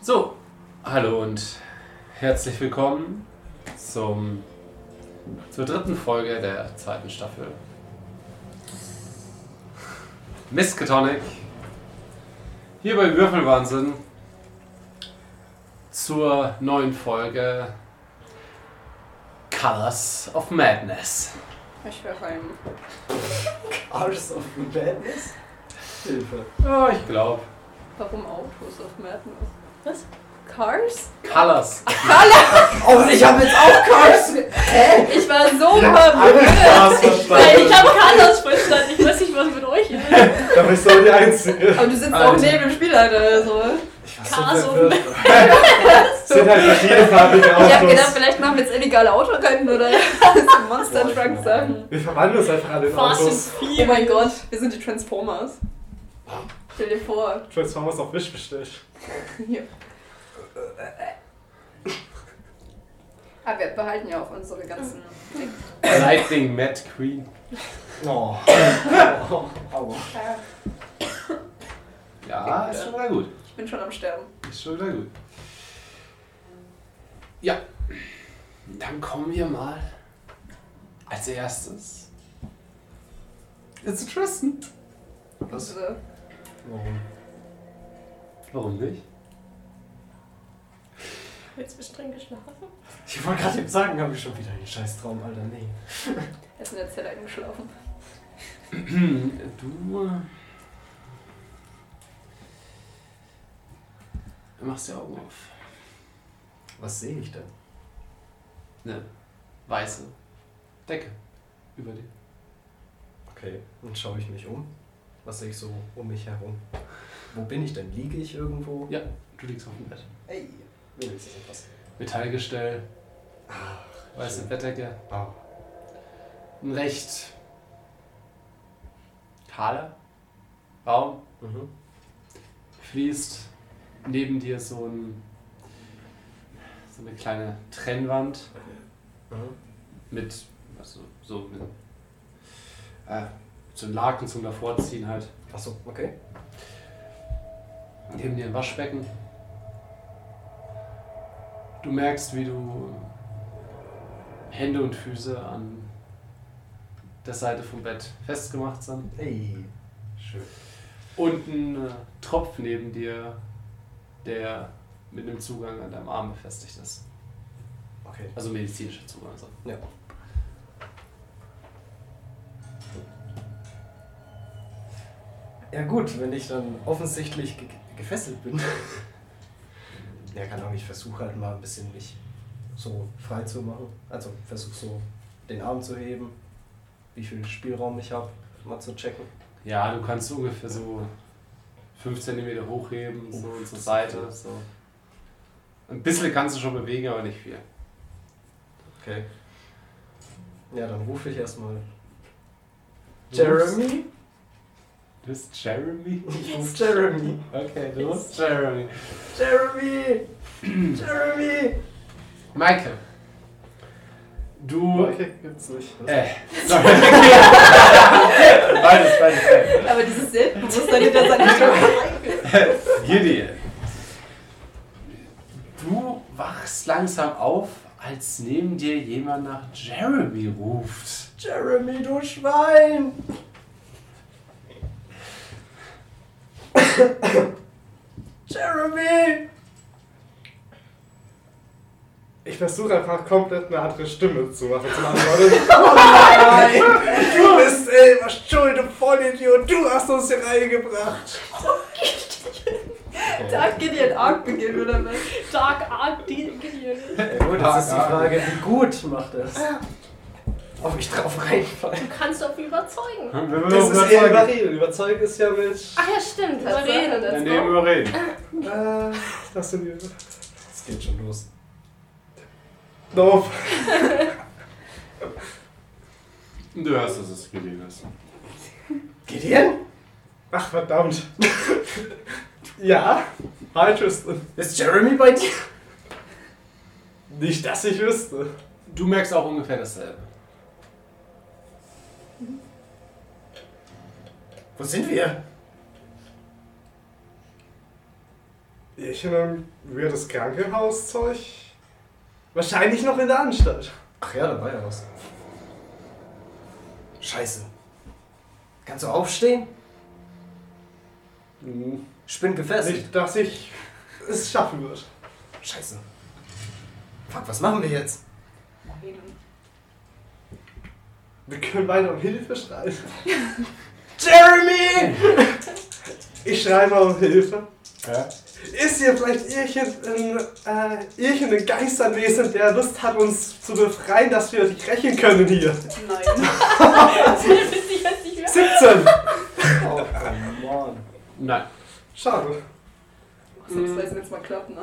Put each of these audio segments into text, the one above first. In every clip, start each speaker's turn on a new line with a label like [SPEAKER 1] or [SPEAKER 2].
[SPEAKER 1] So, hallo und herzlich willkommen zum, zur dritten Folge der zweiten Staffel. Miskatonic, hier bei Würfelwahnsinn, zur neuen Folge Colors of Madness.
[SPEAKER 2] Ich höre heim.
[SPEAKER 3] Arse of Madness? Hilfe.
[SPEAKER 1] Oh, ich glaube,
[SPEAKER 2] Warum Autos auf Madness?
[SPEAKER 4] Was?
[SPEAKER 2] Cars?
[SPEAKER 1] Colors.
[SPEAKER 3] Oh, ich habe jetzt auch Cars! Hä?
[SPEAKER 2] Ich war so verwirrt.
[SPEAKER 3] Cars
[SPEAKER 4] Nein, ich habe Carlos verstanden. Ich weiß nicht, was mit euch ist.
[SPEAKER 3] Da bist du auch die Einzige.
[SPEAKER 2] Aber du sitzt
[SPEAKER 1] Alter.
[SPEAKER 2] auch
[SPEAKER 3] Also.
[SPEAKER 2] neben dem Spielleiter oder so.
[SPEAKER 3] Ich
[SPEAKER 4] Cars of
[SPEAKER 3] sind halt verschiedene farbige
[SPEAKER 2] Ich hab gedacht,
[SPEAKER 3] Autos.
[SPEAKER 2] vielleicht machen wir jetzt illegale Autorennen oder so Monster Truck Sachen.
[SPEAKER 3] Wir verwandeln es einfach an den
[SPEAKER 4] Fast
[SPEAKER 3] Autos.
[SPEAKER 4] and
[SPEAKER 2] Oh
[SPEAKER 4] Furious.
[SPEAKER 2] mein Gott, wir sind die Transformers. Stell dir vor.
[SPEAKER 3] Transformers auf Wischbestech.
[SPEAKER 2] Hier. Aber wir behalten ja auch unsere ganzen.
[SPEAKER 1] Lightning Mad Queen.
[SPEAKER 3] Oh. Aua.
[SPEAKER 2] Ja,
[SPEAKER 1] Ja, ist schon mal gut.
[SPEAKER 2] ich bin schon am Sterben.
[SPEAKER 1] Ist schon wieder gut. Ja, dann kommen wir mal als erstes zu Tristan.
[SPEAKER 3] Was?
[SPEAKER 2] Also,
[SPEAKER 3] Warum?
[SPEAKER 1] Warum nicht?
[SPEAKER 4] Jetzt bist du drin geschlafen.
[SPEAKER 3] Ich wollte gerade eben sagen, habe ich schon wieder einen Scheißtraum, Alter. Nee.
[SPEAKER 2] er ist in der Zelle eingeschlafen.
[SPEAKER 1] Du äh, machst die Augen auf.
[SPEAKER 3] Was sehe ich denn?
[SPEAKER 1] Ne, weiße Decke über dir.
[SPEAKER 3] Okay, dann schaue ich mich um. Was sehe ich so um mich herum? Wo bin ich denn? Liege ich irgendwo?
[SPEAKER 1] Ja, du liegst auf dem Bett.
[SPEAKER 3] Ey, wenigstens etwas.
[SPEAKER 1] Metallgestell, weiße
[SPEAKER 3] schön.
[SPEAKER 1] Bettdecke.
[SPEAKER 3] Ah.
[SPEAKER 1] ein recht kahler Raum.
[SPEAKER 3] Mhm.
[SPEAKER 1] Fließt neben dir so, ein, so eine kleine Trennwand
[SPEAKER 3] Mhm.
[SPEAKER 1] mit also so mit, äh, so einem Laken zum Davorziehen halt.
[SPEAKER 3] Achso, okay.
[SPEAKER 1] Neben dir ein Waschbecken. Du merkst, wie du Hände und Füße an der Seite vom Bett festgemacht sind.
[SPEAKER 3] Ey, schön.
[SPEAKER 1] Und ein äh, Tropf neben dir, der mit einem Zugang an deinem Arm befestigt ist.
[SPEAKER 3] Okay.
[SPEAKER 1] Also medizinischer Zugang. Also.
[SPEAKER 3] Ja. Ja gut, wenn ich dann offensichtlich ge gefesselt bin. ja, keine Ahnung, ich versuche halt mal ein bisschen mich so frei zu machen. Also versuche so den Arm zu heben, wie viel Spielraum ich habe, mal zu checken.
[SPEAKER 1] Ja, du kannst ungefähr so 5 cm hochheben, so zur Seite. So. Ein bisschen kannst du schon bewegen, aber nicht viel.
[SPEAKER 3] Okay. Ja, dann rufe ich erstmal.
[SPEAKER 1] Du
[SPEAKER 3] Jeremy?
[SPEAKER 1] Du bist Jeremy?
[SPEAKER 3] Ich rufe Jeremy.
[SPEAKER 1] Okay, du bist Jeremy.
[SPEAKER 3] Jeremy! Jeremy!
[SPEAKER 1] Michael. Du.
[SPEAKER 3] Okay, gibt's nicht.
[SPEAKER 1] Äh. Sorry. beides, beides, beides.
[SPEAKER 2] Aber dieses Selbstbewusstsein hinter seiner Stimme.
[SPEAKER 1] Gideon. Du wachst langsam auf, als neben dir jemand nach Jeremy ruft.
[SPEAKER 3] Jeremy, du Schwein! Jeremy!
[SPEAKER 5] Ich versuche einfach komplett eine andere Stimme zu machen zum Antworten.
[SPEAKER 3] Nein! Du bist selber schuld, du Vollidiot! Du hast uns hier reingebracht!
[SPEAKER 2] Tag geht ihr in Arc beginnen oder was?
[SPEAKER 4] Dark Art Gideon.
[SPEAKER 3] Ja, gut, jetzt ist die Frage, wie gut macht das? Ob ich drauf reinfall.
[SPEAKER 4] Du kannst doch überzeugen.
[SPEAKER 3] Das ist eh eher überreden. Überzeugen ist ja mit.
[SPEAKER 4] Ach ja, stimmt.
[SPEAKER 2] Das
[SPEAKER 4] Überreden das
[SPEAKER 1] Daneben
[SPEAKER 4] noch.
[SPEAKER 1] überreden.
[SPEAKER 5] Äh, das sind die.
[SPEAKER 3] Es geht schon los.
[SPEAKER 5] Nope.
[SPEAKER 1] Du hörst, dass es Gideon ist.
[SPEAKER 3] Gideon?
[SPEAKER 5] Ach, verdammt. ja? Hi, Tristan.
[SPEAKER 3] Ist Jeremy bei dir?
[SPEAKER 5] Nicht, dass ich wüsste.
[SPEAKER 1] Du merkst auch ungefähr dasselbe.
[SPEAKER 3] Wo sind wir?
[SPEAKER 5] Ich in einem weirdes Krankenhauszeug. Wahrscheinlich noch in der Anstalt.
[SPEAKER 3] Ach ja, da war ja was. Scheiße. Kannst du aufstehen? Ich bin gefesselt.
[SPEAKER 5] Mhm. Nicht, dass ich es schaffen würde.
[SPEAKER 3] Scheiße. Fuck, was machen wir jetzt?
[SPEAKER 5] Wir können weiter um Hilfe schreien.
[SPEAKER 3] Jeremy!
[SPEAKER 5] Ich schreie mal um Hilfe.
[SPEAKER 1] Ja?
[SPEAKER 5] Ist hier vielleicht irgendein, äh, irgendein Geist anwesend, der Lust hat, uns zu befreien, dass wir dich rächen können hier?
[SPEAKER 2] Nein.
[SPEAKER 4] Das wüsste ich jetzt nicht mehr.
[SPEAKER 5] 17!
[SPEAKER 3] Oh, come on.
[SPEAKER 1] Nein.
[SPEAKER 5] Schade.
[SPEAKER 2] Ausnahmsweise jetzt mal klappen, ne?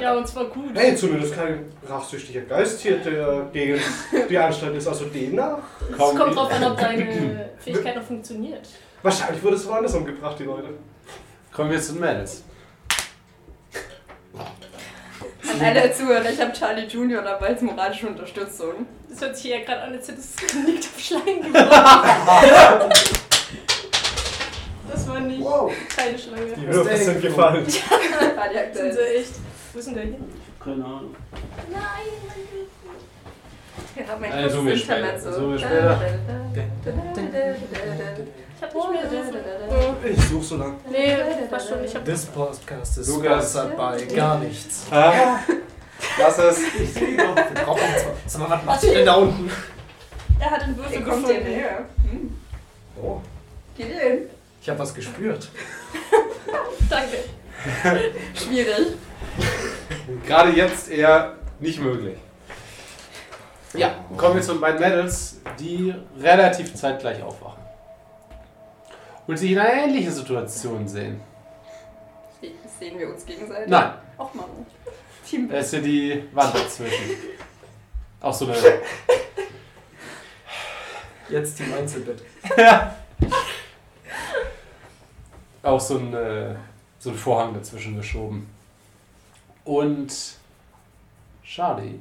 [SPEAKER 4] Ja, und zwar gut.
[SPEAKER 5] Hey, zumindest kein rachsüchtiger Geist hier, der gegen die Anstalt ist. Also demnach.
[SPEAKER 4] es
[SPEAKER 1] komm,
[SPEAKER 4] kommt
[SPEAKER 1] ich-
[SPEAKER 4] drauf an, ob deine Fähigkeit noch funktioniert.
[SPEAKER 5] Wahrscheinlich wurde es woanders umgebracht, die Leute.
[SPEAKER 1] Kommen wir zu den Mädels.
[SPEAKER 2] An alle Zuhörer, ich habe Charlie Junior dabei als moralische Unterstützung.
[SPEAKER 4] Das hört sich ja gerade an, als hättest du nicht auf Schlangen geworfen. das war nicht
[SPEAKER 5] Wow!
[SPEAKER 4] keine Schlange.
[SPEAKER 5] Die Würfel sind gefallen.
[SPEAKER 2] Charlie
[SPEAKER 4] Sind
[SPEAKER 2] aktuell.
[SPEAKER 4] sie echt? Wo sind denn hin?
[SPEAKER 6] Keine Ahnung.
[SPEAKER 2] Wir haben ein
[SPEAKER 1] Äh, so wir
[SPEAKER 2] kurzes
[SPEAKER 1] später.
[SPEAKER 2] Intermezzo.
[SPEAKER 1] So wir später.
[SPEAKER 4] Ich hab nicht mehr Würfel.
[SPEAKER 5] Ich such so lang.
[SPEAKER 4] Nee, passt schon. Ich hab
[SPEAKER 3] This podcast is
[SPEAKER 1] Lukas.
[SPEAKER 3] sponsored by gar nichts.
[SPEAKER 1] Ah, das ist.
[SPEAKER 3] Ich sehe doch. Wir brauchen zwar. Sag mal, was machst du denn da unten?
[SPEAKER 4] Er hat einen
[SPEAKER 2] Wie
[SPEAKER 4] Würfel
[SPEAKER 2] kommt ihr
[SPEAKER 4] gefunden.
[SPEAKER 2] näher?
[SPEAKER 3] Oh,
[SPEAKER 2] Hm? Geht ihr hin?
[SPEAKER 3] ich habe was gespürt.
[SPEAKER 4] Danke.
[SPEAKER 2] Schwierig.
[SPEAKER 1] Gerade jetzt eher nicht möglich. Ja, kommen wir zu den beiden Mädels, die relativ zeitgleich aufwachen. Und sich in einer ähnlichen Situation sehen.
[SPEAKER 2] Se- Sehen wir uns gegenseitig? Äh.
[SPEAKER 1] Nein,
[SPEAKER 2] Auch mal. Team
[SPEAKER 1] da ist hier die Wand dazwischen. Auch so eine.
[SPEAKER 3] Jetzt Team Einzelbett.
[SPEAKER 1] auch so ein, äh, so ein Vorhang dazwischen geschoben. Und Charlie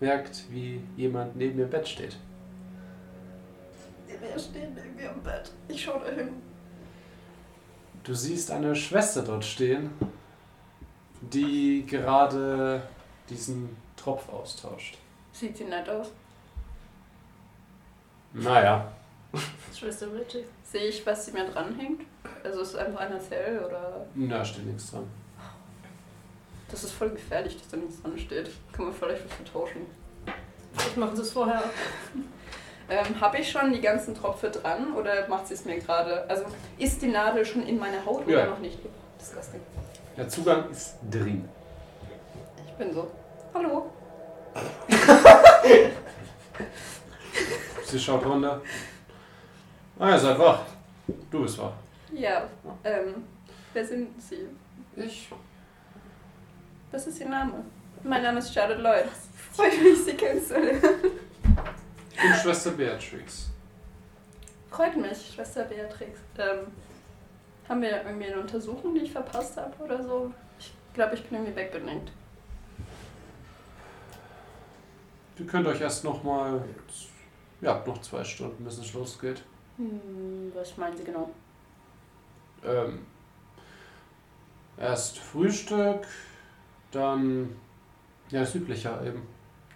[SPEAKER 1] merkt, wie jemand neben dem Bett steht.
[SPEAKER 2] Wir stehen irgendwie am Bett. Ich schau da hin.
[SPEAKER 1] Du siehst eine Schwester dort stehen, die gerade diesen Tropf austauscht.
[SPEAKER 2] Sieht sie nett aus?
[SPEAKER 1] Naja,
[SPEAKER 4] Schwester Magic.
[SPEAKER 2] Sehe ich, was sie mir dranhängt? Also ist einfach einer Zell oder.
[SPEAKER 1] da steht nichts dran.
[SPEAKER 2] Das ist voll gefährlich, dass da nichts dran steht. Kann man vielleicht was vertauschen.
[SPEAKER 4] Ich mache das vorher.
[SPEAKER 2] Ähm, Habe ich schon die ganzen Tropfe dran oder macht sie es mir gerade? Also ist die Nadel schon in meiner Haut oder
[SPEAKER 1] Ja.
[SPEAKER 2] noch nicht? Disgusting.
[SPEAKER 1] Der Zugang ist drin.
[SPEAKER 2] Ich bin so. Hallo.
[SPEAKER 1] Sie schaut runter. Ah, ihr seid wach. Du bist wach.
[SPEAKER 2] Ja. Ähm, wer sind Sie?
[SPEAKER 1] Ich?
[SPEAKER 2] Was ist Ihr Name? Mein Name ist Charlotte Lloyd. Freut mich, Sie kennenzulernen.
[SPEAKER 1] bin Schwester Beatrix.
[SPEAKER 2] Freut mich, Schwester Beatrix. Ähm, haben wir irgendwie eine Untersuchung, die ich verpasst habe oder so? Ich glaube, ich bin irgendwie weggelenkt.
[SPEAKER 1] Ihr könnt euch erst nochmal. Ihr habt noch zwei Stunden, bis es losgeht.
[SPEAKER 2] Hm, was meinen Sie genau?
[SPEAKER 1] Ähm, erst Frühstück, dann. Ja, das Übliche eben.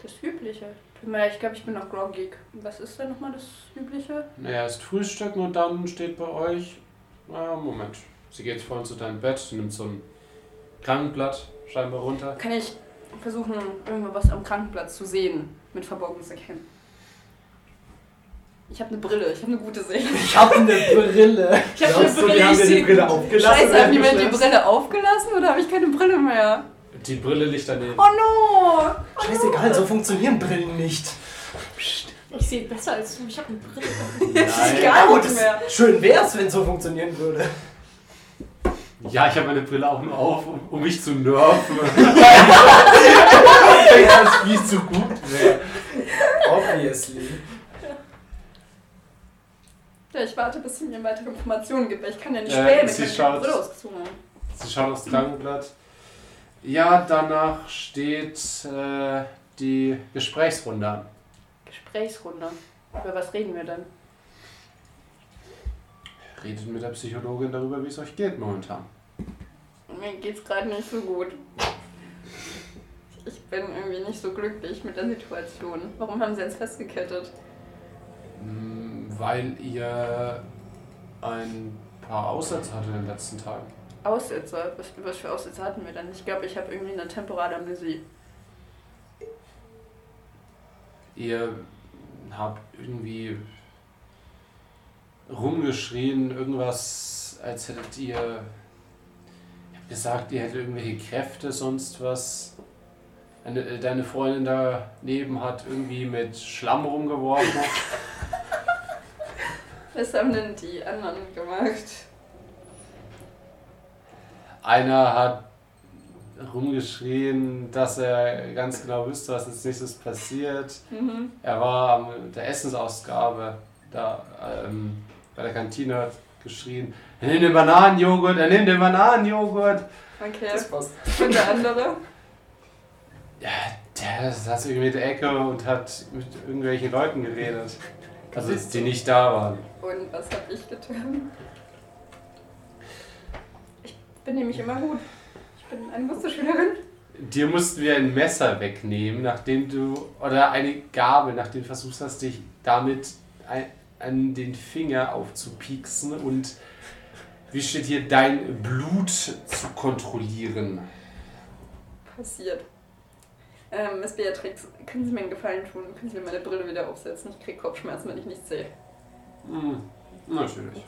[SPEAKER 2] Das Übliche. Tut mir leid, Ich glaube, ich bin noch groggy. Was ist denn nochmal das Übliche?
[SPEAKER 1] Naja, erst Frühstücken und dann steht bei euch. Na, Moment. Sie geht vorhin zu deinem Bett, sie nimmt so ein Krankenblatt scheinbar runter.
[SPEAKER 2] Kann ich versuchen, irgendwas am Krankenplatz zu sehen mit verborgenes Erkennen? Ich habe eine Brille, ich habe eine gute Sicht.
[SPEAKER 3] Ich habe eine Brille.
[SPEAKER 2] Ich habe eine
[SPEAKER 5] Glaubst du,
[SPEAKER 2] Brille,
[SPEAKER 5] die haben
[SPEAKER 2] ich
[SPEAKER 5] dir die
[SPEAKER 2] sehe gut.
[SPEAKER 5] Brille aufgelassen?
[SPEAKER 2] Scheiße, hat
[SPEAKER 5] während du
[SPEAKER 2] jemand die
[SPEAKER 5] schläfst?
[SPEAKER 2] Brille aufgelassen oder habe ich keine Brille mehr?
[SPEAKER 1] Die Brille liegt daneben.
[SPEAKER 2] Oh no!
[SPEAKER 3] Scheißegal, so funktionieren Brillen nicht.
[SPEAKER 4] Ich sehe besser als du. Ich habe eine Brille.
[SPEAKER 1] Nein.
[SPEAKER 2] Gar
[SPEAKER 3] Oh,
[SPEAKER 2] nicht mehr.
[SPEAKER 3] das schön wär's, wenn so funktionieren würde.
[SPEAKER 1] Ja, ich habe meine Brille auch nur auf, um, um mich zu nerven. das ist viel zu gut. wäre.
[SPEAKER 3] Obviously.
[SPEAKER 2] Ja, ich warte, bis sie mir weitere Informationen gibt, weil ich kann ja nicht
[SPEAKER 1] Äh,
[SPEAKER 2] spähen.
[SPEAKER 1] sie
[SPEAKER 2] ich hab keine
[SPEAKER 1] schaut-
[SPEAKER 2] Brille ausgezogen.
[SPEAKER 1] Sie schaut aufs Krankenblatt. Ja, danach steht äh, die Gesprächsrunde an.
[SPEAKER 2] Gesprächsrunde. Über was reden wir denn?
[SPEAKER 1] Redet mit der Psychologin darüber, wie es euch geht momentan.
[SPEAKER 2] Ja, mir geht's gerade nicht so gut. Ich bin irgendwie nicht so glücklich mit der Situation. Warum haben sie uns festgekettet?
[SPEAKER 1] Mm, Weil ihr ein paar Aussätze hatte in den letzten Tagen.
[SPEAKER 2] Aussetzer? Was, was für Aussetzer hatten wir denn? Ich glaube, ich habe irgendwie eine temporale Amnesie.
[SPEAKER 1] Ihr habt irgendwie rumgeschrien, irgendwas, als hättet ihr ihr habt gesagt, ihr hättet irgendwelche Kräfte, sonst was. Eine, äh, deine Freundin daneben hat irgendwie mit Schlamm rumgeworfen.
[SPEAKER 2] Was haben denn die anderen gemacht?
[SPEAKER 1] Einer hat rumgeschrien, dass er ganz genau wüsste, was als nächstes passiert.
[SPEAKER 2] Mhm.
[SPEAKER 1] Er war am- der Essensausgabe da ähm, bei der Kantine hat geschrien, er nimmt den Bananenjoghurt, er nimmt den Bananenjoghurt.
[SPEAKER 2] Okay.
[SPEAKER 3] Das passt.
[SPEAKER 2] Und der andere?
[SPEAKER 1] Der saß irgendwie in der Ecke und hat mit irgendwelchen Leuten geredet. Also die nicht da waren.
[SPEAKER 2] Und was habe ich getan? Ich bin nämlich immer gut. Ich bin eine Musterschülerin.
[SPEAKER 1] Dir mussten wir ein Messer wegnehmen, nachdem du, oder eine Gabel, nachdem du versucht hast, dich damit ein, an den Finger aufzupieksen und, wie steht hier, dein Blut zu kontrollieren.
[SPEAKER 2] Passiert. Ähm, Miss Beatrix, können Sie mir einen Gefallen tun? Können Sie mir meine Brille wieder aufsetzen? Ich krieg Kopfschmerzen, wenn ich nichts sehe.
[SPEAKER 1] Hm, natürlich.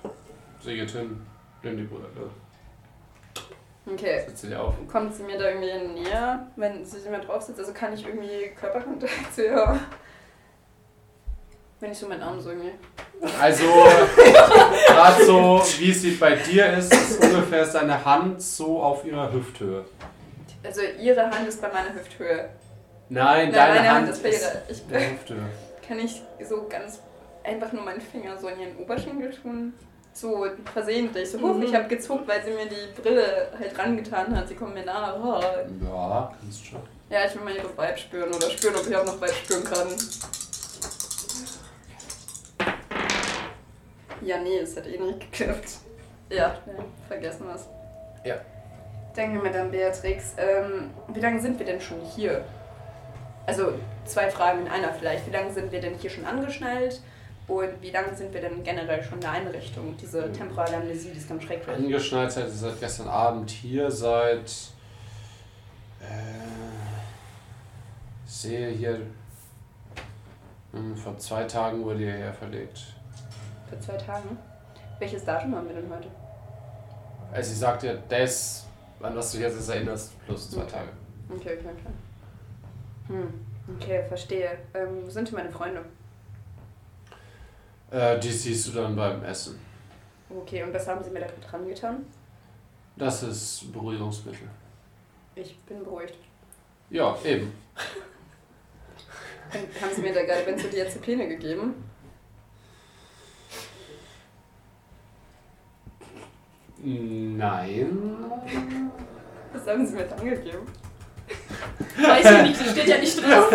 [SPEAKER 1] Sie geht hin, nimm die Brille,
[SPEAKER 2] Okay.
[SPEAKER 1] setz sie dir auf.
[SPEAKER 2] Kommt sie mir da irgendwie näher, wenn sie sie mir drauf sitzt? Also kann ich irgendwie Körperkontakt zu ihr? Wenn ich so meinen Arm so irgendwie.
[SPEAKER 1] Also, gerade so, wie es bei dir ist, ist ungefähr seine Hand so auf ihrer Hüfthöhe.
[SPEAKER 2] Also ihre Hand ist bei meiner Hüfthöhe.
[SPEAKER 1] Nein,
[SPEAKER 2] Nein,
[SPEAKER 1] deine
[SPEAKER 2] meine
[SPEAKER 1] Hand,
[SPEAKER 2] Hand ist bei
[SPEAKER 1] ist
[SPEAKER 2] ihrer. Ich
[SPEAKER 1] auf der Hüfthöhe.
[SPEAKER 2] Kann ich so ganz einfach nur meinen Finger so in ihren Oberschenkel tun? So versehentlich. So, huch,
[SPEAKER 4] Mhm.
[SPEAKER 2] ich habe gezuckt, weil sie mir die Brille halt rangetan hat. Sie kommt mir nahe. Oh.
[SPEAKER 1] Ja, kannst schon.
[SPEAKER 2] Ja, ich will mal ihre Vibe spüren oder spüren, ob ich auch noch Vibe spüren kann. Ja, nee, es hat eh nicht geklappt. Ja, nee, vergessen wir's.
[SPEAKER 1] Ja.
[SPEAKER 2] Denke mir dann, Beatrix, ähm, wie lange sind wir denn schon hier? Also zwei Fragen in einer vielleicht. Wie lange sind wir denn hier schon angeschnallt? Und wie lange sind wir denn generell schon in der Einrichtung? Diese temporale Amnesie, die ist ganz schrecklich.
[SPEAKER 1] Angeschnallt seid ihr seit gestern Abend hier, seit. Äh, sehe hier. hm, Vor zwei Tagen wurde ihr her verlegt.
[SPEAKER 2] Für zwei Tagen. Welches Datum haben wir denn heute?
[SPEAKER 1] Also, sie sagt dir, das, an was du dich jetzt erinnerst, plus zwei Tage.
[SPEAKER 2] Okay, okay, okay. Hm, okay, verstehe. Ähm, wo sind denn meine Freunde?
[SPEAKER 1] Äh, die siehst du dann beim Essen.
[SPEAKER 2] Okay, und was haben sie mir da dran getan?
[SPEAKER 1] Das ist Beruhigungsmittel.
[SPEAKER 2] Ich bin beruhigt.
[SPEAKER 1] Ja, eben.
[SPEAKER 2] Und haben sie mir da gerade Benzodiazepine gegeben?
[SPEAKER 1] Nein.
[SPEAKER 2] Was haben sie mir dann gegeben?
[SPEAKER 4] Weiß ich nicht, steht ja nicht drauf.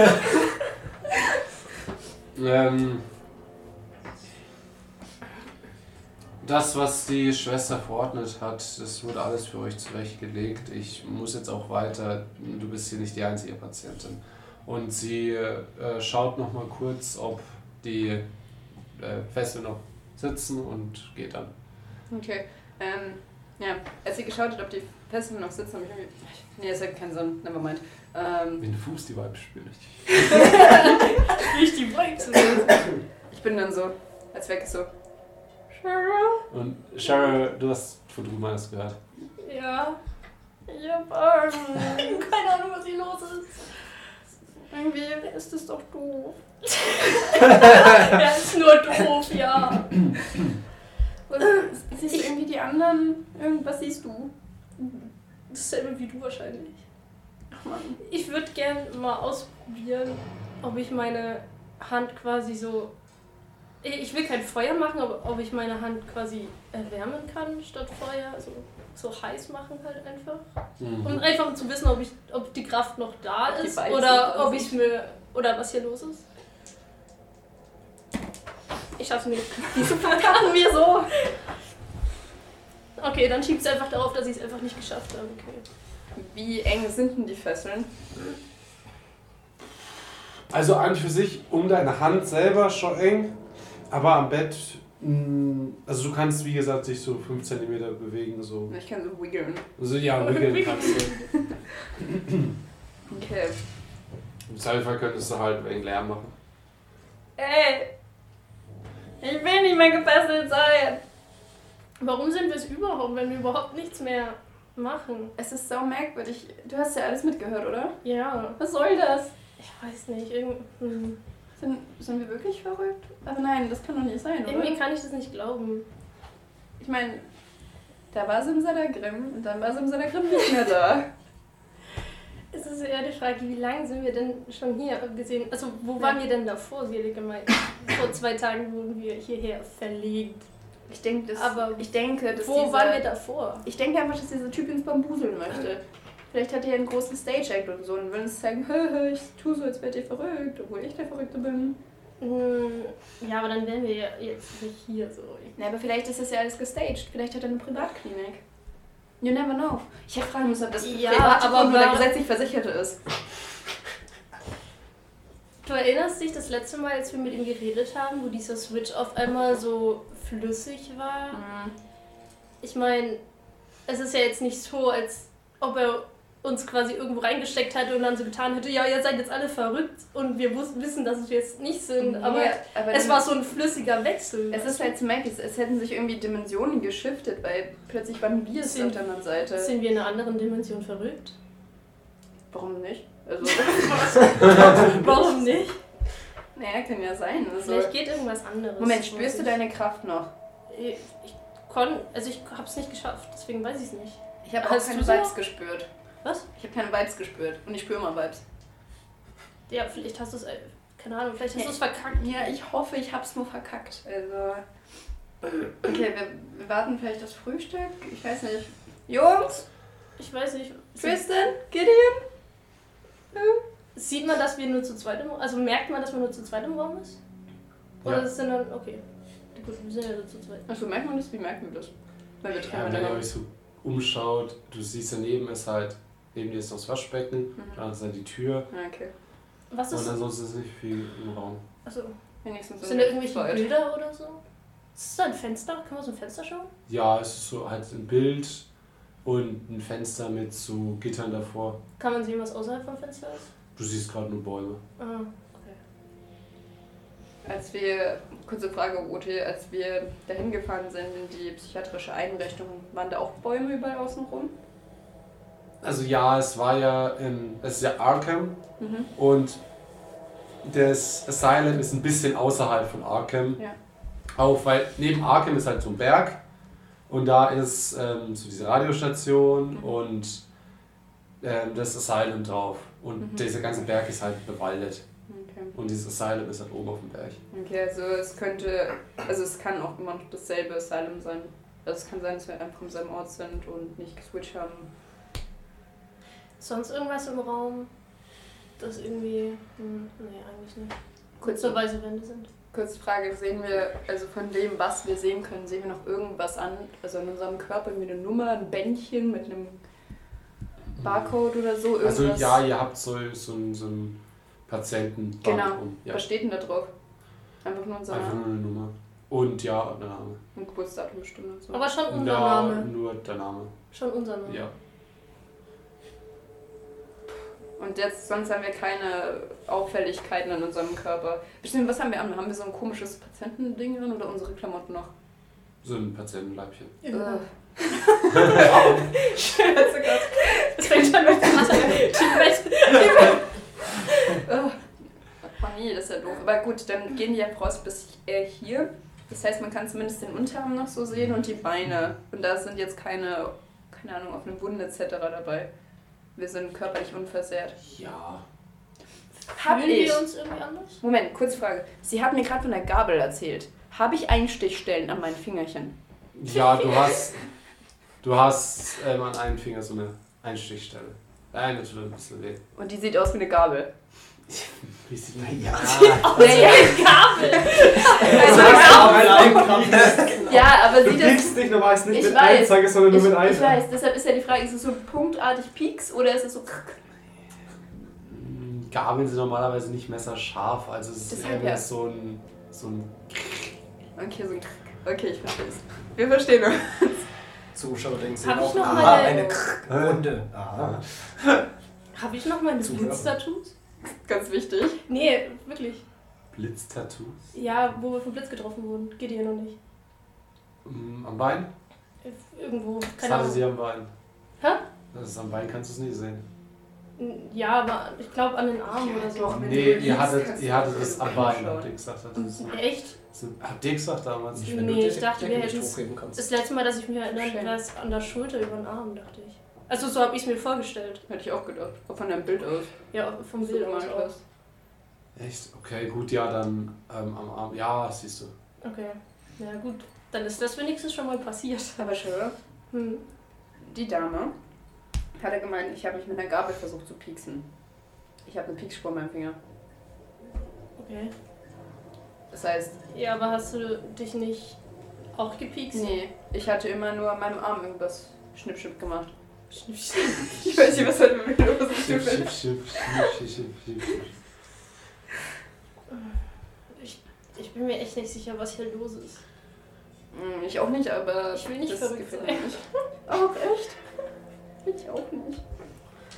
[SPEAKER 1] Ähm, das, was die Schwester verordnet hat, das wurde alles für euch zurechtgelegt. Ich muss jetzt auch weiter. Du bist hier nicht die einzige Patientin. Und sie äh, schaut noch mal kurz, ob die äh, Fesseln noch sitzen und geht dann.
[SPEAKER 2] Okay, ähm, ja. Als sie geschaut hat, ob die Fesseln noch sitzen, habe ich irgendwie... Nee, das hat keinen Sinn. Nevermind. Ähm,
[SPEAKER 1] Mit dem Fuß die Weib spüre ich.
[SPEAKER 4] Nicht die Vibes.
[SPEAKER 2] ich bin dann so, als weg ist so... Cheryl?
[SPEAKER 1] Und Cheryl, du hast von drüben alles gehört.
[SPEAKER 4] Ja.
[SPEAKER 2] Ich hab Angst.
[SPEAKER 4] Keine Ahnung, was hier los ist.
[SPEAKER 2] Irgendwie ist das doch doof.
[SPEAKER 4] Er ist nur doof, ja.
[SPEAKER 2] Was, siehst du irgendwie die anderen? Irgendwas siehst du?
[SPEAKER 4] Dasselbe wie du wahrscheinlich.
[SPEAKER 2] Ach Mann.
[SPEAKER 4] Ich würde gern mal ausprobieren, ob ich meine Hand quasi so. Ich will kein Feuer machen, aber ob ich meine Hand quasi erwärmen kann statt Feuer. Also so heiß machen halt einfach. Um einfach zu wissen, ob, ich, ob die Kraft noch da
[SPEAKER 2] Ob die
[SPEAKER 4] ist
[SPEAKER 2] Vibes noch da
[SPEAKER 4] oder ob
[SPEAKER 2] sind.
[SPEAKER 4] ich mir. oder was hier los ist. Ich schaff's mir nicht. Wieso verkacken wir so? Okay, dann schiebt es einfach darauf, dass ich es einfach nicht geschafft habe. Okay.
[SPEAKER 2] Wie eng sind denn die Fesseln?
[SPEAKER 1] Also an und für sich um deine Hand selber schon eng, aber am Bett, mh, also du kannst wie gesagt dich so 5 cm bewegen, so.
[SPEAKER 2] Ich kann so wiggeln.
[SPEAKER 1] Also ja, wickeln kannst du.
[SPEAKER 2] Okay.
[SPEAKER 1] Im Zweifel könntest du halt wegen Lärm machen.
[SPEAKER 2] Ey! Ich will nicht mehr gefesselt sein!
[SPEAKER 4] Warum sind wir es überhaupt, wenn wir überhaupt nichts mehr machen?
[SPEAKER 2] Es ist so merkwürdig. Du hast ja alles mitgehört, oder?
[SPEAKER 4] Ja,
[SPEAKER 2] Was soll das?
[SPEAKER 4] ich weiß nicht. Irgend, hm.
[SPEAKER 2] Sind, sind wir wirklich verrückt? Aber nein, das kann doch nicht sein, oder?
[SPEAKER 4] Irgendwie kann ich das nicht glauben.
[SPEAKER 2] Ich meine, da war Simsalagrim und dann war Simsalagrim nicht mehr da.
[SPEAKER 4] Es ist eher die Frage, wie lange sind wir denn schon hier gesehen? Also, wo waren wir denn davor, selig gemeint? Vor zwei Tagen wurden wir hierher verlegt.
[SPEAKER 2] Ich denke, das.
[SPEAKER 4] Aber
[SPEAKER 2] ich denke, dass
[SPEAKER 4] Wo
[SPEAKER 2] dieser-
[SPEAKER 4] waren wir davor?
[SPEAKER 2] Ich denke einfach, dass dieser Typ uns bambuseln möchte. Vielleicht hat er ja einen großen Stage-Act und so und will uns zeigen, hö, hö, ich tu so, als wärt ihr verrückt, obwohl ich der Verrückte bin.
[SPEAKER 4] Hm, Ja, aber dann wären wir ja jetzt nicht hier so.
[SPEAKER 2] Na, aber vielleicht ist das ja alles gestaged. Vielleicht hat er eine Privatklinik. You never know. Ich hätte fragen müssen, ob das
[SPEAKER 4] Ja,
[SPEAKER 2] privat
[SPEAKER 4] aber
[SPEAKER 2] oder
[SPEAKER 4] war-
[SPEAKER 2] gesetzlich Versicherte ist.
[SPEAKER 4] Du erinnerst dich das letzte Mal, als wir mit ihm geredet haben, wo dieser Switch auf einmal so flüssig war?
[SPEAKER 2] Hm.
[SPEAKER 4] Ich meine, es ist ja jetzt nicht so, als ob er uns quasi irgendwo reingesteckt hätte und dann so getan hätte, ja, ihr seid jetzt alle verrückt und wir wus- wissen, dass wir jetzt nicht sind,
[SPEAKER 2] Nee,
[SPEAKER 4] aber
[SPEAKER 2] aber
[SPEAKER 4] es
[SPEAKER 2] dann-
[SPEAKER 4] war so ein flüssiger Wechsel.
[SPEAKER 2] Es ist halt so merkwürdig, es hätten sich irgendwie Dimensionen geschiftet, weil plötzlich waren wir es
[SPEAKER 4] Sind-
[SPEAKER 2] auf der anderen Seite.
[SPEAKER 4] sind wir in einer anderen Dimension verrückt?
[SPEAKER 2] Warum nicht? Also,
[SPEAKER 4] Warum nicht?
[SPEAKER 2] naja, kann ja sein. Also,
[SPEAKER 4] Vielleicht geht irgendwas anderes.
[SPEAKER 2] Moment, spürst du deine Kraft noch?
[SPEAKER 4] Ich, ich kon, also ich hab's nicht geschafft, deswegen weiß ich es nicht.
[SPEAKER 2] Ich habe auch
[SPEAKER 4] Hast
[SPEAKER 2] keine
[SPEAKER 4] du sie
[SPEAKER 2] Vibes
[SPEAKER 4] noch?
[SPEAKER 2] gespürt.
[SPEAKER 4] Was?
[SPEAKER 2] Ich habe keine Vibes gespürt und ich spüre immer Vibes.
[SPEAKER 4] Ja, vielleicht hast du es, keine Ahnung, vielleicht hast
[SPEAKER 2] Nee.
[SPEAKER 4] du es verkackt.
[SPEAKER 2] Ja, ich hoffe, ich hab's nur verkackt. Also. Okay, wir, wir warten vielleicht das Frühstück. Ich weiß nicht. Jungs,
[SPEAKER 4] Ich weiß nicht. Sie-
[SPEAKER 2] Tristan, Gideon.
[SPEAKER 4] Sieht man, dass wir nur zu zweit im Raum Also merkt man, dass man nur zu zweit im Raum ist? Oder
[SPEAKER 3] Ja.
[SPEAKER 4] ist denn dann. Okay. Gut, wir sind ja nur zu zweit.
[SPEAKER 2] Achso, merkt man das? Wie merken wir das? Weil wir
[SPEAKER 1] Ja,
[SPEAKER 2] treffen
[SPEAKER 4] genau.
[SPEAKER 1] wenn ihr
[SPEAKER 2] ja,
[SPEAKER 1] euch so umschaut, du siehst daneben ist halt, neben dir ist noch das Waschbecken, dann ist halt die Tür
[SPEAKER 2] Mhm. Ah, okay.
[SPEAKER 4] Was
[SPEAKER 1] und
[SPEAKER 4] ist.
[SPEAKER 1] ansonsten ist nicht viel im Raum.
[SPEAKER 4] Achso.
[SPEAKER 2] Wenigstens
[SPEAKER 4] Sind da irgendwelche
[SPEAKER 2] Voll.
[SPEAKER 4] Bilder oder so? Ist da ein Fenster? Kann man so ein Fenster schauen?
[SPEAKER 1] Ja, es ist so halt ein Bild und ein Fenster mit so Gittern davor.
[SPEAKER 4] Kann man sehen, was außerhalb vom Fenster ist?
[SPEAKER 1] Du siehst gerade nur Bäume.
[SPEAKER 4] Ah, okay.
[SPEAKER 2] Als wir, kurze Frage, Ote, als wir dahin gefahren sind in die psychiatrische Einrichtung, waren da auch Bäume überall außen rum?
[SPEAKER 1] Also ja, es war ja, in, es ist ja Arkham und das Asylum ist ein bisschen außerhalb von Arkham.
[SPEAKER 2] Ja.
[SPEAKER 1] Auch weil neben Arkham ist halt so ein Berg und da ist ähm, so diese Radiostation
[SPEAKER 2] Mhm.
[SPEAKER 1] und ähm, das Asylum drauf. Und
[SPEAKER 2] Mhm.
[SPEAKER 1] dieser ganze Berg ist halt bewaldet
[SPEAKER 2] Okay.
[SPEAKER 1] und dieses Asylum ist halt oben auf dem Berg.
[SPEAKER 2] Okay, also es könnte, also es kann auch immer noch dasselbe Asylum sein. Also es kann sein, dass wir einfach im selben Ort sind und nicht geswitcht haben.
[SPEAKER 4] Sonst irgendwas im Raum, das irgendwie. Hm, nee, eigentlich nicht.
[SPEAKER 2] Kurz-
[SPEAKER 4] Kurze weiße Wände sind.
[SPEAKER 2] Kurze Frage, sehen wir, also von dem, was wir sehen können, sehen wir noch irgendwas an, also an unserem Körper, irgendwie eine Nummer, ein Bändchen mit einem Barcode oder so, irgendwas?
[SPEAKER 1] Hm. Also ja, ihr habt so, so, ein- so einen Patientenband
[SPEAKER 2] Genau.
[SPEAKER 1] um. Ja, Also
[SPEAKER 2] Was steht denn da drauf? Einfach nur unser
[SPEAKER 1] einfach
[SPEAKER 2] Name
[SPEAKER 1] nur eine Nummer. Und ja, und der Name.
[SPEAKER 2] und Geburtsdatum bestimmt und so.
[SPEAKER 4] Aber schon unser
[SPEAKER 1] Na,
[SPEAKER 4] Name.
[SPEAKER 1] Nur der Name.
[SPEAKER 4] Schon unser Name.
[SPEAKER 1] Ja.
[SPEAKER 2] Und jetzt, sonst haben wir keine Auffälligkeiten an unserem Körper. Bestimmt, was haben wir an? Haben wir so ein komisches Patientending an oder unsere Klamotten noch? Äh,
[SPEAKER 1] So ein Patientenleibchen.
[SPEAKER 2] Ja.
[SPEAKER 4] Oh Das fängt schon mit dem Wasser. Die Welt-
[SPEAKER 2] Oh nee, das ist ja doof. Aber gut, dann gehen die ja raus bis äh, hier. Das heißt, man kann zumindest den Unterarm noch so sehen und die Beine. Und da sind jetzt keine, keine Ahnung, offene Wunden etc. dabei. Wir sind körperlich unversehrt.
[SPEAKER 1] Ja.
[SPEAKER 2] Hab
[SPEAKER 4] Fühlen
[SPEAKER 2] ich.
[SPEAKER 4] wir uns irgendwie anders?
[SPEAKER 2] Moment, kurze Frage. Sie hat mir gerade von der Gabel erzählt. Habe ich Einstichstellen an meinen Fingerchen?
[SPEAKER 1] Ja, du hast. Du hast ähm, an einem Finger so eine Einstichstelle. Nein, das tut ein bisschen weh.
[SPEAKER 2] Und die sieht aus wie eine Gabel.
[SPEAKER 1] Wie sieht man ja.
[SPEAKER 2] Naja,
[SPEAKER 4] Gabel!
[SPEAKER 2] also,
[SPEAKER 1] Nein,
[SPEAKER 5] Krampf.
[SPEAKER 4] Ja, aber
[SPEAKER 5] Du
[SPEAKER 4] sieht das.
[SPEAKER 5] piekst nicht, normalerweise nicht
[SPEAKER 2] Ich
[SPEAKER 5] mit
[SPEAKER 2] weiß.
[SPEAKER 5] einem Zeiger, sondern
[SPEAKER 2] Ich,
[SPEAKER 5] nur mit einem.
[SPEAKER 2] ich weiß, deshalb ist ja die Frage, ist es so punktartig Peaks oder ist es so krrk?
[SPEAKER 1] Gabeln sind normalerweise nicht messerscharf, also es ist
[SPEAKER 2] Deshalb
[SPEAKER 1] eher
[SPEAKER 2] ja.
[SPEAKER 1] so ein, so ein
[SPEAKER 2] Okay, so ein krrk. Okay, ich verstehe es. Wir verstehen uns.
[SPEAKER 3] Zuschauer denken sich
[SPEAKER 4] Hab ich
[SPEAKER 3] auch,
[SPEAKER 4] noch
[SPEAKER 3] aha,
[SPEAKER 4] meine-
[SPEAKER 3] eine Runde. Aha.
[SPEAKER 4] Habe ich noch meine
[SPEAKER 3] Zuhören.
[SPEAKER 4] Blitz-Tattoos?
[SPEAKER 2] Ganz wichtig.
[SPEAKER 4] Nee, wirklich.
[SPEAKER 1] Blitztattoos
[SPEAKER 4] Ja, wo wir vom Blitz getroffen wurden. Geht ihr noch nicht. Äh,
[SPEAKER 1] Mhm, am Bein.
[SPEAKER 4] Irgendwo.
[SPEAKER 1] Das
[SPEAKER 4] Keine
[SPEAKER 1] hatte
[SPEAKER 4] Ahnung.
[SPEAKER 1] sie am Bein.
[SPEAKER 4] Hä?
[SPEAKER 1] Das ist am Bein, kannst du es nicht sehen.
[SPEAKER 4] Ja, aber ich glaube an den Armen oder so.
[SPEAKER 2] Oh, Wenn
[SPEAKER 1] Nee,
[SPEAKER 2] du
[SPEAKER 1] ihr
[SPEAKER 2] willst,
[SPEAKER 1] hattet,
[SPEAKER 2] kannst
[SPEAKER 1] ihr
[SPEAKER 2] du
[SPEAKER 1] hattet
[SPEAKER 2] auch
[SPEAKER 1] es am
[SPEAKER 2] irgendwo
[SPEAKER 1] Bein,
[SPEAKER 2] schauen.
[SPEAKER 1] habt ihr gesagt. Hattet es-
[SPEAKER 4] Echt?
[SPEAKER 1] Habt ihr gesagt damals?
[SPEAKER 3] Also Nicht, wenn du
[SPEAKER 4] Nee,
[SPEAKER 3] die
[SPEAKER 4] ich dachte,
[SPEAKER 3] Decke
[SPEAKER 4] wir
[SPEAKER 3] nicht
[SPEAKER 4] hätten's-
[SPEAKER 3] hochheben kannst.
[SPEAKER 4] Das letzte Mal, dass ich mich erinnere,
[SPEAKER 2] Schön.
[SPEAKER 4] war es an der Schulter über den Arm, dachte ich. Also so habe ich es mir vorgestellt.
[SPEAKER 2] Hätte ich auch gedacht. Auch von deinem Bild aus.
[SPEAKER 4] Ja, vom Bild aus. auch.
[SPEAKER 1] Echt? Okay, gut, ja, dann ähm, am Arm. Ja, siehst du.
[SPEAKER 4] Okay. Na gut, dann ist das wenigstens schon mal passiert.
[SPEAKER 2] Aber schön, oder?
[SPEAKER 4] Hm.
[SPEAKER 2] Die Dame hatte gemeint, ich habe mich mit einer Gabel versucht zu pieksen. Ich habe eine Piekspur in meinem Finger.
[SPEAKER 4] Okay.
[SPEAKER 2] Das heißt,
[SPEAKER 4] Ja, aber hast du dich nicht auch gepiekst?
[SPEAKER 2] nee, ich hatte immer nur an meinem Arm irgendwas Schnippschnipp gemacht.
[SPEAKER 4] Schnipp, schnipp.
[SPEAKER 2] Ich weiß nicht, was heute mit mir los
[SPEAKER 1] Schiff, schiff, schiff, schiff, schiff, schiff, schiff, schiff.
[SPEAKER 4] Ich, ich bin mir echt nicht sicher, was hier los ist.
[SPEAKER 2] Hm, Ich auch nicht, aber
[SPEAKER 4] Ich will nicht
[SPEAKER 2] das
[SPEAKER 4] verrückt
[SPEAKER 2] gefällt
[SPEAKER 4] sein.
[SPEAKER 2] mir nicht. Auch echt? Will ich auch nicht.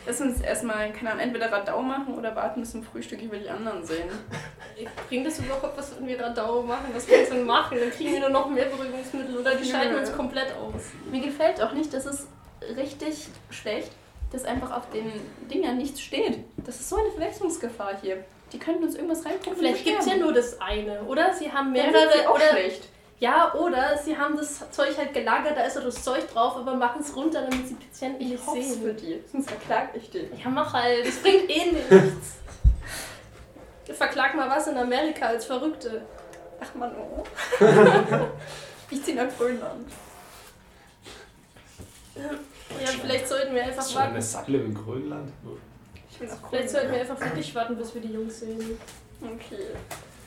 [SPEAKER 2] Lass uns erstmal, keine Ahnung, entweder Radau machen oder warten bis zum Frühstück über die anderen sehen.
[SPEAKER 4] Bringt das überhaupt was, wenn wir Radau machen? Was kannst du denn machen? Dann kriegen wir nur noch mehr Beruhigungsmittel oder die schalten
[SPEAKER 2] Nö.
[SPEAKER 4] uns komplett aus.
[SPEAKER 2] Mir gefällt auch nicht, dass es richtig schlecht, dass einfach auf den Dingern nichts steht. Das ist so eine Verwechslungsgefahr hier. Die könnten uns irgendwas reinpumpen.
[SPEAKER 4] Vielleicht gibt es ja nur das eine, oder? Sie haben
[SPEAKER 2] mehrere
[SPEAKER 4] mehrere.
[SPEAKER 2] auch
[SPEAKER 4] Oder,
[SPEAKER 2] schlecht.
[SPEAKER 4] ja, oder sie haben das Zeug halt gelagert, da ist so das Zeug drauf, aber machen es runter, damit die Patienten
[SPEAKER 2] Ich
[SPEAKER 4] nicht
[SPEAKER 2] hoffe es für
[SPEAKER 4] sehen.
[SPEAKER 2] die, sonst verklag ich die.
[SPEAKER 4] Ja, mach halt. Das bringt eh nichts. Verklag mal was in Amerika als Verrückte.
[SPEAKER 2] Ach man, oh. ich ziehe nach Grönland.
[SPEAKER 4] Ja, vielleicht sollten wir einfach
[SPEAKER 1] Schon eine
[SPEAKER 4] warten.
[SPEAKER 1] Sattel in Grönland?
[SPEAKER 2] Ich will nach
[SPEAKER 4] Vielleicht sollten wir
[SPEAKER 2] Grönland.
[SPEAKER 4] einfach wirklich warten, bis wir die Jungs sehen.
[SPEAKER 2] Okay.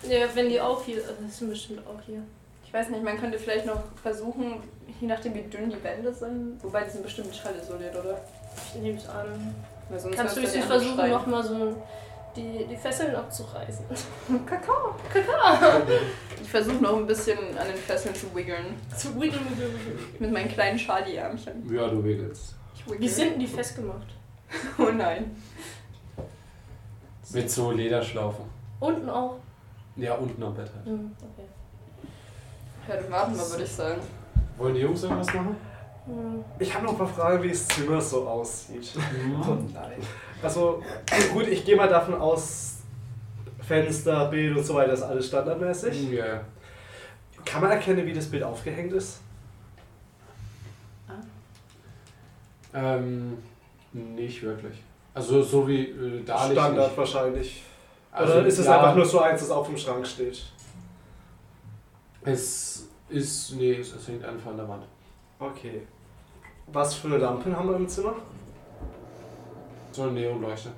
[SPEAKER 4] Ja, wenn die auch hier. also Das sind bestimmt auch hier.
[SPEAKER 2] Ich weiß nicht, man könnte vielleicht noch versuchen, je nachdem wie dünn die Wände sind, wobei die sind bestimmt nicht schallisoliert, oder?
[SPEAKER 4] Ich nehme es an.
[SPEAKER 2] Weil sonst
[SPEAKER 4] Ähm, Kannst du
[SPEAKER 2] hörst
[SPEAKER 4] nicht
[SPEAKER 2] die anderen
[SPEAKER 4] versuchen,
[SPEAKER 2] schreien.
[SPEAKER 4] nochmal so die, die Fesseln abzureißen?
[SPEAKER 2] Kakao. Ich versuche noch ein bisschen an den Fesseln zu wiggeln.
[SPEAKER 4] Zu wiggle, wiggle, wiggle.
[SPEAKER 2] Mit meinen kleinen Charlie-Ärmchen.
[SPEAKER 1] Ja, du wickelst.
[SPEAKER 2] Ich wiggle.
[SPEAKER 4] Wie sind denn die festgemacht?
[SPEAKER 2] Oh nein.
[SPEAKER 1] Mit so Lederschlaufen.
[SPEAKER 4] Unten auch.
[SPEAKER 1] Ja, unten am Bett halt.
[SPEAKER 4] Hm, okay.
[SPEAKER 2] Ja, dann warten wir, würde ich sagen.
[SPEAKER 1] Wollen die Jungs irgendwas machen?
[SPEAKER 4] Hm.
[SPEAKER 5] Ich habe noch mal Fragen, wie das Zimmer so aussieht.
[SPEAKER 3] Oh nein.
[SPEAKER 5] Also, gut, ich gehe mal davon aus, Fenster, Bild und so weiter ist alles standardmäßig.
[SPEAKER 1] Ja.
[SPEAKER 5] Kann man erkennen, wie das Bild aufgehängt ist?
[SPEAKER 1] Ähm, nicht wirklich. Also so wie äh, da liegt
[SPEAKER 5] Standard
[SPEAKER 1] nicht.
[SPEAKER 5] wahrscheinlich.
[SPEAKER 1] Also,
[SPEAKER 5] Oder ist es
[SPEAKER 1] ja,
[SPEAKER 5] einfach nur so eins, das auf dem Schrank steht?
[SPEAKER 1] Es ist, nee, es, es hängt einfach an der Wand.
[SPEAKER 5] Okay. Was für Lampen haben wir im Zimmer?
[SPEAKER 1] So eine Neonleuchte.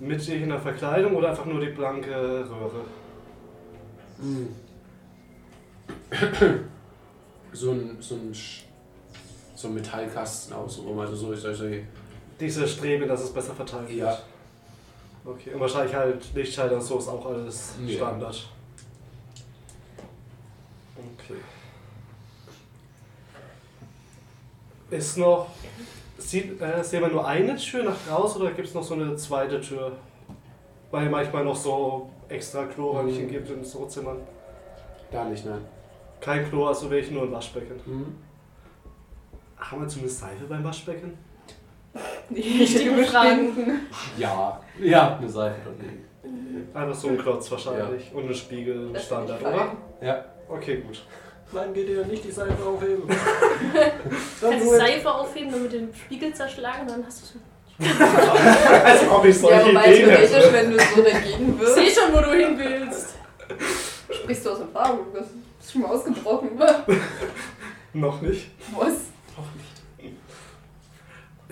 [SPEAKER 5] Mit irgendeiner Verkleidung oder einfach nur die blanke Röhre?
[SPEAKER 1] Mhm. so ein, so ein, Sch- so ein Metallkasten außenrum, also so, so, so
[SPEAKER 5] Diese Strebe, dass es besser verteilt wird.
[SPEAKER 1] Ja.
[SPEAKER 5] Okay, und wahrscheinlich halt Lichtschalter und so ist auch alles
[SPEAKER 1] Ja.
[SPEAKER 5] Standard. Okay. Ist noch. Sieht, äh, sehen wir nur eine Tür nach draußen oder gibt es noch so eine zweite Tür? Weil manchmal noch so extra Kloröhrchen
[SPEAKER 1] Mhm.
[SPEAKER 5] gibt in so Zimmern.
[SPEAKER 1] Da nicht, nein.
[SPEAKER 5] Kein Klo, also will ich nur ein Waschbecken.
[SPEAKER 1] Mhm.
[SPEAKER 5] Haben wir zumindest Seife beim Waschbecken?
[SPEAKER 4] Richtige Fragen.
[SPEAKER 1] Ja. Ja, eine Seife dort liegen.
[SPEAKER 5] Einfach so ein Klotz wahrscheinlich. Und einen Spiegel,
[SPEAKER 2] Das find ich
[SPEAKER 5] Standard,
[SPEAKER 2] fein.
[SPEAKER 5] oder?
[SPEAKER 1] Ja.
[SPEAKER 5] Okay, gut.
[SPEAKER 3] Nein, geht ihr nicht die Seife aufheben.
[SPEAKER 4] Kannst du Seife aufheben und mit dem Spiegel zerschlagen, dann hast du schon.
[SPEAKER 5] Also ob ich
[SPEAKER 2] Ja,
[SPEAKER 5] solche
[SPEAKER 2] wobei
[SPEAKER 5] Ideen hätte.
[SPEAKER 2] theoretisch, wenn du so dagegen
[SPEAKER 4] Ich
[SPEAKER 2] wirst,
[SPEAKER 4] sehe schon, wo du hin willst.
[SPEAKER 2] sprichst du aus Erfahrung. Das ist schon mal ausgebrochen. Was?
[SPEAKER 5] Noch nicht.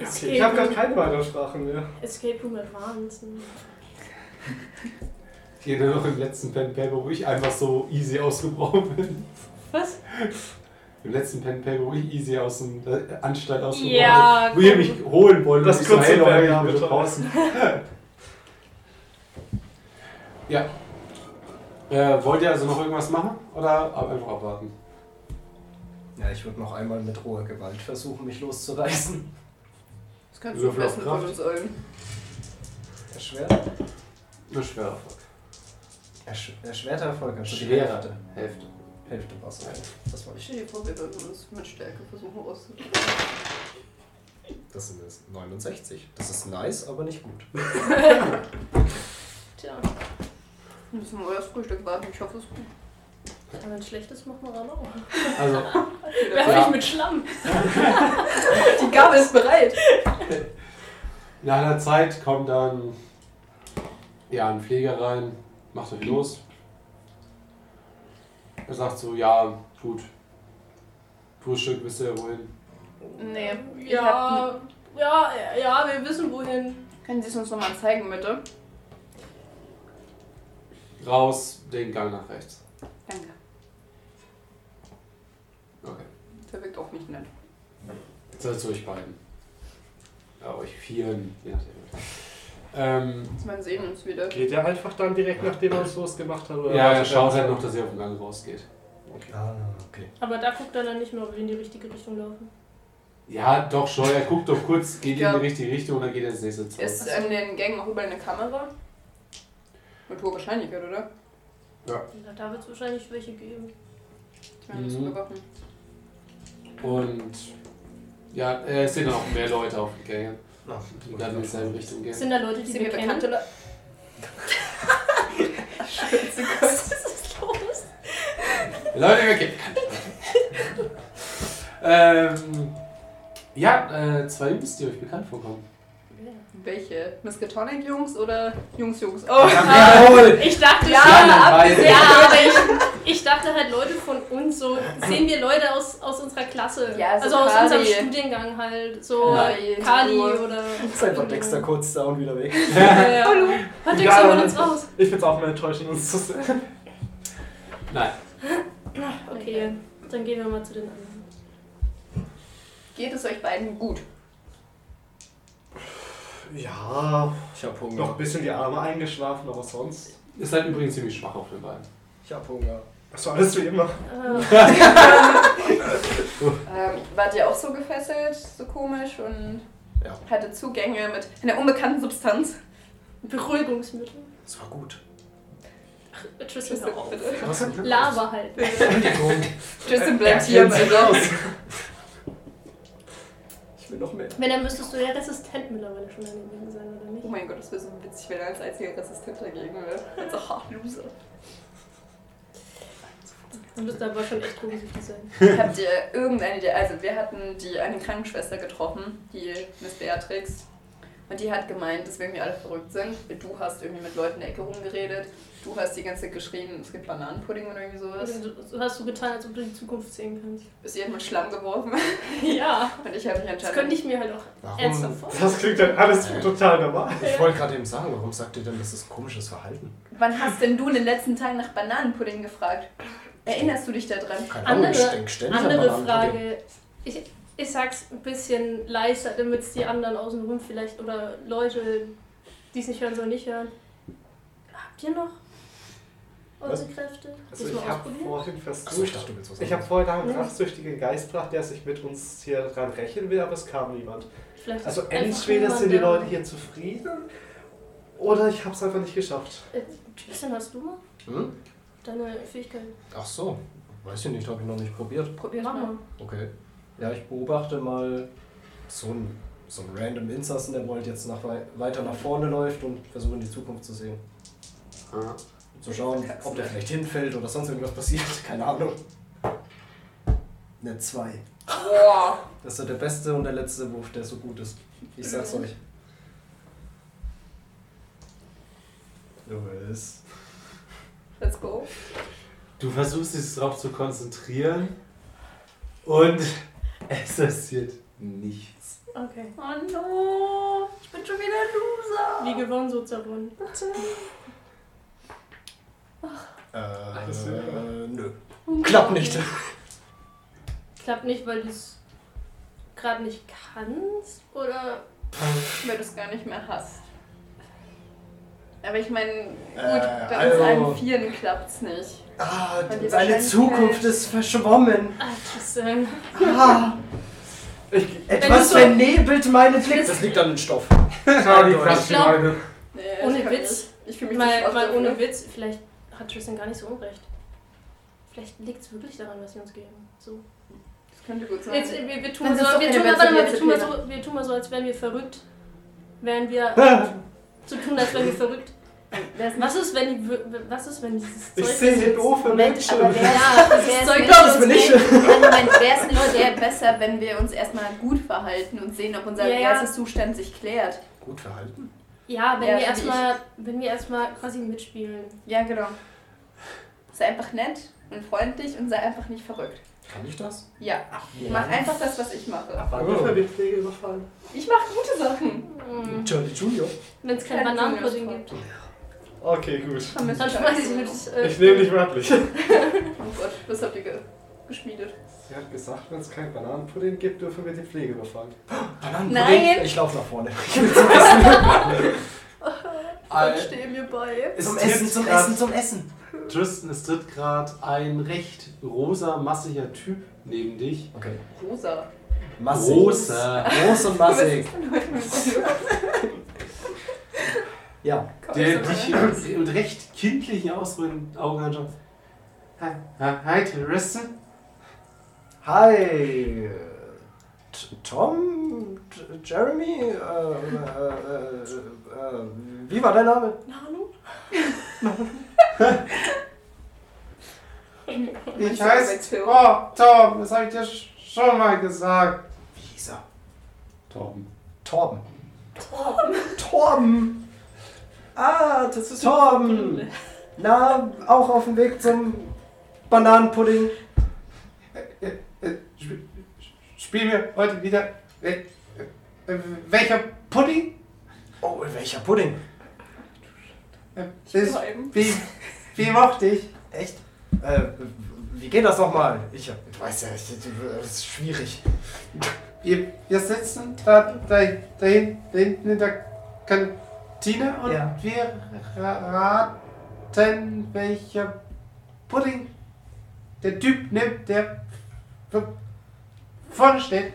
[SPEAKER 5] Okay. Ich habe
[SPEAKER 4] Escape
[SPEAKER 5] gerade
[SPEAKER 4] Room,
[SPEAKER 5] keine weiteren Sprachen mehr.
[SPEAKER 4] Escape Room Advanced.
[SPEAKER 1] Ich erinnere noch im letzten Pen and Paper, wo ich einfach so easy ausgebrochen bin.
[SPEAKER 4] Was?
[SPEAKER 1] Im letzten Pen and Paper, wo ich easy aus dem äh, Anstalt ausgebrochen
[SPEAKER 4] Ja,
[SPEAKER 1] bin. Wo ihr
[SPEAKER 4] komm.
[SPEAKER 1] mich holen wollt. und
[SPEAKER 5] Das
[SPEAKER 1] ich so, hey,
[SPEAKER 5] Kunstwerk,
[SPEAKER 1] Leute,
[SPEAKER 5] ja,
[SPEAKER 1] ich bin
[SPEAKER 5] bitte.
[SPEAKER 1] draußen. ja. Äh, wollt ihr also noch irgendwas machen? Oder ab- einfach abwarten?
[SPEAKER 3] Ja, ich würde noch einmal mit roher Gewalt versuchen, mich loszureißen.
[SPEAKER 2] Das kannst du
[SPEAKER 1] Würfel auf
[SPEAKER 2] fressen
[SPEAKER 1] Kraft.
[SPEAKER 2] von uns allen.
[SPEAKER 3] Erschwert?
[SPEAKER 1] Nur schwerer Erfolg.
[SPEAKER 3] Ersch erschwerter Erfolg. Also die
[SPEAKER 1] Schwerer.
[SPEAKER 3] Hälfte.
[SPEAKER 1] Hälfte.
[SPEAKER 3] Hälfte war es. Das war ich.
[SPEAKER 2] Stell dir vor, wir würden uns mit Stärke versuchen auszudrücken.
[SPEAKER 3] Das sind es. 69. Das ist nice, aber nicht gut.
[SPEAKER 4] Tja,
[SPEAKER 2] Müssen wir euer Frühstück warten. Ich hoffe, es ist gut.
[SPEAKER 4] aber ein schlechtes machen wir dann auch.
[SPEAKER 1] Also,
[SPEAKER 4] Werf
[SPEAKER 1] Ja.
[SPEAKER 4] ich mit Schlamm.
[SPEAKER 2] Die Gabel ist bereit.
[SPEAKER 1] Nach einer Zeit kommt dann ja, ein Pfleger rein, macht euch los. Er sagt so, ja, gut. Frühstück wisst ihr ja wohin.
[SPEAKER 2] Nee. ich hab-
[SPEAKER 4] Ja, ja, ja, ja, wir wissen wohin.
[SPEAKER 2] Können Sie es uns nochmal zeigen, bitte?
[SPEAKER 1] Raus, den Gang nach rechts.
[SPEAKER 2] Danke.
[SPEAKER 1] Okay.
[SPEAKER 2] Der wirkt auch nicht nett.
[SPEAKER 1] Jetzt seid ihr euch beiden. Ja, euch vieren, je nachdem. Ähm,
[SPEAKER 2] Jetzt mal sehen uns wieder.
[SPEAKER 5] Geht er einfach dann direkt, nachdem er uns losgemacht hat? Oder
[SPEAKER 1] ja, er
[SPEAKER 5] wartet
[SPEAKER 1] schaut
[SPEAKER 5] er-
[SPEAKER 1] halt noch, dass ihr auf den Gang rausgeht.
[SPEAKER 3] Ah, okay.
[SPEAKER 4] Aber da guckt er dann nicht mehr, ob wir in die richtige Richtung laufen.
[SPEAKER 1] Ja, doch schon. Er guckt doch kurz, geht
[SPEAKER 2] Ja.
[SPEAKER 1] in die richtige Richtung und dann geht er ins nächste zurück.
[SPEAKER 2] Ist an den Gängen auch überall eine Kamera? Mit hoher Wahrscheinlichkeit, oder?
[SPEAKER 4] Ja, da wird es wahrscheinlich welche geben.
[SPEAKER 2] Ich meine, das
[SPEAKER 1] Mhm.
[SPEAKER 2] überwachen.
[SPEAKER 1] Und ja, äh, es sind auch mehr Leute auf den Gängen.
[SPEAKER 3] Na,
[SPEAKER 1] Die dann in dieselbe Richtung gehen.
[SPEAKER 4] Sind da Leute, die
[SPEAKER 2] Sind
[SPEAKER 4] wir
[SPEAKER 2] mir bekannte
[SPEAKER 4] kennen?
[SPEAKER 2] Leute.
[SPEAKER 4] Was ist los?
[SPEAKER 1] Leute, wir gehen. ähm, ja, äh, zwei Jungs, die euch bekannt vorkommen.
[SPEAKER 2] Welche? Miskatonic Jungs oder Jungs Jungs? Oh,
[SPEAKER 1] Jawohl!
[SPEAKER 4] Ich dachte,
[SPEAKER 1] Ja,
[SPEAKER 4] ja,
[SPEAKER 1] beide.
[SPEAKER 4] ja, aber ich, ich dachte halt Leute von uns, so sehen wir Leute aus, aus unserer Klasse.
[SPEAKER 2] Ja, so
[SPEAKER 4] also aus
[SPEAKER 2] Kali.
[SPEAKER 4] unserem Studiengang halt. So
[SPEAKER 2] Kali,
[SPEAKER 4] Kali
[SPEAKER 2] Dur.
[SPEAKER 4] oder.
[SPEAKER 3] Das ist einfach Dexter kurz down wieder weg.
[SPEAKER 4] Ja. Hallo. Hat Dexter
[SPEAKER 5] Ja,
[SPEAKER 4] mit uns raus.
[SPEAKER 5] Ich find's auch mal enttäuschend, uns zu sehen.
[SPEAKER 1] Nein.
[SPEAKER 4] Okay, dann gehen wir mal zu den anderen.
[SPEAKER 2] geht es euch beiden gut?
[SPEAKER 5] Ja,
[SPEAKER 3] Ich hab
[SPEAKER 5] noch ein
[SPEAKER 3] Hunger.
[SPEAKER 5] bisschen die Arme eingeschlafen, aber sonst.
[SPEAKER 1] Ist halt übrigens ziemlich schwach auf den Beinen.
[SPEAKER 3] Ich hab Hunger.
[SPEAKER 5] Das war alles wie immer.
[SPEAKER 4] Äh,
[SPEAKER 2] Ähm, wart ihr auch so gefesselt, so komisch und
[SPEAKER 3] Ja.
[SPEAKER 2] hatte Zugänge mit einer unbekannten Substanz?
[SPEAKER 4] Beruhigungsmittel.
[SPEAKER 3] Das war gut.
[SPEAKER 4] Tristan, hör auf.
[SPEAKER 3] Was?
[SPEAKER 4] Lava halt.
[SPEAKER 2] Tristan bleibt hier bei raus.
[SPEAKER 3] Ich will noch mehr.
[SPEAKER 4] Wenn, dann müsstest du ja resistent mittlerweile schon dagegen sein, oder
[SPEAKER 2] Oh
[SPEAKER 4] nicht?
[SPEAKER 2] mein Gott, das wäre so witzig, wenn er als einziger resistent dagegen wäre. Als auch hart Loser.
[SPEAKER 4] Dann müsste aber schon echt positiv sein.
[SPEAKER 2] Habt ihr irgendeine Idee? Also wir hatten die eine Krankenschwester getroffen, die Miss Beatrix. Und die hat gemeint, dass wir irgendwie alle verrückt sind. Du hast irgendwie mit Leuten in der Ecke rumgeredet. Du hast die ganze Zeit geschrien, es gibt Bananenpudding oder irgendwie sowas.
[SPEAKER 4] Du- du hast du getan, als ob du die Zukunft sehen kannst.
[SPEAKER 2] Ist ihr mit Schlamm geworfen.
[SPEAKER 4] Ja,
[SPEAKER 2] Und ich habe mich
[SPEAKER 4] das könnte
[SPEAKER 2] anscheinend...
[SPEAKER 4] ich mir halt auch
[SPEAKER 3] Warum?
[SPEAKER 4] ernsthaft vorstellen.
[SPEAKER 5] Das klingt dann alles total normal.
[SPEAKER 3] Ich wollte gerade eben sagen, warum sagt ihr denn, das ist komisches Verhalten?
[SPEAKER 2] Wann hast denn du in den letzten Tagen nach Bananenpudding gefragt? Erinnerst du dich daran?
[SPEAKER 3] Keine Ahnung, ich
[SPEAKER 4] Andere-
[SPEAKER 3] denke ständig an
[SPEAKER 4] Andere
[SPEAKER 3] Bananen.
[SPEAKER 4] Frage. Ich, ich sag's ein bisschen leiser, damit es die anderen außenrum vielleicht oder Leute, die es nicht hören sollen, nicht hören. Habt ihr noch
[SPEAKER 3] Was?
[SPEAKER 4] eure Kräfte?
[SPEAKER 5] Also
[SPEAKER 4] Müssen
[SPEAKER 5] ich
[SPEAKER 4] wir
[SPEAKER 5] habe
[SPEAKER 4] ausprobieren?
[SPEAKER 5] vorhin versucht.
[SPEAKER 3] Achso, ich dachte, du willst was
[SPEAKER 5] Ich habe
[SPEAKER 3] anderes.
[SPEAKER 5] vorher nach einem rachsüchtigen Geist gebracht, der sich mit uns hier dran rächen will, aber es kam niemand.
[SPEAKER 4] Vielleicht
[SPEAKER 5] Also
[SPEAKER 4] ist einfach
[SPEAKER 5] entweder sind die
[SPEAKER 4] niemand
[SPEAKER 5] Leute hier zufrieden oder ich habe es einfach nicht geschafft.
[SPEAKER 4] da. Äh, Tristan, hast du mal
[SPEAKER 3] Hm?
[SPEAKER 4] deine Fähigkeit?
[SPEAKER 3] Ach so. Weiß ich nicht, habe ich noch nicht probiert.
[SPEAKER 2] Probier
[SPEAKER 4] Mach mal.
[SPEAKER 3] Okay. Ja, ich beobachte mal so einen, so einen random Insassen, der wollte jetzt nach, wei- weiter nach vorne läuft und versuche in die Zukunft zu sehen.
[SPEAKER 1] Ah.
[SPEAKER 3] Zu schauen, ob der vielleicht hinfällt oder sonst irgendwas passiert. Keine Ahnung. Eine 2.
[SPEAKER 2] Boah.
[SPEAKER 3] Das ist ja der beste und der letzte Wurf, der so gut ist. Ich sag's euch. Louis.
[SPEAKER 2] Let's go.
[SPEAKER 1] Du versuchst dich darauf zu konzentrieren und es passiert nichts.
[SPEAKER 4] Okay.
[SPEAKER 2] Oh
[SPEAKER 4] Ah.
[SPEAKER 2] no. Ich bin schon wieder ein Loser.
[SPEAKER 4] Wie gewonnen, so zerronnen.
[SPEAKER 3] Äh,
[SPEAKER 5] das will ich aber.
[SPEAKER 3] nö. Klappt nicht.
[SPEAKER 4] Klappt nicht, weil du es gerade nicht kannst? Oder?
[SPEAKER 2] weil du es gar nicht mehr hast. Aber ich meine, gut,
[SPEAKER 3] Äh,
[SPEAKER 2] bei uns
[SPEAKER 3] also-
[SPEAKER 2] allen Vieren klappt's nicht.
[SPEAKER 3] Ah,
[SPEAKER 2] Weil die
[SPEAKER 3] seine
[SPEAKER 2] Wahrscheinlichkeit-
[SPEAKER 3] Zukunft ist verschwommen.
[SPEAKER 4] Ah, Christian.
[SPEAKER 3] Ah,
[SPEAKER 5] Ich,
[SPEAKER 3] etwas
[SPEAKER 4] so-
[SPEAKER 3] vernebelt meine Blicke.
[SPEAKER 4] Wenn-
[SPEAKER 3] Das liegt an den Stoff.
[SPEAKER 1] Sorry,
[SPEAKER 4] Ich glaub-
[SPEAKER 1] Leute.
[SPEAKER 2] Nee,
[SPEAKER 4] Ohne
[SPEAKER 2] ich kann
[SPEAKER 4] Witz.
[SPEAKER 2] nicht. Ich fühle mich nicht
[SPEAKER 4] Mal,
[SPEAKER 2] oft
[SPEAKER 4] mal
[SPEAKER 2] dafür.
[SPEAKER 4] ohne Witz, vielleicht hat Tristan gar nicht so unrecht. Vielleicht liegt es wirklich daran, was sie uns geben. So.
[SPEAKER 2] Das könnte gut sein.
[SPEAKER 4] Jetzt, wir, wir, tun
[SPEAKER 2] Dann
[SPEAKER 4] so,
[SPEAKER 2] sind's doch
[SPEAKER 4] wir,
[SPEAKER 2] keine
[SPEAKER 4] tun mal, warte mal, wir,
[SPEAKER 2] versierte
[SPEAKER 4] tun mal
[SPEAKER 2] Fehler.
[SPEAKER 4] so, wir tun mal so, als wären wir verrückt. Wären wir so tun, als wären wir verrückt.
[SPEAKER 2] Wer ist
[SPEAKER 4] Was ist, wenn, die, wir- was ist, wenn dieses Zeug...
[SPEAKER 5] ich sehe hier doofe
[SPEAKER 2] Moment, aber
[SPEAKER 5] Menschen.
[SPEAKER 2] wer
[SPEAKER 4] Ja,
[SPEAKER 2] ja,
[SPEAKER 4] das
[SPEAKER 2] ist
[SPEAKER 4] Zeug
[SPEAKER 2] nicht,
[SPEAKER 4] glaubt
[SPEAKER 3] es mir nicht.
[SPEAKER 2] Moment, Moment, wäre es nicht sehr besser, wenn wir uns erstmal gut verhalten und sehen, ob unser
[SPEAKER 4] Ja, ja.
[SPEAKER 2] Geisteszustand sich klärt?
[SPEAKER 3] Gut verhalten.
[SPEAKER 4] Ja, wenn
[SPEAKER 2] Ja, also
[SPEAKER 4] wir
[SPEAKER 2] finde
[SPEAKER 4] erstmal, wenn wir erstmal quasi mitspielen.
[SPEAKER 2] Ja, genau. Sei einfach nett und freundlich und sei einfach nicht verrückt.
[SPEAKER 3] Kann ich das?
[SPEAKER 2] Ja,
[SPEAKER 3] Ach,
[SPEAKER 2] mach einfach das, was ich mache.
[SPEAKER 5] Wann dürfen wir mit Pflege überfallen?
[SPEAKER 2] Ich mache gute Sachen.
[SPEAKER 4] Hm.
[SPEAKER 3] Charlie Junior.
[SPEAKER 4] Wenn es kein
[SPEAKER 2] Mhm. Keine
[SPEAKER 4] Bananenpudding
[SPEAKER 2] Juniors-
[SPEAKER 4] gibt,
[SPEAKER 5] Okay, gut.
[SPEAKER 4] dann schmeiße ich mit. Äh,
[SPEAKER 5] Ich nehme dich wörtlich.
[SPEAKER 2] Oh Gott, was habt ihr ge geschmiedet?
[SPEAKER 5] Sie hat gesagt, wenn es keinen Bananenpudding gibt, dürfen wir die Pflege überfallen.
[SPEAKER 2] Nein.
[SPEAKER 3] Ah, Ich laufe nach vorne.
[SPEAKER 1] Al-
[SPEAKER 2] Gott, stehe mir bei.
[SPEAKER 1] es
[SPEAKER 3] Zum
[SPEAKER 1] tritt
[SPEAKER 3] Essen, zum
[SPEAKER 1] grad-
[SPEAKER 3] Essen, zum Essen.
[SPEAKER 1] Tristan, es tritt gerade ein recht rosa, massiger Typ neben dich.
[SPEAKER 3] Okay.
[SPEAKER 2] Rosa.
[SPEAKER 3] Massig.
[SPEAKER 1] Rosa.
[SPEAKER 3] Groß und massig. Ja.
[SPEAKER 1] Der
[SPEAKER 3] Also, äh,
[SPEAKER 1] dich mit recht kindlichen Ausdruck in den Augen anschaut. Hi, hi, hi, Tristan.
[SPEAKER 3] Hi. äh, T- Tom? J- Jeremy? Äh, äh, äh, äh, wie war dein Name?
[SPEAKER 4] Nanu?
[SPEAKER 1] Ich
[SPEAKER 2] heiß-
[SPEAKER 1] Oh, Tom, das habe ich dir schon mal gesagt.
[SPEAKER 3] Wie hieß er?
[SPEAKER 1] Tom.
[SPEAKER 3] Torben. Torben. Torben. Ah, das ist Torben. Na, auch auf dem Weg zum Bananenpudding.
[SPEAKER 1] Spiel, spielen wir heute wieder. wel- äh, Welcher Pudding?
[SPEAKER 3] Oh, welcher Pudding?
[SPEAKER 1] Äh,
[SPEAKER 2] Ich
[SPEAKER 1] ist-
[SPEAKER 2] bleiben.
[SPEAKER 1] Wie, wie mochte ich?
[SPEAKER 3] Echt? Äh, wie geht das nochmal? Ich hab- ich weiß ja, ich, das ist schwierig.
[SPEAKER 1] Wir, wir sitzen da, da, da, hin, da hinten in der Kantine und
[SPEAKER 3] Ja.
[SPEAKER 1] wir ra- raten, welcher Pudding der Typ nimmt, der v- vorne steht.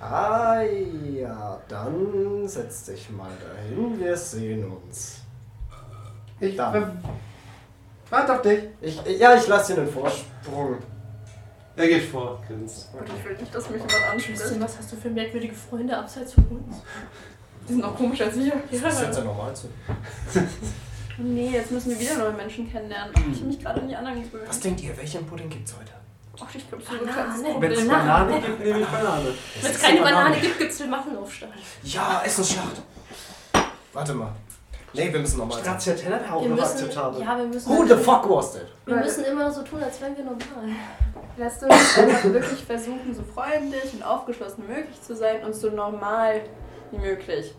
[SPEAKER 3] Ah ja, dann setz dich mal dahin, wir sehen uns.
[SPEAKER 1] Ich
[SPEAKER 3] Da.
[SPEAKER 1] w- warte auf dich.
[SPEAKER 3] Ich, ja, ich lasse dir den Vorsprung.
[SPEAKER 1] Er geht vor, grinst.
[SPEAKER 2] Gott, ich will nicht, dass mich jemand
[SPEAKER 4] Tristan,
[SPEAKER 2] anspricht.
[SPEAKER 4] was hast du für merkwürdige Freunde abseits von uns?
[SPEAKER 2] Die sind noch komischer als wir.
[SPEAKER 3] ja normal zu.
[SPEAKER 2] Nee, jetzt müssen wir wieder neue Menschen kennenlernen. Ach, Ich habe mich gerade an die anderen gewöhnt.
[SPEAKER 3] Was denkt ihr, welchen Pudding gibt's heute?
[SPEAKER 2] Ach, ich glaube, so ein kleines
[SPEAKER 4] Banane.
[SPEAKER 5] Wenn es
[SPEAKER 4] Banane.
[SPEAKER 5] Banane gibt, nehme ich Banane.
[SPEAKER 4] Wenn es keine Banane gibt, gibt es den Waffenaufstand.
[SPEAKER 3] Ja, Essensschlacht. Warte mal. Nee, wir müssen nochmal.
[SPEAKER 5] Stracciatella wäre auch
[SPEAKER 4] Wir
[SPEAKER 5] noch
[SPEAKER 4] müssen,
[SPEAKER 5] akzeptabel.
[SPEAKER 4] ja, wir müssen,
[SPEAKER 3] Who the fuck was that?
[SPEAKER 4] wir müssen immer so tun, als wären wir normal.
[SPEAKER 2] Lasst uns einfach wirklich versuchen, so freundlich und aufgeschlossen wie möglich zu sein und so normal wie möglich.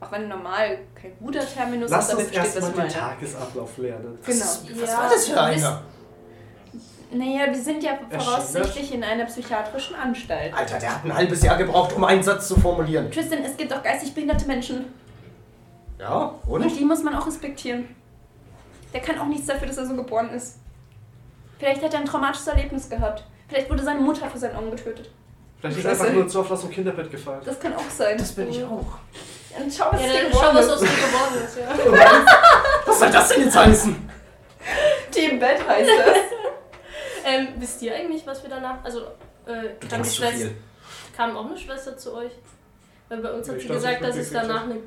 [SPEAKER 2] Auch wenn normal kein guter Terminus
[SPEAKER 5] Lass
[SPEAKER 2] ist, aber
[SPEAKER 5] uns
[SPEAKER 2] ihr versteht, was
[SPEAKER 5] erstmal
[SPEAKER 2] ich
[SPEAKER 5] den
[SPEAKER 2] meine.
[SPEAKER 5] Tagesablauf lernen.
[SPEAKER 2] Genau.
[SPEAKER 3] Was
[SPEAKER 4] Ja,
[SPEAKER 3] war das für
[SPEAKER 4] wisst-
[SPEAKER 3] einer?
[SPEAKER 2] Naja, wir sind ja
[SPEAKER 5] Erschien
[SPEAKER 2] voraussichtlich in einer psychiatrischen Anstalt.
[SPEAKER 3] Alter, der hat ein halbes Jahr gebraucht, um einen Satz zu formulieren.
[SPEAKER 2] Tristan, es gibt auch geistig behinderte Menschen.
[SPEAKER 3] Ja,
[SPEAKER 2] Und die muss man auch respektieren. Der kann auch nichts dafür, dass er so geboren ist. Vielleicht hat er ein traumatisches Erlebnis gehabt. Vielleicht wurde seine Mutter für seinen Augen getötet.
[SPEAKER 5] Vielleicht ist
[SPEAKER 2] Das
[SPEAKER 5] einfach
[SPEAKER 2] ist-
[SPEAKER 5] nur zu oft aus dem Kinderbett gefallen.
[SPEAKER 2] Das kann auch sein.
[SPEAKER 3] Das bin ich auch.
[SPEAKER 2] Und schau, was
[SPEAKER 4] Ja,
[SPEAKER 2] ist dir
[SPEAKER 4] dann schau,
[SPEAKER 2] geworden
[SPEAKER 4] was
[SPEAKER 2] ist.
[SPEAKER 4] aus dir geworden ist, ja.
[SPEAKER 3] Was soll das denn jetzt heißen?
[SPEAKER 2] Die im Bett heißt das.
[SPEAKER 4] Ähm, wisst ihr eigentlich, was wir danach. Also, äh, kam, die Schwester, kam auch eine Schwester zu euch? Weil bei uns hat
[SPEAKER 5] Ich
[SPEAKER 4] sie
[SPEAKER 5] glaub, ich
[SPEAKER 4] gesagt,
[SPEAKER 5] hab
[SPEAKER 4] dass es
[SPEAKER 5] mitgekriegt,
[SPEAKER 4] danach eine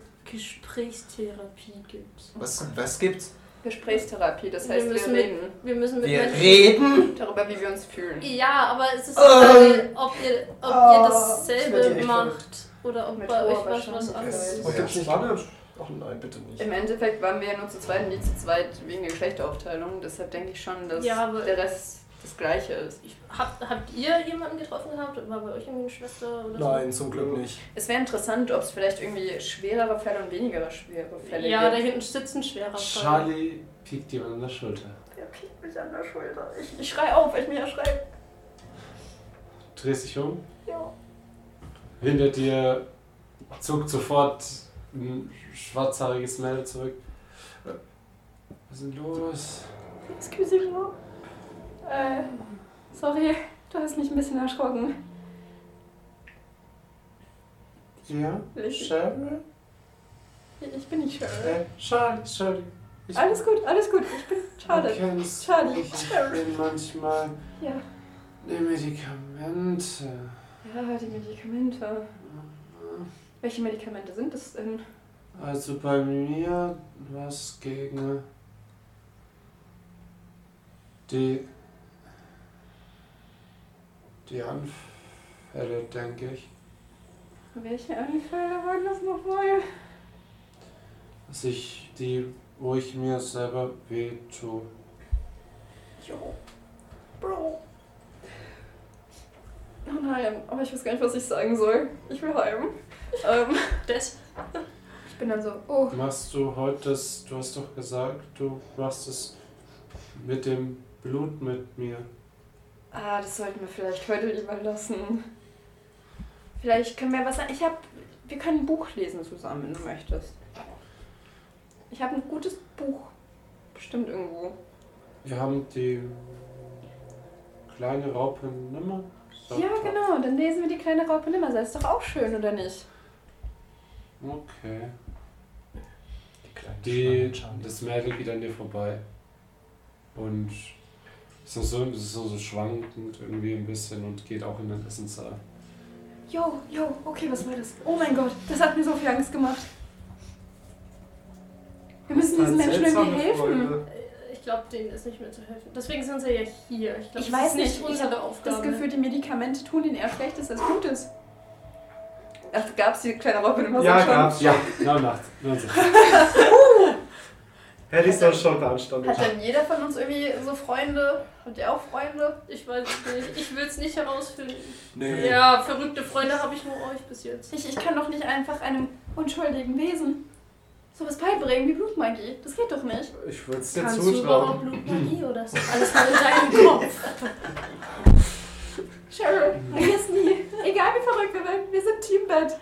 [SPEAKER 4] Gesprächstherapie gibt.
[SPEAKER 3] Was, was gibt's?
[SPEAKER 2] Gesprächstherapie, das
[SPEAKER 4] wir
[SPEAKER 2] heißt, wir
[SPEAKER 4] müssen
[SPEAKER 2] reden
[SPEAKER 4] Mit, wir müssen mit
[SPEAKER 3] Wir
[SPEAKER 4] Menschen-
[SPEAKER 3] reden.
[SPEAKER 2] darüber, wie wir uns fühlen.
[SPEAKER 4] Ja, aber es ist die
[SPEAKER 3] Äh,
[SPEAKER 4] Frage, ob ihr, ob ihr
[SPEAKER 3] ah, ich werd
[SPEAKER 4] dasselbe
[SPEAKER 3] hier echt
[SPEAKER 4] macht oder ob
[SPEAKER 2] Mit
[SPEAKER 4] bei euch
[SPEAKER 2] hoher
[SPEAKER 4] was, was
[SPEAKER 2] Wahrscheinlichkeit.
[SPEAKER 4] anderes ist.
[SPEAKER 2] Oh,
[SPEAKER 3] ja,
[SPEAKER 5] gibt's nicht.
[SPEAKER 3] spannend. Ach nein, bitte nicht.
[SPEAKER 2] Im Endeffekt waren wir ja nur zu zweit und die zu zweit wegen der Geschlechteraufteilung. Deshalb denke ich schon, dass
[SPEAKER 4] Ja, aber-
[SPEAKER 2] der Rest das Gleiche ist.
[SPEAKER 4] Ich, habt, habt ihr jemanden getroffen gehabt? War bei euch irgendwie eine Schwester oder so?
[SPEAKER 3] Nein, zum Glück nicht.
[SPEAKER 2] Es wäre interessant, ob es vielleicht irgendwie schwerere Fälle und weniger schwere Fälle
[SPEAKER 4] Ja, da
[SPEAKER 2] gibt.
[SPEAKER 4] hinten sitzt ein schwerer Fall.
[SPEAKER 1] Charlie piekt ihm an der Schulter.
[SPEAKER 2] Der kickt mich an der Schulter. Ich, ich schrei auf, weil ich mir erschreibe.
[SPEAKER 1] Du drehst dich um.
[SPEAKER 2] Ja.
[SPEAKER 1] Hinter dir zuckt sofort ein schwarzhaariges Mädel zurück. Äh, Was ist denn los?
[SPEAKER 2] Excuse me. Äh, sorry, du hast mich ein bisschen erschrocken.
[SPEAKER 1] Ja?
[SPEAKER 2] Ich,
[SPEAKER 1] Cheryl?
[SPEAKER 2] ich bin nicht Cheryl.
[SPEAKER 1] Äh, Charlie, Charlie. Ich
[SPEAKER 2] Alles gut, alles gut. Ich bin Charlotte.
[SPEAKER 1] Du kennst
[SPEAKER 2] Charlie,
[SPEAKER 1] mich. Ich
[SPEAKER 2] Charlie.
[SPEAKER 1] bin manchmal
[SPEAKER 2] Ja.
[SPEAKER 1] die Medikamente.
[SPEAKER 2] Ja, die Medikamente. Welche Medikamente sind das denn?
[SPEAKER 1] Also bei mir was gegen die die Anfälle, denke ich.
[SPEAKER 2] Welche Äh, Anfälle waren das nochmal?
[SPEAKER 1] Dass ich die, wo ich mir selber weh tue.
[SPEAKER 2] Jo. Bro. Oh nein, aber ich weiß gar nicht, was ich sagen soll. Ich will heim. Ähm,
[SPEAKER 4] Das,
[SPEAKER 2] ich bin dann so, oh,
[SPEAKER 1] Machst du heute das, du hast doch gesagt, du machst es mit dem Blut mit mir.
[SPEAKER 2] ah, das sollten wir vielleicht heute lieber lassen. Vielleicht können wir was Ich hab. Wir können ein Buch lesen zusammen, wenn du möchtest. Ich habe ein gutes Buch. Bestimmt irgendwo.
[SPEAKER 1] Wir haben die kleine Raupe nimmer.
[SPEAKER 2] Ja, genau. Dann lesen wir die kleine Raupe nimmer. Ist doch auch schön, oder nicht?
[SPEAKER 1] Okay.
[SPEAKER 3] Die, kleinen
[SPEAKER 1] Die,
[SPEAKER 3] Schlangen, Charlie.
[SPEAKER 1] das Mädel geht an dir vorbei. Und ist noch so, ist so, so schwankend irgendwie ein bisschen und geht auch in den Essenssaal.
[SPEAKER 2] Jo, jo, okay, was war das? Oh mein Gott, das hat mir so viel Angst gemacht. Wir müssen diesen Menschen irgendwie helfen.
[SPEAKER 4] äh, ich glaube, denen ist nicht mehr zu helfen. Deswegen sind sie ja hier. Ich, glaub,
[SPEAKER 2] Ich
[SPEAKER 4] das
[SPEAKER 2] weiß
[SPEAKER 4] ist
[SPEAKER 2] nicht, ich
[SPEAKER 4] unsere
[SPEAKER 2] hab
[SPEAKER 4] Aufgabe.
[SPEAKER 2] Das Gefühl, die Medikamente tun ihnen eher Schlechtes als Gutes. Ach, gab's die kleine Robin immer
[SPEAKER 5] Ja,
[SPEAKER 2] so
[SPEAKER 5] gab's.
[SPEAKER 1] Ja, na nachts.
[SPEAKER 5] Hätte ich sonst schon beanstandet.
[SPEAKER 2] Hat dann jeder von uns irgendwie so Freunde? Habt ihr auch Freunde?
[SPEAKER 4] Ich weiß es nicht. Ich will es nicht herausfinden.
[SPEAKER 3] Nee.
[SPEAKER 4] Ja, verrückte Freunde habe ich nur euch bis jetzt.
[SPEAKER 2] Ich, ich kann doch nicht einfach einem unschuldigen Wesen sowas beibringen wie Blutmagie. Das geht doch nicht.
[SPEAKER 5] Ich würde es dir
[SPEAKER 4] Kannst du überhaupt
[SPEAKER 5] zutrauen.
[SPEAKER 4] Blutmagie oder so? Alles mal in deinem Kopf.
[SPEAKER 2] Cheryl, vergiss nie. Egal wie verrückt wir werden, wir sind Teambett.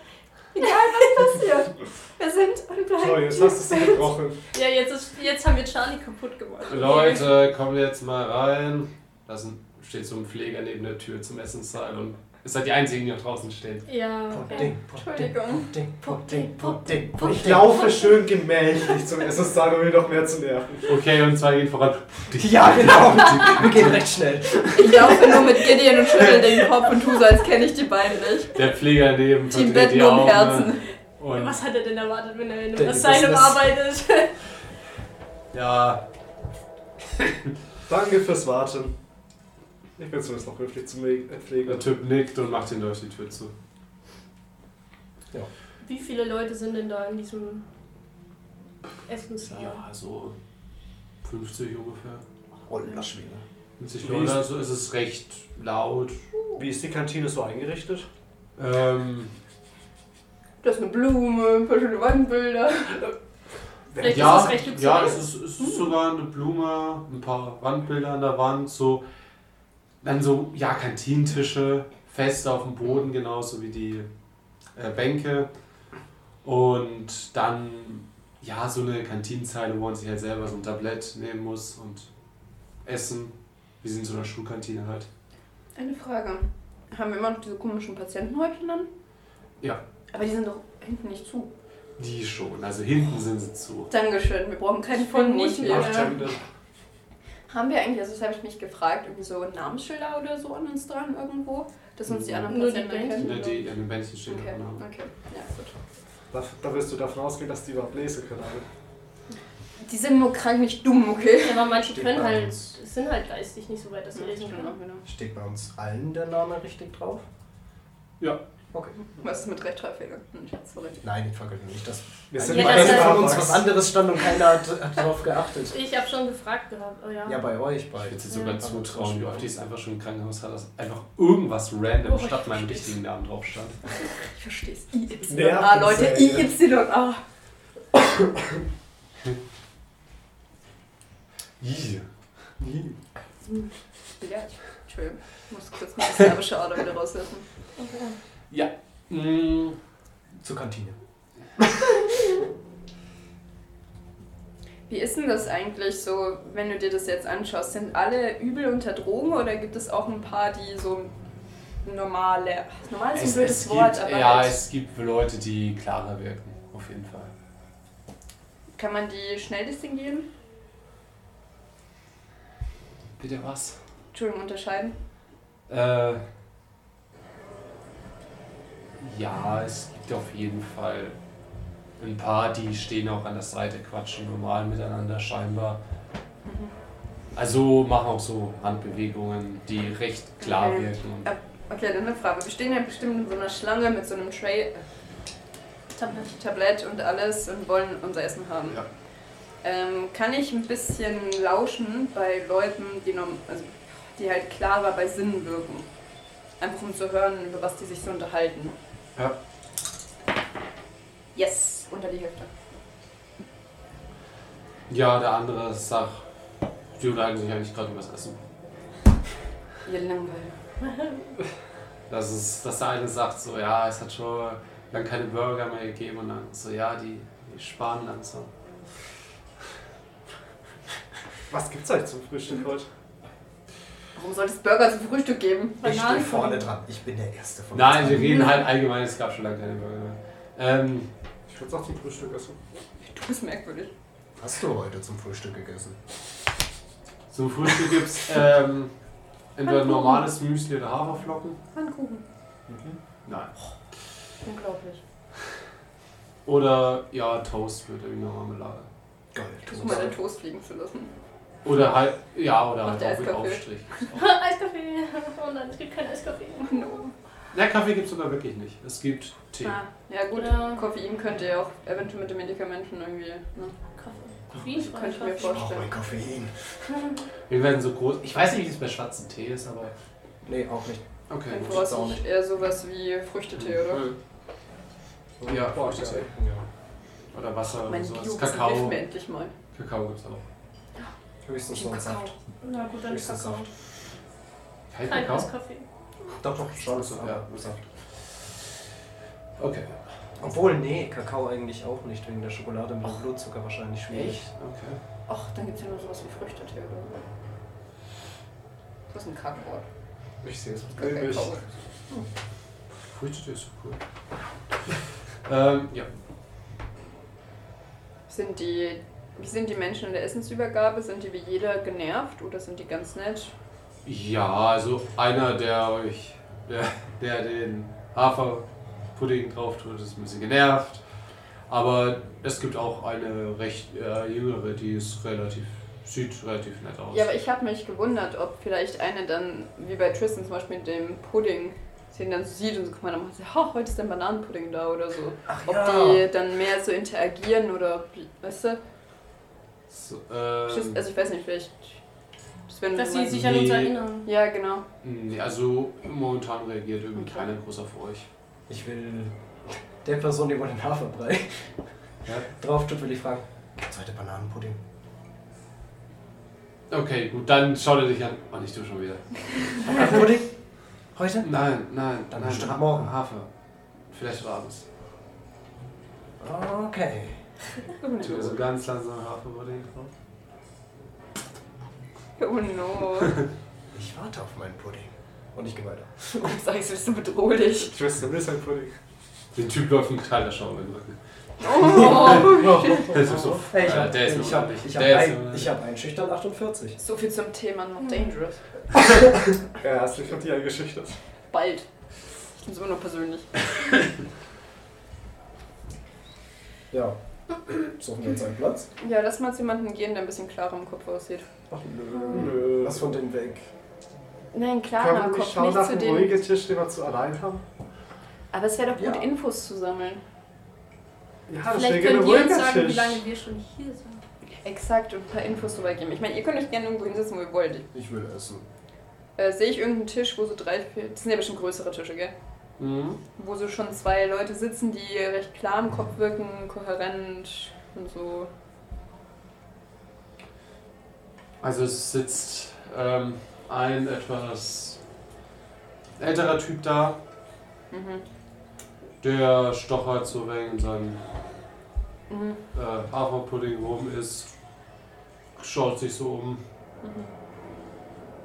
[SPEAKER 2] Egal was passiert. Wir sind und bleiben.
[SPEAKER 5] So, jetzt hast du es
[SPEAKER 2] Teambett.
[SPEAKER 5] gebrochen.
[SPEAKER 4] Ja, jetzt, ist, jetzt haben wir Charlie kaputt gemacht.
[SPEAKER 1] Leute, kommt jetzt mal rein. Da ist ein- steht so ein Pfleger neben der Tür zum Essenssaal und ist halt die einzigen, die noch draußen stehen.
[SPEAKER 4] Ja.
[SPEAKER 3] Pudding, Pudding,
[SPEAKER 2] Entschuldigung.
[SPEAKER 3] Pudding, Pudding, Pudding, Pudding.
[SPEAKER 5] Ich laufe schön gemächlich zum SSR, um ihn noch mehr zu nerven.
[SPEAKER 1] Okay, und zwei gehen voran.
[SPEAKER 3] Ja, genau. Wir gehen recht schnell.
[SPEAKER 2] Ich laufe nur mit Gideon und schüttel den Kopf und tu so, als kenne ich die beiden nicht.
[SPEAKER 1] Der Pfleger neben verdreht
[SPEAKER 2] Teambett
[SPEAKER 1] die
[SPEAKER 2] nur im
[SPEAKER 1] Augen.
[SPEAKER 2] um
[SPEAKER 1] ne?
[SPEAKER 2] Herzen.
[SPEAKER 1] Und
[SPEAKER 4] Was hat er denn erwartet, wenn er in
[SPEAKER 3] Der
[SPEAKER 4] einem Asylum
[SPEAKER 3] Business.
[SPEAKER 4] arbeitet?
[SPEAKER 1] ja,
[SPEAKER 5] Danke fürs Warten. Ich bin zumindest noch höflich zum Me- äh, Pfleger.
[SPEAKER 1] der Typ nickt und macht ihn durch die Tür zu.
[SPEAKER 4] Wie viele Leute sind denn da in diesem Essenssaal?
[SPEAKER 1] Ja, so 50 ungefähr.
[SPEAKER 3] Roller Oh, schwerer.
[SPEAKER 1] 50
[SPEAKER 5] Wie
[SPEAKER 1] Leute,
[SPEAKER 5] ist-
[SPEAKER 1] also ist es recht laut.
[SPEAKER 5] Wie ist die Kantine so eingerichtet?
[SPEAKER 1] Ähm,
[SPEAKER 2] Da ist eine Blume, ein paar schöne Wandbilder.
[SPEAKER 4] Vielleicht
[SPEAKER 1] ja,
[SPEAKER 4] ist es recht
[SPEAKER 1] ja,
[SPEAKER 4] luxuriös.
[SPEAKER 1] es ist, es ist sogar eine Blume, ein paar Wandbilder an der Wand, so dann so ja Kantinentische fest auf dem Boden genauso wie die äh, Bänke und dann ja so eine Kantinenzeile, wo man sich halt selber so ein Tablett nehmen muss und essen. Wir sind in so einer Schulkantine halt.
[SPEAKER 2] Eine Frage. Haben wir immer noch diese komischen Patientenhäubchen an?
[SPEAKER 1] Ja.
[SPEAKER 2] Aber die sind doch hinten nicht zu.
[SPEAKER 1] Die schon, also hinten sind sie zu.
[SPEAKER 2] Dankeschön, wir brauchen keinen
[SPEAKER 4] Ich bin
[SPEAKER 2] vollen
[SPEAKER 4] nicht
[SPEAKER 2] Mund
[SPEAKER 4] Ja.
[SPEAKER 2] hier.
[SPEAKER 4] mehr-
[SPEAKER 5] Bartender.
[SPEAKER 2] Haben wir eigentlich, also das habe ich mich gefragt, irgendwie so Namensschilder oder so an uns dran irgendwo? Dass uns Mhm. die anderen
[SPEAKER 4] Nur die
[SPEAKER 2] Patienten
[SPEAKER 4] Bändchen.
[SPEAKER 2] erkennen?
[SPEAKER 1] Ne, die an den Bändchen stehen ne?
[SPEAKER 2] Okay,
[SPEAKER 1] haben.
[SPEAKER 2] okay. Ja, gut.
[SPEAKER 5] Da, da wirst du davon ausgehen, dass die überhaupt lesen können. aber
[SPEAKER 2] Die sind nur krank, nicht dumm, okay?
[SPEAKER 4] Ja, aber manche
[SPEAKER 3] Steht
[SPEAKER 4] können
[SPEAKER 3] bei
[SPEAKER 4] halt,
[SPEAKER 3] uns.
[SPEAKER 4] sind halt geistig nicht so weit, dass sie lesen können.
[SPEAKER 2] genau.
[SPEAKER 3] Steht bei uns allen der Name richtig drauf?
[SPEAKER 1] Ja.
[SPEAKER 3] Okay.
[SPEAKER 2] Was ist mit Rechtschreibfehlern? Hm, sorry.
[SPEAKER 3] Nein, ich vergesse nicht. Das
[SPEAKER 5] Wir
[SPEAKER 4] sind Ja, bei das
[SPEAKER 3] Weil
[SPEAKER 4] heißt-
[SPEAKER 3] von uns was anderes stand und keiner hat, hat darauf geachtet.
[SPEAKER 4] Ich habe schon gefragt gehabt, oh ja.
[SPEAKER 3] Ja, bei euch
[SPEAKER 1] Ich
[SPEAKER 3] beide.
[SPEAKER 1] würde sie sogar
[SPEAKER 4] Ja.
[SPEAKER 1] zutrauen, wie oft ich es einfach schon im Krankenhaus hatte, dass einfach irgendwas random
[SPEAKER 4] Oh,
[SPEAKER 1] statt
[SPEAKER 4] ich
[SPEAKER 1] meinem
[SPEAKER 4] versteh's.
[SPEAKER 1] richtigen Namen drauf stand.
[SPEAKER 2] Ich verstehe es.
[SPEAKER 5] Ja,
[SPEAKER 2] IYA, Ah, Leute. Ah.
[SPEAKER 5] das ist ja-
[SPEAKER 2] IYA.
[SPEAKER 1] Ih.
[SPEAKER 2] Ja, Entschuldigung. Ich muss kurz meine slawische Ader wieder rauslassen.
[SPEAKER 4] Okay.
[SPEAKER 1] Mm,
[SPEAKER 3] Zur Kantine.
[SPEAKER 2] Wie ist denn das eigentlich so, wenn du dir das jetzt anschaust? Sind alle übel unter Drogen oder gibt es auch ein paar, die so normale. Normal ist ein blödes Wort,
[SPEAKER 1] gibt,
[SPEAKER 2] aber
[SPEAKER 1] ja,
[SPEAKER 2] halt,
[SPEAKER 1] es gibt Leute, die klarer wirken, auf jeden Fall.
[SPEAKER 2] kann man die schnell distinguieren?
[SPEAKER 1] Bitte was?
[SPEAKER 2] Entschuldigung, unterscheiden?
[SPEAKER 1] Äh, ja, es gibt auf jeden Fall ein paar, die stehen auch an der Seite, quatschen normal miteinander scheinbar.
[SPEAKER 2] Mhm.
[SPEAKER 1] Also machen auch so Handbewegungen, die recht klar
[SPEAKER 2] Okay.
[SPEAKER 1] wirken. Und
[SPEAKER 2] Okay, dann eine Frage. Wir stehen ja bestimmt in so einer Schlange mit so einem Tray,
[SPEAKER 4] Tablett.
[SPEAKER 2] Tablett und alles und wollen unser Essen haben.
[SPEAKER 1] Ja.
[SPEAKER 2] Ähm, kann ich ein bisschen lauschen bei Leuten, die, norm- also, die halt klarer bei Sinnen wirken? Einfach um zu hören, über was die sich so unterhalten.
[SPEAKER 1] Ja.
[SPEAKER 2] Yes, unter die Hälfte.
[SPEAKER 1] Ja, der andere sagt, die unterhalten sich eigentlich gerade über das Essen.
[SPEAKER 2] Ihr Langweil.
[SPEAKER 1] Das ist, dass der eine sagt so, ja, es hat schon lange keine Burger mehr gegeben und dann so, ja, die, die sparen langsam.
[SPEAKER 5] Was gibt's eigentlich zum Frühstück heute?
[SPEAKER 2] Warum soll es Burger zum Frühstück geben?
[SPEAKER 3] Ich stehe
[SPEAKER 4] Bananen-
[SPEAKER 3] vorne dran. Ich bin der Erste von
[SPEAKER 1] Nein,
[SPEAKER 3] uns
[SPEAKER 1] wir
[SPEAKER 3] allen.
[SPEAKER 1] reden halt allgemein, es gab schon lange keine Burger mehr. Ähm,
[SPEAKER 5] Ich würde auch zum Frühstück essen.
[SPEAKER 2] Du bist merkwürdig.
[SPEAKER 3] Hast du heute zum Frühstück gegessen?
[SPEAKER 1] zum Frühstück gibt es ähm, entweder normales Müsli oder Haferflocken.
[SPEAKER 2] Pfannkuchen.
[SPEAKER 1] Nein.
[SPEAKER 4] Unglaublich.
[SPEAKER 1] Oder ja, Toast mit irgendwie einer Marmelade.
[SPEAKER 3] Geil.
[SPEAKER 2] Versuch mal den Toast fliegen zu lassen.
[SPEAKER 1] Oder halt, ja, oder
[SPEAKER 2] Macht
[SPEAKER 1] halt
[SPEAKER 2] der
[SPEAKER 1] auch mit
[SPEAKER 2] Eiskaffee?
[SPEAKER 1] Aufstrich.
[SPEAKER 4] Eiskaffee. Oh nein, es gibt keinen Eiskaffee.
[SPEAKER 2] No.
[SPEAKER 1] Na, Kaffee gibt es sogar wirklich nicht. Es gibt Tee.
[SPEAKER 2] Ah, ja gut,
[SPEAKER 4] Ja.
[SPEAKER 2] Koffein könnt ihr auch eventuell mit den Medikamenten irgendwie. Ne?
[SPEAKER 4] Kaffee.
[SPEAKER 2] Ich
[SPEAKER 4] Koffeinfreien
[SPEAKER 2] könnte mir
[SPEAKER 4] Kaffee.
[SPEAKER 3] Ich brauche mein Koffein.
[SPEAKER 1] Wir werden so groß. Ich weiß nicht, wie es bei schwarzen Tee ist, aber.
[SPEAKER 3] Nee, auch nicht.
[SPEAKER 1] Okay. Mhm.
[SPEAKER 2] Dann
[SPEAKER 3] gut, jetzt auch
[SPEAKER 2] voraussichtlich eher sowas wie Früchtetee, oder?
[SPEAKER 1] Ja,
[SPEAKER 5] Boah,
[SPEAKER 1] Frühstück.
[SPEAKER 5] geil.
[SPEAKER 3] Ja.
[SPEAKER 1] Oder Wasser oder
[SPEAKER 2] Mein
[SPEAKER 1] sowas.
[SPEAKER 2] Dioxin, hilf
[SPEAKER 1] Kakao.
[SPEAKER 2] mir endlich mal.
[SPEAKER 1] Kakao gibt's auch.
[SPEAKER 3] Höchstens
[SPEAKER 2] Ich
[SPEAKER 3] noch
[SPEAKER 2] hab
[SPEAKER 3] einen Saft.
[SPEAKER 4] Na gut, dann
[SPEAKER 3] Höchstens
[SPEAKER 4] Kakao.
[SPEAKER 1] Kein
[SPEAKER 4] Kein
[SPEAKER 1] Kakao?
[SPEAKER 4] Eiskaffee.
[SPEAKER 3] Doch, doch, schon.
[SPEAKER 1] Achso,
[SPEAKER 3] aber
[SPEAKER 1] ja.
[SPEAKER 3] Saft.
[SPEAKER 1] Okay.
[SPEAKER 3] Obwohl, nee, Kakao eigentlich auch nicht, wegen der Schokolade mit dem Blutzucker wahrscheinlich schwierig.
[SPEAKER 1] Okay.
[SPEAKER 2] Och, dann gibt's ja noch sowas wie Früchtetee, oder? Das ist ein Kackwort.
[SPEAKER 1] Ich sehe es.
[SPEAKER 2] Kakao.
[SPEAKER 1] Frühstück ist so cool. ähm, ja.
[SPEAKER 2] Sind die. Wie sind die Menschen in der Essensübergabe? Sind die wie jeder genervt oder sind die ganz nett?
[SPEAKER 1] Ja, also einer, der euch, der, der den Haferpudding drauf tut, ist ein bisschen genervt. Aber es gibt auch eine recht äh, jüngere, die ist relativ, sieht relativ nett aus.
[SPEAKER 2] Ja, aber ich habe mich gewundert, ob vielleicht eine dann, wie bei Tristan zum Beispiel mit dem Pudding, den dann so sieht und so kommt man dann macht, so, "Ha, heute ist der Bananenpudding da oder so.
[SPEAKER 3] Ach
[SPEAKER 2] Ob
[SPEAKER 3] ja.
[SPEAKER 2] die dann mehr so interagieren oder, ob die- weißt
[SPEAKER 5] Ähm.
[SPEAKER 2] du?
[SPEAKER 1] so, ähm,
[SPEAKER 2] Also ich weiß nicht, vielleicht. Das wäre nur
[SPEAKER 4] Dass
[SPEAKER 2] so
[SPEAKER 4] sie
[SPEAKER 2] mein-
[SPEAKER 4] sich an uns
[SPEAKER 1] Nee.
[SPEAKER 4] erinnern.
[SPEAKER 2] Ja, genau.
[SPEAKER 1] nee, also momentan reagiert irgendwie
[SPEAKER 2] Okay.
[SPEAKER 1] keiner groß auf euch.
[SPEAKER 3] Ich will der Person, die wohl den Haferbrei
[SPEAKER 1] Ja?
[SPEAKER 3] drauf tut, will ich fragen, gibt's heute Bananenpudding?
[SPEAKER 1] Okay, gut, dann schau dir dich an. Oh, nicht du schon wieder.
[SPEAKER 3] Bananenpudding? Heute?
[SPEAKER 1] Nein, nein,
[SPEAKER 3] Dann
[SPEAKER 1] nein.
[SPEAKER 3] bestimmt morgen.
[SPEAKER 1] Hafer. Vielleicht heute abends.
[SPEAKER 3] Okay.
[SPEAKER 1] Tu so ganz langsam Haferpudding drauf.
[SPEAKER 2] Oh no.
[SPEAKER 3] Ich warte auf meinen Pudding. Und ich gehe weiter.
[SPEAKER 2] Warum sagst du, bist du bedrohlich?
[SPEAKER 5] Ich weiß, du willst ein Pudding.
[SPEAKER 1] Den Typ läuft ein kalter Schaum in den Rücken.
[SPEAKER 2] Oh.
[SPEAKER 1] Der ist so,
[SPEAKER 3] Hey, ich
[SPEAKER 1] Alter,
[SPEAKER 3] habe
[SPEAKER 1] der ist mir
[SPEAKER 3] ich hab,
[SPEAKER 1] unheimlich.
[SPEAKER 3] ich hab
[SPEAKER 1] Der ist mir
[SPEAKER 3] ein,
[SPEAKER 1] unheimlich.
[SPEAKER 3] ich hab einen schüchtern 48.
[SPEAKER 2] so viel zum Thema Not Dangerous.
[SPEAKER 5] Ja, hast dich von dir eingeschüchtert.
[SPEAKER 2] Bald. Ich bin immer noch persönlich.
[SPEAKER 3] Ja. Suchen wir uns einen Platz?
[SPEAKER 2] Ja, lass mal zu jemandem gehen, der ein bisschen klarer im Kopf aussieht.
[SPEAKER 3] Ach
[SPEAKER 5] Nö.
[SPEAKER 3] Was von dem weg?
[SPEAKER 2] Nein, klarer
[SPEAKER 5] Kann man
[SPEAKER 2] im
[SPEAKER 5] nicht
[SPEAKER 2] Kopf,
[SPEAKER 5] schauen
[SPEAKER 2] nicht
[SPEAKER 5] nach
[SPEAKER 2] zu
[SPEAKER 5] einem
[SPEAKER 2] dem.
[SPEAKER 5] ruhigen Tisch, den wir zu allein haben?
[SPEAKER 2] Aber es wäre doch gut,
[SPEAKER 3] Ja.
[SPEAKER 2] Infos zu sammeln.
[SPEAKER 5] Ja, das wäre gerne
[SPEAKER 4] Vielleicht könnt ihr uns
[SPEAKER 5] ruhiger
[SPEAKER 4] sagen, wie
[SPEAKER 5] Tisch.
[SPEAKER 4] lange wir schon hier sind.
[SPEAKER 2] Exakt, und ein paar Infos drüber geben. Ich meine, ihr könnt euch gerne irgendwo hinsetzen, wo ihr wollt.
[SPEAKER 3] Ich will essen.
[SPEAKER 2] Äh, Sehe ich irgendeinen Tisch, wo so drei, vier. Das sind ja bestimmt größere Tische, gell?
[SPEAKER 1] Mhm.
[SPEAKER 2] Wo so schon zwei Leute sitzen, die recht klar im Kopf wirken, kohärent und so.
[SPEAKER 1] Also es sitzt ähm, ein etwas älterer Typ da,
[SPEAKER 2] Mhm.
[SPEAKER 1] der stochert so wegen in seinem
[SPEAKER 2] Mhm.
[SPEAKER 1] äh, Haferpudding rum ist, schaut sich so um
[SPEAKER 2] Mhm.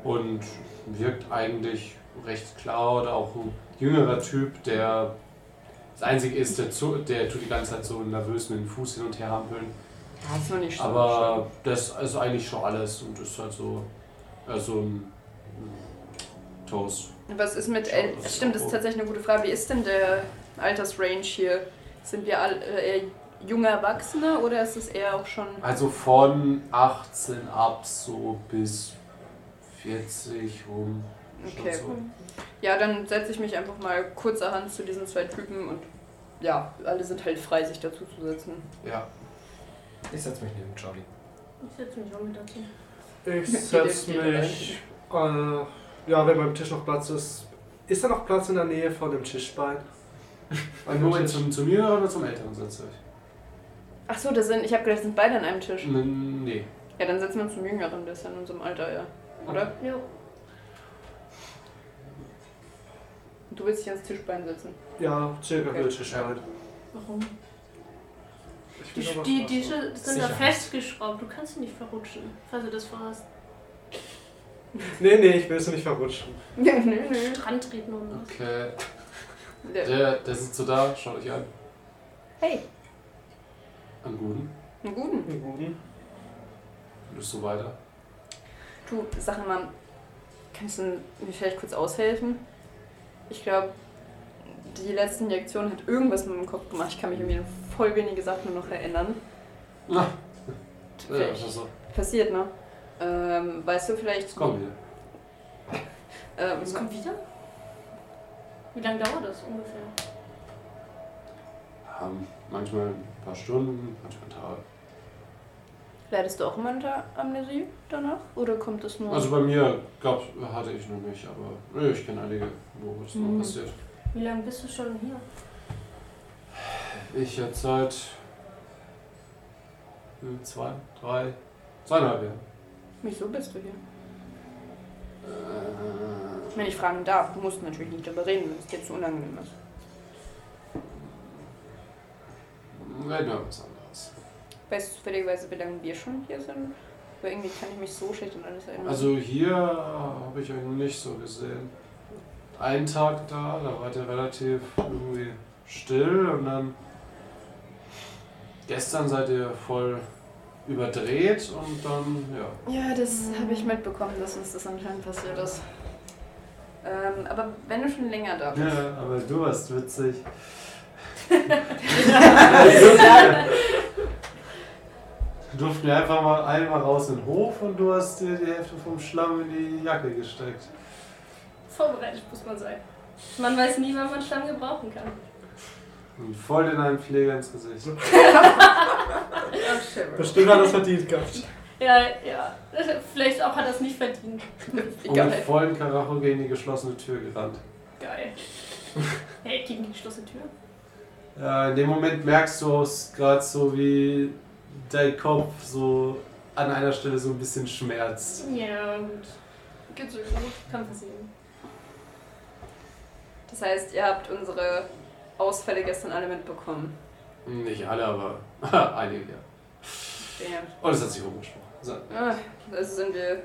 [SPEAKER 1] und wirkt eigentlich recht klar oder auch ein jüngerer Typ, der das Einzige ist, der, zu, der tut die ganze Zeit so nervös mit dem Fuß hin und her hampeln.
[SPEAKER 2] Ja, ist noch nicht schlimm.
[SPEAKER 1] Aber das ist eigentlich schon alles und ist halt so äh, so ein Toast.
[SPEAKER 2] Was ist mit.
[SPEAKER 1] Schau,
[SPEAKER 2] El
[SPEAKER 1] das ist
[SPEAKER 2] Stimmt, das
[SPEAKER 1] auch-
[SPEAKER 2] ist tatsächlich eine gute Frage. Wie ist denn der Altersrange hier? Sind wir all, äh, eher junge Erwachsene oder ist es eher auch schon.
[SPEAKER 1] Also von 18 ab so bis 40 rum. Schon
[SPEAKER 2] Okay.
[SPEAKER 1] So.
[SPEAKER 2] Ja, dann setze ich mich einfach mal kurzerhand zu diesen zwei Typen und ja, alle sind halt frei, sich dazu zu setzen.
[SPEAKER 1] Ja.
[SPEAKER 3] Ich setze mich neben Charlie.
[SPEAKER 4] Ich setze mich auch mit dazu.
[SPEAKER 5] Ich
[SPEAKER 2] Ja,
[SPEAKER 5] setz
[SPEAKER 2] die- die- die-
[SPEAKER 5] mich. Äh, ja, wenn beim Tisch noch Platz ist. Ist da noch Platz in der Nähe von dem Tischbein?
[SPEAKER 1] Und
[SPEAKER 5] dem
[SPEAKER 1] Moment,
[SPEAKER 5] Tisch.
[SPEAKER 1] zum, zum Jüngeren oder zum Älteren sitze ich?
[SPEAKER 2] Ach so, das sind, ich habe gedacht, das sind beide an einem Tisch.
[SPEAKER 1] N- Nee.
[SPEAKER 2] Ja, dann setzen wir uns zum Jüngeren, der ist ja in unserem Alter, ja. Oder?
[SPEAKER 4] Jo.
[SPEAKER 2] Du willst dich ans Tischbein setzen.
[SPEAKER 5] Ja, circa
[SPEAKER 2] Okay.
[SPEAKER 5] okay. Tischbein.
[SPEAKER 4] Warum?
[SPEAKER 5] Ich
[SPEAKER 4] Die,
[SPEAKER 5] will aber
[SPEAKER 4] die,
[SPEAKER 5] Spaß
[SPEAKER 4] die
[SPEAKER 5] haben.
[SPEAKER 4] sind da
[SPEAKER 3] Sicher.
[SPEAKER 4] festgeschraubt. Du kannst sie nicht verrutschen, falls du das vorhast.
[SPEAKER 5] Nee, nee, ich will sie nicht verrutschen.
[SPEAKER 2] nö, nö.
[SPEAKER 4] Strand treten und was.
[SPEAKER 1] Okay.
[SPEAKER 2] Der,
[SPEAKER 1] Der, der sitzt so da, schaut euch an.
[SPEAKER 2] hey,
[SPEAKER 1] An Guden.
[SPEAKER 2] einen guten.
[SPEAKER 5] Einen guten.
[SPEAKER 1] Und ist so weiter.
[SPEAKER 2] Du, sag mal, kannst du mir vielleicht kurz aushelfen? Ich glaube, die letzte Injektion hat irgendwas mit meinem Kopf gemacht. Ich kann mich irgendwie an voll wenige Sachen nur noch erinnern.
[SPEAKER 1] Ah, ja,
[SPEAKER 2] Vielleicht
[SPEAKER 1] das ist so.
[SPEAKER 2] Passiert, ne? Ähm, weißt du vielleicht.
[SPEAKER 1] Jetzt kommen wir.
[SPEAKER 2] Ähm,
[SPEAKER 4] Es kommt wieder? Wie lange dauert das ungefähr?
[SPEAKER 1] Ähm, manchmal ein paar Stunden, manchmal einen Tag.
[SPEAKER 2] leidest du auch immer unter Amnesie danach? Oder kommt das nur.
[SPEAKER 1] Also bei mir gab, hatte ich noch nicht, aber nö, ich kenne einige, wo es noch
[SPEAKER 4] Mhm.
[SPEAKER 1] passiert.
[SPEAKER 4] Wie lange bist du schon hier?
[SPEAKER 1] Ich jetzt seit hm, zwei, drei, zweieinhalb Äh, Jahren.
[SPEAKER 2] Wieso bist du hier?
[SPEAKER 1] Äh,
[SPEAKER 2] Wenn ich fragen darf, du musst natürlich nicht darüber reden, wenn es dir zu unangenehm ist.
[SPEAKER 1] reden wir über was anderes.
[SPEAKER 2] Weißt du zufälligerweise, wie lange wir schon hier sind? Aber irgendwie kann ich mich so schlecht an alles erinnern.
[SPEAKER 1] Also hier habe ich euch noch nicht so gesehen. Einen Tag da, da war der relativ irgendwie still und dann gestern seid ihr voll überdreht und dann, ja.
[SPEAKER 2] ja, das habe ich mitbekommen, dass uns das anscheinend passiert ist. Ähm, aber wenn du schon länger da bist.
[SPEAKER 1] Ja, aber du warst witzig. Durften wir einfach mal einmal raus in den Hof und du hast dir die Hälfte vom Schlamm in die Jacke gesteckt.
[SPEAKER 4] Vorbereitet muss man sein. Man weiß nie, wann man Schlamm gebrauchen kann.
[SPEAKER 1] Und voll in einen Pfleger ins Gesicht.
[SPEAKER 2] Oh,
[SPEAKER 5] Bestimmt hat das verdient gehabt.
[SPEAKER 4] Ja, ja. Vielleicht auch hat er es nicht verdient.
[SPEAKER 1] Und mit vollem Karacho gegen die geschlossene Tür gerannt.
[SPEAKER 4] Geil. Hey, gegen die geschlossene Tür.
[SPEAKER 1] Ja, in dem Moment merkst du es gerade so, wie dein Kopf so an einer Stelle so ein bisschen schmerzt.
[SPEAKER 4] Ja, gut. Geht's so gut. Kann passieren.
[SPEAKER 2] Das heißt, ihr habt unsere Ausfälle gestern alle mitbekommen.
[SPEAKER 1] Nicht alle, aber einige, ja.
[SPEAKER 2] Ja.
[SPEAKER 1] Und es hat sich rumgesprochen. So.
[SPEAKER 2] Ah, Also sind wir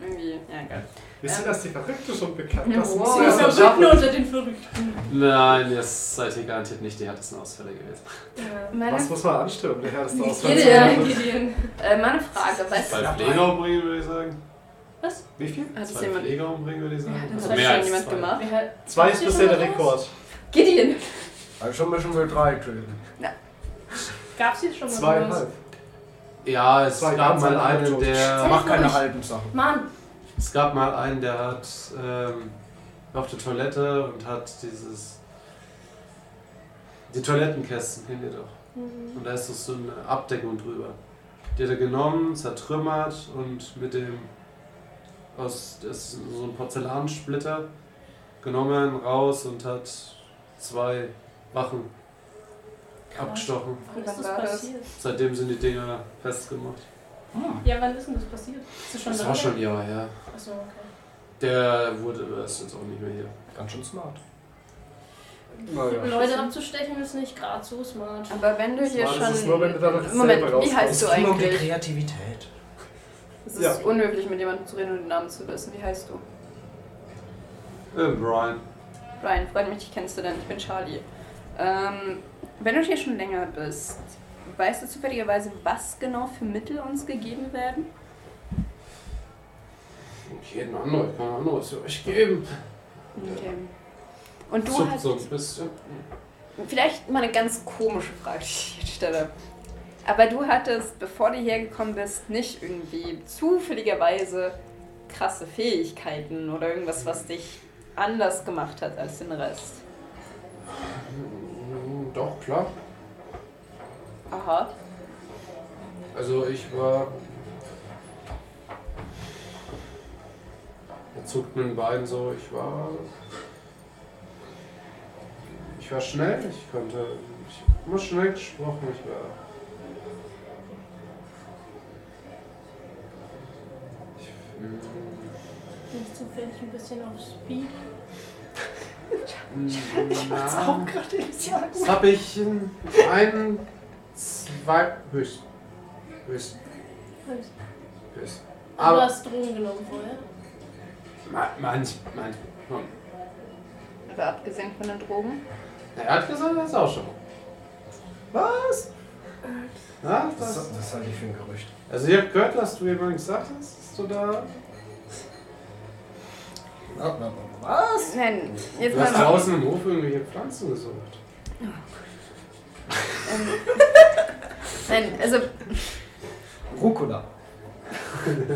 [SPEAKER 2] irgendwie. Ja, egal.
[SPEAKER 5] Wir
[SPEAKER 2] Ähm.
[SPEAKER 5] sind als die Verrückte schon bekannt. Das
[SPEAKER 2] Wow.
[SPEAKER 5] muss
[SPEAKER 2] Ja,
[SPEAKER 5] man
[SPEAKER 4] Oh, Das ist ja
[SPEAKER 5] schaffen.
[SPEAKER 4] nur unter den Verrückten.
[SPEAKER 1] Nein, ihr seid hier garantiert nicht die härtesten Ausfälle gewesen.
[SPEAKER 4] Ja.
[SPEAKER 2] Meine,
[SPEAKER 5] Was muss man anstürmen? Der Herr ist da aus
[SPEAKER 4] Gideon,
[SPEAKER 5] Französisch.
[SPEAKER 4] Gideon.
[SPEAKER 2] äh, meine Frage, weißt du,
[SPEAKER 1] Zwei Pfleger umbringen, würde ich sagen.
[SPEAKER 4] Was?
[SPEAKER 1] Wie viel?
[SPEAKER 2] Hat es
[SPEAKER 1] zwei
[SPEAKER 2] jemand-
[SPEAKER 1] Pfleger umbringen, würde ich sagen.
[SPEAKER 2] hat das
[SPEAKER 1] Also
[SPEAKER 2] hat
[SPEAKER 1] mehr
[SPEAKER 2] schon
[SPEAKER 1] als
[SPEAKER 2] jemand
[SPEAKER 1] zwei.
[SPEAKER 2] gemacht?
[SPEAKER 5] Zwei ist bisher der Rekord.
[SPEAKER 2] Gideon!
[SPEAKER 3] Also schon müssen wir drei töten.
[SPEAKER 4] Gab's hier schon mal sowas?
[SPEAKER 5] Zweieinhalb.
[SPEAKER 1] Ja, es
[SPEAKER 5] Zwei
[SPEAKER 1] gab
[SPEAKER 5] ganz
[SPEAKER 1] mal
[SPEAKER 5] andere
[SPEAKER 1] einen,
[SPEAKER 5] Jokes.
[SPEAKER 1] der.
[SPEAKER 3] Mach keine
[SPEAKER 4] ruhig.
[SPEAKER 3] halben Sachen.
[SPEAKER 4] Mann,
[SPEAKER 1] Es gab mal einen, der hat ähm, war auf der Toilette und hat dieses Die Toilettenkästen kennt ihr doch.
[SPEAKER 4] Mhm.
[SPEAKER 1] Und da ist doch so eine Abdeckung drüber. Die hat er genommen, zertrümmert und mit dem aus das ist so ein Porzellansplitter genommen, raus und hat zwei Wachen
[SPEAKER 4] Krass.
[SPEAKER 1] abgestochen.
[SPEAKER 4] Wann
[SPEAKER 2] Wann
[SPEAKER 4] ist das
[SPEAKER 2] war das?
[SPEAKER 4] passiert?
[SPEAKER 1] Seitdem sind die Dinger festgemacht.
[SPEAKER 3] Hm.
[SPEAKER 4] Ja, wann ist denn das passiert? Ist das schon
[SPEAKER 1] Das
[SPEAKER 4] da?
[SPEAKER 1] war schon ein Jahr her.
[SPEAKER 4] Achso, okay.
[SPEAKER 1] Der wurde aber ist jetzt auch nicht mehr hier.
[SPEAKER 3] Ganz schön smart.
[SPEAKER 5] Naja.
[SPEAKER 4] Leute abzustechen ist nicht gerade so smart.
[SPEAKER 2] Aber wenn du hier
[SPEAKER 5] Smart ist
[SPEAKER 2] schon.
[SPEAKER 5] es nur, wenn du danach
[SPEAKER 2] Moment,
[SPEAKER 5] selber
[SPEAKER 2] wie heißt du
[SPEAKER 3] ging um die
[SPEAKER 2] eigentlich?
[SPEAKER 3] Kreativität.
[SPEAKER 2] Es ist
[SPEAKER 5] Ja.
[SPEAKER 2] unmöglich, mit jemandem zu reden und den Namen zu wissen. Wie heißt du?
[SPEAKER 1] Äh, Brian.
[SPEAKER 2] Brian, freut mich, dich kennenzulernen. Ich bin Charlie. Ähm, wenn du hier schon länger bist, weißt du zufälligerweise, was genau für Mittel uns gegeben werden?
[SPEAKER 1] Okay, ein anderer, ich kann ein anderes für euch geben.
[SPEAKER 2] Okay. Und du
[SPEAKER 1] Zuckt
[SPEAKER 2] hast
[SPEAKER 1] so ein bisschen.
[SPEAKER 2] vielleicht mal eine ganz komische Frage, die ich jetzt stelle. Aber du hattest, bevor du hergekommen bist, nicht irgendwie zufälligerweise krasse Fähigkeiten oder irgendwas, was dich anders gemacht hat als den Rest.
[SPEAKER 1] Mm, Doch, klar.
[SPEAKER 2] Aha.
[SPEAKER 1] Also ich war. Er zuckt mit den Beinen so, ich war. Ich war schnell, ich konnte. Ich hab immer schnell gesprochen, ich war. Ich, mm,
[SPEAKER 4] Bin ich zufällig ein bisschen auf Speed?
[SPEAKER 1] mm, na,
[SPEAKER 2] gerade eben sagen.
[SPEAKER 1] Das habe ich in ein, zwei, höchst, höchst, höchst.
[SPEAKER 4] Aber du hast Drogen genommen vorher.
[SPEAKER 1] Ma- Manch, manch. Hm.
[SPEAKER 2] Aber abgesehen von den Drogen.
[SPEAKER 1] Er hat gesagt, er ist auch schon. Was? Na,
[SPEAKER 3] Das,
[SPEAKER 1] das,
[SPEAKER 3] das halt halte ich für ein Gerücht.
[SPEAKER 1] also ich habe gehört, dass du jemandem gesagt hast, dass du da.
[SPEAKER 3] Was?
[SPEAKER 2] Nein, jetzt
[SPEAKER 1] Du
[SPEAKER 2] mal.
[SPEAKER 1] hast draußen im Hof irgendwelche Pflanzen gesucht.
[SPEAKER 2] Ähm, nein, also
[SPEAKER 3] Rucola.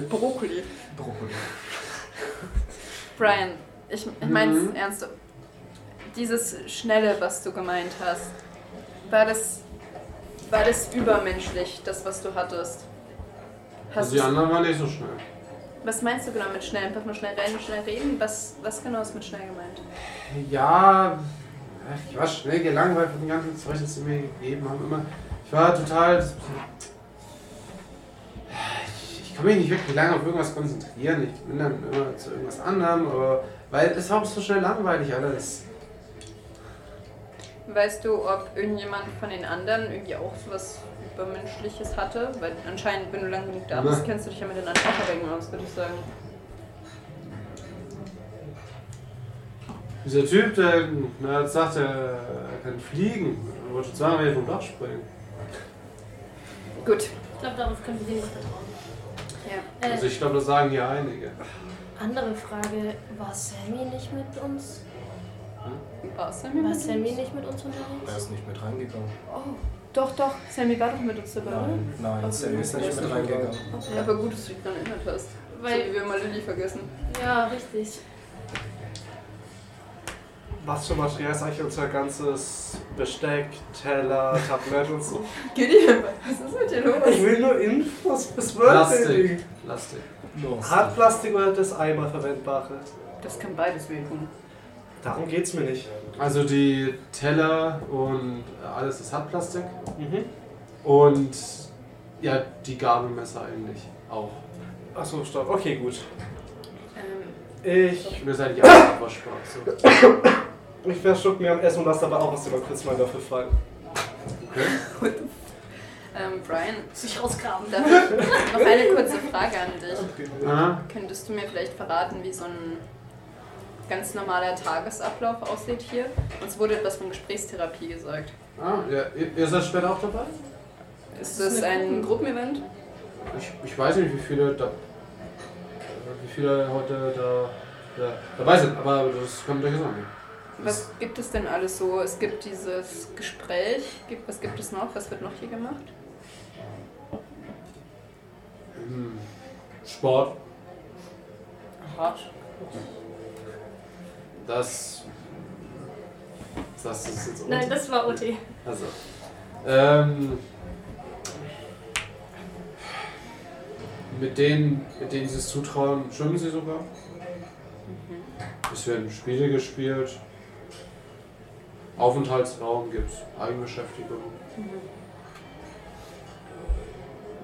[SPEAKER 2] Brokkoli.
[SPEAKER 3] Brokkoli.
[SPEAKER 2] Brian, ich, ich meine es
[SPEAKER 1] Mhm.
[SPEAKER 2] ernst. Dieses Schnelle, was du gemeint hast, war das, war das übermenschlich, das, was du hattest? Hast
[SPEAKER 1] Also die anderen waren nicht so schnell.
[SPEAKER 2] was meinst du genau mit schnell? Einfach nur schnell rein, schnell reden? Was, was genau ist mit schnell gemeint?
[SPEAKER 1] Äh, Ja, ach, ich war schnell gelangweilt von dem ganzen Zeug, das sie mir gegeben haben. Immer. Ich war total. Ich- Ich kann mich nicht wirklich lange auf irgendwas konzentrieren. Ich bin dann immer zu irgendwas anderem, aber. Weil es war auch so schnell langweilig alles.
[SPEAKER 2] Weißt du, ob irgendjemand von den anderen irgendwie auch sowas Übermenschliches hatte? Weil anscheinend, wenn du lang genug da bist,
[SPEAKER 1] Ne.
[SPEAKER 2] kennst du dich ja mit den anderen Schachtelringen aus, würde ich sagen.
[SPEAKER 1] Dieser Typ, der na, jetzt sagt, er, er kann fliegen. Er wollte zweimal hier vom Dach springen.
[SPEAKER 2] Gut.
[SPEAKER 4] Ich glaube, darauf können wir nicht vertrauen.
[SPEAKER 2] Ja.
[SPEAKER 4] Äh,
[SPEAKER 1] Also ich glaube, das sagen ja einige.
[SPEAKER 4] andere Frage, war Sammy nicht mit uns?
[SPEAKER 2] War Sammy
[SPEAKER 4] War
[SPEAKER 2] mit
[SPEAKER 4] Sammy
[SPEAKER 2] uns?
[SPEAKER 4] nicht mit uns
[SPEAKER 3] Er
[SPEAKER 4] unterwegs?
[SPEAKER 3] ist nicht mit reingegangen.
[SPEAKER 2] Oh, Doch, doch. Sammy war doch mit uns dabei, oder?
[SPEAKER 3] Nein, nein, Sammy ist nicht mit reingegangen.
[SPEAKER 2] Ja, aber gut, dass du dich daran erinnert hast. Weil so wie
[SPEAKER 4] Weil,
[SPEAKER 2] wir mal Lilly vergessen.
[SPEAKER 4] ja, richtig.
[SPEAKER 5] Was für Material ist eigentlich unser ganzes Besteck, Teller, Tablett und so?
[SPEAKER 2] Gideon, was ist mit dir
[SPEAKER 5] Ich
[SPEAKER 2] los?
[SPEAKER 5] will nur Infos bis
[SPEAKER 1] Plastik.
[SPEAKER 5] Worldbuilding.
[SPEAKER 1] Plastik.
[SPEAKER 5] Hartplastik oder das einmal verwendbare?
[SPEAKER 2] Das kann beides wehtun.
[SPEAKER 5] Darum geht's mir nicht.
[SPEAKER 1] Also die Teller und alles ist Hartplastik.
[SPEAKER 5] Mhm.
[SPEAKER 1] Und ja, die Gabelmesser eigentlich auch.
[SPEAKER 5] Achso, stopp. Okay, gut.
[SPEAKER 2] Ähm,
[SPEAKER 5] Ich,
[SPEAKER 1] Ich bin seit Jahren was Spaß. So.
[SPEAKER 5] ich verschluck mir am Essen und lass dabei auch was über kurz meinen Löffel fallen.
[SPEAKER 1] Okay.
[SPEAKER 2] ähm, Brian,
[SPEAKER 4] Muss ich rausgraben.
[SPEAKER 2] darf ich noch eine kurze Frage an dich.
[SPEAKER 1] Ah,
[SPEAKER 2] Könntest du mir vielleicht verraten, wie so ein ganz normaler Tagesablauf aussieht hier? Uns wurde etwas von Gesprächstherapie gesagt.
[SPEAKER 1] ah, ja. Ihr ihr seid später auch dabei?
[SPEAKER 2] Ist
[SPEAKER 4] Das ist
[SPEAKER 2] das
[SPEAKER 4] eine
[SPEAKER 2] ein Gruppenevent?
[SPEAKER 1] Ich, ich weiß nicht, wie viele da. Wie viele heute da, da dabei sind, aber das kann durchaus sein.
[SPEAKER 2] Was gibt es denn alles so? Es gibt dieses Gespräch. Gibt- Was gibt es noch? Was wird noch hier gemacht?
[SPEAKER 1] Hm. Sport.
[SPEAKER 2] Aha.
[SPEAKER 1] Das Das ist jetzt
[SPEAKER 4] Nein, das war OT.
[SPEAKER 1] Also. Ähm, mit, denen, mit denen sie es zutrauen, schwimmen sie sogar. Es werden Spiele gespielt. Aufenthaltsraum gibt es, Eigenbeschäftigung.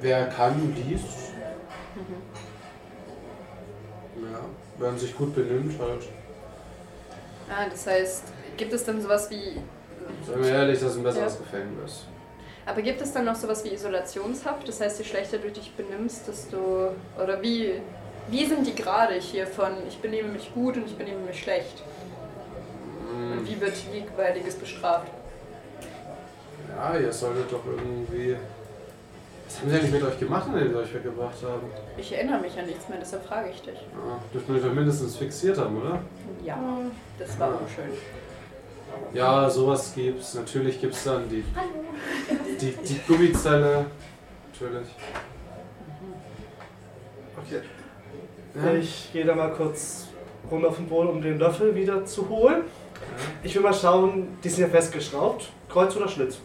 [SPEAKER 1] Wer kann, liest. Ja, wenn sich gut benimmt, halt.
[SPEAKER 2] Ah, das heißt, gibt es dann sowas wie.
[SPEAKER 1] Sagen wir ehrlich, das ist ein besseres
[SPEAKER 2] Ja.
[SPEAKER 1] Gefängnis.
[SPEAKER 2] Aber gibt es dann noch sowas wie Isolationshaft? Das heißt, je schlechter du dich benimmst, desto. Oder wie. Wie sind die Grade hier von ich benehme mich gut und ich benehme mich schlecht? Und wie wird jeweiliges bestraft?
[SPEAKER 1] Ja, ihr solltet doch irgendwie. Was haben sie eigentlich mit euch gemacht, indem sie euch weggebracht haben?
[SPEAKER 2] Ich erinnere mich an nichts mehr, deshalb frage ich dich.
[SPEAKER 1] Ja, dürften euch doch mindestens fixiert haben, oder?
[SPEAKER 2] Ja,
[SPEAKER 4] Hm.
[SPEAKER 2] das war unschön.
[SPEAKER 1] Ja, sowas gibt's. Natürlich gibt's dann die. Die, die Gummizelle. Natürlich.
[SPEAKER 5] Okay.
[SPEAKER 1] Ja.
[SPEAKER 5] Ich gehe da mal kurz runter auf den Boden, um den Löffel wieder zu holen. Ich will mal schauen, die sind ja festgeschraubt. Kreuz oder Schlitz?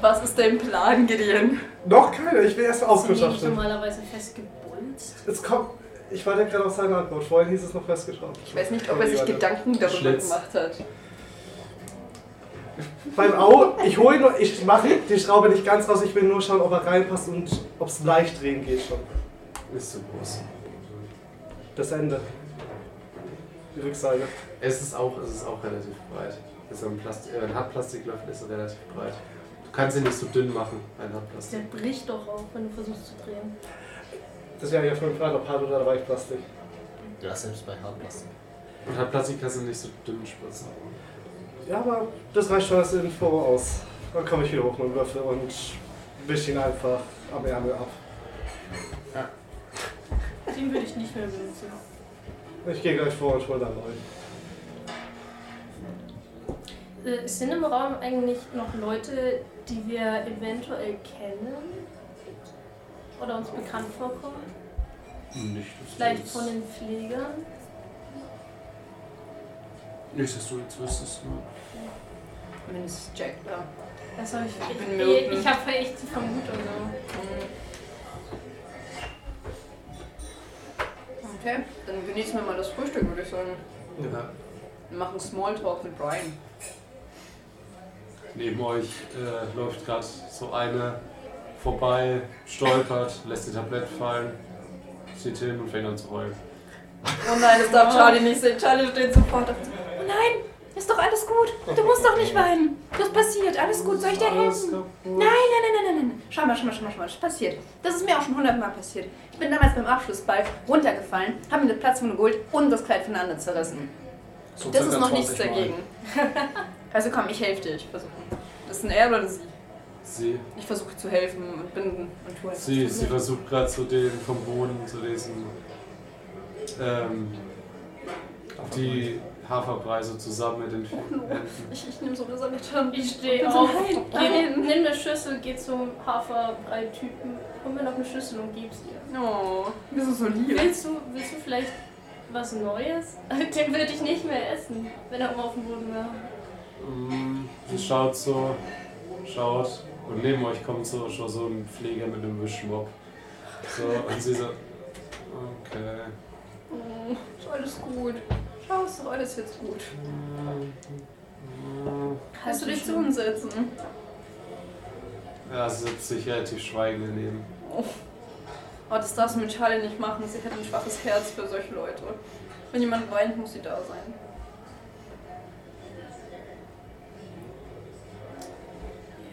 [SPEAKER 2] Was ist dein Plan, Gideon?
[SPEAKER 5] Noch keine, ich will erst mal
[SPEAKER 4] Sind die
[SPEAKER 5] ausgeschafft
[SPEAKER 4] nicht
[SPEAKER 5] werden.
[SPEAKER 4] normalerweise festgebolzt?
[SPEAKER 5] Jetzt kommt. Ich warte gerade auf seine Antwort. Vorhin hieß es noch festgeschraubt.
[SPEAKER 2] Ich weiß nicht, ob er sich
[SPEAKER 5] Warte.
[SPEAKER 2] Gedanken darüber
[SPEAKER 1] Schlitz.
[SPEAKER 2] gemacht hat.
[SPEAKER 5] Beim Au, ich hole nur, ich mache die Schraube nicht ganz raus, ich will nur schauen, ob er reinpasst und ob es leicht drehen geht schon.
[SPEAKER 1] Ist zu groß.
[SPEAKER 5] Das Ende. Die Rückseite.
[SPEAKER 1] Es ist auch, es ist auch relativ breit. Also ein, Plast äh, ein Hartplastiklöffel ist relativ breit. Du kannst ihn nicht so dünn machen, ein
[SPEAKER 4] Der
[SPEAKER 1] Hartplastik.
[SPEAKER 4] bricht doch auch, wenn du versuchst zu drehen.
[SPEAKER 5] Das wäre ja schon gefragt, ob hart oder weich Plastik.
[SPEAKER 3] Ja, selbst bei Hartplastik.
[SPEAKER 1] Und Hartplastik kannst du nicht so dünn spritzen.
[SPEAKER 5] Ja, aber das reicht schon als Info aus. Dann komme ich wieder hoch mit dem Löffel und wisch ihn einfach am Ärmel ab.
[SPEAKER 4] Den würde ich nicht mehr benutzen.
[SPEAKER 5] Ich gehe gleich vor und hole dann neuen.
[SPEAKER 4] Äh, sind im Raum eigentlich noch Leute, die wir eventuell kennen? Oder uns bekannt vorkommen?
[SPEAKER 1] Nicht, dass
[SPEAKER 4] Vielleicht von den Pflegern?
[SPEAKER 1] nicht, dass du jetzt wüsstest. Ne?
[SPEAKER 2] Mindestens Jack da.
[SPEAKER 4] Das habe ich. Ich,
[SPEAKER 2] bin
[SPEAKER 4] ich,
[SPEAKER 2] Milton.
[SPEAKER 4] ich habe echt die Vermutung. ne?
[SPEAKER 2] Okay, dann genießen wir mal das Frühstück, würde ich sagen.
[SPEAKER 1] Ja.
[SPEAKER 2] Wir machen Smalltalk mit Brian.
[SPEAKER 1] Neben euch äh, läuft gerade so eine vorbei, stolpert, lässt die Tablette fallen, sieht hin und fängt an zu heulen.
[SPEAKER 2] Oh nein, das darf Charlie nicht sehen. Charlie steht sofort auf. Oh nein, ist doch alles gut. Du musst doch nicht weinen. Das passiert. Alles gut. Soll ich dir
[SPEAKER 1] Alles
[SPEAKER 2] helfen? Nein,
[SPEAKER 1] kaputt.
[SPEAKER 2] nein, nein, nein, nein, nein. Schau mal, schau mal, schau mal, schau mal. Das passiert. Das ist mir auch schon hundertmal passiert. Ich bin damals beim Abschlussball runtergefallen, habe mir eine Platzwunde geholt und das Kleid voneinander zerrissen.
[SPEAKER 3] So
[SPEAKER 2] Das
[SPEAKER 3] circa
[SPEAKER 2] ist noch nichts
[SPEAKER 3] 20 Mal.
[SPEAKER 2] dagegen. Also komm, ich helfe dir. Ich versuche. Das ist ein Er oder sie.
[SPEAKER 1] Sie,
[SPEAKER 2] Ich versuche zu helfen und binden und tue.
[SPEAKER 1] sie, sie versucht gerade zu den vom Boden zu lesen, ähm, die Haferpreise zusammen mit den Händen.
[SPEAKER 2] Ich, ich nehme so eine Salatschirm.
[SPEAKER 4] Ich stehe
[SPEAKER 2] Bitte
[SPEAKER 4] auf,
[SPEAKER 2] nein,
[SPEAKER 4] geh,
[SPEAKER 2] nein.
[SPEAKER 4] nimm eine Schüssel, geh zum Haferbrei-Typen, hol mir noch eine Schüssel und gib's ihr.
[SPEAKER 2] Oh, wir sind so lieb.
[SPEAKER 4] Willst du, willst du vielleicht was Neues? Den würde ich nicht mehr essen, wenn er oben auf dem Boden wäre.
[SPEAKER 1] Mm, Sie schaut so, schaut und neben euch kommt so schon so ein Pfleger mit einem Wischmopp. So, und sie so, okay.
[SPEAKER 2] Oh, ist alles gut. Schau, ist doch alles jetzt gut. Kannst du dich zu uns setzen?
[SPEAKER 1] Ja, sie sitzt sich relativ schweigend daneben.
[SPEAKER 2] Oh, das darfst du mit Charlie nicht machen. Sie hat ein schwaches Herz für solche Leute. Wenn jemand weint, muss sie da sein.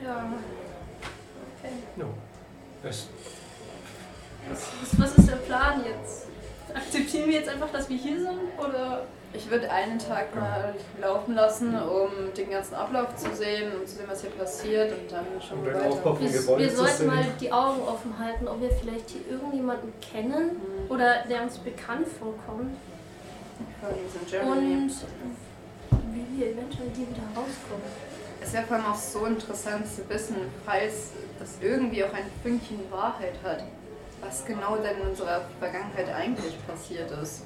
[SPEAKER 4] Ja. Okay.
[SPEAKER 3] Es-
[SPEAKER 4] Was, was ist der Plan jetzt? Akzeptieren wir jetzt einfach, dass wir hier sind? Oder
[SPEAKER 2] Ich würde einen Tag mal laufen lassen, um den ganzen Ablauf zu sehen und zu sehen, was hier passiert und dann schauen
[SPEAKER 5] Und
[SPEAKER 2] wir
[SPEAKER 5] den
[SPEAKER 2] weiter.
[SPEAKER 5] Aufbau von
[SPEAKER 4] wir,
[SPEAKER 5] Gebäude
[SPEAKER 4] wir
[SPEAKER 5] zu
[SPEAKER 4] sollten mal
[SPEAKER 5] sehen.
[SPEAKER 4] die Augen offen halten, ob wir vielleicht hier irgendjemanden kennen oder der uns bekannt vorkommt
[SPEAKER 2] Colonies in Germany.
[SPEAKER 4] und wie wir eventuell hier wieder rauskommen.
[SPEAKER 2] Es wäre vor allem auch so interessant zu wissen, falls das irgendwie auch ein Fünkchen Wahrheit hat, was genau denn in unserer Vergangenheit eigentlich passiert ist.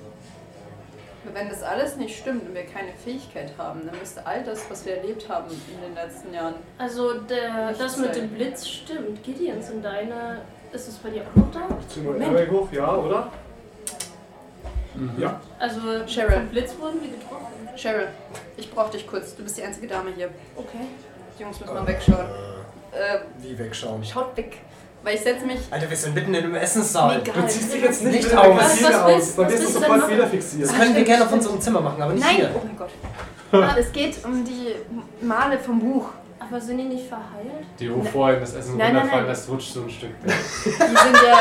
[SPEAKER 2] Wenn das alles nicht stimmt und wir keine Fähigkeit haben, dann müsste all das, was wir erlebt haben in den letzten Jahren.
[SPEAKER 4] Also der,
[SPEAKER 2] Nicht
[SPEAKER 4] das mit
[SPEAKER 2] sein.
[SPEAKER 4] dem Blitz stimmt. Gideons und deine. Ist es bei dir auch noch da?
[SPEAKER 5] Zieh mal Airbag hoch, ja, oder? Ja.
[SPEAKER 4] Also
[SPEAKER 2] Cheryl.
[SPEAKER 4] vom Blitz wurden wir getroffen.
[SPEAKER 2] Cheryl, ich brauch dich kurz. Du bist die einzige Dame hier.
[SPEAKER 4] Okay.
[SPEAKER 2] Die Jungs müssen mal wegschauen. Äh,
[SPEAKER 3] Wie wegschauen?
[SPEAKER 2] schaut weg. Weil ich setze mich.
[SPEAKER 3] Alter, wir sind mitten in einem Essenssaal.
[SPEAKER 4] Egal.
[SPEAKER 5] Du ziehst dich jetzt nicht,
[SPEAKER 3] Nicht
[SPEAKER 5] mit der
[SPEAKER 3] aus.
[SPEAKER 5] Maschine
[SPEAKER 4] Was- was
[SPEAKER 5] aus.
[SPEAKER 4] willst-
[SPEAKER 5] Dann
[SPEAKER 4] was
[SPEAKER 5] wirst du
[SPEAKER 4] willst du
[SPEAKER 5] sofort
[SPEAKER 4] dann
[SPEAKER 5] wieder
[SPEAKER 4] machen?
[SPEAKER 5] fixiert.
[SPEAKER 3] Das können wir
[SPEAKER 2] stimmt,
[SPEAKER 3] gerne auf
[SPEAKER 2] stimmt.
[SPEAKER 3] unserem Zimmer machen, aber nicht
[SPEAKER 2] Nein!
[SPEAKER 3] hier.
[SPEAKER 2] Oh mein Gott. Es geht um die Male vom Buch.
[SPEAKER 4] Aber sind die nicht verheilt?
[SPEAKER 1] Die, wo vorhin das Essen
[SPEAKER 2] Nein, nein,
[SPEAKER 1] runterfallen,
[SPEAKER 2] nein.
[SPEAKER 1] das rutscht so ein Stück.
[SPEAKER 2] Die sind ja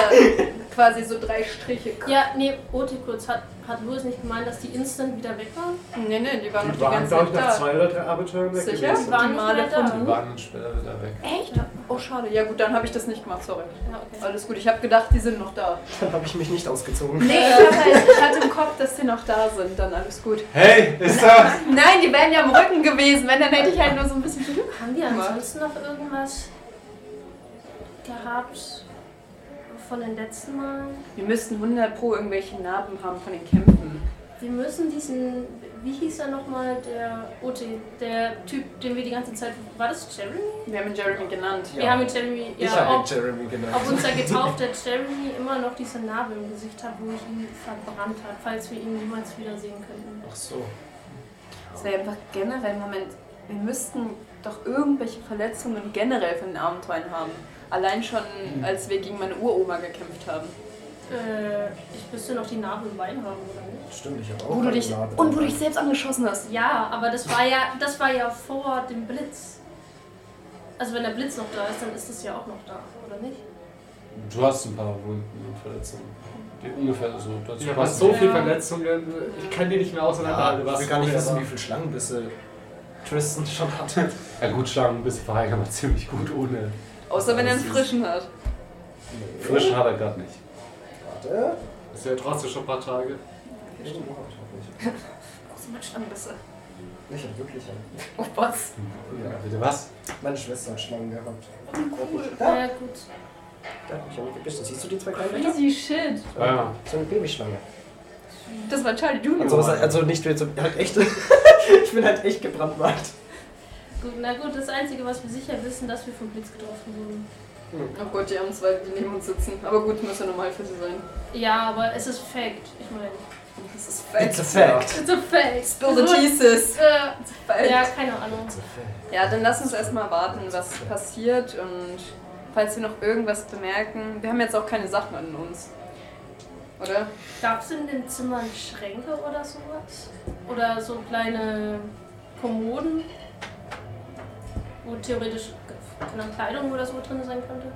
[SPEAKER 2] quasi so drei Striche.
[SPEAKER 4] Ja, nee, Ote kurz. Hat, hat Louis nicht gemeint, dass die instant wieder weg waren?
[SPEAKER 2] Nee, nee, die waren noch
[SPEAKER 5] Die
[SPEAKER 2] die
[SPEAKER 5] waren,
[SPEAKER 2] ganze
[SPEAKER 5] glaube ich,
[SPEAKER 2] Zeit
[SPEAKER 5] nach
[SPEAKER 2] da.
[SPEAKER 5] zwei oder drei Abenteuern weg
[SPEAKER 2] Sicher?
[SPEAKER 5] gewesen.
[SPEAKER 4] Waren
[SPEAKER 2] Die
[SPEAKER 4] nicht
[SPEAKER 2] Male
[SPEAKER 4] mehr da.
[SPEAKER 2] vom
[SPEAKER 1] Die waren dann später wieder weg.
[SPEAKER 2] Echt? Oh, schade. Ja, gut, dann habe ich das nicht gemacht, sorry.
[SPEAKER 4] Ja, okay.
[SPEAKER 2] Alles gut, ich habe gedacht, die sind noch da.
[SPEAKER 3] Dann habe ich mich nicht ausgezogen.
[SPEAKER 2] Nee, ich, hab halt, ich hatte im Kopf, dass die noch da sind, dann alles gut.
[SPEAKER 1] Hey, ist das?
[SPEAKER 2] Nein, die wären ja am Rücken gewesen, wenn, dann hätte ich halt nur so ein bisschen Glück.
[SPEAKER 4] Haben wir ansonsten noch irgendwas gehabt von den letzten Malen?
[SPEAKER 2] Wir müssten 100 pro irgendwelche Narben haben von den Kämpfen.
[SPEAKER 4] Wir müssen diesen, wie hieß er nochmal, der Ote, der Typ, den wir die ganze Zeit, war das Jeremy?
[SPEAKER 2] Wir haben ihn Jeremy genannt.
[SPEAKER 3] Ja.
[SPEAKER 4] Wir haben ihn Jeremy,
[SPEAKER 3] ich habe
[SPEAKER 4] ja, ob,
[SPEAKER 3] Jeremy genannt.
[SPEAKER 4] ob unser getaufter Jeremy immer noch diese Narbe im Gesicht hat, wo ich ihn verbrannt habe, falls wir ihn niemals wiedersehen könnten.
[SPEAKER 3] Ach so.
[SPEAKER 2] Es wäre einfach generell im Moment, wir müssten doch irgendwelche Verletzungen generell von den Abenteuern haben. Allein schon, als wir gegen meine Uroma gekämpft haben.
[SPEAKER 4] Äh, ich müsste noch die Narbe im Bein haben, oder nicht?
[SPEAKER 3] Stimmt, ich habe auch
[SPEAKER 2] Wo du
[SPEAKER 3] eine
[SPEAKER 2] dich,
[SPEAKER 3] Narbe
[SPEAKER 2] und wo du
[SPEAKER 3] dabei.
[SPEAKER 2] dich selbst angeschossen hast.
[SPEAKER 4] Ja, aber das war ja, das war ja vor dem Blitz. Also wenn der Blitz noch da ist, dann ist das ja auch noch da, oder nicht?
[SPEAKER 1] Du hast ein paar Wunden und Verletzungen. Die ungefähr so. dazu
[SPEAKER 5] Du hast
[SPEAKER 1] passen.
[SPEAKER 5] so viele
[SPEAKER 4] Ja.
[SPEAKER 5] Verletzungen, äh, ich kann die nicht mehr
[SPEAKER 3] Ja,
[SPEAKER 5] auseinanderhalten.
[SPEAKER 3] Ah, ich will gar nicht wissen, wie viele Schlangenbisse Tristan schon hatte.
[SPEAKER 1] Ja, gut, Schlangen ein bisschen verheilen, aber ziemlich gut ohne.
[SPEAKER 2] Außer wenn er einen frischen hat.
[SPEAKER 1] Frisch hat er gerade nicht.
[SPEAKER 3] Warte.
[SPEAKER 5] Das ist ja trotzdem schon ein paar Tage.
[SPEAKER 3] Irgendwo hab ich auch nicht.
[SPEAKER 2] Außer mit Schlangenbisse.
[SPEAKER 3] Ich hab wirklich einen.
[SPEAKER 2] Oh was?
[SPEAKER 1] Ja, bitte was?
[SPEAKER 3] Meine Schwester hat Schlangen gehabt.
[SPEAKER 4] Ja,
[SPEAKER 3] Da,
[SPEAKER 4] ja gut.
[SPEAKER 3] da hab ich einen gebissen. Siehst du die zwei kleinen Blätter?
[SPEAKER 2] Crazy shit.
[SPEAKER 1] Ja, ja.
[SPEAKER 3] So eine Babyschlange.
[SPEAKER 2] Das war Charlie Junior.
[SPEAKER 3] Also, was, also nicht jetzt so. Halt echt. ich bin halt echt gebrandmarkt.
[SPEAKER 4] Gut, na gut, das Einzige, was wir sicher wissen, dass wir vom Blitz getroffen wurden.
[SPEAKER 2] Oh Gott, die haben zwei, die neben uns sitzen. Aber gut, muss ja normal für sie sein.
[SPEAKER 4] Ja, aber es ist Fact. Ich meine,
[SPEAKER 2] Das ist
[SPEAKER 3] It's
[SPEAKER 2] fact.
[SPEAKER 3] a fact.
[SPEAKER 4] es ist Fact.
[SPEAKER 2] Spill the tea, sis.
[SPEAKER 4] Äh,
[SPEAKER 2] Fact.
[SPEAKER 4] ja, keine Ahnung.
[SPEAKER 2] Ja, dann lass uns erstmal warten, was passiert und falls wir noch irgendwas bemerken. Wir haben jetzt auch keine Sachen an uns. Oder?
[SPEAKER 4] Gab es in den Zimmern Schränke oder sowas? Oder so kleine Kommoden, wo theoretisch keine Kleidung oder so drin sein könnte?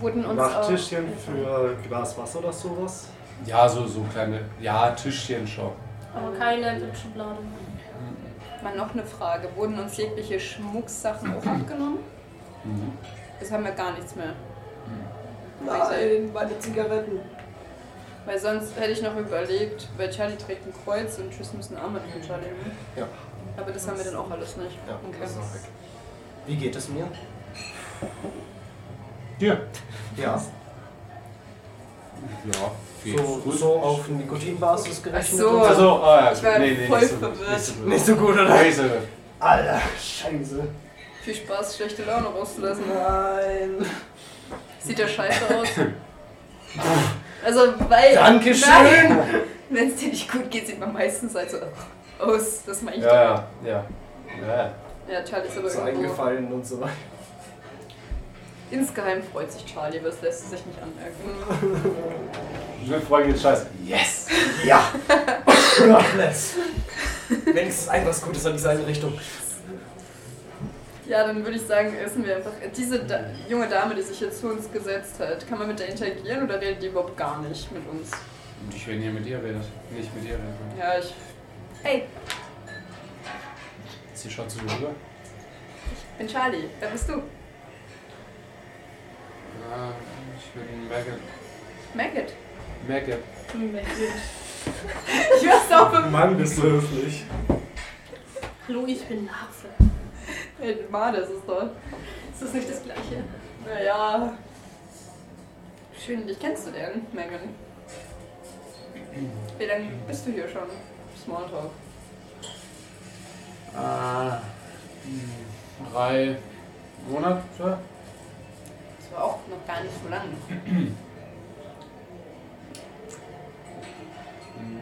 [SPEAKER 2] Wurden uns auch.
[SPEAKER 5] Nachttischchen für Glas Wasser oder sowas.
[SPEAKER 1] Ja, so, so kleine. Ja, Tischchen schon.
[SPEAKER 4] Aber keine Schublade.
[SPEAKER 2] Mal noch eine Frage. Wurden uns jegliche Schmucksachen auch abgenommen?
[SPEAKER 1] Mhm.
[SPEAKER 2] Jetzt haben wir gar nichts mehr.
[SPEAKER 3] Nein, meine Zigaretten.
[SPEAKER 2] Weil sonst hätte ich noch überlegt, weil Charlie trägt ein Kreuz und Tschüss müssen Armband für Charlie. ne?
[SPEAKER 3] Ja.
[SPEAKER 2] Aber das haben wir dann auch alles nicht.
[SPEAKER 3] Ja,
[SPEAKER 2] Okay.
[SPEAKER 3] das ist auch weg. Wie geht es mir?
[SPEAKER 1] Dir?
[SPEAKER 3] Ja.
[SPEAKER 1] Ja, geht's
[SPEAKER 3] So,
[SPEAKER 1] gut.
[SPEAKER 3] so auf Nikotinbasis gerechnet.
[SPEAKER 2] Ach so.
[SPEAKER 3] und
[SPEAKER 1] Also, ah, ja,
[SPEAKER 2] Ich war
[SPEAKER 1] nee, nee,
[SPEAKER 2] voll
[SPEAKER 1] nicht so,
[SPEAKER 2] verwirrt.
[SPEAKER 1] Nicht so gut.
[SPEAKER 3] Nicht so gut, oder?
[SPEAKER 1] Nicht so gut.
[SPEAKER 3] Alter, scheiße.
[SPEAKER 2] Viel Spaß, schlechte Laune rauszulassen.
[SPEAKER 3] Nein.
[SPEAKER 2] Sieht ja scheiße aus. Also, weil.
[SPEAKER 3] Dankeschön.
[SPEAKER 2] Wenn es dir nicht gut geht, sieht man meistens also aus. Das meine ich
[SPEAKER 1] Ja, ja, ja. ja.
[SPEAKER 2] doch. Ja, Charlie ist aber
[SPEAKER 3] So
[SPEAKER 2] irgendwo.
[SPEAKER 3] eingefallen und so weiter.
[SPEAKER 2] Insgeheim freut sich Charlie, aber das lässt sich nicht anmerken.
[SPEAKER 1] Wir freuen uns scheiße. Yes!
[SPEAKER 3] Ja. Rockless. Wenigstens ein was Gutes an dieser einen Richtung.
[SPEAKER 2] Ja, dann würde ich sagen, essen wir einfach. Diese da junge Dame, die sich jetzt zu uns gesetzt hat, kann man mit der interagieren oder redet die überhaupt gar nicht mit uns?
[SPEAKER 1] Ich will hier mit ihr reden. Nicht mit ihr reden.
[SPEAKER 2] Ja, ich. Hey,
[SPEAKER 1] Sie schaut zu mir rüber.
[SPEAKER 2] ich bin Charlie. Wer bist du?
[SPEAKER 1] Ah, ich bin Maggot.
[SPEAKER 2] Maggot.
[SPEAKER 1] Maggot.
[SPEAKER 4] Hm,
[SPEAKER 2] Ich weiß auch beim
[SPEAKER 5] Mann, bist du höflich.
[SPEAKER 4] Hallo, ich bin Larve.
[SPEAKER 2] Hey, Made ist es doch.
[SPEAKER 4] Ist das nicht das Gleiche?
[SPEAKER 2] Naja. Schön, dich kennst du denn, Megan? Wie lange bist du hier schon? Smalltalk.
[SPEAKER 1] Äh, hm, drei Monate?
[SPEAKER 2] Das war auch noch gar nicht so lang.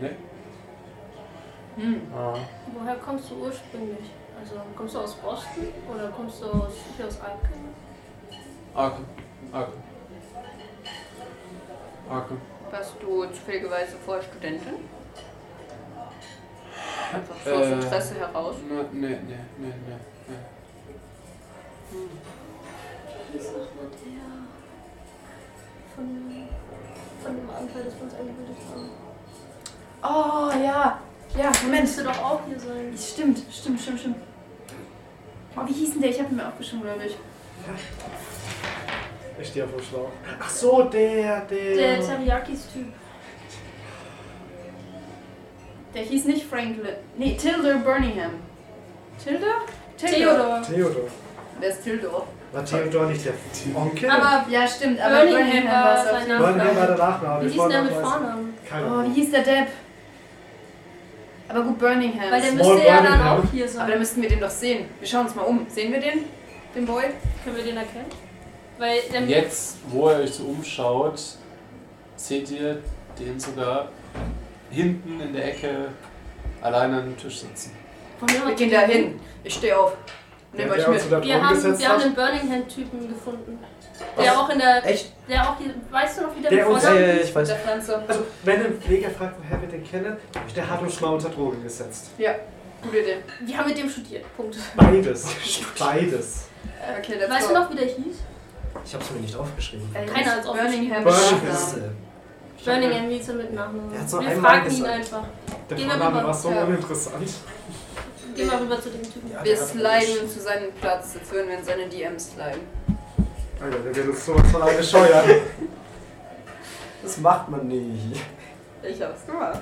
[SPEAKER 1] Nee.
[SPEAKER 2] Hm.
[SPEAKER 1] Äh,
[SPEAKER 4] Woher kommst du ursprünglich? Also kommst du aus Boston oder kommst du aus, hier aus Aachen?
[SPEAKER 1] Arkham. Arkham. Arkham.
[SPEAKER 2] Warst du zufälligerweise vorher Studentin? Einfach so
[SPEAKER 1] Äh.
[SPEAKER 2] aus Interesse heraus.
[SPEAKER 1] Nee, nee, nee, nee, nee.
[SPEAKER 4] Hieß doch nicht der von, von dem Anfall, dass wir uns eingebildet haben.
[SPEAKER 2] Oh ja, ja, Moment.
[SPEAKER 4] Müsste doch auch hier sein.
[SPEAKER 2] Stimmt, stimmt, stimmt, stimmt. Oh, wie hieß denn der? Ich habe ihn mir aufgeschrieben, glaube ich.
[SPEAKER 5] Ich stehe auf dem Schlauch. Ach so, der, der.
[SPEAKER 4] Der Teriyakis-Typ.
[SPEAKER 2] Der hieß nicht Franklin. Nee, Tilda Birmingham. Tilda? Theodor.
[SPEAKER 4] Theodor.
[SPEAKER 5] Theodor.
[SPEAKER 2] Wer ist Tilda?
[SPEAKER 5] War Theodor nicht der Onkel?
[SPEAKER 2] Aber, ja, stimmt, aber
[SPEAKER 4] Birmingham
[SPEAKER 2] Birmingham
[SPEAKER 4] war
[SPEAKER 2] war es halt.
[SPEAKER 4] sein
[SPEAKER 2] auf jeden
[SPEAKER 4] Name.
[SPEAKER 5] Wollen wir
[SPEAKER 2] Fall.
[SPEAKER 5] mal der Nachname?
[SPEAKER 4] Wie hieß denn der mit Vornamen?
[SPEAKER 5] Keine
[SPEAKER 2] Oh,
[SPEAKER 5] Ahnung.
[SPEAKER 2] wie hieß der Depp? Aber gut, Birmingham.
[SPEAKER 4] Weil der
[SPEAKER 5] Small
[SPEAKER 4] müsste ja
[SPEAKER 5] Birmingham.
[SPEAKER 4] dann auch hier
[SPEAKER 2] aber dann
[SPEAKER 4] sein.
[SPEAKER 2] müssten wir den doch sehen. Wir schauen uns mal um. Sehen wir den? Den Boy?
[SPEAKER 4] Können wir den erkennen? Weil der
[SPEAKER 1] Jetzt, wo ihr euch so umschaut, seht ihr den sogar hinten in der Ecke alleine an dem Tisch sitzen.
[SPEAKER 4] Von mir
[SPEAKER 2] Wir
[SPEAKER 4] hat-
[SPEAKER 2] gehen da hin. Ich stehe auf. Nehmt
[SPEAKER 5] Der,
[SPEAKER 2] euch
[SPEAKER 5] der uns
[SPEAKER 2] mit.
[SPEAKER 5] unter
[SPEAKER 4] Wir
[SPEAKER 5] Drogen
[SPEAKER 4] haben,
[SPEAKER 5] gesetzt
[SPEAKER 4] wir haben
[SPEAKER 5] hat.
[SPEAKER 4] einen Birmingham-Typen gefunden. Der auch in der.
[SPEAKER 3] Echt?
[SPEAKER 4] Der auch hier. Weißt du noch, wie der,
[SPEAKER 5] Der
[SPEAKER 4] mit
[SPEAKER 5] uns-
[SPEAKER 3] Ja,
[SPEAKER 4] Vornamen
[SPEAKER 3] ja,
[SPEAKER 4] ist?
[SPEAKER 3] ich weiß.
[SPEAKER 2] Der Pflanze.
[SPEAKER 5] Also, wenn ein Pfleger fragt, woher wir den kennen, der hat uns schlau unter Drogen gesetzt.
[SPEAKER 2] Ja, gute Idee.
[SPEAKER 4] Wir haben mit dem studiert. Punkt.
[SPEAKER 5] Beides. Beides.
[SPEAKER 2] Okay, let's
[SPEAKER 4] Weißt
[SPEAKER 2] go.
[SPEAKER 4] du noch, wie der hieß?
[SPEAKER 3] Ich hab's mir nicht aufgeschrieben.
[SPEAKER 2] Äh,
[SPEAKER 4] Keiner hat's
[SPEAKER 2] Birmingham.
[SPEAKER 5] aufgeschrieben.
[SPEAKER 2] Birmingham.
[SPEAKER 3] Scheiße.
[SPEAKER 4] Birmingham hieß er mit Nachnamen.
[SPEAKER 3] Er hat's nur
[SPEAKER 4] Wir
[SPEAKER 3] einmal
[SPEAKER 4] fragen ihn
[SPEAKER 3] gesagt.
[SPEAKER 4] einfach.
[SPEAKER 5] Der
[SPEAKER 4] Gehen wir
[SPEAKER 5] Vorname
[SPEAKER 4] rüber.
[SPEAKER 5] war so
[SPEAKER 2] Ja.
[SPEAKER 5] uninteressant.
[SPEAKER 4] Geh mal rüber zu dem Typen.
[SPEAKER 3] Ja,
[SPEAKER 2] Wir
[SPEAKER 3] der hat-
[SPEAKER 2] sliden zu seinem Platz, jetzt würden wir in seine DMs sliden.
[SPEAKER 5] Alter, der wird uns sowas von alleine scheuern.
[SPEAKER 3] Das macht man nicht.
[SPEAKER 2] Ich hab's gemacht.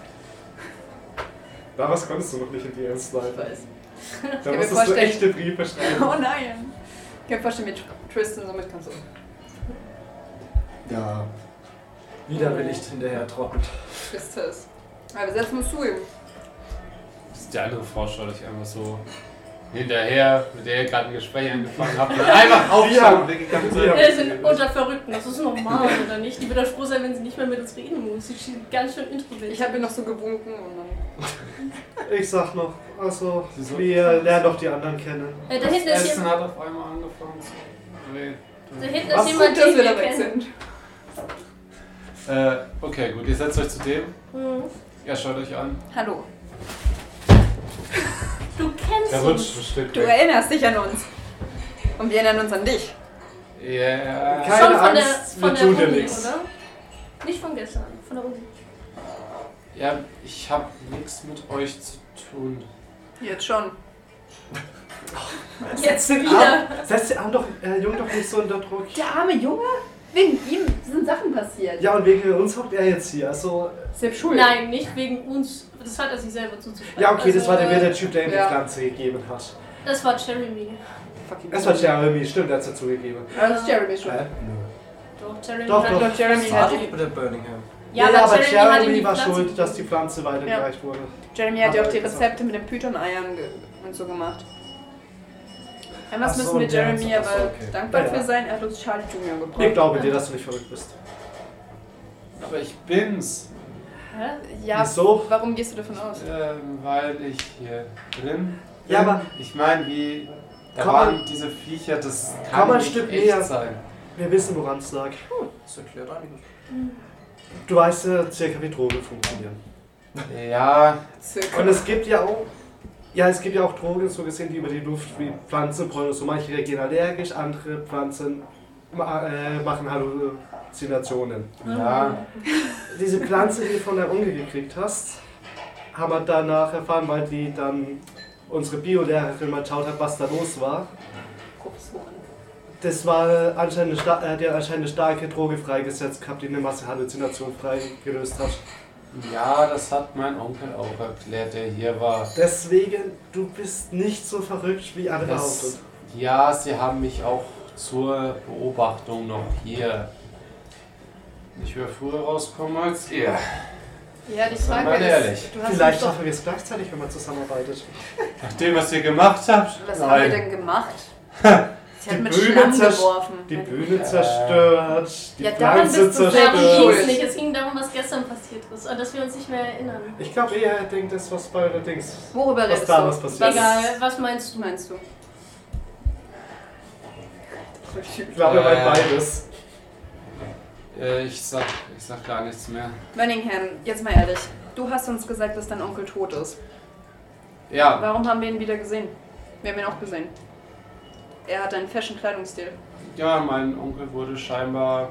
[SPEAKER 5] Na, was konntest du noch nicht in die Ernst
[SPEAKER 2] Ich
[SPEAKER 5] leiten?
[SPEAKER 2] weiß.
[SPEAKER 5] Da
[SPEAKER 2] mir
[SPEAKER 5] musstest du
[SPEAKER 2] vorstellen-
[SPEAKER 5] echte Briefe schreiben.
[SPEAKER 2] Oh nein. Ich kann mir vorstellen, wie Tristan so mitkommt. So.
[SPEAKER 3] Ja. Widerwillig hinterher trocknet.
[SPEAKER 2] Tristes. Aber wir setzen uns zu ihm.
[SPEAKER 1] Das ist die andere Frau, schaut euch einfach so hinterher, mit der ihr gerade ein Gespräch angefangen habt, und einfach aufschauen und weggegangen seid.
[SPEAKER 5] Ja.
[SPEAKER 4] Wir sind unter Verrückten, das ist normal, oder nicht? Die wird doch froh sein, wenn sie nicht mehr mit uns reden muss. Sie ist ganz schön introvertiert.
[SPEAKER 2] Ich habe ihm noch so gewunken und dann.
[SPEAKER 5] Ich sag noch, also,
[SPEAKER 1] Wieso?
[SPEAKER 5] wir lernen doch die anderen kennen.
[SPEAKER 4] äh, da hinten ist,
[SPEAKER 1] Essen hat
[SPEAKER 4] jemand-
[SPEAKER 1] auf einmal angefangen zu reden.
[SPEAKER 4] da hinten
[SPEAKER 5] Was
[SPEAKER 4] ist jemand,
[SPEAKER 2] dass
[SPEAKER 4] den
[SPEAKER 2] wir
[SPEAKER 4] wir
[SPEAKER 2] da weg
[SPEAKER 4] kennen.
[SPEAKER 2] sind.
[SPEAKER 1] Äh, okay, gut, ihr setzt euch zu dem.
[SPEAKER 4] Mhm.
[SPEAKER 1] Er schaut euch an.
[SPEAKER 2] Hallo.
[SPEAKER 4] Du
[SPEAKER 1] Er
[SPEAKER 4] kennst
[SPEAKER 1] rutscht
[SPEAKER 4] uns.
[SPEAKER 1] ein Stück
[SPEAKER 2] Du
[SPEAKER 1] weg.
[SPEAKER 2] erinnerst dich an uns. Und wir erinnern uns an dich.
[SPEAKER 1] Ja.
[SPEAKER 5] Keine
[SPEAKER 4] Schon von der,
[SPEAKER 5] Angst, wir
[SPEAKER 4] von der
[SPEAKER 5] tun dir
[SPEAKER 4] Uni,
[SPEAKER 5] nichts.
[SPEAKER 4] oder? Nicht von gestern, von der Uni.
[SPEAKER 1] Ja, ich hab nichts mit euch zu tun.
[SPEAKER 2] Jetzt schon.
[SPEAKER 4] Jetzt wieder.
[SPEAKER 5] Setz den Arm doch, äh, Jung doch nicht so unter Druck.
[SPEAKER 2] Der arme Junge? Wegen ihm sind Sachen passiert.
[SPEAKER 5] Ja, und wegen uns hockt er jetzt hier. Also,
[SPEAKER 2] Selbst schuld.
[SPEAKER 4] Nein, nicht wegen uns. Das hat er sich selber zuzuschreiben.
[SPEAKER 5] ja, okay, das war der
[SPEAKER 4] äh,
[SPEAKER 5] wilde Typ, der ihm
[SPEAKER 2] ja.
[SPEAKER 5] die Pflanze gegeben hat.
[SPEAKER 4] Das war Jeremy.
[SPEAKER 2] Fucking
[SPEAKER 5] Das war Jeremy, stimmt, der hat's dazu gegeben.
[SPEAKER 2] Das ist Jeremy schuld.
[SPEAKER 4] Doch, Jeremy
[SPEAKER 5] Doch,
[SPEAKER 4] hat
[SPEAKER 5] doch.
[SPEAKER 2] Doch, Jeremy hat,
[SPEAKER 3] Cardiff oder Birmingham?
[SPEAKER 4] Ja,
[SPEAKER 5] Nee,
[SPEAKER 4] aber
[SPEAKER 5] aber
[SPEAKER 4] Jeremy hat ihm die
[SPEAKER 5] war
[SPEAKER 4] Pflanze
[SPEAKER 5] schuld, dass die Pflanze weitergereicht wurde.
[SPEAKER 2] Jeremy hat ja auch die
[SPEAKER 5] Ach, das-
[SPEAKER 2] Rezepte mit den Python-Eiern ge- und so gemacht. Anders
[SPEAKER 3] Ach so,
[SPEAKER 2] müssen wir
[SPEAKER 3] ja,
[SPEAKER 2] Jeremy
[SPEAKER 3] so, ach so,
[SPEAKER 2] aber
[SPEAKER 3] okay.
[SPEAKER 2] dankbar
[SPEAKER 5] Ja, ja.
[SPEAKER 2] für sein. Er hat uns Charlie Junior gebracht.
[SPEAKER 5] Ich glaube dir, dass du nicht verrückt bist.
[SPEAKER 1] Aber ich bin's,
[SPEAKER 4] Hä?
[SPEAKER 2] Ja,
[SPEAKER 5] Wieso?
[SPEAKER 2] warum gehst du davon aus?
[SPEAKER 1] ähm, weil ich hier drin bin.
[SPEAKER 5] Ja, aber-
[SPEAKER 1] Ich meine, wie. Da
[SPEAKER 5] Komm
[SPEAKER 1] waren
[SPEAKER 5] mal-
[SPEAKER 1] diese Viecher, das kann,
[SPEAKER 5] mal ein
[SPEAKER 1] nicht
[SPEAKER 5] Stück
[SPEAKER 1] echt
[SPEAKER 5] näher.
[SPEAKER 1] sein.
[SPEAKER 5] Wir wissen, woran es lag.
[SPEAKER 3] Das erklärt einiges.
[SPEAKER 5] Du weißt ja circa, wie Drogen funktionieren.
[SPEAKER 1] Ja,
[SPEAKER 5] Und es gibt ja auch. Ja, es gibt ja auch Drogen, so gesehen, die über die Luft wie Pflanzen pollen. So manche reagieren allergisch, andere Pflanzen ma äh, machen Halluzinationen. Mhm.
[SPEAKER 1] ja.
[SPEAKER 5] Diese Pflanze, die du von der Unge gekriegt hast, haben wir danach erfahren, weil die dann unsere Biolehrerin mal geschaut hat, was da los war. Das war anscheinend eine, sta- äh, die hat anscheinend eine starke Droge freigesetzt gehabt, die eine Masse Halluzination freigelöst hat.
[SPEAKER 1] Ja, das hat mein Onkel auch erklärt, der hier war.
[SPEAKER 5] Deswegen, du bist nicht so verrückt wie alle
[SPEAKER 1] Das,
[SPEAKER 5] behaupten.
[SPEAKER 1] ja, sie haben mich auch zur Beobachtung noch hier. Ich wäre früher rausgekommen als ihr.
[SPEAKER 4] Ja, die
[SPEAKER 1] Sei
[SPEAKER 4] Frage
[SPEAKER 1] mal
[SPEAKER 4] ist,
[SPEAKER 1] ehrlich.
[SPEAKER 4] du hast
[SPEAKER 5] Vielleicht
[SPEAKER 4] uns doch
[SPEAKER 5] schaffen wir es gleichzeitig, wenn man zusammenarbeitet.
[SPEAKER 1] Nach dem, was ihr gemacht habt?
[SPEAKER 2] Was haben wir
[SPEAKER 1] Nein.
[SPEAKER 2] denn gemacht? Sie hat
[SPEAKER 5] Die
[SPEAKER 2] mit
[SPEAKER 5] Bühne
[SPEAKER 2] Schlamm
[SPEAKER 5] zerst-
[SPEAKER 2] geworfen.
[SPEAKER 5] Die
[SPEAKER 2] Mit-
[SPEAKER 5] Bühne zerstört, die
[SPEAKER 4] Ja, daran bist
[SPEAKER 5] Pflanze
[SPEAKER 4] du selber
[SPEAKER 5] zerstört.
[SPEAKER 4] schuld. Nicht. Es ging darum, was gestern passiert ist und dass wir uns nicht mehr erinnern.
[SPEAKER 5] Ich glaube eher, er denkt das, was bei der Dings.
[SPEAKER 2] Worüber
[SPEAKER 5] Was
[SPEAKER 2] redest du?
[SPEAKER 5] damals passiert
[SPEAKER 2] Was
[SPEAKER 5] ist.
[SPEAKER 4] Egal, was meinst du?
[SPEAKER 2] meinst du?
[SPEAKER 5] Ich glaube, er meint
[SPEAKER 1] Äh.
[SPEAKER 5] beides.
[SPEAKER 1] Äh, ich, sag, ich sag gar nichts mehr.
[SPEAKER 2] Birmingham, jetzt mal ehrlich. Du hast uns gesagt, dass dein Onkel tot ist.
[SPEAKER 1] Ja,
[SPEAKER 2] Warum haben wir ihn wieder gesehen? Wir haben ihn auch gesehen. Er hat einen Fashion-Kleidungsstil.
[SPEAKER 1] ja, mein Onkel wurde scheinbar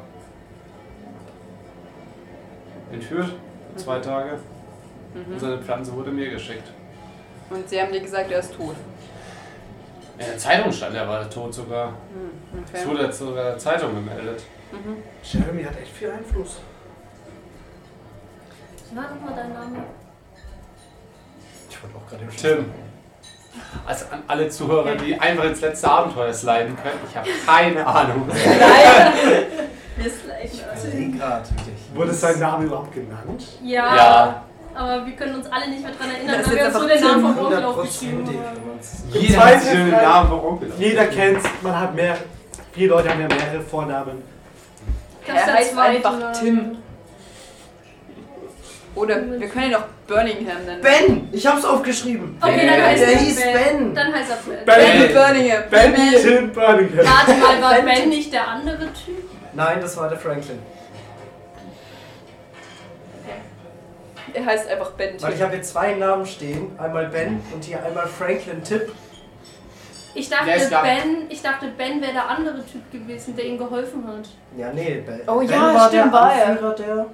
[SPEAKER 1] entführt. Zwei Tage. Und
[SPEAKER 2] Mhm.
[SPEAKER 1] seine Pflanze wurde mir geschickt.
[SPEAKER 2] Und sie haben dir gesagt, er ist tot.
[SPEAKER 1] In der Zeitung stand, er war tot sogar. Es
[SPEAKER 2] Okay.
[SPEAKER 1] wurde zu der Zeitung gemeldet.
[SPEAKER 2] Mhm.
[SPEAKER 5] Jeremy hat echt viel Einfluss.
[SPEAKER 4] Na, nochmal dein Name.
[SPEAKER 3] Ich wollte auch gerade im Schluss-
[SPEAKER 1] Tim. Also an alle Zuhörer, die einfach ins letzte Abenteuer sliden können. Ich habe keine Ahnung.
[SPEAKER 4] Wir sliden.
[SPEAKER 3] Tim Grad, wirklich.
[SPEAKER 5] Wurde sein Name überhaupt genannt?
[SPEAKER 4] Ja,
[SPEAKER 1] Ja.
[SPEAKER 4] aber wir können uns alle nicht mehr dran erinnern,
[SPEAKER 2] Das
[SPEAKER 4] weil
[SPEAKER 2] ist
[SPEAKER 4] wir uns
[SPEAKER 2] jetzt
[SPEAKER 4] nur den Namen vom Onkel aufgeschrieben
[SPEAKER 3] Hundertprozentig.
[SPEAKER 4] haben.
[SPEAKER 1] Jeder hat sich
[SPEAKER 5] Zweifel
[SPEAKER 1] den
[SPEAKER 5] vielleicht-
[SPEAKER 1] Namen warum gelassen.
[SPEAKER 5] Jeder kennt's, man hat mehr. Viele Leute haben ja mehrere Vornamen.
[SPEAKER 4] Gab's
[SPEAKER 2] Er
[SPEAKER 4] da
[SPEAKER 2] heißt
[SPEAKER 4] zwei
[SPEAKER 2] einfach
[SPEAKER 4] Namen?
[SPEAKER 2] Tim. Oder wir können ihn auch Birmingham nennen.
[SPEAKER 3] Ben! Ich hab's aufgeschrieben!
[SPEAKER 4] Okay,
[SPEAKER 1] Ben.
[SPEAKER 4] dann heißt
[SPEAKER 3] Der
[SPEAKER 4] er
[SPEAKER 3] hieß Ben.
[SPEAKER 4] Dann heißt er Ben.
[SPEAKER 5] Ben.
[SPEAKER 2] Ben Birmingham.
[SPEAKER 5] Ben
[SPEAKER 4] Ben.
[SPEAKER 5] Tim Birmingham.
[SPEAKER 4] Warte mal, war Ben nicht der andere Typ?
[SPEAKER 3] Nein, das war der Franklin.
[SPEAKER 2] Er heißt einfach Ben
[SPEAKER 3] Weil ich
[SPEAKER 2] Tim.
[SPEAKER 3] habe hier zwei Namen stehen. Einmal Ben und hier einmal Franklin Tipp.
[SPEAKER 4] Ich
[SPEAKER 1] Ja,
[SPEAKER 4] dachte,
[SPEAKER 1] es gab-
[SPEAKER 4] Ben, ich dachte, Ben wäre der andere Typ gewesen, der ihm geholfen hat.
[SPEAKER 3] Ja, nee, Ben.
[SPEAKER 2] Oh
[SPEAKER 3] ben
[SPEAKER 2] ja,
[SPEAKER 3] war
[SPEAKER 2] stimmt,
[SPEAKER 3] der
[SPEAKER 2] war er.
[SPEAKER 3] Anführer der.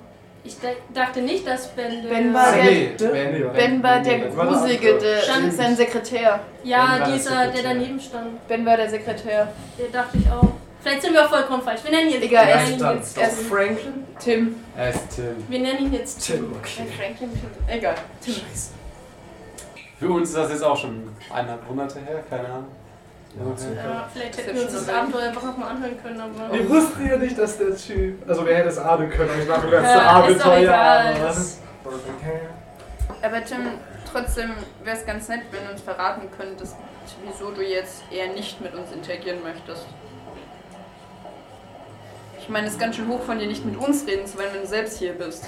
[SPEAKER 4] Ich de- dachte nicht, dass Ben der...
[SPEAKER 2] Ben war-
[SPEAKER 5] Ah, nee,
[SPEAKER 1] Ben,
[SPEAKER 5] nee,
[SPEAKER 1] ben,
[SPEAKER 2] Ben war der
[SPEAKER 5] Ben war der
[SPEAKER 2] Gruselige, der,
[SPEAKER 4] Stimmt.
[SPEAKER 2] sein Sekretär.
[SPEAKER 4] Ja,
[SPEAKER 5] Ben war der
[SPEAKER 4] dieser, der
[SPEAKER 5] Sekretär.
[SPEAKER 4] daneben stand.
[SPEAKER 2] Ben war der Sekretär.
[SPEAKER 4] Der dachte ich auch. Vielleicht sind wir auch vollkommen falsch. Wir nennen ihn jetzt
[SPEAKER 2] Egal, er
[SPEAKER 4] wir
[SPEAKER 3] Erst
[SPEAKER 4] nennen ihn
[SPEAKER 3] dann
[SPEAKER 4] jetzt
[SPEAKER 3] doch
[SPEAKER 4] Tim.
[SPEAKER 3] Franklin?
[SPEAKER 2] Tim.
[SPEAKER 1] Er ist Tim.
[SPEAKER 4] Wir nennen ihn jetzt Tim.
[SPEAKER 3] Tim, okay.
[SPEAKER 2] Egal.
[SPEAKER 3] Scheiße.
[SPEAKER 1] Für uns ist das jetzt auch schon eineinhalb Monate her, keine Ahnung. Okay.
[SPEAKER 4] Ja, Äh, vielleicht hätten wir uns das Abenteuer einfach nochmal anhören können, aber.
[SPEAKER 5] Wir wussten ja nicht, dass der Typ. Also, wer hätte es ahnen können? Ich mache das letzte
[SPEAKER 4] Ja, Äh, ist doch
[SPEAKER 5] Abenteuer.
[SPEAKER 4] egal.
[SPEAKER 5] aber-
[SPEAKER 2] Aber Tim, trotzdem wäre es ganz nett, wenn du uns verraten könntest, wieso du jetzt eher nicht mit uns interagieren möchtest. Ich meine, es ist ganz schön hoch von dir, nicht mit uns reden zu wollen, wenn du selbst hier bist.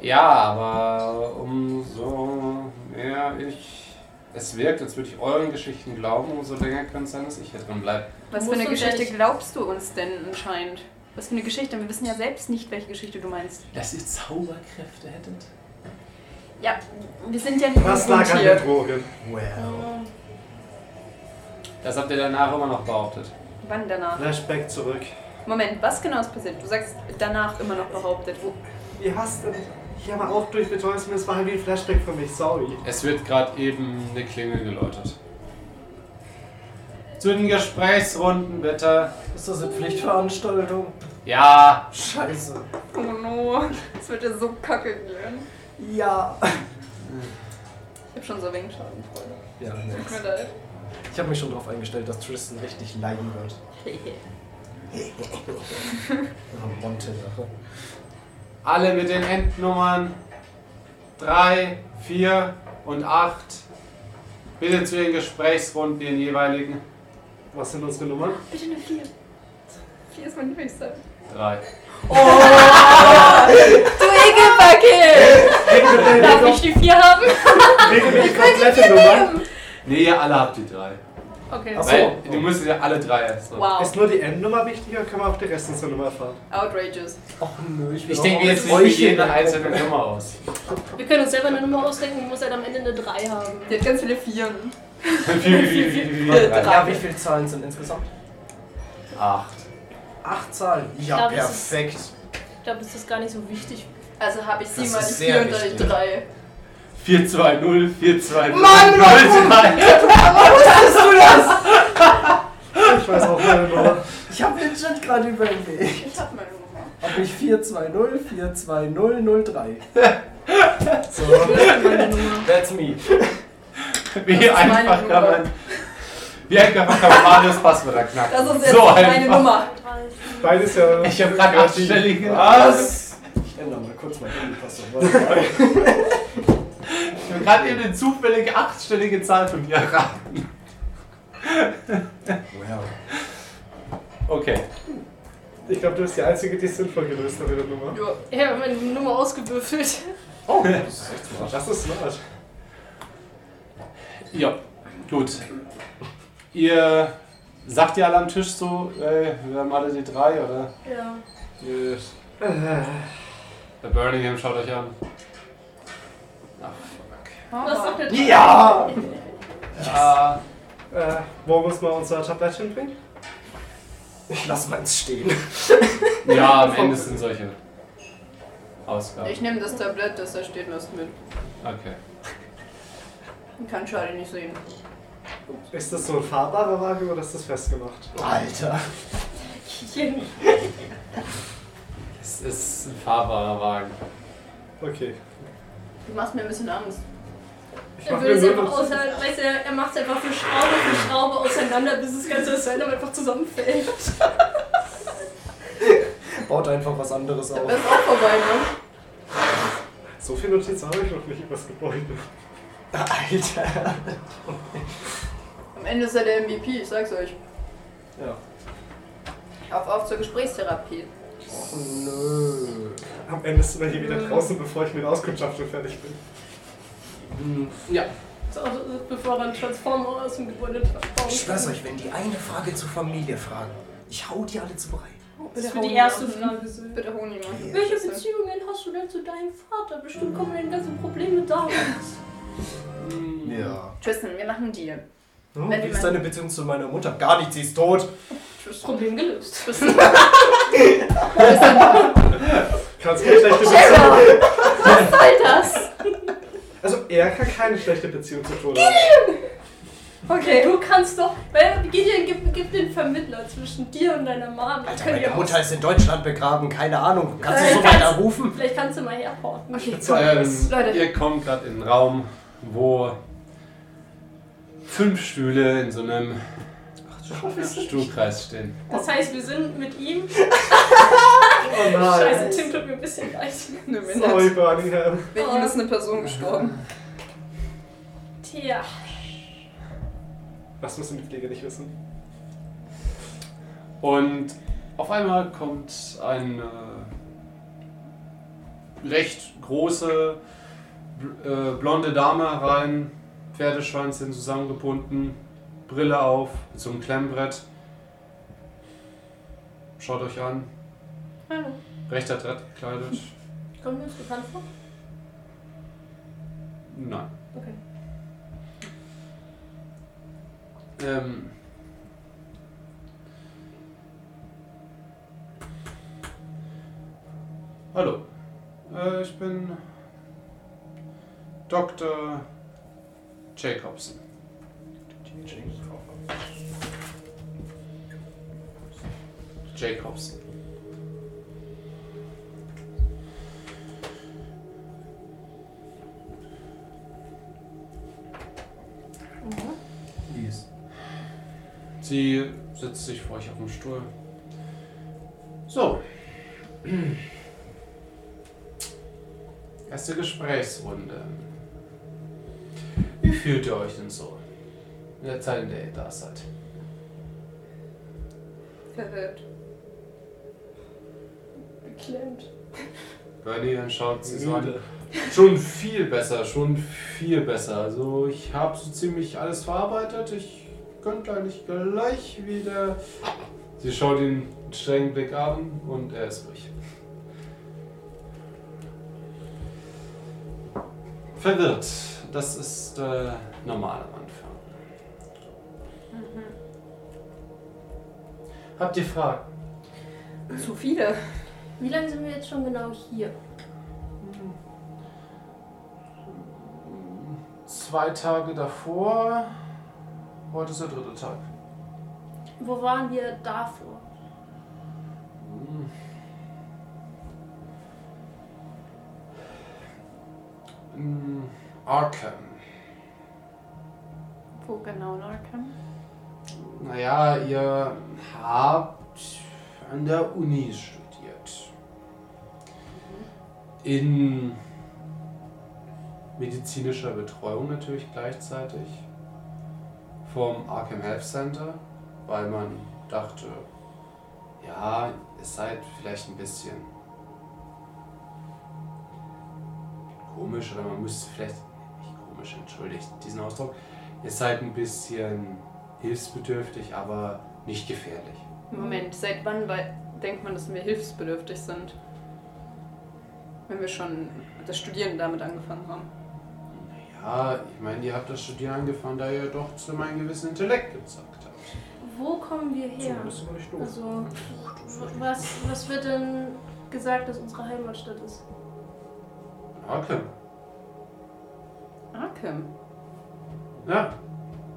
[SPEAKER 1] Ja, aber umso mehr ich es wirkt, als würde ich euren Geschichten glauben, umso länger kann es sein, dass ich hier drin bleibe.
[SPEAKER 2] Was für
[SPEAKER 4] Du musst
[SPEAKER 2] eine
[SPEAKER 4] uns
[SPEAKER 2] Geschichte
[SPEAKER 4] ehrlich-
[SPEAKER 2] glaubst du uns denn anscheinend? Was für eine Geschichte? Wir wissen ja selbst nicht, welche Geschichte du meinst.
[SPEAKER 1] Dass ihr Zauberkräfte hättet?
[SPEAKER 2] Ja, wir sind ja nicht
[SPEAKER 5] Was
[SPEAKER 2] ungut
[SPEAKER 5] lag an
[SPEAKER 2] hier.
[SPEAKER 5] den Drogen?
[SPEAKER 3] Well.
[SPEAKER 4] äh,
[SPEAKER 1] Das habt ihr danach immer noch behauptet.
[SPEAKER 2] Wann danach?
[SPEAKER 5] Flashback zurück.
[SPEAKER 2] Moment, was genau ist passiert? Du sagst danach immer noch behauptet. Wo?
[SPEAKER 5] Ihr hasst ihn. Ich habe auch durch Betäubung, es war halt wie ein Flashback für mich, sorry.
[SPEAKER 1] Es wird gerade eben eine Klingel geläutet. Zu den Gesprächsrunden bitte.
[SPEAKER 3] Ist das eine Pflichtveranstaltung?
[SPEAKER 1] Ja,
[SPEAKER 3] Scheiße.
[SPEAKER 2] Oh no, das wird ja so kacke gehen.
[SPEAKER 3] Ja.
[SPEAKER 2] Ich hab schon so wenig Schaden, Freunde.
[SPEAKER 3] Ja,
[SPEAKER 2] Tut mir leid.
[SPEAKER 3] Ich habe mich schon darauf eingestellt, dass Tristan richtig leiden wird. Und Monte-Sache.
[SPEAKER 1] alle mit den Endnummern 3, 4 und 8. Bitte zu den Gesprächsrunden, den jeweiligen.
[SPEAKER 5] Was sind unsere Nummern?
[SPEAKER 2] Bitte eine 4. 4 ist mein Lieblingszahl.
[SPEAKER 1] 3.
[SPEAKER 2] Du Ekelbacke! Darf ich die 4 haben?
[SPEAKER 5] Wegen mir die komplette Nummer.
[SPEAKER 1] Nee, ihr alle habt die 3.
[SPEAKER 4] Okay.
[SPEAKER 3] Ach so.
[SPEAKER 1] Weil ihr müsstet ja alle 3 essen.
[SPEAKER 5] Ist
[SPEAKER 2] Wow.
[SPEAKER 5] nur die Endnummer wichtiger, können wir auch die Rest unserer Nummer erfahren.
[SPEAKER 2] Outrageous.
[SPEAKER 3] Och nö,
[SPEAKER 1] Ich denke jetzt nicht für jede einzelne Nummer aus.
[SPEAKER 4] Wir können uns selber eine Nummer ausdenken, muss halt am Ende eine 3 haben.
[SPEAKER 2] Die hat ganz viele Vieren.
[SPEAKER 1] Drei.
[SPEAKER 3] Ja, wie viele Zahlen sind insgesamt?
[SPEAKER 1] Acht.
[SPEAKER 3] Acht Zahlen.
[SPEAKER 4] Ja, das ist- Ich glaube, es ist gar nicht so wichtig.
[SPEAKER 2] Also habe ich sie
[SPEAKER 3] Das
[SPEAKER 2] mal
[SPEAKER 3] ist
[SPEAKER 2] die
[SPEAKER 3] sehr
[SPEAKER 2] 4 oder die
[SPEAKER 3] wichtig.
[SPEAKER 2] 3.
[SPEAKER 1] 4, 2, 0, 4, 2, 0.
[SPEAKER 3] Mann, warum?
[SPEAKER 1] 3.
[SPEAKER 5] Ich weiß auch meine Nummer.
[SPEAKER 3] Ich habe den Chat gerade überlegt.
[SPEAKER 2] Ich hab meine Nummer.
[SPEAKER 3] Ob ich 420 42003. so, that's me.
[SPEAKER 1] Wie
[SPEAKER 2] Das ist meine
[SPEAKER 1] einfach kann
[SPEAKER 2] Nummer.
[SPEAKER 1] man. Wie einfach kann man Marius Passwörter knacken.
[SPEAKER 2] Das ist jetzt
[SPEAKER 1] so
[SPEAKER 2] meine
[SPEAKER 1] einfach.
[SPEAKER 2] Nummer.
[SPEAKER 5] Beides ja.
[SPEAKER 1] Ich habe gerade achtstellige.
[SPEAKER 5] Was?
[SPEAKER 3] Ich ändere mal kurz mein Handypasswort.
[SPEAKER 1] Ich habe gerade eben eine zufällige achtstellige Zahl von dir erraten.
[SPEAKER 3] wow.
[SPEAKER 1] Okay.
[SPEAKER 5] Ich glaube, du bist die Einzige, die es sinnvoll gelöst hat in der Nummer.
[SPEAKER 2] Ja.
[SPEAKER 4] Ich habe meine Nummer ausgewürfelt.
[SPEAKER 1] Oh.
[SPEAKER 3] Das ist echt smart.
[SPEAKER 5] Das ist smart.
[SPEAKER 1] Ja, gut. Ihr sagt ihr alle am Tisch so, ey, wir haben alle die drei, oder?
[SPEAKER 4] Ja.
[SPEAKER 1] Yes. Der Birmingham schaut euch an. Ach, fuck.
[SPEAKER 4] Das ist doch eine
[SPEAKER 1] Ja! Ja.
[SPEAKER 5] Äh, wo muss man unser Tablettchen bringen?
[SPEAKER 3] Ich lass meins stehen.
[SPEAKER 1] ja, am Ende sind solche Ausgaben.
[SPEAKER 2] Ich nehme das Tablett, das da stehen lässt, mit.
[SPEAKER 1] Okay.
[SPEAKER 2] Ich kann Charlie nicht sehen.
[SPEAKER 5] Ist das so ein fahrbarer Wagen oder ist das festgemacht?
[SPEAKER 3] Alter.
[SPEAKER 4] Kiechen.
[SPEAKER 1] Es ist ein fahrbarer Wagen.
[SPEAKER 5] Okay.
[SPEAKER 2] Du machst mir ein bisschen Angst.
[SPEAKER 5] Ich
[SPEAKER 4] Er
[SPEAKER 5] mach
[SPEAKER 4] würde es
[SPEAKER 5] mir
[SPEAKER 4] einfach
[SPEAKER 5] Mühe.
[SPEAKER 4] auseinander, weißt du, er macht es einfach für Schraube für Schraube auseinander, bis das ganze Setup einfach zusammenfällt.
[SPEAKER 3] Baut einfach was anderes
[SPEAKER 2] Da
[SPEAKER 3] auf.
[SPEAKER 2] wär's auch vorbei, ne?
[SPEAKER 5] So viel Notiz habe ich noch nicht über das Gebäude.
[SPEAKER 3] Alter.
[SPEAKER 2] Am Ende ist er der MVP, ich sag's euch.
[SPEAKER 3] Ja.
[SPEAKER 2] Auf, auf zur Gesprächstherapie.
[SPEAKER 3] Oh nö.
[SPEAKER 5] Am Ende sind wir hier wieder draußen, bevor ich mit Auskundschaften fertig bin.
[SPEAKER 1] Ja.
[SPEAKER 4] So, also, bevor dann Transformer aus dem Gebäude
[SPEAKER 3] Ich
[SPEAKER 4] transformt.
[SPEAKER 3] schwör's euch, wenn die eine Frage zur Familie fragen, ich hau die alle zu Brei.
[SPEAKER 2] Oh,
[SPEAKER 4] Das ist für die erste Frage. so.
[SPEAKER 2] Bitte hol niemanden.
[SPEAKER 4] Welche Beziehungen hast du denn zu deinem Vater? Bestimmt kommen deine ganzen Probleme da.
[SPEAKER 3] Ja.
[SPEAKER 2] Tristan, wir machen einen Deal.
[SPEAKER 3] Hm,
[SPEAKER 2] Wenn
[SPEAKER 3] wie
[SPEAKER 2] die
[SPEAKER 3] ist
[SPEAKER 2] mein-
[SPEAKER 3] deine Beziehung zu meiner Mutter? Gar nicht, sie ist tot.
[SPEAKER 2] Tristan.
[SPEAKER 4] Problem gelöst.
[SPEAKER 5] Kannst keine schlechte Beziehung.
[SPEAKER 2] Sarah! Was soll das?
[SPEAKER 5] Also er kann keine schlechte Beziehung zu Tode haben.
[SPEAKER 4] Okay. Du kannst doch. Weil Gideon gibt, gibt den Vermittler zwischen dir und deiner Mama.
[SPEAKER 3] Alter,
[SPEAKER 4] Könnt
[SPEAKER 3] meine
[SPEAKER 4] ihr
[SPEAKER 3] Mutter
[SPEAKER 4] aus-
[SPEAKER 3] ist in Deutschland begraben, keine Ahnung. Kannst
[SPEAKER 4] Nein,
[SPEAKER 3] du so weit
[SPEAKER 4] kannst-
[SPEAKER 3] errufen?
[SPEAKER 4] Vielleicht kannst du mal herporten.
[SPEAKER 2] Okay,
[SPEAKER 1] Ähm,
[SPEAKER 2] Leute.
[SPEAKER 1] Ihr kommt gerade in einen Raum, wo fünf Stühle in so einem Stuhlkreis stehen.
[SPEAKER 4] Das heißt, wir sind mit ihm.
[SPEAKER 5] Oh
[SPEAKER 4] Scheiße,
[SPEAKER 5] nein.
[SPEAKER 4] Tim tut mir ein bisschen leid.
[SPEAKER 2] Eine Minute.
[SPEAKER 5] Sorry, Barney. Herr.
[SPEAKER 2] Mit ihm ist eine Person gestorben.
[SPEAKER 4] Tja.
[SPEAKER 5] Was müssen die Pfleger nicht wissen?
[SPEAKER 1] Und auf einmal kommt eine recht große bl- äh, blonde Dame herein, Pferdeschwanz hin zusammengebunden, Brille auf, mit so einem Klemmbrett. Schaut euch an,
[SPEAKER 4] Hallo.
[SPEAKER 1] rechter Tritt gekleidet.
[SPEAKER 4] Kommen wir uns bekannt vor?
[SPEAKER 1] Nein.
[SPEAKER 4] Okay.
[SPEAKER 1] Ähm. Hallo. Äh, ich bin Dr. Jacobson. Jacobson. Sie setzt sich vor euch auf den Stuhl. So. Erste Gesprächsrunde. Wie fühlt ihr euch denn so? In der Zeit, in der ihr da seid.
[SPEAKER 2] Verwirrt.
[SPEAKER 4] Beklemmt.
[SPEAKER 1] Bernie, dann schaut sie so an. Schon viel besser, schon viel besser. Also ich habe so ziemlich alles verarbeitet. Ich könnte eigentlich gleich wieder... Sie schaut ihn mit strengen Blick an und er ist ruhig. Verwirrt. Das ist äh, normal am Anfang. Habt ihr Fragen?
[SPEAKER 2] Zu viele.
[SPEAKER 4] Wie lange sind wir jetzt schon genau hier?
[SPEAKER 1] Zwei Tage davor. Heute ist der dritte Tag.
[SPEAKER 4] Wo waren wir davor?
[SPEAKER 1] In Arkham.
[SPEAKER 2] Wo genau, Larkin?
[SPEAKER 1] Naja, ihr habt an der Uni studiert. in medizinischer Betreuung natürlich gleichzeitig vom Arkham Health Center, weil man dachte, ja, ihr seid vielleicht ein bisschen komisch oder man müsste vielleicht, nicht komisch, entschuldigt diesen Ausdruck, ihr seid ein bisschen hilfsbedürftig, aber nicht gefährlich.
[SPEAKER 2] Moment, seit wann wei- denkt man, dass wir hilfsbedürftig sind? Wenn wir schon das Studieren damit angefangen haben.
[SPEAKER 1] Ja, ich meine, ihr habt das Studieren angefangen, da ihr doch zu meinem gewissen Intellekt gezeigt habt.
[SPEAKER 4] Wo kommen wir her?
[SPEAKER 3] Zumindest war ich doof.
[SPEAKER 4] Also, w- was, was wird denn gesagt, dass unsere Heimatstadt ist?
[SPEAKER 1] Okay.
[SPEAKER 2] Arkham,
[SPEAKER 1] Ja,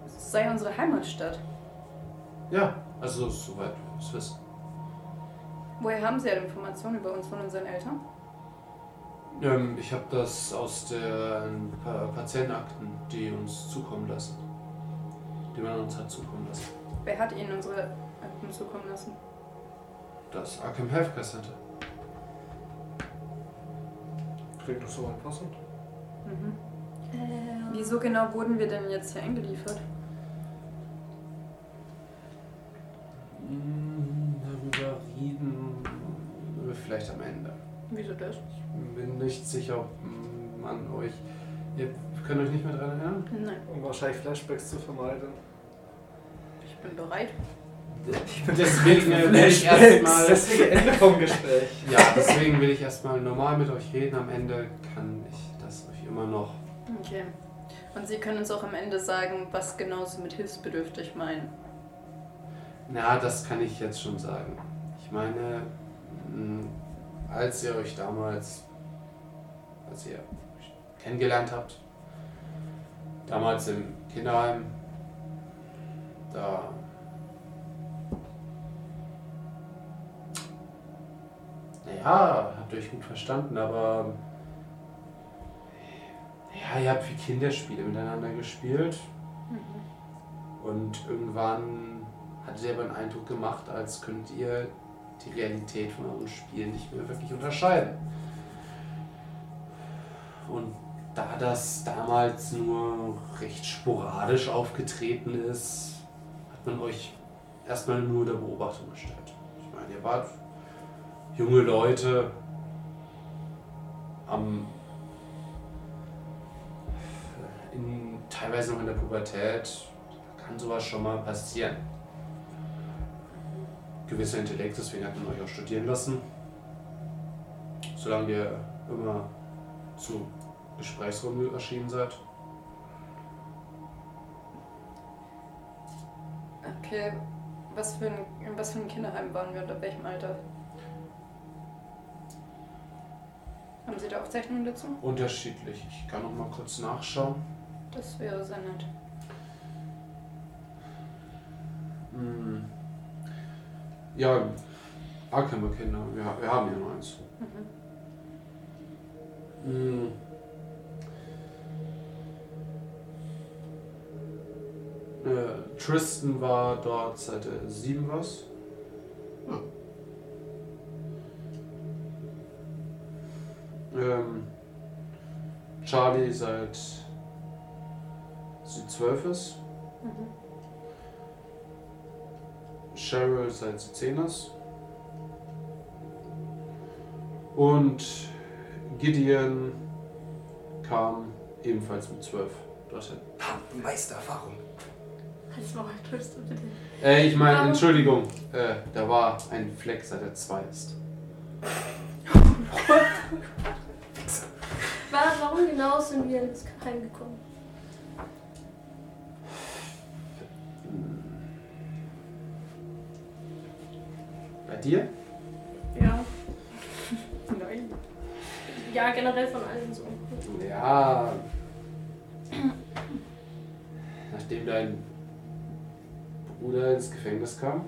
[SPEAKER 2] es sei unsere Heimatstadt.
[SPEAKER 1] ja. Also soweit wir es wissen.
[SPEAKER 2] Woher haben Sie ja Informationen über uns von unseren Eltern?
[SPEAKER 1] Ähm, ich habe das aus den pa Patientenakten, die uns zukommen lassen. Die man uns hat zukommen lassen.
[SPEAKER 2] Wer hat Ihnen unsere Akten zukommen lassen?
[SPEAKER 1] Das Arkham Healthcare Center.
[SPEAKER 5] Klingt doch so anpassend.
[SPEAKER 2] Mhm.
[SPEAKER 4] Ähm.
[SPEAKER 2] Wieso genau wurden wir denn jetzt hier eingeliefert?
[SPEAKER 1] Mm, Darüber reden wir vielleicht am Ende.
[SPEAKER 2] Wieso das?
[SPEAKER 1] Ich bin nicht sicher, ob mm, man euch. Ihr könnt euch nicht mehr daran erinnern?
[SPEAKER 2] Nein,
[SPEAKER 5] Um wahrscheinlich Flashbacks zu vermeiden.
[SPEAKER 2] ich bin bereit.
[SPEAKER 1] Deswegen will ich
[SPEAKER 3] Das
[SPEAKER 1] erstmal.
[SPEAKER 3] ist das Ende vom Gespräch.
[SPEAKER 1] Ja, deswegen will ich erstmal normal mit euch reden. Am Ende kann ich das euch immer noch.
[SPEAKER 2] Okay. Und Sie können uns auch am Ende sagen, was genau Sie mit hilfsbedürftig meinen.
[SPEAKER 1] Na, das kann ich jetzt schon sagen. Ich meine, mh, als ihr euch damals, als ihr euch kennengelernt habt, damals im Kinderheim, da naja, habt ihr euch gut verstanden, aber ja, ihr habt wie Kinderspiele miteinander gespielt und irgendwann hatte selber den Eindruck gemacht, als könnt ihr die Realität von eurem Spiel nicht mehr wirklich unterscheiden. Und da das damals nur recht sporadisch aufgetreten ist, hat man euch erstmal nur der Beobachtung gestellt. Ich meine, ihr wart junge Leute am in, teilweise noch in der Pubertät. Da kann sowas schon mal passieren gewisser Intellekt, deswegen hat man euch auch studieren lassen. Solange ihr immer zu Gesprächsrunden erschienen seid.
[SPEAKER 2] Okay, was für ein, in was für ein Kinderheim waren wir und ab welchem Alter? Haben Sie da Aufzeichnungen dazu?
[SPEAKER 1] Unterschiedlich. Ich kann noch mal kurz nachschauen.
[SPEAKER 2] Das wäre sehr nett.
[SPEAKER 1] Hm. Ja, Arkham Kinder. Wir, ha- wir haben hier nur eins.
[SPEAKER 2] Mhm.
[SPEAKER 1] Hm. Äh, Tristan war dort seit er sieben was. Ähm, Charlie seit sie zwölf ist.
[SPEAKER 2] Mhm.
[SPEAKER 1] Cheryl seit sie zehn ist. Und Gideon kam ebenfalls mit zwölf dorthin.
[SPEAKER 3] Ha, Meistererfahrung.
[SPEAKER 4] Äh, Halt's mal, Tristan, bitte.
[SPEAKER 1] Äh, ich meine,
[SPEAKER 4] Aber-
[SPEAKER 1] Entschuldigung, äh, da war ein Fleck, seit er zwei ist.
[SPEAKER 4] Wa- Warum genau sind wir ins Heim gekommen?
[SPEAKER 1] Bei dir?
[SPEAKER 4] Ja.
[SPEAKER 2] Nein.
[SPEAKER 4] Ja, generell von allen so.
[SPEAKER 1] Ja. Nachdem dein Bruder ins Gefängnis kam,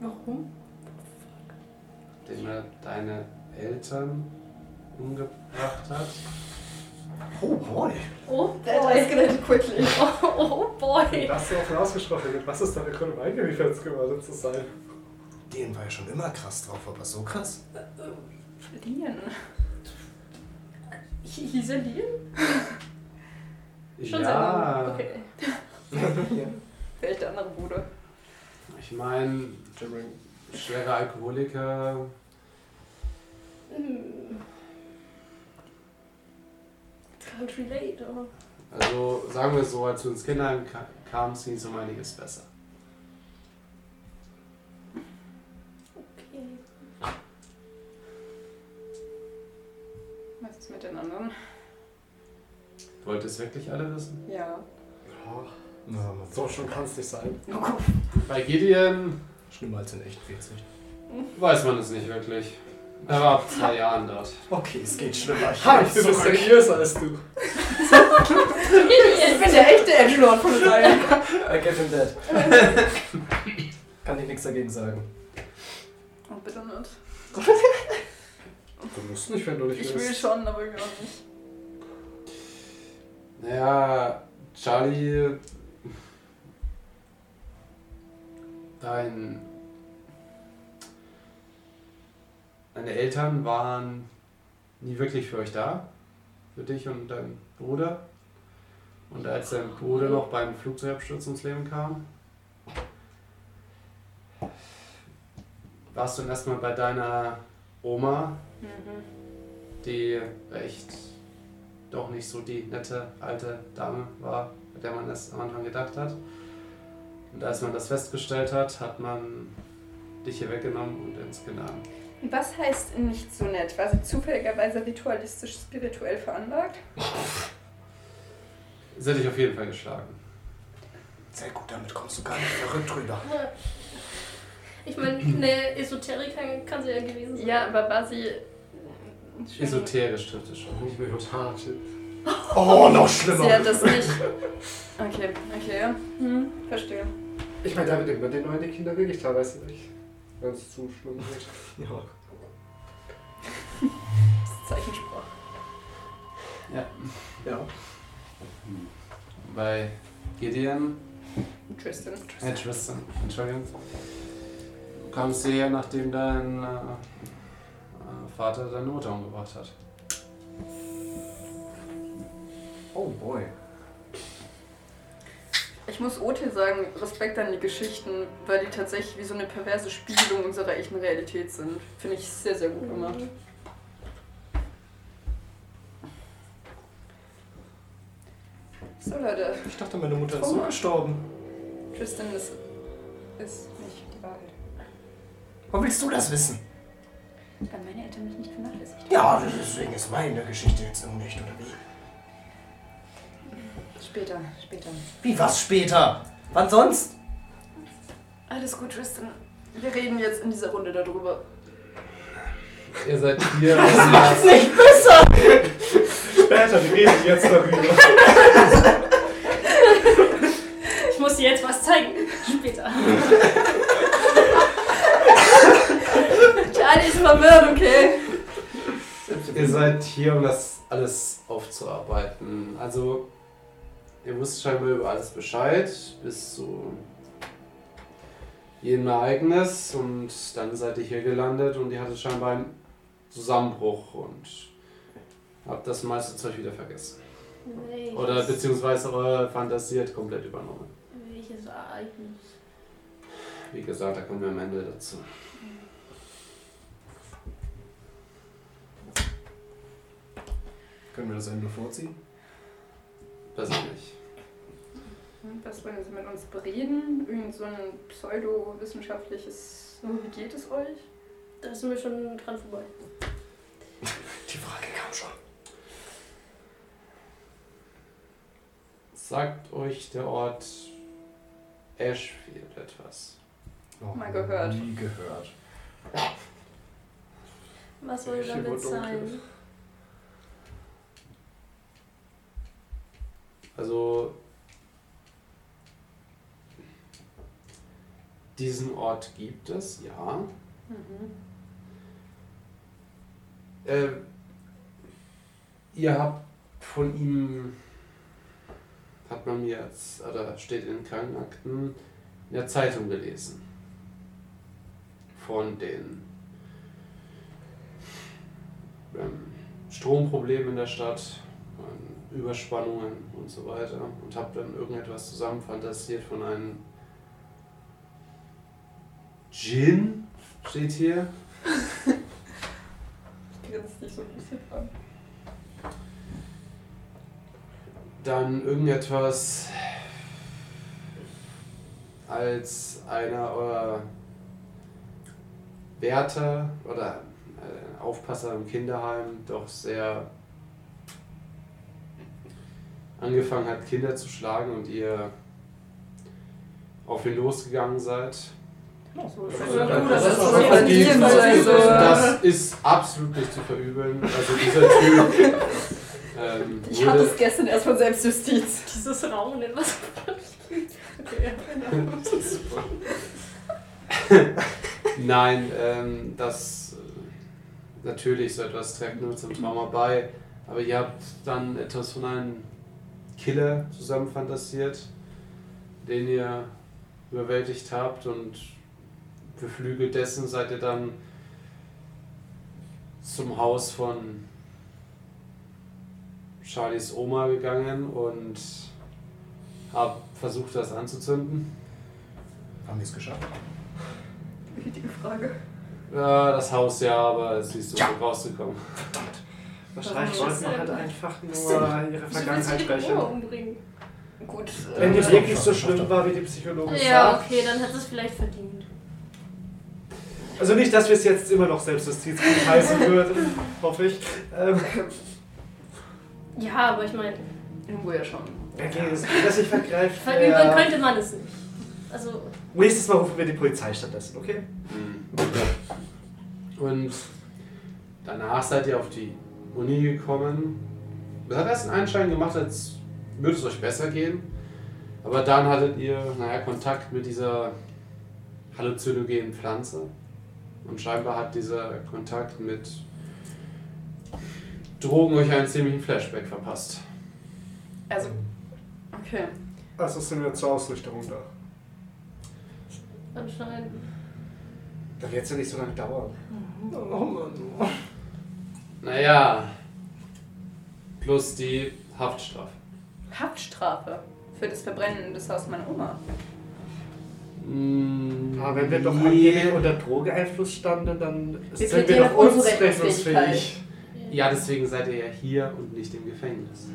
[SPEAKER 4] Warum?
[SPEAKER 1] nachdem er deine Eltern umgebracht hat.
[SPEAKER 3] Oh boy.
[SPEAKER 4] Oh
[SPEAKER 2] That
[SPEAKER 4] boy.
[SPEAKER 2] escalated quickly.
[SPEAKER 4] Oh, oh boy.
[SPEAKER 5] Das ist auch ausgesprochen wird. Was ist deine Gründe, eingeliefert um geworden zu sein?
[SPEAKER 3] Den war ja schon immer krass drauf, aber so krass.
[SPEAKER 2] Lien.
[SPEAKER 4] Hiselin? Schon sein Name.
[SPEAKER 1] ja,
[SPEAKER 4] Okay.
[SPEAKER 2] Vielleicht der andere Bruder.
[SPEAKER 1] ich meine, schwere Alkoholiker,
[SPEAKER 4] Hm. Can't relate, oh, aber.
[SPEAKER 1] also sagen wir es so, als wir uns Kindern ka- kamen, es ihnen um einiges besser.
[SPEAKER 4] Okay.
[SPEAKER 2] Was ist mit den anderen?
[SPEAKER 1] Wollt ihr es wirklich alle wissen?
[SPEAKER 2] Ja. Oh
[SPEAKER 3] Na,
[SPEAKER 5] So schon kann es nicht sein.
[SPEAKER 1] Bei Gideon
[SPEAKER 3] Schlimmer als in echt witzig.
[SPEAKER 1] weiß man es nicht wirklich. Er war ab zwei Jahren dort.
[SPEAKER 3] Okay, es geht schlimmer. Ich
[SPEAKER 5] Ha, ich bin mysteriöser als du.
[SPEAKER 2] Ich bin der echte Edgelord von uns allen.
[SPEAKER 3] I get him dead. Kann ich nichts dagegen sagen.
[SPEAKER 2] Oh, bitte nicht.
[SPEAKER 5] Du musst nicht, wenn du nicht
[SPEAKER 2] Ich will schon, aber ich will auch nicht.
[SPEAKER 1] Naja, Charlie, dein, deine Eltern waren nie wirklich für euch da, für dich und deinen Bruder. Und als dein Bruder noch beim Flugzeugabsturz ums Leben kam, warst du dann erstmal bei deiner Oma,
[SPEAKER 2] Mhm.
[SPEAKER 1] die echt doch nicht so die nette alte Dame war, bei der man es am Anfang gedacht hat. Und als man das festgestellt hat, hat man dich hier weggenommen und ins Gnaden.
[SPEAKER 2] Und Was heißt nicht so nett? War sie zufälligerweise ritualistisch spirituell veranlagt?
[SPEAKER 1] Sie hat dich auf jeden Fall geschlagen.
[SPEAKER 3] Sehr gut, damit kommst du gar nicht verrückt drüber.
[SPEAKER 4] Ich meine, eine Esoterikerin kann sie ja gewesen sein.
[SPEAKER 2] Ja, aber war sie.
[SPEAKER 1] Esoterisch kritisch.
[SPEAKER 5] Ich bin total shit.
[SPEAKER 3] Oh, noch
[SPEAKER 2] Sie
[SPEAKER 3] schlimmer.
[SPEAKER 2] hat das nicht. Okay, okay, ja. Hm, verstehe.
[SPEAKER 5] Ich meine, damit über den neuen die Kinder rede ich teilweise nicht. Wenn es zu schlimm wird.
[SPEAKER 3] Ja.
[SPEAKER 2] Das ist Zeichensprache.
[SPEAKER 3] ja.
[SPEAKER 1] Bei Gideon,
[SPEAKER 2] Tristan.
[SPEAKER 1] äh, Tristan, Entschuldigung, du kamst hierher, nachdem dein äh, äh, Vater deine Mutter umgebracht hat.
[SPEAKER 3] Oh boy.
[SPEAKER 2] Ich muss Ote sagen, Respekt an die Geschichten, weil die tatsächlich wie so eine perverse Spiegelung unserer echten Realität sind. Finde ich sehr, sehr gut gemacht. So Leute,
[SPEAKER 3] Ich dachte, meine Mutter
[SPEAKER 2] ist so
[SPEAKER 3] gestorben.
[SPEAKER 2] Tristan ist, ist nicht die Wahrheit.
[SPEAKER 3] Warum willst du das wissen?
[SPEAKER 2] Weil meine Eltern mich nicht vernachlässigt haben.
[SPEAKER 3] Ja, deswegen ist meine Geschichte jetzt unrecht, oder wie?
[SPEAKER 2] Später, später.
[SPEAKER 3] Wie, was später? Wann sonst?
[SPEAKER 2] Alles gut, Tristan. Wir reden jetzt in dieser Runde darüber.
[SPEAKER 1] Ihr seid hier aus einer,
[SPEAKER 3] Nicht besser!
[SPEAKER 5] Später, wir reden jetzt darüber.
[SPEAKER 4] Ich muss dir jetzt was zeigen. Später.
[SPEAKER 2] Charlie ist verwirrt, okay?
[SPEAKER 1] Ihr seid hier, um das alles aufzuarbeiten. Also, ihr wisst scheinbar über alles Bescheid, bis zu jedem Ereignis und dann seid ihr hier gelandet und ihr hattet scheinbar einen Zusammenbruch und habt das meiste Zeug wieder vergessen.
[SPEAKER 4] Welches,
[SPEAKER 1] Oder beziehungsweise eure Fantasie hat komplett übernommen.
[SPEAKER 4] Welches Ereignis?
[SPEAKER 1] Wie gesagt, da kommen wir am Ende dazu.
[SPEAKER 3] Können wir das Ende vorziehen?
[SPEAKER 1] Persönlich.
[SPEAKER 2] Was wollen Sie mit uns bereden? Irgend so ein pseudowissenschaftliches. Wie geht es euch?
[SPEAKER 4] Da sind wir schon dran vorbei.
[SPEAKER 3] Die Frage kam schon.
[SPEAKER 1] Sagt euch der Ort Ashfield etwas?
[SPEAKER 3] Noch
[SPEAKER 2] Mal gehört.
[SPEAKER 3] Nie gehört.
[SPEAKER 4] Was soll
[SPEAKER 5] Ich bin
[SPEAKER 4] damit
[SPEAKER 5] dunkel.
[SPEAKER 4] sein?
[SPEAKER 1] Also diesen Ort gibt es, ja.
[SPEAKER 4] Mhm.
[SPEAKER 1] Äh, ihr habt von ihm, hat man mir jetzt, oder steht in den Krankenakten, in der Zeitung gelesen. Von den ähm, Stromprobleme in der Stadt, an Überspannungen und so weiter und habe dann irgendetwas zusammenfantasiert von einem Gin, steht hier,
[SPEAKER 2] Ich grinse dich so ein bisschen an.
[SPEAKER 1] dann irgendetwas als einer eurer Wärter oder äh, Aufpasser im Kinderheim doch sehr angefangen hat, Kinder zu schlagen und ihr auf ihn losgegangen seid.
[SPEAKER 5] Genau,
[SPEAKER 2] So,
[SPEAKER 1] ist
[SPEAKER 2] ist also
[SPEAKER 1] das
[SPEAKER 2] das
[SPEAKER 1] so
[SPEAKER 5] halt
[SPEAKER 2] gut,
[SPEAKER 1] gut,
[SPEAKER 2] dass
[SPEAKER 1] dass
[SPEAKER 2] das
[SPEAKER 1] das
[SPEAKER 2] so
[SPEAKER 1] verdient.
[SPEAKER 2] ist.
[SPEAKER 1] Das ist absolut nicht zu verübeln. Also dieser Typ ähm,
[SPEAKER 2] Ich hatte
[SPEAKER 1] wurde
[SPEAKER 2] es gestern erst von Selbstjustiz.
[SPEAKER 4] Dieses Raunen, was. okay, ja.
[SPEAKER 1] Nein, ähm, das äh, natürlich so etwas trägt nur zum Trauma bei, aber ihr habt dann etwas von einem Killer zusammen fantasiert, den ihr überwältigt habt und für Flüge dessen seid ihr dann zum Haus von Charlies Oma gegangen und habt versucht, das anzuzünden.
[SPEAKER 3] Haben wir es geschafft?
[SPEAKER 2] Wichtige Frage.
[SPEAKER 1] Ja, das Haus ja, aber es ist so rausgekommen.
[SPEAKER 5] Wahrscheinlich
[SPEAKER 4] Warum?
[SPEAKER 5] wollten wir halt einfach
[SPEAKER 4] Was
[SPEAKER 5] nur
[SPEAKER 4] denn?
[SPEAKER 5] ihre
[SPEAKER 4] Wieso willst du
[SPEAKER 5] Vergangenheit
[SPEAKER 4] die Oma
[SPEAKER 5] sprechen.
[SPEAKER 4] umbringen?
[SPEAKER 2] Gut.
[SPEAKER 5] Wenn
[SPEAKER 2] äh,
[SPEAKER 5] die wirklich so
[SPEAKER 3] Doch, doch,
[SPEAKER 5] schlimm
[SPEAKER 3] doch.
[SPEAKER 5] war, wie die Psychologin
[SPEAKER 4] Ja,
[SPEAKER 5] sagt.
[SPEAKER 4] okay, dann hat es vielleicht verdient.
[SPEAKER 5] Also nicht, dass wir es jetzt immer noch Selbstjustiz heißen würden, hoffe ich. Ähm,
[SPEAKER 4] Ja, aber ich meine,
[SPEAKER 2] Irgendwo ja schon.
[SPEAKER 5] okay, das, das sich vergreift.
[SPEAKER 4] verübeln
[SPEAKER 5] ja.
[SPEAKER 4] könnte man es nicht. Also,
[SPEAKER 5] Nächstes Mal rufen wir die Polizei stattdessen, okay?
[SPEAKER 1] Mhm. Und danach seid ihr auf die Uni gekommen. Es hat erst einen Anschein gemacht, als würde es euch besser gehen. Aber dann hattet ihr, naja, Kontakt mit dieser halluzinogenen Pflanze. Und scheinbar hat dieser Kontakt mit Drogen euch einen ziemlichen Flashback verpasst.
[SPEAKER 2] Also, okay.
[SPEAKER 5] Also sind wir zur Ausrichtung da.
[SPEAKER 4] anscheinend.
[SPEAKER 5] Da wird es ja nicht so lange dauern. Oh Mann.
[SPEAKER 1] Naja, plus die Haftstrafe.
[SPEAKER 2] Haftstrafe für das Verbrennen des Hauses meiner Oma.
[SPEAKER 5] Aber wenn wir doch angeblich unter Drogeeinfluss standen, dann
[SPEAKER 2] Wir
[SPEAKER 5] sind wir
[SPEAKER 2] plädieren
[SPEAKER 5] doch
[SPEAKER 2] auf unsere
[SPEAKER 5] unzurechnungsfähig.
[SPEAKER 2] Rechtsfähigkeit.
[SPEAKER 1] Ja, deswegen seid ihr ja hier und nicht im Gefängnis.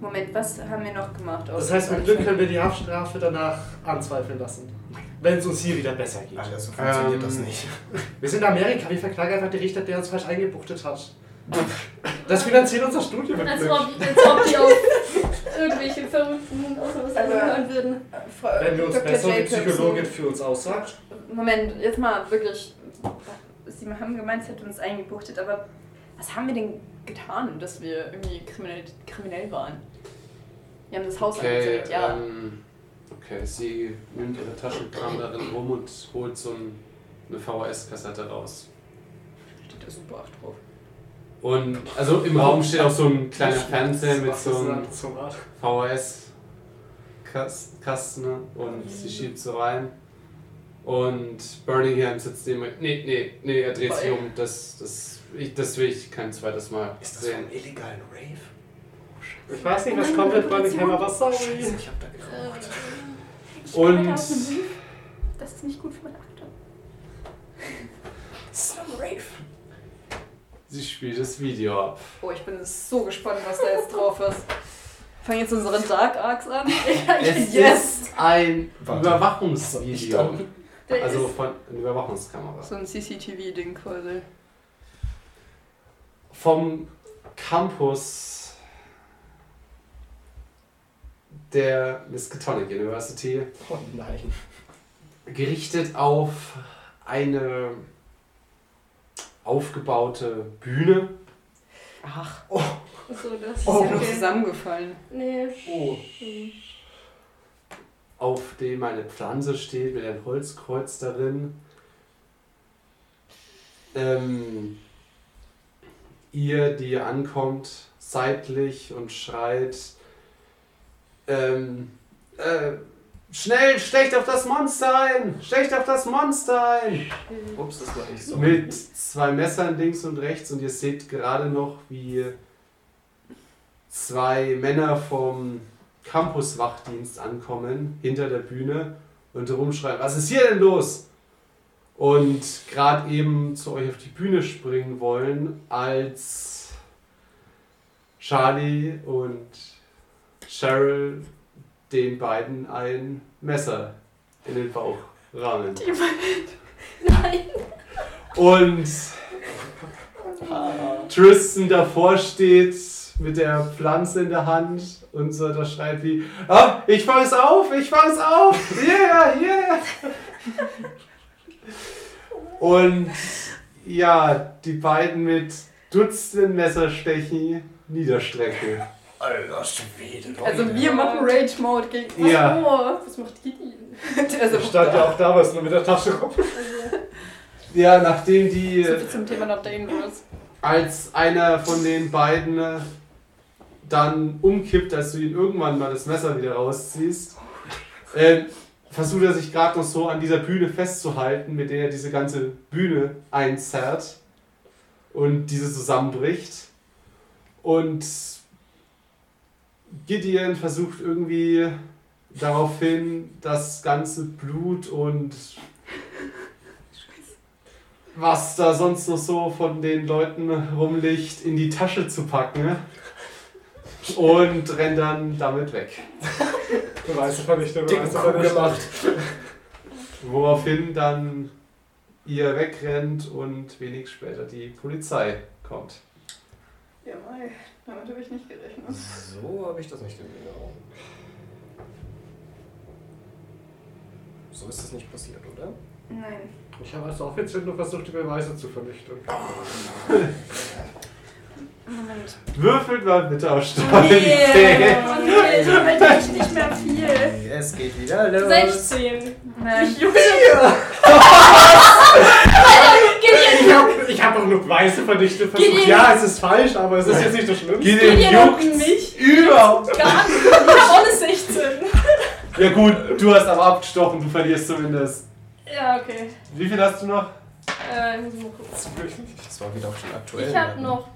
[SPEAKER 2] Moment, was haben wir noch gemacht? Oh,
[SPEAKER 5] Das heißt, mit Glück können wir die Haftstrafe danach anzweifeln lassen. Wenn es uns hier wieder besser geht.
[SPEAKER 3] Alter, so funktioniert
[SPEAKER 1] Ähm,
[SPEAKER 3] das nicht.
[SPEAKER 5] Wir sind in Amerika, wir verklagen einfach den Richter, der uns falsch eingebuchtet hat. Das finanziert unser Studium mit
[SPEAKER 4] Als
[SPEAKER 2] Also,
[SPEAKER 5] Glück.
[SPEAKER 4] ob, als ob die auf irgendwelche Verrückten aus was
[SPEAKER 2] Also-
[SPEAKER 4] hören würden. äh,
[SPEAKER 5] Wenn wir uns besser und die Psychologin für uns aussagt.
[SPEAKER 2] Moment, jetzt mal wirklich. Sie haben gemeint, sie hat uns eingebuchtet, aber was haben wir denn getan, dass wir irgendwie kriminell, kriminell waren? Wir haben das Haus
[SPEAKER 1] Okay,
[SPEAKER 2] angezündet, ja.
[SPEAKER 1] ähm, okay, sie nimmt ihre Taschenkram darin rum und holt so ein, eine VHS-Kassette raus.
[SPEAKER 2] Steht da super acht drauf.
[SPEAKER 1] Und also im Raum steht auch so ein kleiner Fernseher mit so einem
[SPEAKER 5] einem.
[SPEAKER 1] VHS-Kasten ne? und sie schiebt so rein. Und Birmingham sitzt neben Nee, nee, nee, er dreht sich um. Das, das, ich, das will ich kein zweites Mal
[SPEAKER 3] Ist das so
[SPEAKER 1] sehen.
[SPEAKER 3] ein illegalen Rave?
[SPEAKER 5] Ich weiß nicht, was kommt mit Birmingham, aber
[SPEAKER 2] Oh,
[SPEAKER 5] sorry.
[SPEAKER 3] Ich hab da genau.
[SPEAKER 2] Ich
[SPEAKER 1] Und-
[SPEAKER 2] arbeite auf einem Brief. Das ist nicht gut für meine Akte. Slum Rave.
[SPEAKER 1] Sie spielt das Video ab.
[SPEAKER 2] Oh, ich bin so gespannt, was da jetzt drauf ist. Fangen jetzt unsere Dark Arcs an?
[SPEAKER 1] Es ist ein
[SPEAKER 3] Warte. Ich
[SPEAKER 1] Überwachungsvideo.
[SPEAKER 3] dachte-
[SPEAKER 2] Der
[SPEAKER 1] Also
[SPEAKER 2] ist
[SPEAKER 1] von einer Überwachungskamera.
[SPEAKER 2] so ein CCTV-Ding quasi.
[SPEAKER 1] Vom Campus der Miskatonic University
[SPEAKER 3] Oh nein.
[SPEAKER 1] gerichtet auf eine aufgebaute Bühne.
[SPEAKER 2] Ach,
[SPEAKER 4] So, das ist
[SPEAKER 2] oh, ist ja
[SPEAKER 4] ja
[SPEAKER 2] nur
[SPEAKER 4] okay.
[SPEAKER 2] zusammengefallen.
[SPEAKER 4] Nee.
[SPEAKER 1] Oh. auf dem eine Pflanze steht mit einem Holzkreuz darin. Ähm, ihr, die ihr ankommt, seitlich und schreit: ähm, äh, Schnell, stecht auf das Monster ein! Stecht auf das Monster ein!
[SPEAKER 3] Ups, das war ich so.
[SPEAKER 1] Mit zwei Messern links und rechts und ihr seht gerade noch, wie zwei Männer vom Campuswachdienst ankommen, hinter der Bühne und rumschreien, was ist hier denn los? Und gerade eben zu euch auf die Bühne springen wollen, als Charlie und Cheryl den beiden ein Messer in den Bauch rahmen.
[SPEAKER 4] Nein.
[SPEAKER 1] Und Tristan davor steht mit der Pflanze in der Hand und so da schreit wie, ah, ich fang's auf, ich fang's auf, yeah, yeah. Und ja, die beiden mit Dutzenden Messerstechen niederstrecke.
[SPEAKER 3] Alter Schwede.
[SPEAKER 2] Also wir machen Rage Mode gegen.
[SPEAKER 1] Oh, Ja,
[SPEAKER 4] Oh, was macht die denn?
[SPEAKER 2] Also,
[SPEAKER 5] stand ja auch damals nur mit der Tasche rum.
[SPEAKER 4] Also,
[SPEAKER 1] ja, nachdem die
[SPEAKER 2] so viel zum Thema Not Dangerous.
[SPEAKER 1] als einer von den beiden äh, dann umkippt, als du ihn irgendwann mal das Messer wieder rausziehst, äh, versucht er sich gerade noch so an dieser Bühne festzuhalten, mit der er diese ganze Bühne einzerrt und diese zusammenbricht. Und Gideon versucht irgendwie daraufhin das ganze Blut und was da sonst noch so von den Leuten rumliegt, in die Tasche zu packen. Und rennt dann damit weg.
[SPEAKER 5] Beweisvernichtung,
[SPEAKER 3] Dicken Kuh gemacht.
[SPEAKER 1] Woraufhin dann ihr wegrennt und wenig später die Polizei kommt.
[SPEAKER 2] Ja, mei, damit habe ich nicht gerechnet.
[SPEAKER 3] So habe ich das nicht in Erinnerung. So ist das nicht passiert, oder?
[SPEAKER 2] Nein.
[SPEAKER 5] Ich habe also offiziell nur versucht, die Beweise zu vernichten.
[SPEAKER 2] Moment.
[SPEAKER 1] Würfelt mal bitte auf Stabilität.
[SPEAKER 4] Yeah.
[SPEAKER 2] Okay, so halt ich nicht mehr viel.
[SPEAKER 3] Es geht wieder
[SPEAKER 4] 16.
[SPEAKER 2] Nein.
[SPEAKER 4] Ich jucke. Gideon,
[SPEAKER 5] Ich habe ich hab auch nur Beweise vernichtet versucht.
[SPEAKER 4] Gideon.
[SPEAKER 5] Ja, es ist falsch, aber es ist jetzt nicht das Schlimmste.
[SPEAKER 1] Gideon
[SPEAKER 4] Gideon und
[SPEAKER 1] juckt
[SPEAKER 4] mich?
[SPEAKER 1] überhaupt.
[SPEAKER 4] gar nicht. Ich hab auch eine 16.
[SPEAKER 1] Ja gut, du hast aber abgestochen, du verlierst zumindest.
[SPEAKER 4] Ja, okay.
[SPEAKER 1] Wie viel hast du noch?
[SPEAKER 4] Äh, ich muss mal gucken.
[SPEAKER 3] Das war wieder auf den aktuellen.
[SPEAKER 4] Ich hab noch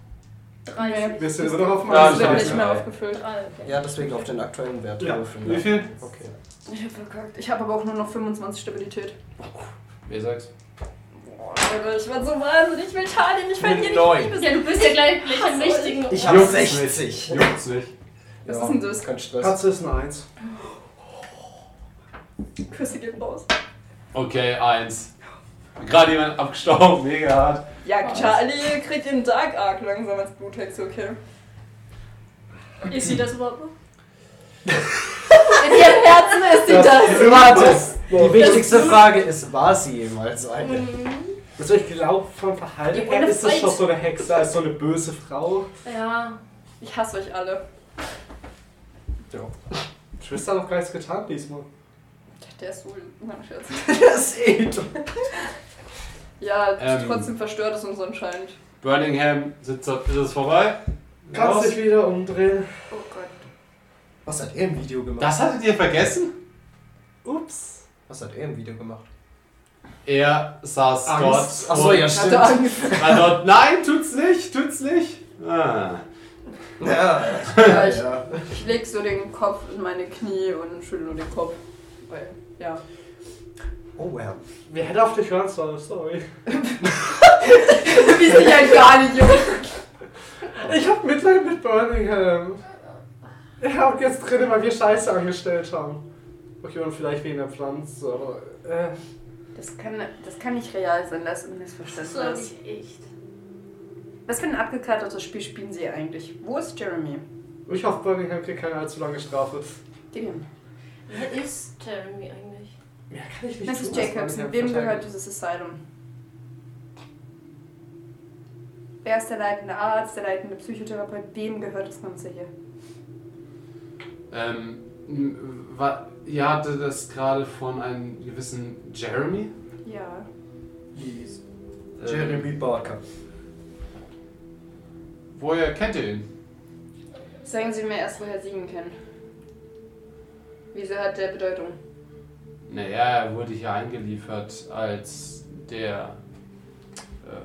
[SPEAKER 4] 30.
[SPEAKER 5] Wir sind immer noch auf
[SPEAKER 1] Ja,
[SPEAKER 5] dem
[SPEAKER 2] Das wird
[SPEAKER 1] Scheiße.
[SPEAKER 2] nicht mehr aufgefüllt.
[SPEAKER 4] Drei, okay.
[SPEAKER 3] Ja, deswegen auf den aktuellen Wert
[SPEAKER 5] Ja.
[SPEAKER 3] würfeln.
[SPEAKER 1] Wie viel?
[SPEAKER 3] Okay.
[SPEAKER 2] Ich habe verkackt. Ich habe aber auch nur noch 25 Stabilität.
[SPEAKER 1] Wer sagt's?
[SPEAKER 2] Boah, Alter, ich war so wahnsinnig. Ich will Charlie nicht verlieren.
[SPEAKER 3] neun.
[SPEAKER 2] Ich liebe
[SPEAKER 4] Ja,
[SPEAKER 2] sie.
[SPEAKER 4] du bist ja gleich gleich im richtigen
[SPEAKER 3] Ich
[SPEAKER 1] hab
[SPEAKER 3] habe
[SPEAKER 1] Juckt's
[SPEAKER 3] 60.
[SPEAKER 1] Juckt's nicht.
[SPEAKER 2] Was ist denn das?
[SPEAKER 3] Kein Stress.
[SPEAKER 5] Katze ist ein Eins.
[SPEAKER 2] Küsse gehen raus.
[SPEAKER 1] Okay, eins. Gerade jemand abgestochen, mega hart.
[SPEAKER 2] Ja, Charlie kriegt den Dark Arc langsam als Bluthex, okay.
[SPEAKER 4] Ist sie das überhaupt noch?
[SPEAKER 2] In ihrem Herzen ist sie das.
[SPEAKER 3] Warte, die wichtigste Frage ist, war sie jemals
[SPEAKER 2] Oh
[SPEAKER 3] eine?
[SPEAKER 4] Mhm.
[SPEAKER 5] Also ich glaube, vom Verhalten
[SPEAKER 4] Die
[SPEAKER 5] her
[SPEAKER 4] ohne
[SPEAKER 5] ist das
[SPEAKER 4] Fight.
[SPEAKER 5] schon so eine Hexe, als so eine böse Frau.
[SPEAKER 4] Ja.
[SPEAKER 2] Ich hasse euch alle.
[SPEAKER 3] Ja.
[SPEAKER 5] Schwester hat noch gar nichts getan diesmal.
[SPEAKER 2] Der ist so. Nein, Scherz.
[SPEAKER 3] Das ist eh dumm.
[SPEAKER 2] Ja,
[SPEAKER 1] Ähm.
[SPEAKER 2] trotzdem verstört es uns anscheinend.
[SPEAKER 1] Birmingham, sitzt auf, ist es vorbei? Raus.
[SPEAKER 5] Kannst dich wieder umdrehen.
[SPEAKER 2] Oh Gott.
[SPEAKER 3] Was hat er im Video gemacht?
[SPEAKER 1] Das hattet ihr vergessen?
[SPEAKER 5] Ups.
[SPEAKER 3] Was hat er im Video gemacht?
[SPEAKER 1] Er saß
[SPEAKER 5] Angst.
[SPEAKER 1] dort.
[SPEAKER 3] Achso,
[SPEAKER 1] und-
[SPEAKER 3] Oh, ja,
[SPEAKER 2] Hatte
[SPEAKER 3] stimmt.
[SPEAKER 2] Angst.
[SPEAKER 1] War dort, nein, tut's nicht, tut's nicht. Ah.
[SPEAKER 3] Ja,
[SPEAKER 2] Ja, ich,
[SPEAKER 3] ja.
[SPEAKER 2] ich leg so den Kopf in meine Knie und schüttel nur den Kopf. Weil, ja.
[SPEAKER 3] Oh, well.
[SPEAKER 5] Wer hätte auf dich hören sollen, sorry.
[SPEAKER 2] Wie sie halt gar nicht juckt.
[SPEAKER 5] Ich hab Mitleid mit Birmingham. Er hat jetzt drin, weil wir Scheiße angestellt haben. Okay, und vielleicht wegen der Pflanze, aber. Äh,
[SPEAKER 2] Das kann, das kann nicht real sein, das ist ein
[SPEAKER 4] Das glaub
[SPEAKER 2] Missverständnis.
[SPEAKER 4] ich echt.
[SPEAKER 2] Was für ein abgekatertes Spiel spielen sie eigentlich? Wo ist Jeremy?
[SPEAKER 5] ich hoffe, Birmingham kriegt keine allzu lange Strafe.
[SPEAKER 2] Gideon.
[SPEAKER 4] Wer ist Jeremy eigentlich?
[SPEAKER 5] Mehr kann ich nicht
[SPEAKER 2] Mrs.
[SPEAKER 5] tun, als
[SPEAKER 2] Jacobson,
[SPEAKER 5] Birmingham
[SPEAKER 2] wem gehört
[SPEAKER 5] verteidigen.
[SPEAKER 2] dieses Asylum? Wer ist der leitende Arzt, der leitende Psychotherapeut? Wem gehört das Ganze hier?
[SPEAKER 1] Ähm, m- wa- ihr hattet das gerade von einem gewissen Jeremy?
[SPEAKER 2] Ja.
[SPEAKER 3] Jeez.
[SPEAKER 1] Ähm,
[SPEAKER 3] Jeremy Barker.
[SPEAKER 1] Woher kennt ihr ihn?
[SPEAKER 2] Sagen Sie mir erst, woher Sie ihn kennen. Wieso hat der Bedeutung?
[SPEAKER 1] Naja, er wurde hier eingeliefert als der ähm,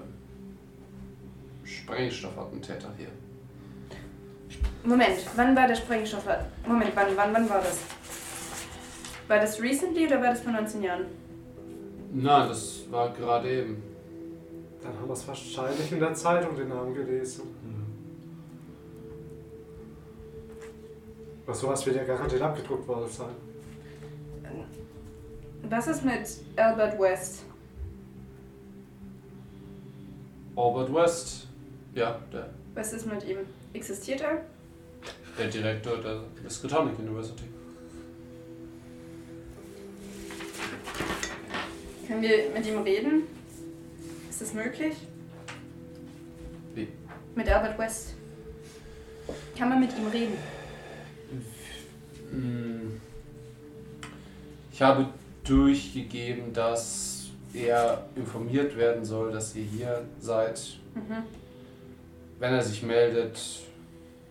[SPEAKER 1] Sprengstoffattentäter hier.
[SPEAKER 2] Moment, wann war der Sprengstoff? Moment, wann, wann, wann war das? War das recently oder war das vor 19 Jahren?
[SPEAKER 1] Nein, das war gerade eben.
[SPEAKER 5] Dann haben wir es wahrscheinlich in der Zeitung den Namen gelesen. Was sowas wird ja garantiert abgedruckt worden sein.
[SPEAKER 2] Was ist mit Albert West?
[SPEAKER 1] Albert West. Ja, der,
[SPEAKER 2] Was ist mit ihm? Existiert er?
[SPEAKER 1] der Direktor der Miskatonic University.
[SPEAKER 2] Können wir mit ihm reden? Ist das möglich?
[SPEAKER 1] Wie?
[SPEAKER 2] Mit Albert West. Kann man mit ihm reden?
[SPEAKER 1] Mm. Ich habe durchgegeben, dass er informiert werden soll, dass ihr hier seid,
[SPEAKER 2] Mhm.
[SPEAKER 1] wenn er sich meldet.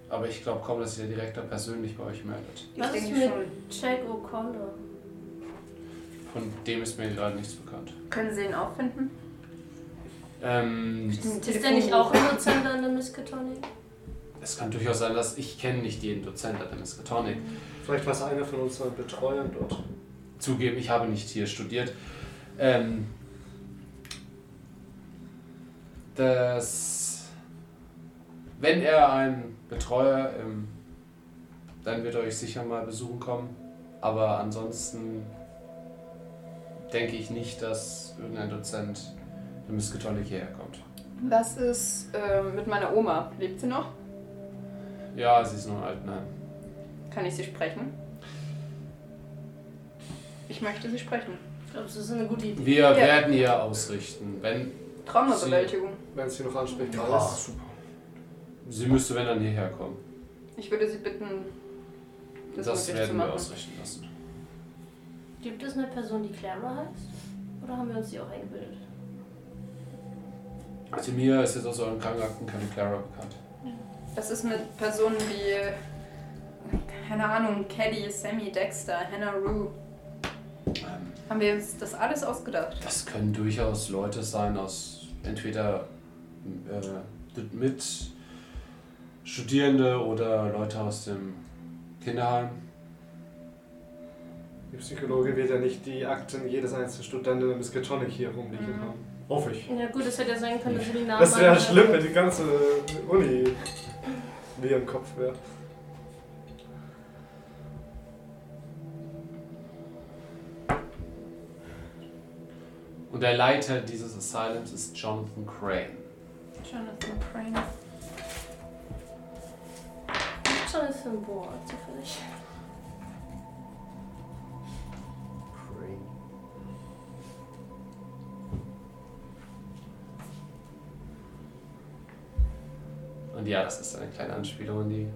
[SPEAKER 1] Aber ich glaube kaum, dass sich der Direktor persönlich bei euch meldet.
[SPEAKER 2] Ich
[SPEAKER 4] Was ist
[SPEAKER 2] denke
[SPEAKER 4] mit-
[SPEAKER 2] schon.
[SPEAKER 4] Jack O'Connor.
[SPEAKER 1] Von dem ist mir gerade nichts bekannt.
[SPEAKER 2] Können Sie ihn auffinden?
[SPEAKER 1] Ähm,
[SPEAKER 4] Ist der nicht auch ein Dozent an der Miskatonic?
[SPEAKER 1] es kann durchaus sein, dass ich kenne nicht jeden Dozent an der Miskatonic.
[SPEAKER 5] Vielleicht war es einer von unseren Betreuern dort.
[SPEAKER 1] zugeben, ich habe nicht hier studiert. Ähm, dass wenn er ein Betreuer, ähm, dann wird er euch sicher mal besuchen kommen. Aber ansonsten denke ich nicht, dass irgendein Dozent der Miskatonic hierher kommt.
[SPEAKER 2] Was ist ähm, mit meiner Oma? Lebt sie noch?
[SPEAKER 1] Ja, sie ist nur alt, nein.
[SPEAKER 2] Kann ich sie sprechen? Ich möchte sie sprechen.
[SPEAKER 4] Ich glaube, das ist eine gute Idee.
[SPEAKER 1] Wir werden ihr ausrichten. Wenn
[SPEAKER 2] Traumabewältigung.
[SPEAKER 5] Wenn es hier noch anspricht.
[SPEAKER 3] Ja,
[SPEAKER 5] alles.
[SPEAKER 3] super.
[SPEAKER 1] sie müsste, wenn dann hierher kommen.
[SPEAKER 2] Ich würde sie bitten,
[SPEAKER 1] Das,
[SPEAKER 2] das, möglich zu
[SPEAKER 1] werden wir
[SPEAKER 2] machen.
[SPEAKER 1] ausrichten lassen.
[SPEAKER 4] Gibt es eine Person, die Clara heißt? Oder haben wir uns die auch eingebildet?
[SPEAKER 1] Also mir ist jetzt aus euren Krankenakten keine Clara bekannt.
[SPEAKER 2] Das ist mit Personen wie, keine Ahnung, Kelly, Sammy, Dexter, Hannah Rue.
[SPEAKER 1] Ähm,
[SPEAKER 2] Haben wir uns das alles ausgedacht?
[SPEAKER 1] Das können durchaus Leute sein aus entweder äh, mit Studierende oder Leute aus dem Kinderheim.
[SPEAKER 5] Die Psychologe wird ja nicht die Akten jedes einzelnen Studenten der Miskatonic hier rumliegen
[SPEAKER 2] Mhm.
[SPEAKER 5] haben. Hoffe ich.
[SPEAKER 4] Ja gut, es hätte ja sein können, dass wir die Namen
[SPEAKER 5] Das wäre
[SPEAKER 4] alle-
[SPEAKER 5] schlimm, wenn die ganze äh, Uni mir im Kopf wäre.
[SPEAKER 1] Und der Leiter dieses Asylums ist Jonathan Crane.
[SPEAKER 2] Jonathan Crane.
[SPEAKER 4] Jonathan Bohr, zufällig.
[SPEAKER 1] Und ja, das ist eine kleine Anspielung an die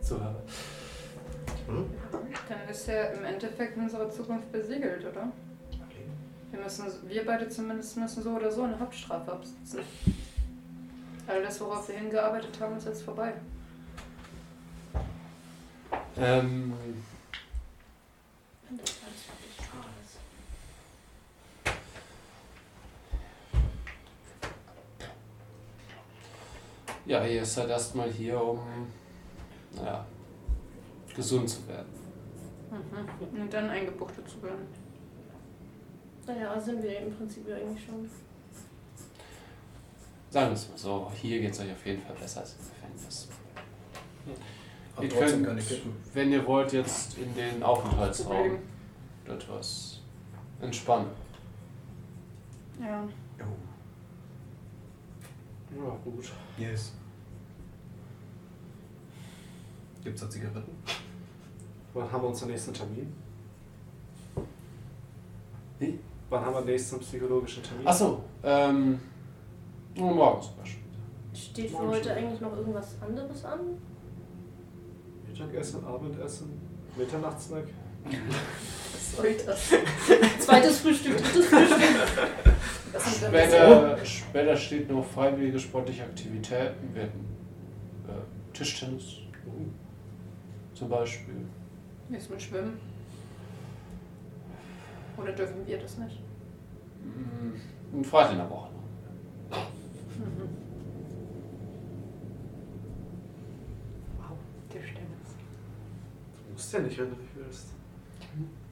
[SPEAKER 1] Zuhörer.
[SPEAKER 2] Dann ist ja im Endeffekt unsere Zukunft besiegelt, oder? Wir müssen, wir beide zumindest müssen so oder so eine Hauptstrafe absitzen. All das, worauf wir hingearbeitet haben, ist jetzt vorbei.
[SPEAKER 1] Ähm,
[SPEAKER 4] Wenn das alles wirklich wahr ist.
[SPEAKER 1] ja, ihr seid erstmal hier, um naja, gesund zu werden.
[SPEAKER 2] Und dann eingebuchtet zu werden.
[SPEAKER 4] Naja, sind wir im Prinzip ja eigentlich schon.
[SPEAKER 1] Sagen wir es mal so, hier geht es euch auf jeden Fall besser als im Gefängnis.
[SPEAKER 3] Hab
[SPEAKER 1] Ihr
[SPEAKER 3] trotzdem
[SPEAKER 1] könnt,
[SPEAKER 3] keine Kippen.
[SPEAKER 1] wenn ihr wollt, jetzt in den Aufenthaltsraum
[SPEAKER 2] Problem.
[SPEAKER 1] etwas entspannen.
[SPEAKER 2] Ja.
[SPEAKER 3] Oh.
[SPEAKER 5] Ja, gut.
[SPEAKER 3] Yes. Gibt's da Zigaretten?
[SPEAKER 5] Wann haben wir unseren nächsten Termin?
[SPEAKER 1] Wie?
[SPEAKER 5] Wann haben wir den nächsten psychologischen Termin?
[SPEAKER 1] Achso, ähm, nur morgen zum Beispiel.
[SPEAKER 4] Steht für
[SPEAKER 5] Morgen
[SPEAKER 4] heute
[SPEAKER 5] schon.
[SPEAKER 4] eigentlich noch irgendwas anderes an?
[SPEAKER 5] Mittagessen, Abendessen, Mitternachtssnack.
[SPEAKER 2] Was soll das?
[SPEAKER 4] Zweites Frühstück, drittes Frühstück.
[SPEAKER 2] Das sind dann
[SPEAKER 1] Später, später steht noch freiwillige sportliche Aktivitäten, wir hätten äh, Tischtennis uh, zum Beispiel.
[SPEAKER 2] Müssen wir schwimmen? Oder dürfen wir das nicht?
[SPEAKER 1] Mm, Und Freitag in der Woche noch.
[SPEAKER 2] Mhm.
[SPEAKER 5] selbstständig, wenn du nicht willst.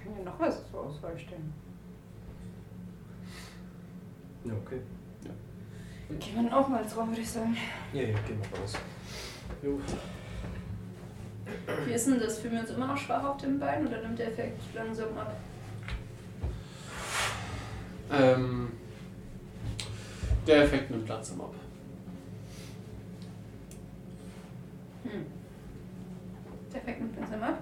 [SPEAKER 2] Kann dir noch was zur Auswahl stellen.
[SPEAKER 3] Ja, okay.
[SPEAKER 2] Gehen wir dann auch mal ins Raum, würde ich sagen.
[SPEAKER 3] Ja, ja, gehen wir raus.
[SPEAKER 5] Jo.
[SPEAKER 2] Wie ist denn das? Fühlen wir uns immer noch schwach auf dem Bein oder nimmt der Effekt langsam ab?
[SPEAKER 1] Ähm, der Effekt nimmt langsam ab.
[SPEAKER 2] Hm. Der Effekt nimmt langsam ab.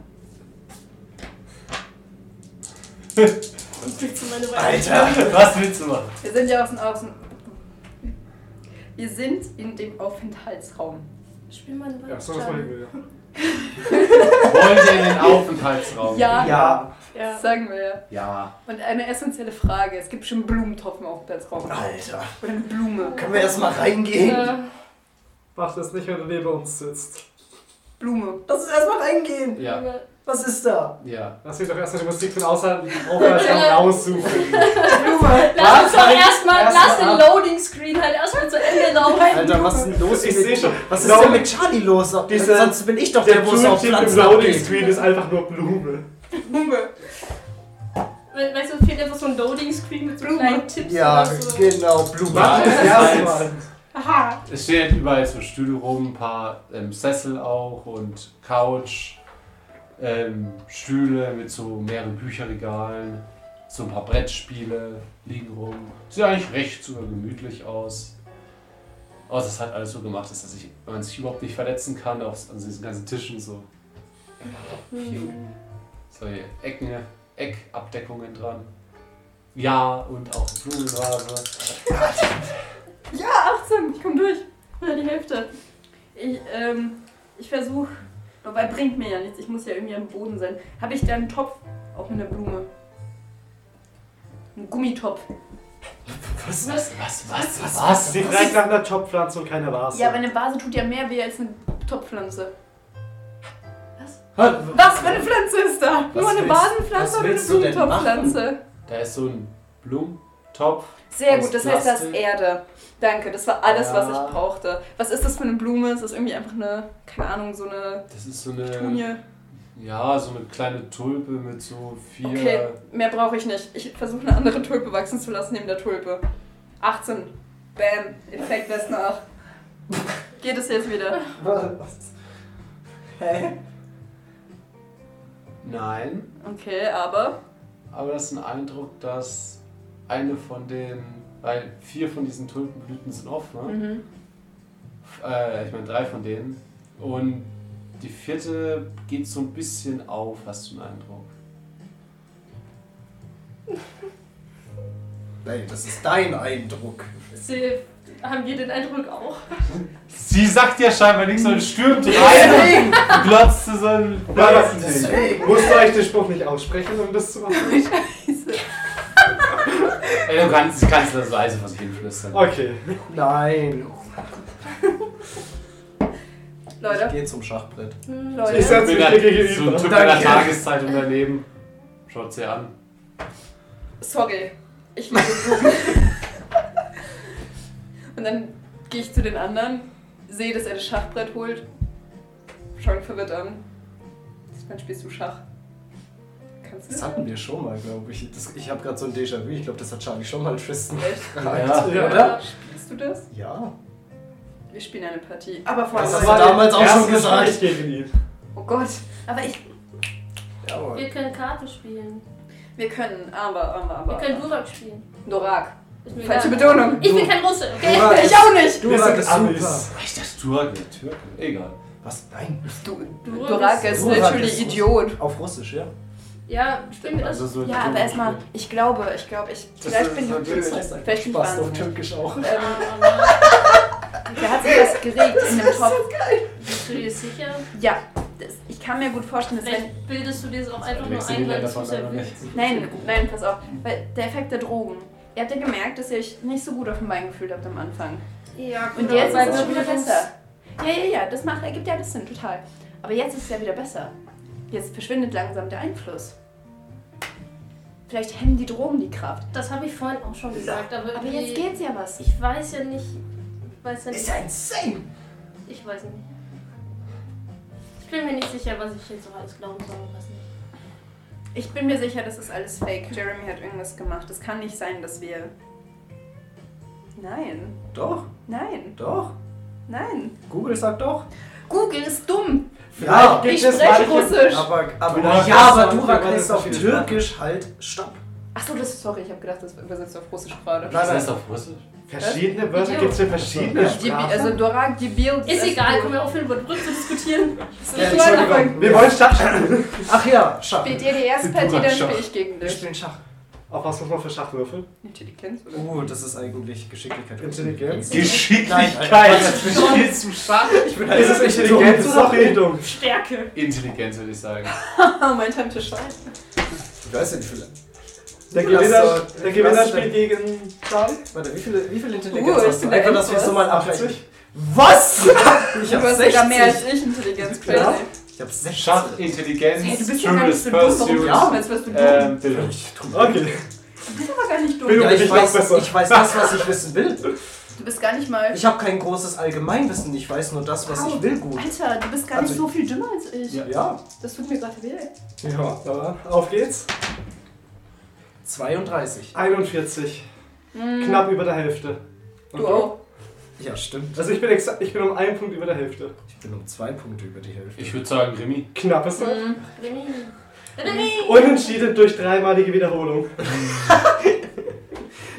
[SPEAKER 4] Ich krieg zu meine Weile.
[SPEAKER 3] Alter, was willst du machen?
[SPEAKER 2] Wir sind ja außen außen. Wir sind in dem Aufenthaltsraum.
[SPEAKER 4] Spiel meine Weile.
[SPEAKER 5] Ja, so das war die Idee.
[SPEAKER 1] Wollt ihr in den Aufenthaltsraum?
[SPEAKER 2] Ja,
[SPEAKER 3] Ja.
[SPEAKER 4] Ja.
[SPEAKER 2] das sagen wir ja.
[SPEAKER 1] Ja.
[SPEAKER 2] Und eine essentielle Frage: Es gibt schon Blumentopf im Aufenthaltsraum.
[SPEAKER 3] Alter,
[SPEAKER 2] Oder eine Blume.
[SPEAKER 3] können wir erstmal reingehen?
[SPEAKER 4] Äh,
[SPEAKER 5] Mach das nicht, wenn du neben uns sitzt.
[SPEAKER 2] Blume.
[SPEAKER 3] Lass uns erstmal reingehen.
[SPEAKER 1] Ja.
[SPEAKER 4] Junge.
[SPEAKER 3] Was ist da?
[SPEAKER 1] Ja.
[SPEAKER 5] Lass mich doch erstmal die Musik von außerhalb aufmerksam raussuchen.
[SPEAKER 4] Lass uns doch
[SPEAKER 1] Sorry.
[SPEAKER 4] erstmal,
[SPEAKER 1] Erst
[SPEAKER 4] lass den
[SPEAKER 1] mal ab.
[SPEAKER 4] Loading Screen halt erstmal zu Ende laufen.
[SPEAKER 3] Alter, was ist denn los
[SPEAKER 5] Ich
[SPEAKER 3] mit-
[SPEAKER 5] seh schon.
[SPEAKER 3] Was ist
[SPEAKER 5] Launi-
[SPEAKER 3] denn mit Charlie los?
[SPEAKER 5] Diese-
[SPEAKER 3] Sonst bin ich doch der,
[SPEAKER 5] Der
[SPEAKER 3] wo es auf
[SPEAKER 5] Blumentyp im
[SPEAKER 3] Pflanzen
[SPEAKER 5] Loading
[SPEAKER 3] abgeht.
[SPEAKER 5] Screen ist einfach nur Blume.
[SPEAKER 2] Blume.
[SPEAKER 4] We- Weißt du, es fehlt einfach so ein Loading Screen mit so
[SPEAKER 2] Blume.
[SPEAKER 4] kleinen Tipps
[SPEAKER 3] Ja,
[SPEAKER 4] oder so.
[SPEAKER 3] genau, Blumen.
[SPEAKER 1] Ja,
[SPEAKER 5] das
[SPEAKER 1] ja.
[SPEAKER 5] erstmal.
[SPEAKER 2] Aha.
[SPEAKER 1] Es stehen überall so Stühle rum, ein paar ähm, Sessel auch und Couch, ähm, Stühle mit so mehreren Bücherregalen, so ein paar Brettspiele liegen rum. Sieht eigentlich recht sogar gemütlich aus. Außer es hat alles so gemacht, ist, dass ich, man sich überhaupt nicht verletzen kann auf an diesen ganzen Tischen so. Mhm. Solche Ecken, Eckabdeckungen dran. Ja, und auch Blumenvase.
[SPEAKER 2] Ja, 18, ich komm durch. Ja, die Hälfte. Ich, ähm, ich versuche. Wobei bringt mir ja nichts, ich muss ja irgendwie am Boden sein. Habe ich da einen Topf? Auch mit einer Blume. Ein Gummitopf.
[SPEAKER 1] Was, was, was, was, was?
[SPEAKER 5] Das sieht direkt nach einer Topfpflanze und keiner Vase.
[SPEAKER 2] Ja, aber eine Vase tut ja mehr weh als eine Topfpflanze.
[SPEAKER 1] was?
[SPEAKER 2] Was für eine Pflanze ist da?
[SPEAKER 3] Was
[SPEAKER 2] Nur eine
[SPEAKER 3] willst-
[SPEAKER 2] Vasenpflanze
[SPEAKER 3] was
[SPEAKER 2] oder eine
[SPEAKER 3] willst du denn
[SPEAKER 2] Blumentopfpflanze?
[SPEAKER 1] Da ist so ein Blumentopf.
[SPEAKER 2] Sehr
[SPEAKER 1] Aus
[SPEAKER 2] gut, das heißt, das ist
[SPEAKER 1] Plastik?
[SPEAKER 2] Erde. Danke, das war alles, was
[SPEAKER 1] Ja.
[SPEAKER 2] ich brauchte. Was ist das für eine Blume? Ist das irgendwie einfach eine, keine Ahnung, so eine
[SPEAKER 1] Das ist so eine.
[SPEAKER 3] Ähm,
[SPEAKER 2] Tunie?
[SPEAKER 1] Ja, so eine kleine Tulpe mit so vier.
[SPEAKER 2] Okay, mehr brauche ich nicht. Ich versuche eine andere Tulpe wachsen zu lassen neben der Tulpe. 18. Bam, Effekt lässt nach. Geht es jetzt wieder?
[SPEAKER 3] Was? Hä?
[SPEAKER 1] Nein,
[SPEAKER 2] Okay, aber.
[SPEAKER 1] aber das ist ein Eindruck, dass eine von den. Weil vier von diesen Tulpenblüten sind offen. Ne?
[SPEAKER 2] Mhm.
[SPEAKER 1] Äh, ich meine, drei von denen. Und die vierte geht so ein bisschen auf, hast du einen Eindruck.
[SPEAKER 3] Nein, das ist dein Eindruck.
[SPEAKER 4] Sie, haben wir den Eindruck auch?
[SPEAKER 1] Sie sagt ja scheinbar nichts, sondern stürmt rein und glotzt zu so einem Pflanzending.
[SPEAKER 5] Musst du eigentlich den Spruch nicht aussprechen, um das zu machen?
[SPEAKER 2] Scheiße.
[SPEAKER 1] Ey, Du kannst, kannst das leise von hinflüstern. flüstern.
[SPEAKER 5] Okay.
[SPEAKER 3] Nein. Ich
[SPEAKER 2] Leute,
[SPEAKER 3] gehe zum Schachbrett.
[SPEAKER 4] Hm,
[SPEAKER 2] Leute.
[SPEAKER 5] Ich setze
[SPEAKER 1] Bin
[SPEAKER 5] mich
[SPEAKER 1] da,
[SPEAKER 5] hier
[SPEAKER 1] so ein
[SPEAKER 5] gegenüber.
[SPEAKER 1] Typ in der
[SPEAKER 3] Danke.
[SPEAKER 1] Tageszeitung daneben. Schaut sie an.
[SPEAKER 2] sorry. Ich liebe Und dann gehe ich zu den anderen, sehe, dass er das Schachbrett holt. Schau ihn verwirrt an. Dann spielst du Schach. Kannst du
[SPEAKER 3] Das
[SPEAKER 2] das?
[SPEAKER 3] hatten wir schon mal, glaube ich. Das, ich habe gerade so ein Déjà-vu. Ich glaube, das hat Charlie schon mal Tristan
[SPEAKER 2] Echt?
[SPEAKER 3] gefragt.
[SPEAKER 5] Ja.
[SPEAKER 3] Oder?
[SPEAKER 2] Spielst du das?
[SPEAKER 3] Ja.
[SPEAKER 2] Wir spielen eine Partie. Aber vor
[SPEAKER 3] Das
[SPEAKER 2] allem.
[SPEAKER 3] hast du damals auch schon
[SPEAKER 5] Ich
[SPEAKER 3] gesagt.
[SPEAKER 5] gegen ihn.
[SPEAKER 2] Oh Gott. Aber ich
[SPEAKER 3] Ja, aber-
[SPEAKER 4] Wir können Karten spielen.
[SPEAKER 2] Wir können, aber, aber, aber.
[SPEAKER 4] Wir können Durak spielen.
[SPEAKER 2] Dorak.
[SPEAKER 4] Ist mir
[SPEAKER 2] Falsche
[SPEAKER 4] egal.
[SPEAKER 2] Betonung.
[SPEAKER 4] Ich bin kein Russe, okay?
[SPEAKER 3] Durak.
[SPEAKER 2] Ich auch nicht.
[SPEAKER 3] Du
[SPEAKER 5] Wir
[SPEAKER 3] warst
[SPEAKER 5] sind Amis.
[SPEAKER 3] super.
[SPEAKER 1] Ich dachte, Turke, Türke. Egal.
[SPEAKER 3] Was? Nein.
[SPEAKER 2] Du,
[SPEAKER 4] Dorak
[SPEAKER 2] Dorak
[SPEAKER 4] ist-
[SPEAKER 2] ist
[SPEAKER 3] Dorak
[SPEAKER 2] literally
[SPEAKER 3] ist-
[SPEAKER 2] Idiot.
[SPEAKER 3] Auf Russisch, ja?
[SPEAKER 4] Ja, spielen wir das.
[SPEAKER 1] Also so
[SPEAKER 2] Ja, aber erstmal, ich glaube, ich glaube, ich.
[SPEAKER 1] Das
[SPEAKER 2] Vielleicht
[SPEAKER 1] ist
[SPEAKER 2] bin ich
[SPEAKER 1] natürlich-
[SPEAKER 2] wahnsinnig.
[SPEAKER 1] Das
[SPEAKER 2] Vielleicht bin ich
[SPEAKER 3] Spaß auf
[SPEAKER 2] wahnsinnig.
[SPEAKER 3] Türkisch auch.
[SPEAKER 2] Ähm,
[SPEAKER 4] Ah,
[SPEAKER 2] der hat sich was geregt in dem Topf.
[SPEAKER 4] Bist du dir sicher?
[SPEAKER 2] Ja, das, ich kann mir gut vorstellen, dass wenn.
[SPEAKER 4] Vielleicht bildest du dir das auch einfach nur
[SPEAKER 1] Nächste
[SPEAKER 4] ein, weil
[SPEAKER 1] Liga
[SPEAKER 4] es so
[SPEAKER 1] davon
[SPEAKER 4] sehr
[SPEAKER 1] leider
[SPEAKER 4] wirkt.
[SPEAKER 1] nicht.
[SPEAKER 2] Nein, nein, pass auf. Weil der Effekt der Drogen. Ihr habt ja gemerkt, dass ihr euch nicht so gut auf dem Bein gefühlt habt am Anfang.
[SPEAKER 4] Ja,
[SPEAKER 2] Und
[SPEAKER 4] genau,
[SPEAKER 2] jetzt
[SPEAKER 4] weil
[SPEAKER 2] ist es
[SPEAKER 4] wir
[SPEAKER 2] wieder
[SPEAKER 4] uns-
[SPEAKER 2] besser. Ja, ja, ja, das macht, ergibt ja alles Sinn, total. Aber jetzt ist es ja wieder besser. Jetzt verschwindet langsam der Einfluss. Vielleicht hemmen die Drogen die Kraft.
[SPEAKER 4] Das habe ich vorhin auch schon gesagt, aber,
[SPEAKER 2] Aber
[SPEAKER 4] irgendwie-
[SPEAKER 2] jetzt geht's ja was.
[SPEAKER 4] Ich weiß ja nicht. Weiß ja
[SPEAKER 3] Ist
[SPEAKER 4] nicht.
[SPEAKER 3] ja insane.
[SPEAKER 4] Ich weiß nicht.
[SPEAKER 2] Ich
[SPEAKER 4] bin mir nicht sicher, was ich jetzt so alles glauben soll und was nicht.
[SPEAKER 2] Ich bin mir sicher, das ist alles fake. Jeremy hat irgendwas gemacht. Es kann nicht sein, dass wir. Nein,
[SPEAKER 3] Doch,
[SPEAKER 2] nein,
[SPEAKER 3] doch.
[SPEAKER 2] nein.
[SPEAKER 3] Google sagt doch.
[SPEAKER 2] Google ist dumm.
[SPEAKER 3] Ja,
[SPEAKER 2] Ich spreche Russisch.
[SPEAKER 3] Aber, aber
[SPEAKER 5] Durak
[SPEAKER 3] ja,
[SPEAKER 5] ist
[SPEAKER 3] aber
[SPEAKER 5] auf-
[SPEAKER 3] Durak
[SPEAKER 5] für meine
[SPEAKER 3] heißt auf
[SPEAKER 5] verschiedenen Sprachen.
[SPEAKER 3] Türkisch halt Stopp.
[SPEAKER 2] Achso, das sorry, ich habe gedacht, das übersetzt auf Russisch gerade.
[SPEAKER 3] Nein,
[SPEAKER 6] Was
[SPEAKER 3] nein.
[SPEAKER 6] heißt auf Russisch?
[SPEAKER 5] Verschiedene Wörter gibt es für verschiedene
[SPEAKER 2] Die-
[SPEAKER 5] Sprachen.
[SPEAKER 2] Also Dorak, die Bild.
[SPEAKER 4] Ist egal, komm wir auf hin, über den Rücken zu diskutieren.
[SPEAKER 2] Ich
[SPEAKER 3] Ja,
[SPEAKER 2] wollte
[SPEAKER 3] Entschuldigung.
[SPEAKER 5] Wir wollen Schachspielen.
[SPEAKER 3] Ach ja, Schach.
[SPEAKER 2] Spielt ihr die erste
[SPEAKER 1] Die
[SPEAKER 2] Partie, dann
[SPEAKER 1] Durak-Schach.
[SPEAKER 2] spiele ich gegen
[SPEAKER 3] Wir
[SPEAKER 2] dich.
[SPEAKER 3] spielen Schach.
[SPEAKER 5] Auf was muss man für Schachwürfel?
[SPEAKER 2] Intelligenz, oder?
[SPEAKER 3] Oh, das ist eigentlich Geschicklichkeit.
[SPEAKER 5] Intelligenz?
[SPEAKER 1] Geschicklichkeit. Stehst du Schach?
[SPEAKER 3] Ich bin
[SPEAKER 5] Ist es Intelligenz oder Bildung?
[SPEAKER 4] Stärke.
[SPEAKER 6] Intelligenz würde ich sagen.
[SPEAKER 2] Ah, mein Tante schreit.
[SPEAKER 3] Ich weiß ja nicht, wie viele.
[SPEAKER 5] Der
[SPEAKER 3] Gewinner-
[SPEAKER 5] Gewinner,
[SPEAKER 3] der Gewinner spielt
[SPEAKER 5] spielt gegen Charlie.
[SPEAKER 3] Warte, wie viele, wie viele Intelligenz
[SPEAKER 2] Uh,
[SPEAKER 3] hast
[SPEAKER 2] ich
[SPEAKER 3] du?
[SPEAKER 2] bin
[SPEAKER 3] Einfach,
[SPEAKER 2] der
[SPEAKER 3] dass wir es
[SPEAKER 2] Endboss.
[SPEAKER 3] so mal abrechnen. Was? Ich
[SPEAKER 2] Du
[SPEAKER 3] hab
[SPEAKER 2] hast sogar mehr
[SPEAKER 3] 60.
[SPEAKER 2] als ich Intelligenz.
[SPEAKER 3] Ja.
[SPEAKER 2] Crazy.
[SPEAKER 3] Ich hab 60.
[SPEAKER 6] Schach, Intelligenz,
[SPEAKER 2] Hey, du bist ja gar
[SPEAKER 6] Curious
[SPEAKER 2] nicht so dumm. Warum
[SPEAKER 6] Pursuit,
[SPEAKER 2] glaubst du, als wärst du dumm?
[SPEAKER 6] ähm, Bildung.
[SPEAKER 5] Okay.
[SPEAKER 2] Du bist aber gar nicht
[SPEAKER 5] Bildung.
[SPEAKER 2] dumm.
[SPEAKER 3] Ja, ich,
[SPEAKER 5] Ich glaub
[SPEAKER 3] weiß,
[SPEAKER 5] besser.
[SPEAKER 3] ich weiß das, was ich wissen will.
[SPEAKER 2] Du bist gar nicht mal...
[SPEAKER 3] Ich habe kein großes Allgemeinwissen. Ich weiß nur das, was ich will gut.
[SPEAKER 2] Alter, du bist gar nicht
[SPEAKER 3] Also-
[SPEAKER 2] so viel dümmer als ich.
[SPEAKER 3] Ja.
[SPEAKER 2] Das tut mir gerade weh.
[SPEAKER 3] Ja.
[SPEAKER 5] Ja, auf geht's.
[SPEAKER 3] 32.
[SPEAKER 5] 41.
[SPEAKER 4] Hm.
[SPEAKER 5] Knapp über der Hälfte. Und
[SPEAKER 2] Du auch.
[SPEAKER 3] Ja, stimmt.
[SPEAKER 5] Also ich bin, exa- ich bin um einen Punkt über der Hälfte.
[SPEAKER 3] Ich bin um zwei Punkte über die Hälfte.
[SPEAKER 6] Ich würde sagen Remy.
[SPEAKER 5] Knapp ist
[SPEAKER 4] Hm.
[SPEAKER 5] das.
[SPEAKER 2] Mhm.
[SPEAKER 4] Remy.
[SPEAKER 5] Unentschieden durch dreimalige Wiederholung.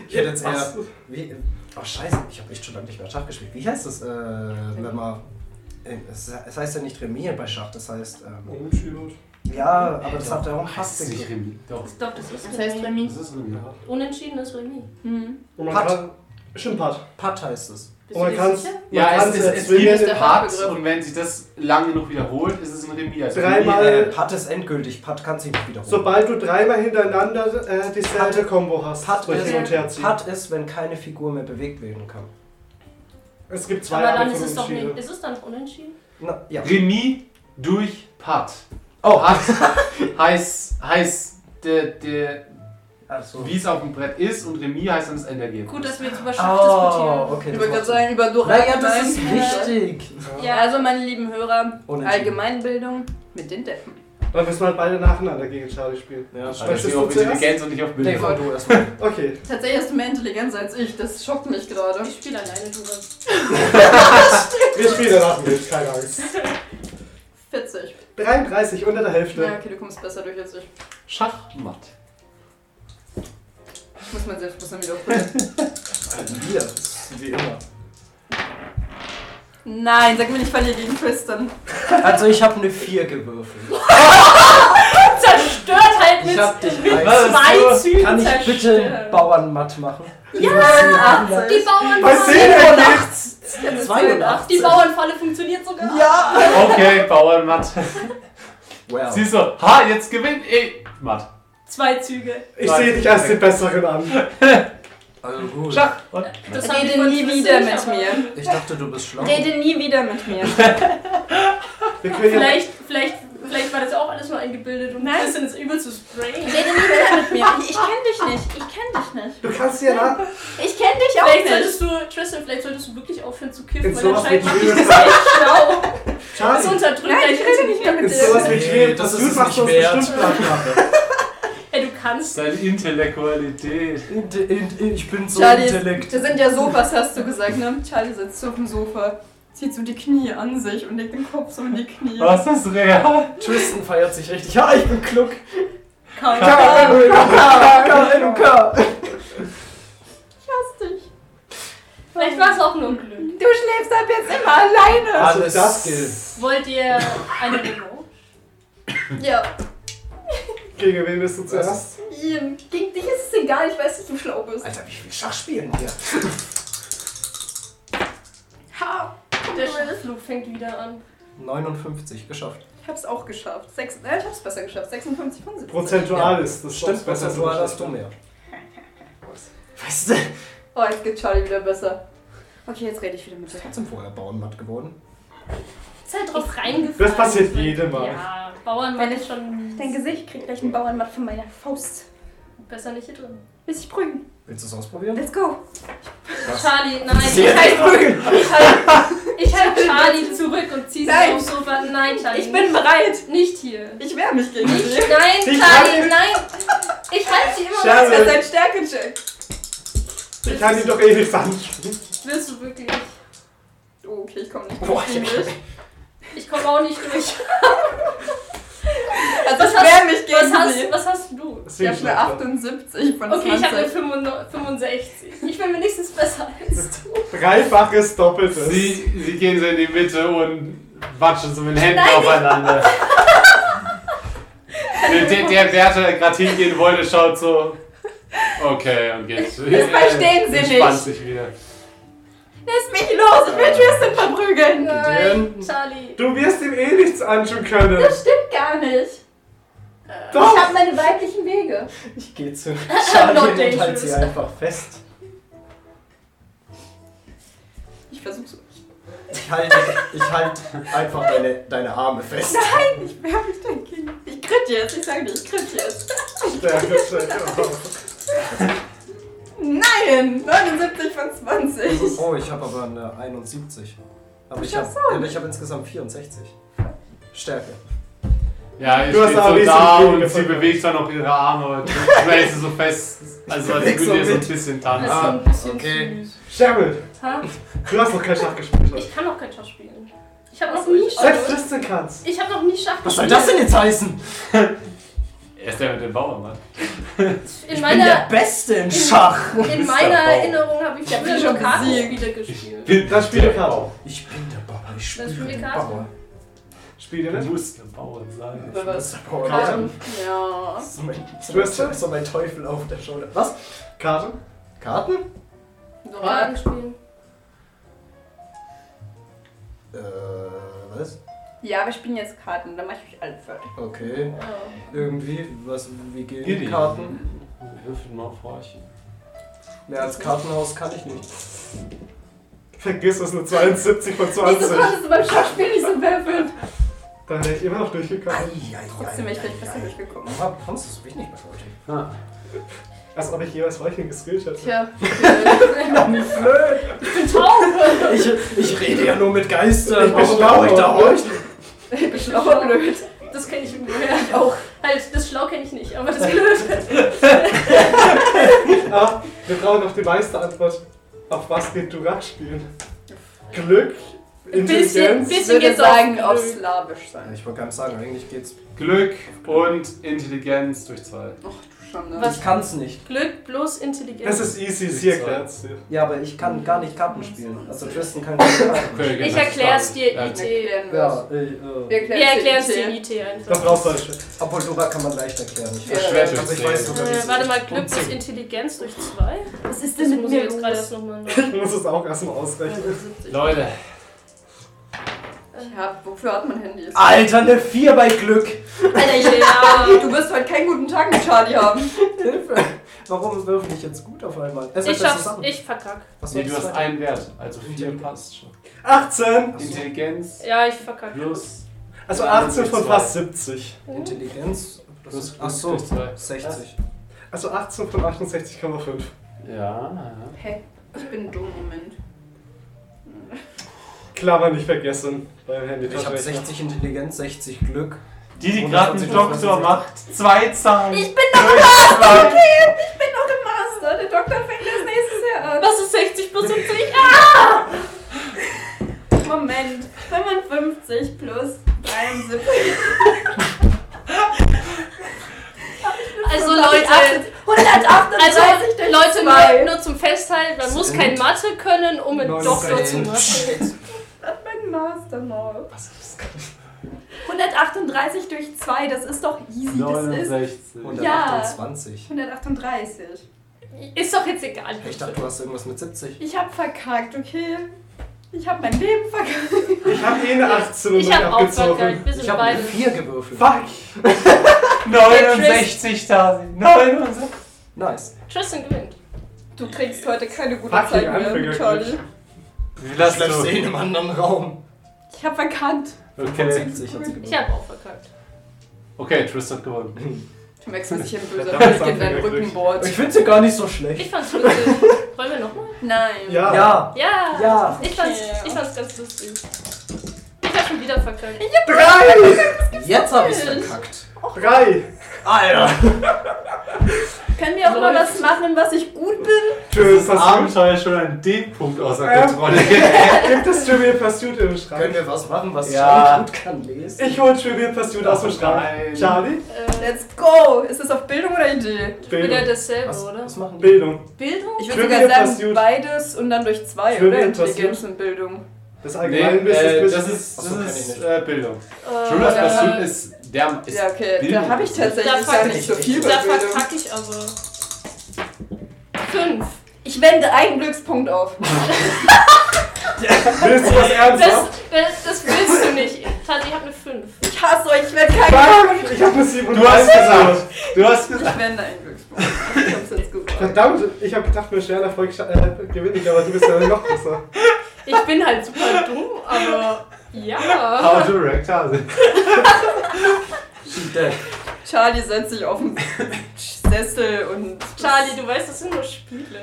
[SPEAKER 3] Ich hätte jetzt
[SPEAKER 5] Was?
[SPEAKER 3] eher. Wie, oh, Scheiße, ich habe echt schon lange nicht mehr Schach gespielt. Wie heißt das, äh, wenn man. äh, Es es heißt ja nicht Remier bei Schach, das heißt. Ähm,
[SPEAKER 5] Oh. Unentschieden.
[SPEAKER 3] ja, aber das hat ja auch Hass.
[SPEAKER 6] nicht Remy. Doch.
[SPEAKER 4] Ich glaube, das ist
[SPEAKER 2] Das heißt
[SPEAKER 4] Remy.
[SPEAKER 2] Remy.
[SPEAKER 6] Das ist Remy.
[SPEAKER 4] Unentschieden ist Remy.
[SPEAKER 2] Mhm.
[SPEAKER 5] Und man
[SPEAKER 3] Patt.
[SPEAKER 5] kann. Bestimmt Patt.
[SPEAKER 3] Patt heißt es.
[SPEAKER 4] Bist
[SPEAKER 5] Und man kann
[SPEAKER 6] Ja, es, es, es gibt
[SPEAKER 2] der
[SPEAKER 6] Parts
[SPEAKER 2] Fachbegriff.
[SPEAKER 6] und wenn sich das lange genug wiederholt, ist es ein Remy. Also
[SPEAKER 5] Dreimal-
[SPEAKER 6] Remy,
[SPEAKER 3] Äh, Patt ist endgültig, Patt kann sich nicht wiederholen.
[SPEAKER 5] Sobald du dreimal hintereinander äh, dieselbe
[SPEAKER 3] Patt.
[SPEAKER 5] Combo hast,
[SPEAKER 3] Patt
[SPEAKER 5] durch
[SPEAKER 3] ist-
[SPEAKER 5] hin und herziehen.
[SPEAKER 3] Patt ist, wenn keine Figur mehr bewegt werden kann.
[SPEAKER 5] Es gibt zwei
[SPEAKER 4] Aber dann
[SPEAKER 5] Arten
[SPEAKER 4] ist
[SPEAKER 5] von
[SPEAKER 4] es doch nicht.
[SPEAKER 5] Unentschieden.
[SPEAKER 4] Ist es dann unentschieden?
[SPEAKER 3] Na, ja.
[SPEAKER 6] Remy durch Part.
[SPEAKER 3] Oh.
[SPEAKER 6] Part heißt, heißt der, der,
[SPEAKER 3] Also.
[SPEAKER 6] wie es auf dem Brett ist und Remy heißt dann das Also Endergebnis.
[SPEAKER 4] Gut, dass wir jetzt über Schach
[SPEAKER 3] Oh,
[SPEAKER 4] diskutieren.
[SPEAKER 3] okay.
[SPEAKER 2] Ich
[SPEAKER 3] das
[SPEAKER 2] wollte gerade
[SPEAKER 3] macht-
[SPEAKER 2] sagen, über Dora.
[SPEAKER 3] Naja, das ist wichtig.
[SPEAKER 4] Ja.
[SPEAKER 2] Ja, also meine lieben Hörer,
[SPEAKER 3] Unentschieden.
[SPEAKER 2] Allgemeinbildung mit den Deppen.
[SPEAKER 5] Dann müssen wir halt beide nacheinander gegen Charlie spielen.
[SPEAKER 3] Ja,
[SPEAKER 6] Also
[SPEAKER 5] Möchtest
[SPEAKER 6] ich auf
[SPEAKER 5] du zuerst?
[SPEAKER 6] Intelligenz und nicht auf
[SPEAKER 3] Nee, war
[SPEAKER 6] Bildung.
[SPEAKER 3] du erstmal.
[SPEAKER 5] Okay.
[SPEAKER 2] Tatsächlich hast du mehr Intelligenz als ich, das schockt mich gerade.
[SPEAKER 4] Ich spiele alleine drüber.
[SPEAKER 5] Wir spielen danach mit, keine Angst.
[SPEAKER 2] 40.
[SPEAKER 5] 33 unter der Hälfte.
[SPEAKER 2] Ja, okay, du kommst besser durch als ich.
[SPEAKER 6] Schachmatt.
[SPEAKER 2] Ich muss mein Selbstbewusstsein wieder holen.
[SPEAKER 3] Wir, das ist wie immer.
[SPEAKER 2] Nein, sag mir nicht, ich verliere gegen Tristan.
[SPEAKER 3] Also, ich habe eine 4 gewürfelt.
[SPEAKER 4] Zerstört halt
[SPEAKER 3] Ich
[SPEAKER 4] mit
[SPEAKER 3] hab dich
[SPEAKER 4] zwei Zügen.
[SPEAKER 3] Kann ich bitte
[SPEAKER 4] zerstört.
[SPEAKER 3] Bauernmatt machen?
[SPEAKER 2] Ja!
[SPEAKER 4] Die Bauern.
[SPEAKER 5] Bei 10 und nichts!
[SPEAKER 4] Die Bauernfalle funktioniert sogar.
[SPEAKER 3] Ja!
[SPEAKER 6] Okay, Bauernmatt.
[SPEAKER 3] Wow.
[SPEAKER 6] Siehst du, ha, jetzt gewinnt eh Matt.
[SPEAKER 4] Zwei Züge.
[SPEAKER 5] Ich sehe dich als den Besseren an.
[SPEAKER 3] Also gut.
[SPEAKER 6] Schach. Und
[SPEAKER 4] Das haben die
[SPEAKER 2] Rede
[SPEAKER 4] von
[SPEAKER 2] nie
[SPEAKER 4] Tristan
[SPEAKER 2] wieder
[SPEAKER 4] nicht,
[SPEAKER 2] mit
[SPEAKER 4] aber-
[SPEAKER 2] mir.
[SPEAKER 3] Ich dachte, du bist schlau.
[SPEAKER 2] Oh. Rede nie wieder mit mir.
[SPEAKER 5] Wir können ja.
[SPEAKER 4] Vielleicht, vielleicht, vielleicht war das ja auch alles nur eingebildet und Tristan ist übel zu sprayen.
[SPEAKER 2] Rede nie wieder mit mir. Ich, ich kenne dich nicht. Ich kenne dich nicht.
[SPEAKER 5] Du kannst ja nach.
[SPEAKER 2] Ich kenne dich
[SPEAKER 4] Vielleicht
[SPEAKER 2] auch nicht.
[SPEAKER 4] solltest du, Tristan, vielleicht solltest du wirklich aufhören zu kiffen,
[SPEAKER 5] In
[SPEAKER 4] weil
[SPEAKER 5] sowas
[SPEAKER 4] anscheinend
[SPEAKER 5] mit
[SPEAKER 4] macht dich das
[SPEAKER 5] Schwül-
[SPEAKER 4] echt schlau. Das
[SPEAKER 5] Charlie,
[SPEAKER 4] unterdrückt
[SPEAKER 2] Nein, ich
[SPEAKER 4] deine
[SPEAKER 2] rede nicht mehr mit
[SPEAKER 4] Intelligenz.
[SPEAKER 5] in
[SPEAKER 2] dir.
[SPEAKER 5] sowas wie
[SPEAKER 3] Nee,
[SPEAKER 5] Schweben,
[SPEAKER 3] das
[SPEAKER 5] das
[SPEAKER 3] ist
[SPEAKER 5] Dude
[SPEAKER 3] es
[SPEAKER 5] macht
[SPEAKER 3] nicht
[SPEAKER 5] sonst
[SPEAKER 3] wert.
[SPEAKER 5] bestimmt Nachgabe.
[SPEAKER 4] Ey, du kannst.
[SPEAKER 6] seine Intellektualität.
[SPEAKER 3] Int- int- Ich bin so
[SPEAKER 2] Charlie,
[SPEAKER 3] intellekt.
[SPEAKER 2] das sind ja Sofas, hast du gesagt, ne? Charlie sitzt so auf dem Sofa, zieht so die Knie an sich und legt den Kopf so in die Knie.
[SPEAKER 6] Was ist real?
[SPEAKER 3] Tristan feiert sich richtig. Ja, ich bin klug.
[SPEAKER 2] Kaum.
[SPEAKER 3] Luca.
[SPEAKER 2] dich.
[SPEAKER 4] Vielleicht war es auch nur ein Glück.
[SPEAKER 2] Du schläfst ab jetzt immer alleine.
[SPEAKER 3] Alles
[SPEAKER 5] das
[SPEAKER 3] Skill.
[SPEAKER 4] Wollt ihr eine Remote?
[SPEAKER 2] Ja,
[SPEAKER 5] Gegen wen bist du zuerst?
[SPEAKER 2] Ian, gegen dich ist es egal, ich weiß, dass du schlau bist.
[SPEAKER 3] Alter, wie viel Schach spielen hier?
[SPEAKER 2] Ha!
[SPEAKER 4] Der Schachflug fängt wieder an.
[SPEAKER 3] 59, geschafft.
[SPEAKER 2] Ich hab's auch geschafft. Sechs, äh, ich hab's besser geschafft. 56 von 70.
[SPEAKER 5] Prozentual ist, das stimmt besser.
[SPEAKER 3] du hast du mehr. Weißt du?
[SPEAKER 2] Oh, jetzt geht Charlie wieder besser. Okay, jetzt rede ich wieder mit dir.
[SPEAKER 3] Trotzdem vorher Bauern matt geworden.
[SPEAKER 4] Ist halt drauf reingefallen.
[SPEAKER 5] Das passiert jedem Mal.
[SPEAKER 4] Ja, Bauern
[SPEAKER 2] Wenn
[SPEAKER 4] waren
[SPEAKER 2] ich-
[SPEAKER 4] schon
[SPEAKER 2] Dein Gesicht kriegt gleich einen Bauernmatt von meiner Faust.
[SPEAKER 4] besser nicht hier drin.
[SPEAKER 2] Willst dich prügeln?
[SPEAKER 3] Willst du es ausprobieren?
[SPEAKER 2] Let's go!
[SPEAKER 4] Charlie, nein.
[SPEAKER 3] Sehr
[SPEAKER 4] Ich halte ich, halt, Ich halte Charlie zurück und ziehe sie
[SPEAKER 2] Nein.
[SPEAKER 4] aufs Sofa. Nein, Charlie.
[SPEAKER 2] Ich bin
[SPEAKER 4] nicht,
[SPEAKER 2] bereit.
[SPEAKER 4] nicht hier.
[SPEAKER 2] Ich wehre mich gegen
[SPEAKER 4] Nicht,
[SPEAKER 2] dich.
[SPEAKER 4] nein,
[SPEAKER 5] Ich
[SPEAKER 4] Charlie,
[SPEAKER 5] hab-
[SPEAKER 4] nein. Ich halte sie immer
[SPEAKER 5] Charlie.
[SPEAKER 2] Das ist ein Stärkecheck.
[SPEAKER 5] Ich kann ihn doch eh nicht anspringen.
[SPEAKER 4] Willst du wirklich?
[SPEAKER 2] Oh, okay, ich komme nicht.
[SPEAKER 3] Boah,
[SPEAKER 4] Ich, ich komme auch nicht durch.
[SPEAKER 2] Also
[SPEAKER 4] Was
[SPEAKER 2] ich wehre mich
[SPEAKER 4] Was
[SPEAKER 2] gegen
[SPEAKER 4] hast,
[SPEAKER 2] sie.
[SPEAKER 4] was hast du?
[SPEAKER 5] Das
[SPEAKER 2] Ich
[SPEAKER 5] sehe
[SPEAKER 2] habe eine 78 von
[SPEAKER 4] Okay, ich habe eine
[SPEAKER 2] 20.
[SPEAKER 4] 65. Ich bin wenigstens besser als du.
[SPEAKER 5] Dreifaches Doppeltes.
[SPEAKER 1] Sie, sie gehen so in die Mitte und watschen so mit den Händen
[SPEAKER 4] Nein, ich-
[SPEAKER 1] aufeinander. der, der, der Wärter, der gerade hingehen wollte, schaut so. Okay, und jetzt.
[SPEAKER 2] Das verstehen sie
[SPEAKER 1] entspannt
[SPEAKER 2] nicht.
[SPEAKER 1] sich wieder.
[SPEAKER 2] Lass mich los, ich will Tristan verprügeln.
[SPEAKER 4] Nein, Charlie.
[SPEAKER 5] Du wirst ihm eh nichts antun können.
[SPEAKER 2] Das stimmt gar nicht.
[SPEAKER 5] Doch.
[SPEAKER 2] Ich habe meine weiblichen Wege.
[SPEAKER 3] Ich gehe zu Charlie und halte
[SPEAKER 4] dangerous.
[SPEAKER 3] halt sie einfach fest.
[SPEAKER 2] Ich versuch's.
[SPEAKER 3] Ich halte ich halt einfach deine, deine Arme fest.
[SPEAKER 2] Nein, ich werfe mich dagegen. Ich crit jetzt, ich sage dir, ich crit jetzt. Nein, 79 von 20.
[SPEAKER 3] Oh, ich habe aber eine 71. Aber ich habe
[SPEAKER 2] Ach
[SPEAKER 3] aber ich hab insgesamt 64. Stärke.
[SPEAKER 1] Ja, ich
[SPEAKER 5] Du hast
[SPEAKER 1] steht
[SPEAKER 5] aber
[SPEAKER 1] so
[SPEAKER 5] wesentlich
[SPEAKER 1] da
[SPEAKER 5] weniger
[SPEAKER 1] und sie
[SPEAKER 5] Folgen.
[SPEAKER 1] bewegt dann noch ihre Arme und schmeißt sie so fest. Also als
[SPEAKER 3] Weg so
[SPEAKER 1] würde ihr so ein
[SPEAKER 3] mit.
[SPEAKER 1] bisschen
[SPEAKER 4] Das ist
[SPEAKER 1] tanzen.
[SPEAKER 2] Ah,
[SPEAKER 4] ein bisschen
[SPEAKER 3] Ah, okay.
[SPEAKER 4] süß.
[SPEAKER 5] Schermel,
[SPEAKER 4] Ha?
[SPEAKER 5] du hast noch kein Schach gespielt.
[SPEAKER 4] Ich kann noch kein Schach spielen. Ich habe noch nie
[SPEAKER 5] Seit
[SPEAKER 4] Schach.
[SPEAKER 5] Tristan kannst.
[SPEAKER 4] Ich habe noch nie Schach
[SPEAKER 3] Was soll das denn jetzt heißen?
[SPEAKER 1] Er ist der mit dem Bauermann.
[SPEAKER 4] In
[SPEAKER 3] Ich bin der
[SPEAKER 4] meiner,
[SPEAKER 3] Beste in Schach.
[SPEAKER 4] in meiner Erinnerung habe ich
[SPEAKER 2] Ich hab
[SPEAKER 4] früher
[SPEAKER 2] ihn
[SPEAKER 4] schon
[SPEAKER 2] schon
[SPEAKER 4] Kartenspiele gespielt.
[SPEAKER 5] Dann spiel eine Karte.
[SPEAKER 3] Ich bin der Bauer. Ich
[SPEAKER 4] Das
[SPEAKER 3] bin
[SPEAKER 4] spielt
[SPEAKER 3] der
[SPEAKER 4] Karten.
[SPEAKER 3] Bauer.
[SPEAKER 5] Spiel
[SPEAKER 1] Du
[SPEAKER 5] dir nicht.
[SPEAKER 1] musst der Bauer sein.
[SPEAKER 3] Ich bin der Bauer.
[SPEAKER 5] Karten.
[SPEAKER 2] Ähm, Ja.
[SPEAKER 3] So mein, so
[SPEAKER 5] Du hast-
[SPEAKER 3] mein, so mein Teufel auf der Schulter. Was?
[SPEAKER 5] Karten?
[SPEAKER 3] Karten?
[SPEAKER 2] Norak.
[SPEAKER 4] Kartenspielen.
[SPEAKER 3] Äh, was?
[SPEAKER 2] Ja, wir spielen jetzt Karten, dann mache ich euch alle fertig.
[SPEAKER 3] Okay.
[SPEAKER 4] Ja.
[SPEAKER 3] Irgendwie, was, wie gehen
[SPEAKER 1] Giddy.
[SPEAKER 3] Karten?
[SPEAKER 1] Würfel mal forchen.
[SPEAKER 3] Mehr als Kartenhaus kann ich nicht.
[SPEAKER 5] Vergiss es, eine 72 von
[SPEAKER 2] Wieso
[SPEAKER 5] 20.
[SPEAKER 2] konntest du beim Schachspiel nicht so werfen?
[SPEAKER 5] Da hätte ich immer noch durchgekommen.
[SPEAKER 2] Trotzdem wäre ich vielleicht besser durchgekommen.
[SPEAKER 3] Warum kommst du so wenig bei Leute?
[SPEAKER 1] Ah.
[SPEAKER 5] Als ob ich jeweils Räuchchen geskillt hätte.
[SPEAKER 2] Tja.
[SPEAKER 3] Ich, ich rede ja nur mit Geistern.
[SPEAKER 5] Ich bin schlau, oder?
[SPEAKER 2] Ich bin schlauer blöd.
[SPEAKER 4] Das kenne ich irgendwoher. Ich auch. Halt, das Schlau kenne ich nicht, aber das Blöd.
[SPEAKER 5] Ah, wir brauchen noch die meiste Antwort. Auf was geht Durak spielen? Glück?
[SPEAKER 4] Ein bisschen,
[SPEAKER 5] Intelligenz?
[SPEAKER 2] Ich
[SPEAKER 4] bisschen
[SPEAKER 2] würde
[SPEAKER 4] geht's auf.
[SPEAKER 2] sagen, auf Slawisch sein.
[SPEAKER 3] Ich wollte gar nicht sagen, eigentlich geht's.
[SPEAKER 1] Glück und Intelligenz durch zwei.
[SPEAKER 2] Ach du Schande.
[SPEAKER 4] Was?
[SPEAKER 3] Ich kann's nicht.
[SPEAKER 4] Glück bloß Intelligenz.
[SPEAKER 5] Das ist easy, sie erklärt's dir.
[SPEAKER 3] Ja, aber ich kann gar nicht Karten spielen. Also Tristan kann gar nicht Karten spielen.
[SPEAKER 4] ich erkläre es dir,
[SPEAKER 1] Ja.
[SPEAKER 4] IT.
[SPEAKER 2] Wir erklären
[SPEAKER 3] Ja,
[SPEAKER 2] das.
[SPEAKER 3] äh,
[SPEAKER 2] Wir
[SPEAKER 3] äh.
[SPEAKER 2] erklären
[SPEAKER 4] Wir erklären es
[SPEAKER 2] IT.
[SPEAKER 4] dir IT
[SPEAKER 5] Da
[SPEAKER 4] einfach.
[SPEAKER 5] brauchst du halt einen
[SPEAKER 3] Obwohl Dora kann man leicht erklären. Ich
[SPEAKER 2] Ja.
[SPEAKER 1] Schwert durch
[SPEAKER 3] Also ich
[SPEAKER 1] zehn.
[SPEAKER 3] weiß sogar, wie
[SPEAKER 4] Äh,
[SPEAKER 3] es
[SPEAKER 4] warte
[SPEAKER 3] ist.
[SPEAKER 4] mal, Glück plus
[SPEAKER 3] Zehn.
[SPEAKER 4] Intelligenz durch 2?
[SPEAKER 2] Was ist
[SPEAKER 4] Das muss ich jetzt gerade erst nochmal
[SPEAKER 5] Ich muss es auch erstmal ausrechnen.
[SPEAKER 1] Leute,
[SPEAKER 2] Ja, wofür hat man Handys?
[SPEAKER 3] Alter, eine 4 bei Glück!
[SPEAKER 2] Alter, ja. Du wirst heute keinen guten Tag mit Charlie haben.
[SPEAKER 3] Hilfe! Warum würfel ich jetzt gut auf einmal? Also,
[SPEAKER 4] Ich
[SPEAKER 3] das
[SPEAKER 4] schaff's,
[SPEAKER 3] zusammen.
[SPEAKER 4] ich verkack.
[SPEAKER 3] Was
[SPEAKER 1] nee,
[SPEAKER 3] war
[SPEAKER 1] du
[SPEAKER 3] das
[SPEAKER 1] hast
[SPEAKER 3] zweite?
[SPEAKER 1] einen Wert, also vier passt schon.
[SPEAKER 5] 18!
[SPEAKER 3] Achso.
[SPEAKER 1] Intelligenz
[SPEAKER 4] Ja, ich verkack.
[SPEAKER 1] plus
[SPEAKER 5] Also 18 von fast 70.
[SPEAKER 3] Intelligenz. Das
[SPEAKER 1] plus
[SPEAKER 3] ist,
[SPEAKER 1] Glück
[SPEAKER 3] ach so,
[SPEAKER 1] durch zwei.
[SPEAKER 3] 60.
[SPEAKER 5] Also 18 von 68,5.
[SPEAKER 1] Ja.
[SPEAKER 2] Hey, ich bin dumm im Moment.
[SPEAKER 5] Klammer nicht vergessen beim Handy.
[SPEAKER 3] Ich habe 60 Intelligenz, 60 Glück.
[SPEAKER 1] Die, die
[SPEAKER 3] Und
[SPEAKER 1] gerade
[SPEAKER 3] das
[SPEAKER 1] einen
[SPEAKER 3] hat sich
[SPEAKER 1] Doktor
[SPEAKER 3] das-
[SPEAKER 1] macht, zwei Zahlen.
[SPEAKER 2] Ich bin noch im Master, Ah, okay? Ich bin noch im Master. Der Doktor fängt erst nächstes Jahr an.
[SPEAKER 4] Was ist 60 plus 70?
[SPEAKER 2] Moment. 55 plus 73.
[SPEAKER 4] Also Leute, achtet-
[SPEAKER 2] 138
[SPEAKER 4] also Leute,
[SPEAKER 2] zwei.
[SPEAKER 4] nur, nur zum Festhalten, man muss kein Mathe können, um einen Doktor zu machen.
[SPEAKER 2] hat mein Master mal. Was ist das? 138 durch 2, das ist doch easy. Das ist
[SPEAKER 1] 69.
[SPEAKER 2] Ja.
[SPEAKER 3] 128.
[SPEAKER 2] 138.
[SPEAKER 4] Ist doch jetzt egal.
[SPEAKER 3] Ich dachte, du hast irgendwas mit 70.
[SPEAKER 2] Ich hab verkackt, okay? Ich hab mein Leben verkackt.
[SPEAKER 5] Ich habe eh eine 18 und
[SPEAKER 4] Ich
[SPEAKER 5] bin
[SPEAKER 4] habe auch verkackt,
[SPEAKER 5] abgezogen.
[SPEAKER 4] wir
[SPEAKER 3] Ich
[SPEAKER 4] sind
[SPEAKER 3] habe eine
[SPEAKER 4] beide.
[SPEAKER 3] 4 gewürfelt.
[SPEAKER 1] 69, Tasi. 69.
[SPEAKER 3] Nice.
[SPEAKER 4] Tristan gewinnt.
[SPEAKER 2] Du kriegst heute keine gute
[SPEAKER 5] Fucking
[SPEAKER 2] Zeit mehr,
[SPEAKER 5] Anfänger,
[SPEAKER 2] Charlie.
[SPEAKER 1] Wie
[SPEAKER 3] Das
[SPEAKER 1] das
[SPEAKER 3] lässt sie in
[SPEAKER 1] du?
[SPEAKER 3] einem anderen Raum.
[SPEAKER 2] Ich hab verkannt.
[SPEAKER 1] Okay.
[SPEAKER 3] 70 hat sie
[SPEAKER 4] Ich habe auch verkackt.
[SPEAKER 1] okay, Tristan hat gewonnen.
[SPEAKER 2] Du merkst ein bisschen böser
[SPEAKER 5] Verdammt,
[SPEAKER 2] Blick in deinen
[SPEAKER 5] Anfänger,
[SPEAKER 2] Rückenboard.
[SPEAKER 3] finde sie gar nicht so schlecht.
[SPEAKER 4] Ich fand's lustig. Wollen wir nochmal?
[SPEAKER 2] Nein.
[SPEAKER 5] Ja.
[SPEAKER 3] Ja.
[SPEAKER 4] Ja!
[SPEAKER 3] Ja.
[SPEAKER 4] Ich, fand's,
[SPEAKER 2] Ja.
[SPEAKER 4] ich fand's ganz lustig. Ich hab schon wieder verkackt.
[SPEAKER 3] Drei! Jetzt hab ich's verkackt.
[SPEAKER 5] Drei.
[SPEAKER 3] Alter.
[SPEAKER 2] Können wir auch mal was machen, was ich gut bin?
[SPEAKER 5] Tschüss. Pursuit.
[SPEAKER 1] Abenteuer schon an dem Punkt außer
[SPEAKER 5] Ja.
[SPEAKER 1] Kontrolle.
[SPEAKER 5] Gibt es Trivial Pursuit im
[SPEAKER 3] Können
[SPEAKER 5] Schrank?
[SPEAKER 3] wir was machen, was
[SPEAKER 1] Ja.
[SPEAKER 3] ich gut kann lesen?
[SPEAKER 5] Ich hol Trivial Pursuit aus dem
[SPEAKER 1] Nein.
[SPEAKER 5] Schrank. Charlie?
[SPEAKER 4] Äh,
[SPEAKER 2] Let's go! Ist das auf Bildung oder Idee?
[SPEAKER 4] ich bin ja
[SPEAKER 5] Bildung.
[SPEAKER 4] dasselbe,
[SPEAKER 3] Was,
[SPEAKER 4] oder?
[SPEAKER 3] was machen die?
[SPEAKER 5] Bildung.
[SPEAKER 4] Bildung?
[SPEAKER 2] Ich würde
[SPEAKER 5] Trivial
[SPEAKER 2] sogar sagen,
[SPEAKER 5] Pursuit.
[SPEAKER 2] beides und dann durch zwei,
[SPEAKER 5] Trivial
[SPEAKER 2] oder?
[SPEAKER 5] Pursuit.
[SPEAKER 2] Intelligenz und Bildung.
[SPEAKER 5] Das
[SPEAKER 1] Nee,
[SPEAKER 5] Allgemeinwissen
[SPEAKER 1] äh,
[SPEAKER 5] ist
[SPEAKER 1] das ist, das
[SPEAKER 3] Achso, kenn ich
[SPEAKER 1] ist
[SPEAKER 3] nicht.
[SPEAKER 1] äh, Bildung.
[SPEAKER 4] Äh,
[SPEAKER 1] Trivial
[SPEAKER 4] da-
[SPEAKER 1] Pursuit ist der ist
[SPEAKER 2] Ja, okay. Da
[SPEAKER 1] Bildung.
[SPEAKER 2] habe ich
[SPEAKER 4] Da
[SPEAKER 2] tatsächlich gar
[SPEAKER 4] fuck
[SPEAKER 2] nicht
[SPEAKER 4] ich-
[SPEAKER 2] so viel bei
[SPEAKER 4] Da
[SPEAKER 2] Bildung.
[SPEAKER 4] verkack ich aber. Fünf.
[SPEAKER 2] Ich wende einen Glückspunkt auf.
[SPEAKER 5] Willst du was
[SPEAKER 4] Das,
[SPEAKER 2] Also
[SPEAKER 5] ernsthaft?
[SPEAKER 4] das, das willst du nicht. Tati, ich hab eine fünf.
[SPEAKER 2] Ich hasse euch, ich werde keinen
[SPEAKER 5] Fuck! Ich hab eine 7
[SPEAKER 1] Du hast gesagt. Du hast gesagt.
[SPEAKER 2] Ich wende einen Glückspunkt. Ich hab's jetzt gut.
[SPEAKER 5] Verdammt, ich hab gedacht, mit schweren Erfolg scha- äh, gewinne ich, aber du bist ja noch besser.
[SPEAKER 4] Ich bin halt super dumm, aber ja.
[SPEAKER 1] How to wreck Tase.
[SPEAKER 2] Charlie setzt sich auf den Sessel und.
[SPEAKER 4] Charlie, du weißt, das sind nur Spiele.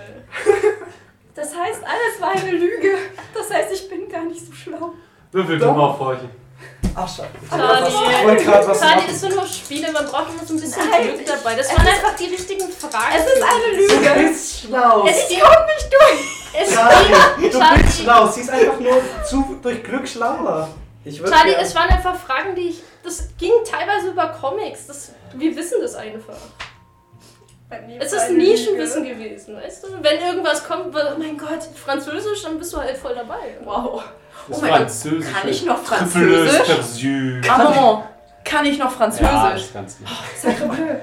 [SPEAKER 2] Das heißt, alles war eine Lüge. Das heißt, ich bin gar nicht so schlau.
[SPEAKER 1] Würfel dumm aufhorchen.
[SPEAKER 3] Ach, schade.
[SPEAKER 5] Ich
[SPEAKER 4] Charlie.
[SPEAKER 5] wollte gerade was
[SPEAKER 4] Charlie,
[SPEAKER 5] machen.
[SPEAKER 4] das sind nur Spiele, man braucht immer so ein bisschen
[SPEAKER 2] Nein,
[SPEAKER 4] Glück dabei. Das
[SPEAKER 2] es
[SPEAKER 4] waren
[SPEAKER 2] ist-
[SPEAKER 4] einfach die richtigen Fragen.
[SPEAKER 2] Es ist eine
[SPEAKER 5] Du
[SPEAKER 2] Lüge.
[SPEAKER 5] bist schlau.
[SPEAKER 4] Es
[SPEAKER 2] Ich komm nicht durch.
[SPEAKER 4] Es
[SPEAKER 5] Charlie, du
[SPEAKER 4] Charlie.
[SPEAKER 5] bist schlau. Sie ist einfach nur zu, durch Glück schlauer.
[SPEAKER 3] Ich würd
[SPEAKER 4] Charlie,
[SPEAKER 3] gern-
[SPEAKER 4] es waren einfach Fragen, die ich. Das ging teilweise über Comics. Das, wir wissen das einfach. Es ist Nischenwissen gewesen, weißt du? Wenn irgendwas kommt, weil- oh mein Gott, Französisch, dann bist du halt voll dabei.
[SPEAKER 2] Wow.
[SPEAKER 1] Das E
[SPEAKER 2] Oh mein Gott,
[SPEAKER 1] Französisch.
[SPEAKER 2] kann ich noch
[SPEAKER 1] Trivial
[SPEAKER 2] Französisch?
[SPEAKER 1] Pursuit.
[SPEAKER 2] Maman, kann ich noch
[SPEAKER 1] Ja, genau. das
[SPEAKER 2] Französisch?
[SPEAKER 1] kannst du.
[SPEAKER 2] Sacre-bleu.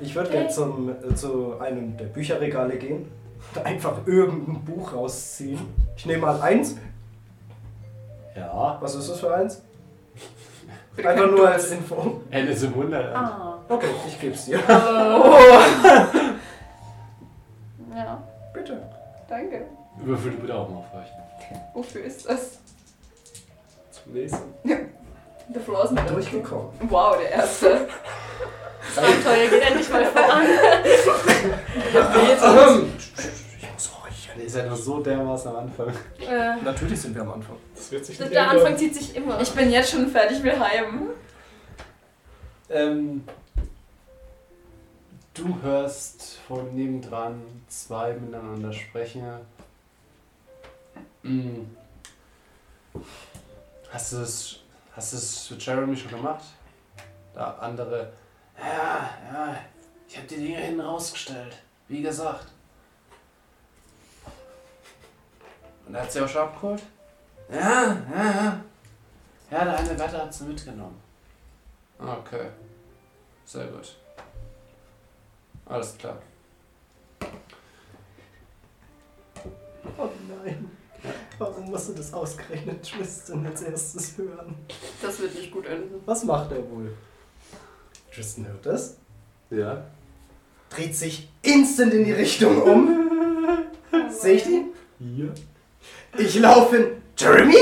[SPEAKER 3] Ich würde gerne zum, äh, zu einem der Bücherregale gehen und einfach irgendein Buch rausziehen. Ich nehme mal eins.
[SPEAKER 1] Ja.
[SPEAKER 3] Was ist das für eins? Einfach nur als Info.
[SPEAKER 1] Alice im Wunderland.
[SPEAKER 2] Ah.
[SPEAKER 3] Okay, ich geb's dir.
[SPEAKER 2] Ja,
[SPEAKER 3] Bitte.
[SPEAKER 2] danke.
[SPEAKER 1] Würfel du bitte auch mal aufhorchen.
[SPEAKER 2] Wofür ist das?
[SPEAKER 5] Zum nächsten.
[SPEAKER 2] The Floor is not over.
[SPEAKER 3] Durchgekommen.
[SPEAKER 2] Wow, der erste.
[SPEAKER 4] Das
[SPEAKER 3] Also,
[SPEAKER 4] Abenteuer geht endlich mal voran.
[SPEAKER 3] Ahem.
[SPEAKER 1] Ich muss horchen. Ihr seid doch so dermaßen am Anfang.
[SPEAKER 4] Äh,
[SPEAKER 3] Natürlich sind wir am Anfang.
[SPEAKER 5] Das wird sich nicht
[SPEAKER 4] der
[SPEAKER 5] ändern.
[SPEAKER 4] Anfang zieht sich immer.
[SPEAKER 2] Ich bin jetzt schon fertig, will heim.
[SPEAKER 1] Ähm, du hörst von nebendran zwei miteinander sprechen. Hm. Hast du es, hast du es für Jeremy schon gemacht? Da andere. Ja, ja, ich habe die Dinge hinten rausgestellt. Wie gesagt. Und hat sie auch schon abgeholt? Ja, ja, ja. Ja, der eine Wetter hat sie mitgenommen. Okay. Sehr gut. Alles klar.
[SPEAKER 3] Oh nein. Warum musst du das ausgerechnet Tristan als erstes hören?
[SPEAKER 2] Das wird nicht gut enden.
[SPEAKER 3] Was macht er wohl? Tristan hört das,
[SPEAKER 1] Ja.
[SPEAKER 3] dreht sich instant in die Richtung um. Sehe ich die?
[SPEAKER 1] Hier?
[SPEAKER 3] Ich laufe in. Jeremy?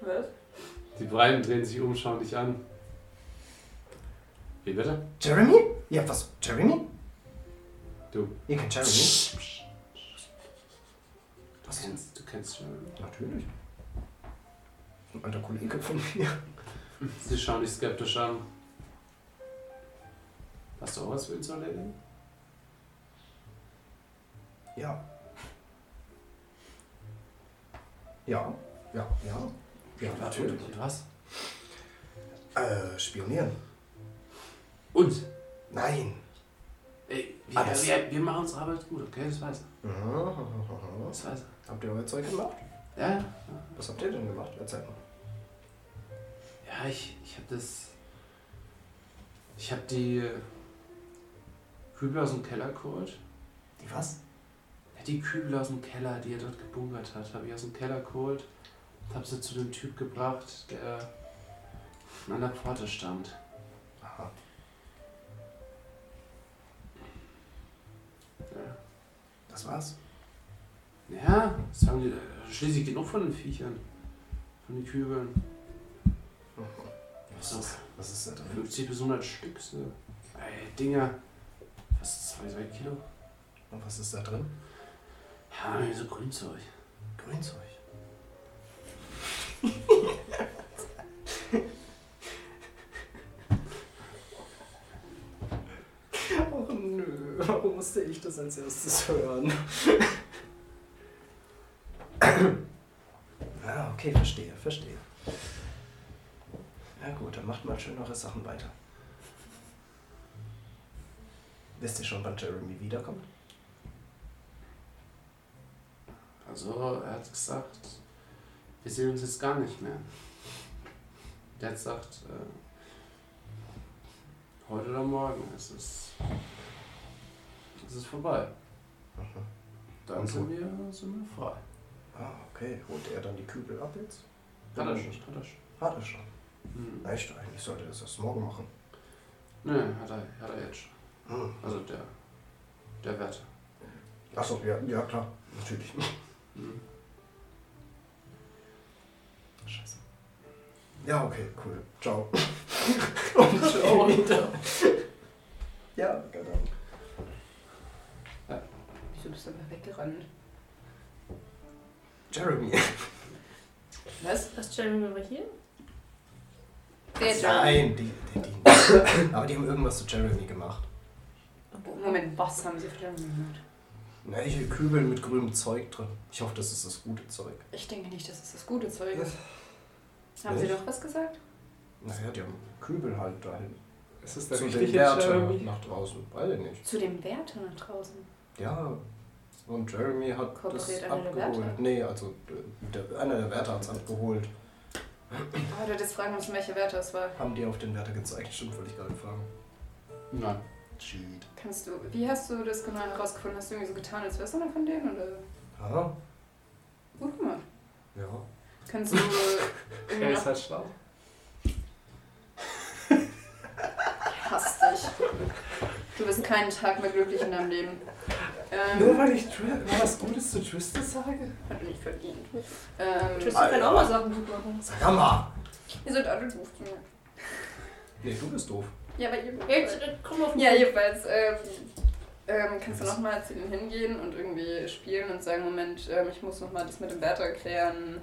[SPEAKER 2] Was?
[SPEAKER 1] Die Breiten drehen sich um, schauen dich an. Wie bitte?
[SPEAKER 3] Jeremy? Ja, was? Jeremy?
[SPEAKER 1] Du.
[SPEAKER 3] Ihr kennt Jeremy?
[SPEAKER 1] Du kennst, du kennst schon.
[SPEAKER 3] Natürlich. Ein alter Kollege von mir.
[SPEAKER 1] Sie schauen dich skeptisch an. Hast du auch was für ihn zu erledigen?
[SPEAKER 3] Ja. Ja. Ja, ja. Ja, natürlich.
[SPEAKER 1] Und was?
[SPEAKER 3] Äh, spionieren.
[SPEAKER 1] Und?
[SPEAKER 3] Nein.
[SPEAKER 1] Ey, wir,
[SPEAKER 3] Alles.
[SPEAKER 1] wir, wir machen unsere Arbeit gut, okay? Das weiß er.
[SPEAKER 3] Was
[SPEAKER 1] Das weiß
[SPEAKER 3] Ah. habt ihr euer Zeug gemacht?
[SPEAKER 1] er. Ja, ja.
[SPEAKER 3] Was habt ihr denn gemacht? Erzähl mal.
[SPEAKER 1] Ja, ich, ich hab das. Ich hab die. äh, Kübler aus dem Keller geholt.
[SPEAKER 3] Die was?
[SPEAKER 1] Ja, die Kübel aus dem Keller, die er dort gebunkert hat, habe ich aus dem Keller geholt. Hab sie zu dem Typ gebracht, der an der Pforte stand.
[SPEAKER 3] Aha.
[SPEAKER 1] Ja,
[SPEAKER 3] Das war's.
[SPEAKER 1] ja das haben die, äh, schließlich genug von den Viechern. Von den Kübeln.
[SPEAKER 3] Was ist, was ist da drin?
[SPEAKER 1] 50 bis 100 Stück. So. Ey, Dinger. Fast 2, 3 Kilo.
[SPEAKER 3] Und was ist da drin?
[SPEAKER 1] Ja, diese Grünzeug.
[SPEAKER 3] Grünzeug. Och Oh, nö, warum musste ich das als erstes hören? ah, okay, verstehe, verstehe. Na gut, dann macht mal schön eure Sachen weiter. Wisst ihr schon, wann Jeremy wiederkommt?
[SPEAKER 1] Also, er hat gesagt, wir sehen uns jetzt gar nicht mehr. Der hat gesagt, äh, heute oder morgen, es ist, es ist vorbei.
[SPEAKER 3] Aha.
[SPEAKER 1] Dann
[SPEAKER 3] Und
[SPEAKER 1] sind wir, sind wir frei.
[SPEAKER 3] Mhm. Ah, okay. Holt er dann die Kübel ab jetzt?
[SPEAKER 1] Hat er schon, hat er schon.
[SPEAKER 3] Hat er schon.
[SPEAKER 1] Hm.
[SPEAKER 3] Echt, eigentlich sollte er das erst morgen machen.
[SPEAKER 1] Nö, hat er, hat er jetzt schon.
[SPEAKER 3] Hm.
[SPEAKER 1] Also der, der Wärter.
[SPEAKER 3] Achso, ja, ja klar, natürlich.
[SPEAKER 1] Hm.
[SPEAKER 3] Scheiße. Ja, okay, cool. Ciao. Und
[SPEAKER 2] Oh.
[SPEAKER 3] ciao wieder. Ja, genau.
[SPEAKER 2] Wieso bist du einfach weggerannt?
[SPEAKER 3] Jeremy.
[SPEAKER 2] Was?
[SPEAKER 4] Das Jeremy war hier?
[SPEAKER 2] Der Jeremy.
[SPEAKER 3] Nein, die, die, die. Aber die haben irgendwas zu Jeremy gemacht.
[SPEAKER 2] Moment, was haben sie für Jeremy gemacht?
[SPEAKER 3] Na, ich Kübel mit grünem Zeug drin. Ich hoffe, das ist das gute Zeug.
[SPEAKER 2] Ich denke nicht, dass es das gute Zeug
[SPEAKER 3] Was?
[SPEAKER 2] ist. Haben sie
[SPEAKER 3] Was?
[SPEAKER 2] doch was gesagt?
[SPEAKER 3] Naja, die haben Kübel halt dahin.
[SPEAKER 5] Ist es der
[SPEAKER 3] Zu
[SPEAKER 5] richtige
[SPEAKER 3] den Wärter
[SPEAKER 5] Jeremy?
[SPEAKER 3] nach draußen. Weiß ich nicht.
[SPEAKER 2] Zu dem Wärter nach draußen.
[SPEAKER 3] Ja. Und Jeremy hat
[SPEAKER 2] Kooperiert
[SPEAKER 3] das
[SPEAKER 2] einer der
[SPEAKER 3] abgeholt.
[SPEAKER 2] Wärter?
[SPEAKER 3] Nee, also der, einer der Wärter hat es abgeholt.
[SPEAKER 2] Aber Ah, du hättest fragen müssen, welcher Wärter es war.
[SPEAKER 3] Haben die auf den Wärter gezeigt? Stimmt, wollte ich gerade fragen.
[SPEAKER 1] Nein.
[SPEAKER 3] Cheat.
[SPEAKER 2] Kannst du. Wie hast du das genau herausgefunden? Hast du irgendwie so getan, als wärst du einer von denen? Oder?
[SPEAKER 3] Ah,
[SPEAKER 2] Gut gemacht.
[SPEAKER 3] ja.
[SPEAKER 2] Kannst du.
[SPEAKER 5] Er
[SPEAKER 2] irgendwie
[SPEAKER 5] ist
[SPEAKER 2] noch
[SPEAKER 5] halt schlau.
[SPEAKER 2] hasst dich. Du wirst keinen Tag mehr glücklich in deinem Leben.
[SPEAKER 5] Nur
[SPEAKER 2] Ähm,
[SPEAKER 5] weil ich Tri- was Gutes zu Tristan sage?
[SPEAKER 2] hat er nicht verdient. Ähm,
[SPEAKER 4] Tristan kann auch mal Sachen gut machen.
[SPEAKER 3] Sag mal!
[SPEAKER 2] ihr sollt alle doof zu mir.
[SPEAKER 3] Nee, du bist doof.
[SPEAKER 2] Ja, aber ihr.
[SPEAKER 4] Jetzt, komm auf den
[SPEAKER 2] Ja,
[SPEAKER 4] Punkt.
[SPEAKER 2] jedenfalls. Ähm, ähm, kannst du nochmal zu denen hingehen und irgendwie spielen und sagen: Moment, ähm, ich muss nochmal das mit dem Wärter klären.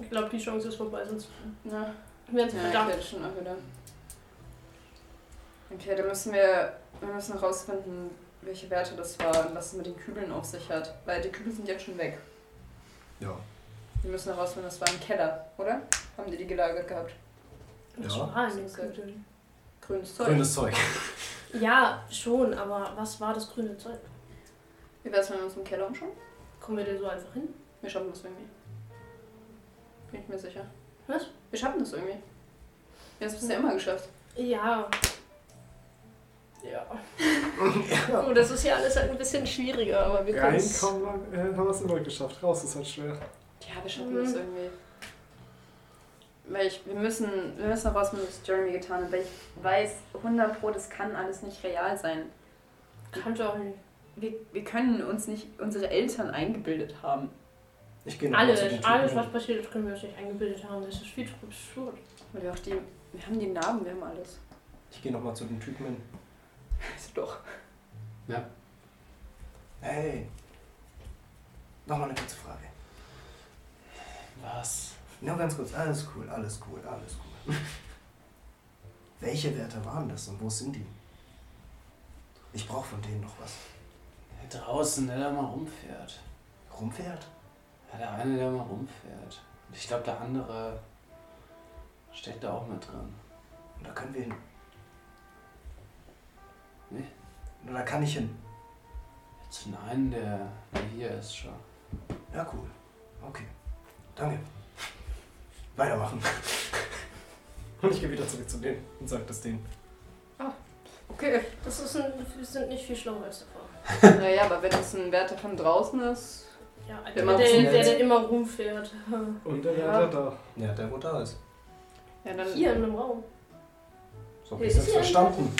[SPEAKER 4] Ich glaube, die Chance ist vorbei, sonst
[SPEAKER 2] Na,
[SPEAKER 4] werden sie
[SPEAKER 2] ja,
[SPEAKER 4] verdammt.
[SPEAKER 2] ich schon auch wieder. Okay, dann müssen wir, wir müssen herausfinden, welche Werte das war und was es mit den Kübeln auf sich hat. Weil die Kübel sind jetzt schon weg.
[SPEAKER 3] Ja.
[SPEAKER 2] Wir müssen herausfinden, das war im Keller, oder? Haben die die gelagert gehabt?
[SPEAKER 4] Das
[SPEAKER 3] Ja.
[SPEAKER 4] war eine Kugel.
[SPEAKER 2] Grünes Zeug.
[SPEAKER 3] Grünes Zeug.
[SPEAKER 4] Ja, schon, aber was war das grüne Zeug?
[SPEAKER 2] Wie wär's, wenn wir uns im Keller umschauen?
[SPEAKER 4] Kommen wir da so einfach hin?
[SPEAKER 2] Wir schaffen das irgendwie. Bin ich mir sicher.
[SPEAKER 4] Was?
[SPEAKER 2] Wir schaffen das irgendwie. Wir haben es bisher immer geschafft.
[SPEAKER 4] Ja. Ja. Oh, das ist ja alles halt ein bisschen schwieriger, aber wir können es.
[SPEAKER 5] Reinkommen lang- äh, haben wir es immer geschafft. Raus ist halt schwer.
[SPEAKER 2] Ja, wir schaffen
[SPEAKER 4] Mhm.
[SPEAKER 2] das irgendwie. Weil ich, wir müssen, wir müssen herausfinden, was Jeremy getan hat. Weil ich weiß, 100 Pro, das kann alles nicht real sein.
[SPEAKER 4] Kannte auch nicht.
[SPEAKER 2] Wir, wir können uns nicht unsere Eltern eingebildet haben.
[SPEAKER 3] Ich gehe noch mal zu den
[SPEAKER 4] Alles,
[SPEAKER 3] Genau, also Typen
[SPEAKER 4] alles,
[SPEAKER 3] hin.
[SPEAKER 4] was passiert ist, können wir uns nicht eingebildet haben. Das ist viel zu absurd.
[SPEAKER 2] Weil wir auch die, wir haben die Narben, wir haben alles.
[SPEAKER 3] Ich gehe nochmal zu den Typen hin.
[SPEAKER 2] Also doch.
[SPEAKER 3] Hey. Nochmal eine kurze Frage.
[SPEAKER 1] Was?
[SPEAKER 3] Nur ganz kurz. Alles cool, alles cool, alles cool. Welche Werte waren das und wo sind die? Ich brauche von denen noch was.
[SPEAKER 1] Der draußen, der da mal rumfährt.
[SPEAKER 3] Rumpferd?
[SPEAKER 1] Ja, der eine, der mal rumfährt. Und ich glaube, der andere steckt da auch mit drin.
[SPEAKER 3] Und da können wir hin.
[SPEAKER 1] Nee.
[SPEAKER 3] Und da kann ich hin.
[SPEAKER 1] Jetzt den einen, der, der hier ist schon.
[SPEAKER 3] Ja, cool. Okay. Danke. Weitermachen. Und ich gehe wieder zurück zu denen und sage das denen.
[SPEAKER 2] Okay.
[SPEAKER 4] Das ist ein, wir sind nicht viel schlauer als davor.
[SPEAKER 2] naja, aber wenn es ein Wärter von draußen ist.
[SPEAKER 4] Ja,
[SPEAKER 2] Der
[SPEAKER 4] der, der,
[SPEAKER 2] macht
[SPEAKER 4] der,
[SPEAKER 2] schnell.
[SPEAKER 4] der immer rumfährt.
[SPEAKER 5] Und der
[SPEAKER 2] Ja.
[SPEAKER 5] Wärter da.
[SPEAKER 3] Ja, der, wo da ist.
[SPEAKER 2] Ja, dann.
[SPEAKER 4] Hier in einem Raum.
[SPEAKER 3] So
[SPEAKER 4] hab ich's jetzt verstanden.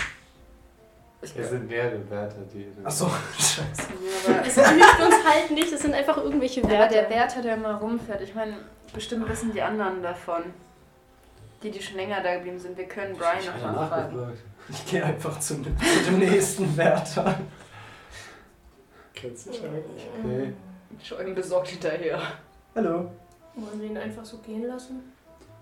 [SPEAKER 2] Ich,
[SPEAKER 1] Es
[SPEAKER 2] ja,
[SPEAKER 1] sind mehrere Werte, die.
[SPEAKER 3] Achso, scheiße.
[SPEAKER 2] aber,
[SPEAKER 4] Es hilft uns halt nicht, es sind einfach irgendwelche
[SPEAKER 2] aber
[SPEAKER 4] Werte.
[SPEAKER 2] der Wärter, der mal rumfährt, ich meine, bestimmt wissen die anderen davon. Die, die schon länger da geblieben sind. Wir können Brian
[SPEAKER 1] Ich
[SPEAKER 2] noch
[SPEAKER 1] hab
[SPEAKER 2] mal fragen.
[SPEAKER 1] nachgefragt.
[SPEAKER 3] Ich gehe einfach zu, ne- zu dem nächsten Wärter.
[SPEAKER 5] Kennst du dich halt eigentlich?
[SPEAKER 2] Mhm.
[SPEAKER 1] Nee.
[SPEAKER 2] Schon besorgt hinterher.
[SPEAKER 5] Hallo.
[SPEAKER 4] Wollen wir ihn einfach so gehen lassen?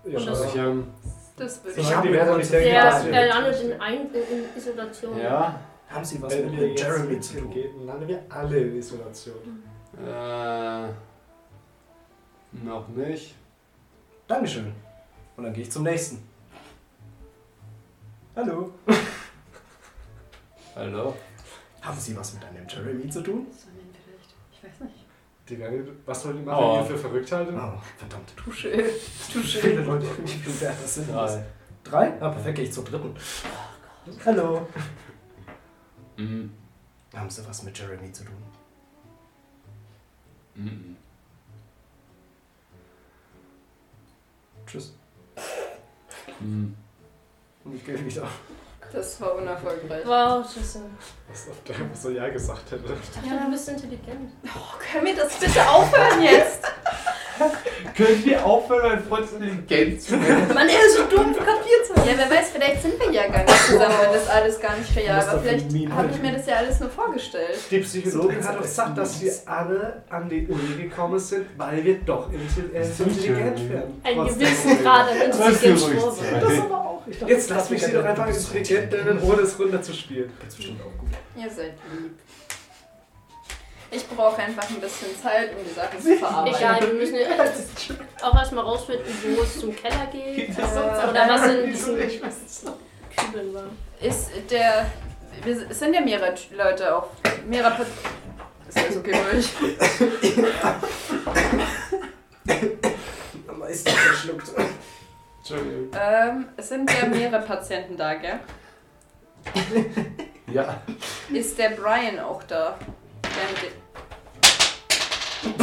[SPEAKER 5] Ja,
[SPEAKER 4] Und das-
[SPEAKER 5] aber-
[SPEAKER 1] Ja, ähm,
[SPEAKER 2] Das würde
[SPEAKER 3] Ich
[SPEAKER 2] ich.
[SPEAKER 5] Sollen
[SPEAKER 3] hab
[SPEAKER 5] die
[SPEAKER 3] ihn
[SPEAKER 5] Werte
[SPEAKER 3] wohl
[SPEAKER 5] nicht
[SPEAKER 3] zu-
[SPEAKER 5] denken,
[SPEAKER 4] Der,
[SPEAKER 5] dass
[SPEAKER 3] genau.
[SPEAKER 5] wir-
[SPEAKER 4] der landet in, Ein in Isolation.
[SPEAKER 1] ja.
[SPEAKER 3] Haben Sie was
[SPEAKER 5] Wenn
[SPEAKER 3] mit
[SPEAKER 5] wir
[SPEAKER 3] dem
[SPEAKER 5] jetzt
[SPEAKER 3] Jeremy zu tun?
[SPEAKER 5] mitgehen, dann landen wir alle in Isolation.
[SPEAKER 1] Äh, noch nicht.
[SPEAKER 3] Dankeschön. Und dann gehe ich zum nächsten.
[SPEAKER 5] Hallo.
[SPEAKER 1] Hallo?
[SPEAKER 3] Haben Sie was mit einem Jeremy zu tun?
[SPEAKER 2] Sondern vielleicht. Ich weiß nicht.
[SPEAKER 5] Die werden, was soll die machen,
[SPEAKER 1] Oh.
[SPEAKER 5] die ihr für verrückt halten?
[SPEAKER 3] Oh, verdammt.
[SPEAKER 2] Touché.
[SPEAKER 3] Viele
[SPEAKER 2] Touché.
[SPEAKER 3] Leute, die ich bin der das sind was.
[SPEAKER 1] Drei.
[SPEAKER 3] Drei? Oh Ah, perfekt, gehe ich zur dritten.
[SPEAKER 5] Hallo.
[SPEAKER 1] Mhm.
[SPEAKER 3] Haben Sie was mit Jeremy zu tun?
[SPEAKER 1] Mhm.
[SPEAKER 3] Tschüss.
[SPEAKER 1] Mhm.
[SPEAKER 3] Und ich gehe wieder.
[SPEAKER 2] Das war unerfolgreich.
[SPEAKER 4] Wow, Schüsse.
[SPEAKER 5] Was auf der was so Ja gesagt hätte.
[SPEAKER 4] Ich dachte, du bist intelligent.
[SPEAKER 2] Oh, können wir das bitte aufhören jetzt?
[SPEAKER 1] Können wir aufhören, mein Freund intelligent zu nennen?
[SPEAKER 2] Mann, er ist so dumm, kapiert's nicht. Ja, wer weiß, vielleicht sind wir ja gar nicht zusammen, wenn das alles gar nicht real
[SPEAKER 3] Was
[SPEAKER 2] war.
[SPEAKER 3] da für
[SPEAKER 2] Vielleicht
[SPEAKER 3] Minen
[SPEAKER 2] habe ich mir das ja alles nur vorgestellt.
[SPEAKER 5] Die Psychologin hat doch gesagt, dass wir alle an die Uni gekommen sind, weil wir doch intelli- äh, intelligent werden.
[SPEAKER 4] Ein
[SPEAKER 5] Trotzdem.
[SPEAKER 4] gewissen Grad an
[SPEAKER 1] Lass
[SPEAKER 4] intelligent
[SPEAKER 1] sie ruhig
[SPEAKER 4] Schwurbe.
[SPEAKER 1] sein.
[SPEAKER 3] Das aber auch. Ich dachte,
[SPEAKER 5] Jetzt
[SPEAKER 3] das
[SPEAKER 5] lass mich
[SPEAKER 3] wär
[SPEAKER 5] sie doch
[SPEAKER 3] der-
[SPEAKER 5] einfach intelligent nennen, ohne es runterzuspielen.
[SPEAKER 3] Das ist bestimmt auch gut.
[SPEAKER 2] Ihr seid lieb. Ich brauche einfach ein bisschen Zeit, um die Sachen zu verarbeiten.
[SPEAKER 4] Egal, wir müssen auch erstmal rausfinden, wo es zum Keller geht.
[SPEAKER 2] das sonst
[SPEAKER 4] äh,
[SPEAKER 2] auch
[SPEAKER 4] Oder was in
[SPEAKER 5] Wieso
[SPEAKER 4] diesen
[SPEAKER 5] nicht?
[SPEAKER 4] Kübeln war.
[SPEAKER 2] Ist der. wir- Es sind ja mehrere Leute auf. mehrere. Pat ist alles okay bei euch?
[SPEAKER 3] Am meisten verschluckt.
[SPEAKER 5] Entschuldigung.
[SPEAKER 2] Ähm, es sind ja mehrere Patienten da, gell?
[SPEAKER 1] Ja.
[SPEAKER 2] Ist der Brian auch da? Der mit den-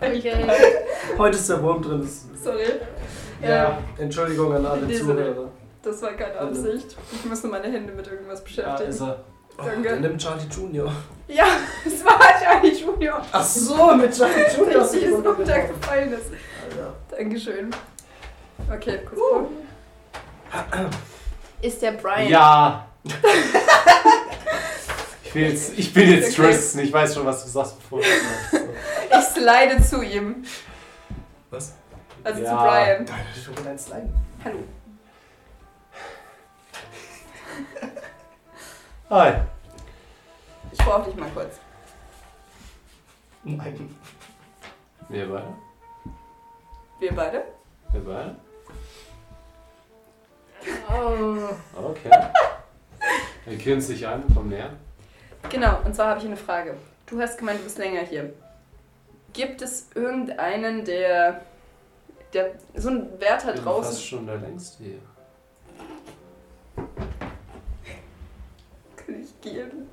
[SPEAKER 4] Okay.
[SPEAKER 3] Heute ist der Wurm drin. Das-
[SPEAKER 2] Sorry.
[SPEAKER 1] Ja.
[SPEAKER 3] Entschuldigung an alle
[SPEAKER 2] Diese-
[SPEAKER 3] Zuhörer.
[SPEAKER 2] Das war keine Absicht. Ich musste meine Hände mit irgendwas
[SPEAKER 1] Da
[SPEAKER 2] beschäftigen.
[SPEAKER 1] ist er.
[SPEAKER 3] Oh,
[SPEAKER 2] Danke.
[SPEAKER 3] dann nimm Charlie Junior.
[SPEAKER 2] Ja, es war Charlie Junior,
[SPEAKER 3] Ach so, mit Charlie
[SPEAKER 2] der
[SPEAKER 3] Junior. hast du
[SPEAKER 2] ist
[SPEAKER 3] jemanden getroffen.
[SPEAKER 2] runtergefallen ist.
[SPEAKER 3] Alter.
[SPEAKER 2] Dankeschön. Okay, cool. Ist der Brian?
[SPEAKER 1] Ja. Ich, will jetzt, ich bin jetzt Tristan. Ich weiß schon, was du sagst, bevor du das sagst.
[SPEAKER 2] Ich slide zu ihm.
[SPEAKER 3] Was?
[SPEAKER 2] Also zu
[SPEAKER 1] Ja.
[SPEAKER 2] Brian.
[SPEAKER 3] Da ist schon wieder ein Slime.
[SPEAKER 2] Hallo.
[SPEAKER 1] Hi.
[SPEAKER 2] Ich brauche dich mal kurz.
[SPEAKER 3] Nein.
[SPEAKER 1] Wir beide?
[SPEAKER 2] Wir beide?
[SPEAKER 1] Wir beide?
[SPEAKER 3] Ah.
[SPEAKER 1] Okay. Er grinst sich an, komm näher.
[SPEAKER 2] Genau, und zwar habe ich eine Frage. Du hast gemeint, du bist länger hier. Gibt es irgendeinen, der. der so einen Wärter
[SPEAKER 1] bin
[SPEAKER 2] draußen.
[SPEAKER 1] fast schon der längste hier.
[SPEAKER 2] Kann ich gehen?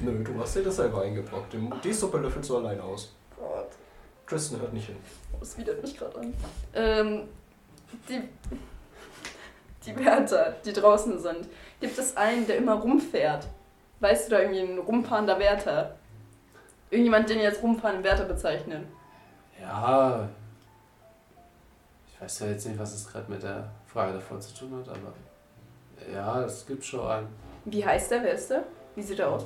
[SPEAKER 3] Nö, du hast dir das selber eingebrockt. Die Suppe löffelst du allein aus.
[SPEAKER 2] Gott,
[SPEAKER 3] Tristan hört nicht hin.
[SPEAKER 2] das widert mich gerade an. Ähm. Die. Die Wärter, die draußen sind. Gibt es einen, der immer rumfährt? Weißt du da irgendwie einen rumfahrender Wärter? Irgendjemand, den jetzt rumfahrenden Wärter bezeichnen?
[SPEAKER 1] Ja. Ich weiß ja jetzt nicht, was es gerade mit der Frage davor zu tun hat, aber. Ja, es gibt schon einen.
[SPEAKER 2] Wie heißt der? Wer ist der? Wie sieht er aus?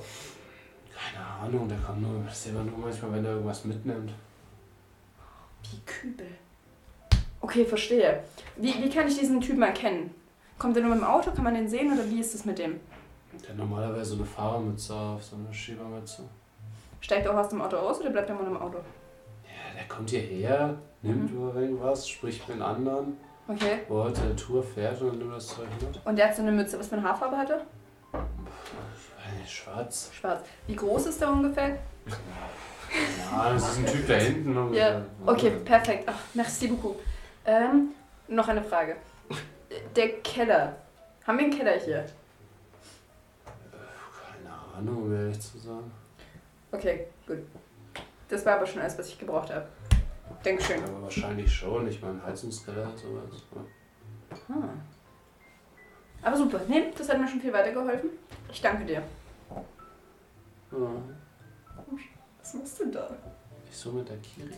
[SPEAKER 1] Keine Ahnung, der kann nur, das sieht man nur manchmal, wenn er irgendwas mitnimmt.
[SPEAKER 2] Die Kübel. Okay, verstehe. Wie, wie kann ich diesen Typen erkennen? Kommt er nur mit dem Auto? Kann man den sehen oder wie ist es mit dem?
[SPEAKER 1] Der hat normalerweise so eine Fahrermütze auf, so eine Schiebermütze.
[SPEAKER 2] Steigt er auch aus dem Auto aus oder bleibt er mal im Auto?
[SPEAKER 1] Ja, der kommt hierher, nimmt über irgendwas, spricht mit den anderen,
[SPEAKER 2] Okay.
[SPEAKER 1] wo er heute eine Tour fährt und dann nimmt das Zeug mit.
[SPEAKER 2] Und der hat so eine Mütze. Was für eine Haarfarbe hat er?
[SPEAKER 1] Weiß nicht, Schwarz.
[SPEAKER 2] Schwarz. Wie groß ist der ungefähr?
[SPEAKER 1] Ja, das ist ein Typ da hinten. ne?
[SPEAKER 2] Ja. Okay, perfekt. Ach, merci beaucoup. Ähm, noch eine Frage. Der Keller. Haben wir einen Keller hier?
[SPEAKER 1] Keine Ahnung, um ehrlich zu sein.
[SPEAKER 2] Okay, gut. Das war aber schon alles, was ich gebraucht habe. Dankeschön.
[SPEAKER 1] Aber wahrscheinlich schon. Ich meine, Heizungskeller und sowas.
[SPEAKER 2] Ah. Aber super, nee, das hat mir schon viel weitergeholfen. Ich danke dir.
[SPEAKER 1] Ja.
[SPEAKER 2] Was machst du da?
[SPEAKER 1] Ich summe mit der Kiri.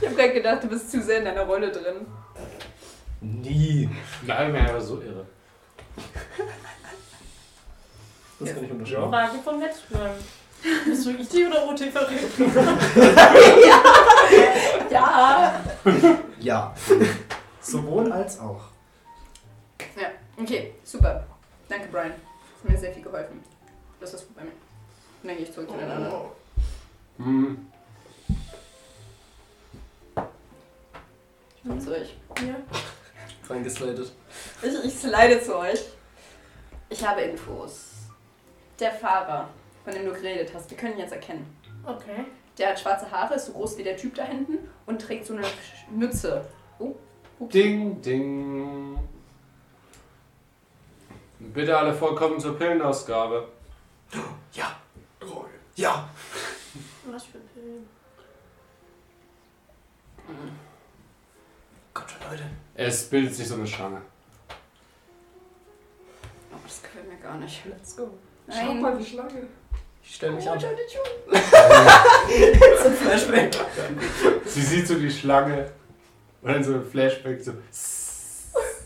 [SPEAKER 2] Ich habe gerade gedacht, du bist zu sehr in deiner Rolle drin.
[SPEAKER 3] Nie.
[SPEAKER 1] Nein, mir aber so irre.
[SPEAKER 3] Das
[SPEAKER 2] Ja.
[SPEAKER 3] kann ich unterschreiben.
[SPEAKER 4] Frage vom letzten Mal. Bist du wirklich Tee oder Rottee verrückt?
[SPEAKER 2] Ja.
[SPEAKER 3] Ja. Sowohl als auch.
[SPEAKER 2] Ja, okay, super. Danke, Brian. Das hat mir sehr viel geholfen. Das ist gut bei mir. Und dann gehe ich zurück zu den anderen.
[SPEAKER 3] Oh.
[SPEAKER 1] Hm.
[SPEAKER 2] Ich komme zu euch.
[SPEAKER 4] Ja.
[SPEAKER 3] Reingeslatet.
[SPEAKER 2] Ich, ich slide zu euch. Ich habe Infos. Der Fahrer, von dem du geredet hast, wir können ihn jetzt erkennen.
[SPEAKER 4] Okay.
[SPEAKER 2] Der hat schwarze Haare, ist so groß wie der Typ da hinten und trägt so eine Mütze.
[SPEAKER 1] Ding, ding. Bitte alle vollkommen zur Pillenausgabe.
[SPEAKER 3] Ja.
[SPEAKER 4] Was für ein Film.
[SPEAKER 3] Gott schon, Leute.
[SPEAKER 1] Es bildet sich so eine Schlange.
[SPEAKER 2] Oh, das gefällt mir gar nicht.
[SPEAKER 3] Let's go.
[SPEAKER 2] Nein. Oh,
[SPEAKER 3] die Schlange. Ich stelle mich an. Oh.
[SPEAKER 2] Zum Flashback.
[SPEAKER 1] Sie sieht so die Schlange und dann so ein Flashback so.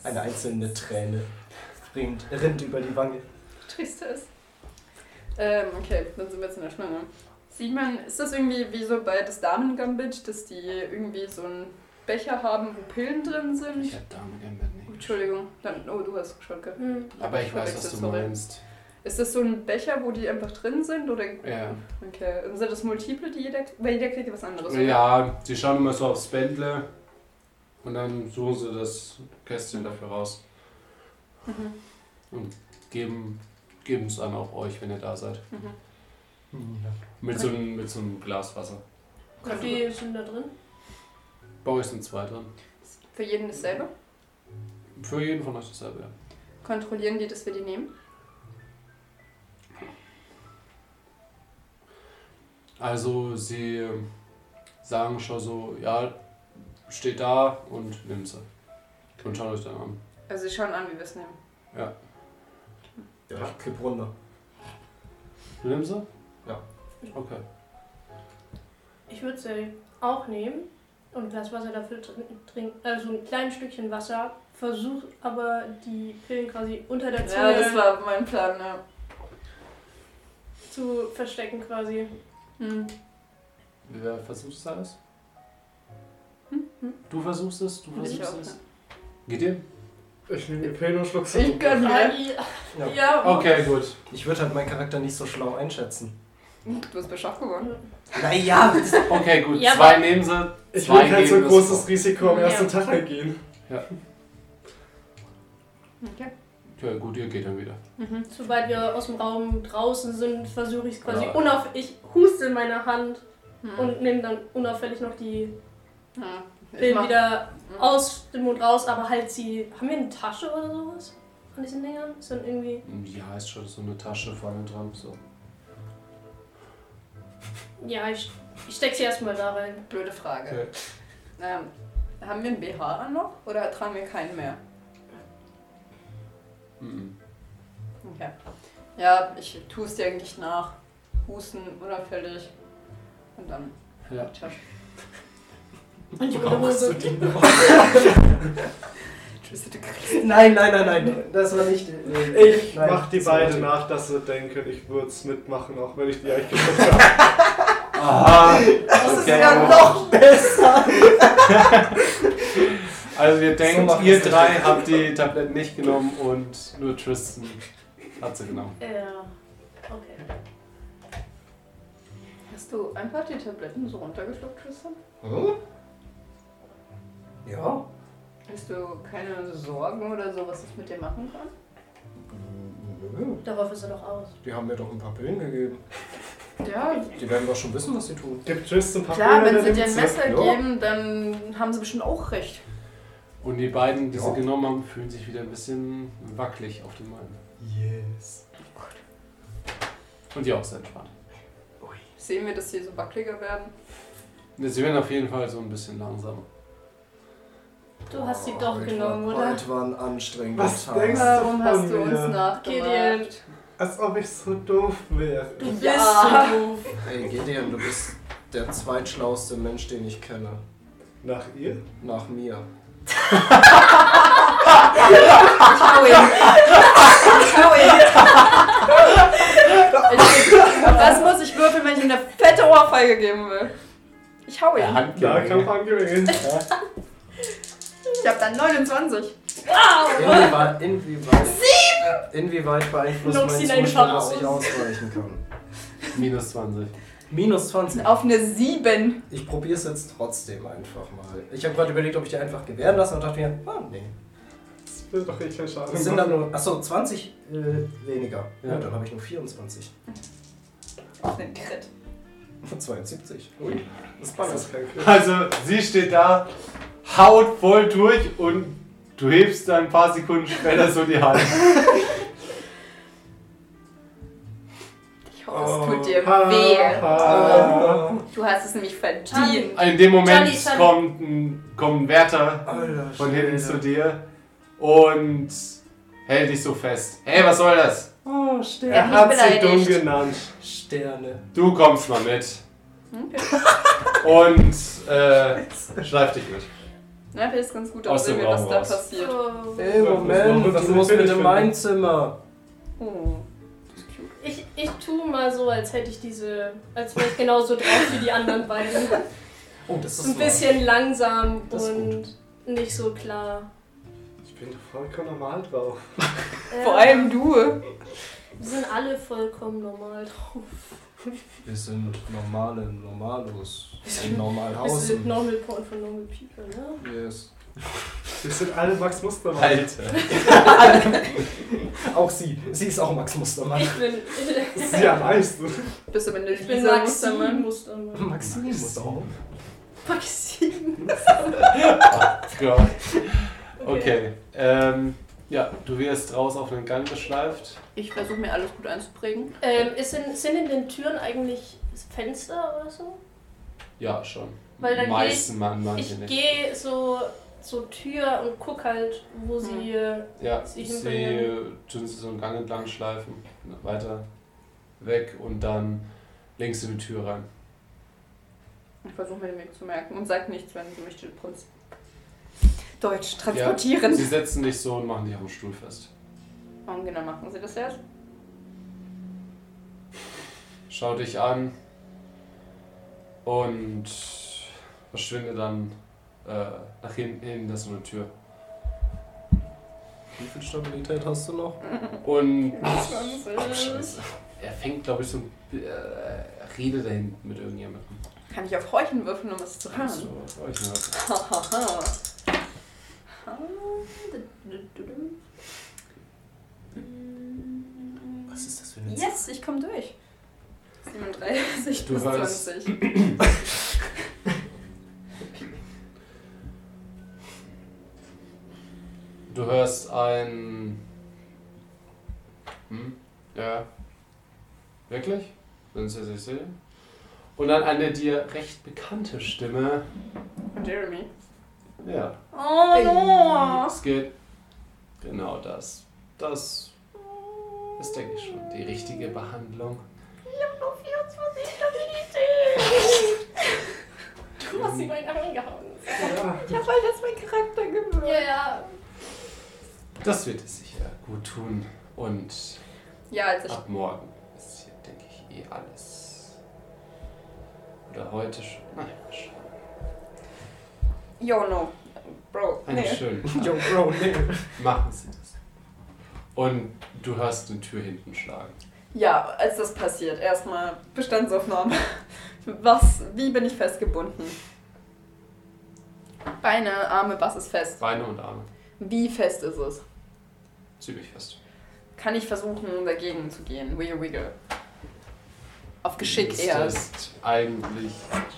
[SPEAKER 3] Eine einzelne Träne rinnt, rinnt über die Wange.
[SPEAKER 2] Triste ist. Ähm, okay, dann sind wir jetzt in der Schlange. Sieht man, ist das irgendwie wie so bei das Damen-Gambit, dass die irgendwie so einen Becher haben, wo Pillen drin sind?
[SPEAKER 1] hab Dame Gambit
[SPEAKER 2] Oh, Entschuldigung, dann, oh, du hast geschaut, gell?
[SPEAKER 4] Hm.
[SPEAKER 1] Aber ich weiß,
[SPEAKER 2] Verwechselt,
[SPEAKER 1] was du
[SPEAKER 2] sorry.
[SPEAKER 1] meinst.
[SPEAKER 2] Ist das so ein Becher, wo die einfach drin sind? Oder?
[SPEAKER 1] Ja.
[SPEAKER 2] Okay. Und sind das Multiple, die jeder kriegt? Weil jeder kriegt ja was anderes. oder?
[SPEAKER 1] ja, sie schauen immer so aufs Bändle und dann suchen sie das Kästchen dafür raus
[SPEAKER 2] Mhm.
[SPEAKER 1] und geben es an auch euch, wenn ihr da seid.
[SPEAKER 2] Mhm.
[SPEAKER 1] Mit so einem, mit so einem Glas Wasser.
[SPEAKER 4] Kaffee ist schon da drin.
[SPEAKER 1] Bei euch sind zwei drin.
[SPEAKER 2] Für jeden dasselbe?
[SPEAKER 1] Für jeden von euch dasselbe. ja.
[SPEAKER 2] Kontrollieren die, dass wir die nehmen?
[SPEAKER 1] Also sie ähm, sagen schon so, ja, steht da und nimmt sie. Und schaut euch dann an.
[SPEAKER 2] Also sie schauen an, wie wir es nehmen.
[SPEAKER 3] Ja. Kipp runter.
[SPEAKER 1] Du nimmst sie?
[SPEAKER 3] Ja.
[SPEAKER 1] Okay.
[SPEAKER 4] Ich würde sie auch nehmen und ein Glas Wasser dafür trin- trinken. Also ein kleines Stückchen Wasser. Versuch aber die Pillen quasi unter der Zunge
[SPEAKER 2] Ja, das war mein Plan, ja.
[SPEAKER 4] zu verstecken quasi.
[SPEAKER 2] Hm.
[SPEAKER 1] Wer versucht es alles?
[SPEAKER 2] Hm, hm.
[SPEAKER 1] Du versuchst es, du
[SPEAKER 2] Ich
[SPEAKER 1] versuchst
[SPEAKER 2] auch,
[SPEAKER 1] es. Geht dir?
[SPEAKER 5] Ich nehme die Pillen und schluck
[SPEAKER 2] Ich kann
[SPEAKER 4] Ah,
[SPEAKER 2] mir.
[SPEAKER 4] ja.
[SPEAKER 3] Ja. Oh.
[SPEAKER 4] ja.
[SPEAKER 1] Okay, gut.
[SPEAKER 3] Ich würde halt meinen Charakter nicht so schlau einschätzen.
[SPEAKER 2] Du hast bei Schach gewonnen.
[SPEAKER 3] Naja,
[SPEAKER 1] Okay, gut.
[SPEAKER 4] Ja,
[SPEAKER 1] Zwei
[SPEAKER 4] aber-
[SPEAKER 1] nehmen sie.
[SPEAKER 5] Ich
[SPEAKER 1] Zwei
[SPEAKER 5] will kein so
[SPEAKER 1] geben es
[SPEAKER 5] großes
[SPEAKER 1] doch.
[SPEAKER 5] Risiko am
[SPEAKER 4] Ja.
[SPEAKER 5] ersten Tag eingehen.
[SPEAKER 2] Okay.
[SPEAKER 1] Ja, gut, ihr geht dann wieder.
[SPEAKER 2] Mhm.
[SPEAKER 4] Sobald wir aus dem Raum draußen sind, versuche ich es quasi
[SPEAKER 1] Ja.
[SPEAKER 4] unauf. Ich huste in meiner Hand
[SPEAKER 2] Hm.
[SPEAKER 4] und nehme dann unauffällig noch die
[SPEAKER 2] Ja. Ich
[SPEAKER 4] Pillen
[SPEAKER 2] mach-
[SPEAKER 4] wieder
[SPEAKER 2] Mhm.
[SPEAKER 4] aus dem Mund raus, aber halt sie. Haben wir eine Tasche oder sowas? Von diesen Dingern? Ist dann irgendwie.
[SPEAKER 1] Ja, ist schon so eine Tasche vorne dran. So.
[SPEAKER 4] Ja, ich, ich stecke sie erstmal da rein.
[SPEAKER 2] Blöde Frage.
[SPEAKER 1] Okay.
[SPEAKER 2] Ähm, haben wir einen BH an noch oder tragen wir keinen mehr?
[SPEAKER 1] Mhm.
[SPEAKER 2] Okay. Ja, ich tue es dir eigentlich nach. Husten, unauffällig. Und dann
[SPEAKER 1] Ja.
[SPEAKER 2] Tasche.
[SPEAKER 4] Und die
[SPEAKER 3] brauchst du
[SPEAKER 4] Hose.
[SPEAKER 3] die
[SPEAKER 2] Tschüss, du kriegst.
[SPEAKER 3] Nein, nein, nein, nein. Das war nicht. nee.
[SPEAKER 5] Ich
[SPEAKER 3] Nein,
[SPEAKER 5] mach die
[SPEAKER 3] das war
[SPEAKER 5] beiden
[SPEAKER 3] nicht.
[SPEAKER 5] nach, dass sie denken, ich würde es mitmachen, auch wenn ich die eigentlich geschafft habe.
[SPEAKER 1] Aha.
[SPEAKER 2] Das
[SPEAKER 1] Okay.
[SPEAKER 2] noch
[SPEAKER 1] Also wir denken,
[SPEAKER 3] machen
[SPEAKER 1] ihr
[SPEAKER 3] wir's
[SPEAKER 1] drei
[SPEAKER 3] richtig.
[SPEAKER 1] habt die Tabletten nicht genommen und nur Tristan hat sie genommen.
[SPEAKER 4] Ja. Okay.
[SPEAKER 2] Hast du einfach die Tabletten so runtergeschluckt, Tristan?
[SPEAKER 3] Hm? Ja.
[SPEAKER 2] Hast du keine Sorgen oder so, was ich mit dir machen kann?
[SPEAKER 3] Nö.
[SPEAKER 4] Darauf ist er doch aus.
[SPEAKER 3] Die haben mir doch ein paar Pillen gegeben.
[SPEAKER 2] Ja,
[SPEAKER 3] Die werden doch schon wissen, was sie tun.
[SPEAKER 5] Gibt Tristan ein paar
[SPEAKER 2] klar,
[SPEAKER 5] Pillen,
[SPEAKER 2] wenn
[SPEAKER 5] dann
[SPEAKER 2] sie dir
[SPEAKER 5] nimmt's
[SPEAKER 2] ein
[SPEAKER 5] sie.
[SPEAKER 2] Messer
[SPEAKER 3] Ja.
[SPEAKER 2] geben, dann haben sie bestimmt auch recht.
[SPEAKER 1] Und die beiden, die
[SPEAKER 3] Ja.
[SPEAKER 1] sie genommen haben, fühlen sich wieder ein bisschen wackelig auf den Beinen.
[SPEAKER 3] Yes.
[SPEAKER 1] Und die auch sehr entspannt.
[SPEAKER 2] Sehen wir, dass sie so wackeliger werden?
[SPEAKER 1] Sie werden auf jeden Fall so ein bisschen langsamer.
[SPEAKER 4] Du hast sie doch
[SPEAKER 3] heute
[SPEAKER 4] genommen,
[SPEAKER 3] Oh, war,
[SPEAKER 4] oder?
[SPEAKER 3] Heute war ein anstrengender
[SPEAKER 5] Was
[SPEAKER 3] Tag.
[SPEAKER 5] denkst
[SPEAKER 2] Warum
[SPEAKER 5] von
[SPEAKER 2] hast du
[SPEAKER 5] mir?
[SPEAKER 2] uns nachgemacht?
[SPEAKER 4] Gideon.
[SPEAKER 5] Als ob ich so doof wäre.
[SPEAKER 4] Du bist
[SPEAKER 2] Ja.
[SPEAKER 4] so doof.
[SPEAKER 3] Ey, Gideon, du bist der zweitschlauste Mensch, den ich kenne.
[SPEAKER 5] Nach ihr?
[SPEAKER 3] Nach mir.
[SPEAKER 2] Schau ihn. Schau ihn. Ich- Was muss ich würfeln, Ohrfeige geben will. Ich
[SPEAKER 1] Oh
[SPEAKER 2] hau ihn.
[SPEAKER 5] Nahkampf angewählt.
[SPEAKER 2] Ich hab dann 29.
[SPEAKER 4] Oh.
[SPEAKER 3] Inwieweit, inwieweit, inwieweit beeinflusst mein
[SPEAKER 4] Nucks ihn einfach
[SPEAKER 3] Zustand, dass
[SPEAKER 4] aus.
[SPEAKER 3] ich ausweichen kann?
[SPEAKER 1] Minus 20.
[SPEAKER 3] Minus 20.
[SPEAKER 2] Auf eine 7.
[SPEAKER 3] Ich probiere es jetzt trotzdem einfach mal. Ich habe gerade überlegt, ob ich die einfach gewähren lasse und dachte mir, ah, nee.
[SPEAKER 5] Das wird doch echt kein Schaden.
[SPEAKER 3] Das sind dann nur, achso, 20 äh, weniger. Ja,
[SPEAKER 1] Ja.
[SPEAKER 3] dann habe ich nur 24.
[SPEAKER 2] Auf einen Crit.
[SPEAKER 3] 72. Ui, das
[SPEAKER 5] Das
[SPEAKER 3] ballert.
[SPEAKER 5] ist kein Glück.
[SPEAKER 1] Also, sie steht da, haut voll durch und du hebst dann ein paar Sekunden später so die Hand.
[SPEAKER 2] Ich hoffe, es tut dir
[SPEAKER 5] Oh, Ha,
[SPEAKER 2] weh.
[SPEAKER 5] ha.
[SPEAKER 2] Du hast es nämlich verdient.
[SPEAKER 1] In dem Moment
[SPEAKER 4] Charlie, Charlie.
[SPEAKER 1] Kommt, ein, kommt ein Wärter
[SPEAKER 3] Alter,
[SPEAKER 1] von hinten zu
[SPEAKER 3] Schwede.
[SPEAKER 1] dir und hält dich so fest. Hey, was soll das?
[SPEAKER 5] Oh,
[SPEAKER 2] Er
[SPEAKER 5] Stern.
[SPEAKER 2] hat
[SPEAKER 5] hat
[SPEAKER 2] mich
[SPEAKER 5] sie dumm
[SPEAKER 2] beleidigt.
[SPEAKER 5] genannt.
[SPEAKER 3] Sterne.
[SPEAKER 1] Du kommst mal mit. Und äh, schleif dich mit.
[SPEAKER 2] Na, vielleicht Ne, ist ganz gut,
[SPEAKER 1] Aus
[SPEAKER 2] aussehen
[SPEAKER 1] dem
[SPEAKER 2] wir, was
[SPEAKER 1] Raum
[SPEAKER 2] da
[SPEAKER 1] raus.
[SPEAKER 2] passiert.
[SPEAKER 4] Oh.
[SPEAKER 3] Ey,
[SPEAKER 5] Das muss
[SPEAKER 3] Moment,
[SPEAKER 5] man-
[SPEAKER 3] du musst
[SPEAKER 5] das
[SPEAKER 3] mit
[SPEAKER 5] will
[SPEAKER 3] in
[SPEAKER 5] ich
[SPEAKER 3] mein Zimmer.
[SPEAKER 2] Oh.
[SPEAKER 4] Ich, ich tue mal so, als hätte ich diese, als wäre ich genauso drauf wie die anderen beiden.
[SPEAKER 3] Oh, das ist
[SPEAKER 4] Ein
[SPEAKER 3] wahr.
[SPEAKER 4] bisschen langsam
[SPEAKER 3] Das ist
[SPEAKER 4] und nicht so klar.
[SPEAKER 5] Ich bin doch vollkommen normal drauf.
[SPEAKER 2] Vor allem du.
[SPEAKER 4] Ähm, Wir sind alle vollkommen normal drauf.
[SPEAKER 3] Wir sind normale Normalos. Ein
[SPEAKER 4] sind- Wir sind
[SPEAKER 3] Normalhausen.
[SPEAKER 4] normal porn von normal people, ne?
[SPEAKER 3] Yes.
[SPEAKER 5] Wir sind alle Max Mustermann.
[SPEAKER 4] Halt.
[SPEAKER 1] Alter.
[SPEAKER 3] Auch sie. Sie ist auch Max Mustermann.
[SPEAKER 4] Ich bin,
[SPEAKER 5] Das ist ja am meisten.
[SPEAKER 2] Bist du mit
[SPEAKER 4] ich bin
[SPEAKER 2] Lisa
[SPEAKER 4] Maxim
[SPEAKER 2] Mustermann?
[SPEAKER 4] Mustermann.
[SPEAKER 3] Maxim muss auch.
[SPEAKER 4] Maxim.
[SPEAKER 1] Ja. Okay. Ähm, ja, du wirst raus auf den Gang geschleift.
[SPEAKER 2] Ich versuche mir alles gut einzuprägen.
[SPEAKER 4] Ähm, ist in, sind in den Türen eigentlich Fenster oder so?
[SPEAKER 1] Ja, schon.
[SPEAKER 4] Weil dann
[SPEAKER 1] Meisten Mann, manche
[SPEAKER 4] Ich
[SPEAKER 1] nicht.
[SPEAKER 4] gehe so zur Tür und guck halt, wo sie. äh,
[SPEAKER 1] Ja,
[SPEAKER 4] Sie
[SPEAKER 1] sie
[SPEAKER 4] hinbringen.
[SPEAKER 1] tun sie so einen Gang entlang schleifen, weiter weg und dann links in die Tür rein.
[SPEAKER 2] Ich versuche mir den Weg zu merken und sag nichts, wenn du mich den Prinz Deutsch transportieren.
[SPEAKER 1] Sie setzen dich so und machen dich auf den Stuhl fest.
[SPEAKER 2] Warum genau machen sie das erst?
[SPEAKER 1] Schau dich an und verschwinde dann äh, nach hinten hin, das ist so eine Tür.
[SPEAKER 3] Wie viel Stabilität hast du noch?
[SPEAKER 1] Und
[SPEAKER 2] Scheiße.
[SPEAKER 1] er fängt, glaube ich, so ein bi- äh, er redet da hinten mit irgendjemandem.
[SPEAKER 2] Kann ich auf Heuchen würfeln, um es zu hören?
[SPEAKER 1] So, oh, ich nervös.
[SPEAKER 2] Hahaha.
[SPEAKER 3] Was ist das für eine
[SPEAKER 2] Yes, ich komme durch. 37
[SPEAKER 1] Du
[SPEAKER 2] bis
[SPEAKER 1] hörst-
[SPEAKER 2] 20.
[SPEAKER 1] Du hörst ein. Hm? Ja. Wirklich? Sind Sie sich sicher? Und dann eine dir recht bekannte Stimme.
[SPEAKER 2] Und Jeremy.
[SPEAKER 1] Ja,
[SPEAKER 2] Oh no!
[SPEAKER 1] es geht. Genau das. Das ist, denke ich, schon die richtige Behandlung.
[SPEAKER 4] Auf 24 Stabilität! du hast sie meinen Arm gehauen.
[SPEAKER 2] Ich hab halt jetzt meinen Charakter gewöhnt.
[SPEAKER 4] Ja, ja.
[SPEAKER 1] Das wird es sicher gut tun. Und
[SPEAKER 2] Ja, als ich
[SPEAKER 1] ab morgen ist hier, denke ich, eh alles. Oder heute schon. Naja, schon.
[SPEAKER 2] Yo, no. Bro.
[SPEAKER 1] Einen
[SPEAKER 2] Nee.
[SPEAKER 1] schönen
[SPEAKER 3] Yo, Bro, nee.
[SPEAKER 1] Machen Sie das. Und du hörst eine Tür hinten schlagen.
[SPEAKER 2] Ja, als das passiert, erstmal Bestandsaufnahme. Was, wie bin ich festgebunden? Beine, Arme, was ist fest?
[SPEAKER 1] Beine und Arme.
[SPEAKER 2] Wie fest ist es?
[SPEAKER 1] Ziemlich fest.
[SPEAKER 2] Kann ich versuchen, dagegen zu gehen? Wiggle, wiggle. Auf Geschick
[SPEAKER 1] ist
[SPEAKER 2] eher.
[SPEAKER 1] ist eigentlich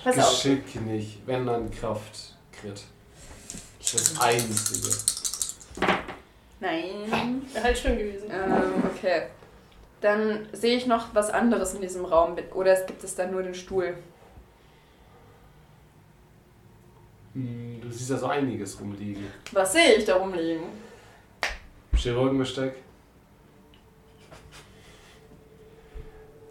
[SPEAKER 2] Pass auf.
[SPEAKER 1] Geschick nicht, wenn dann Kraft krit. Das ist das Einzige.
[SPEAKER 2] Nein.
[SPEAKER 4] Wäre halt schön gewesen.
[SPEAKER 2] Ähm, okay. Dann sehe ich noch was anderes in diesem Raum. mit- Oder es gibt es da nur den Stuhl?
[SPEAKER 1] Hm, Du siehst ja so einiges rumliegen.
[SPEAKER 2] Was sehe ich da rumliegen?
[SPEAKER 1] Chirurgenbesteck.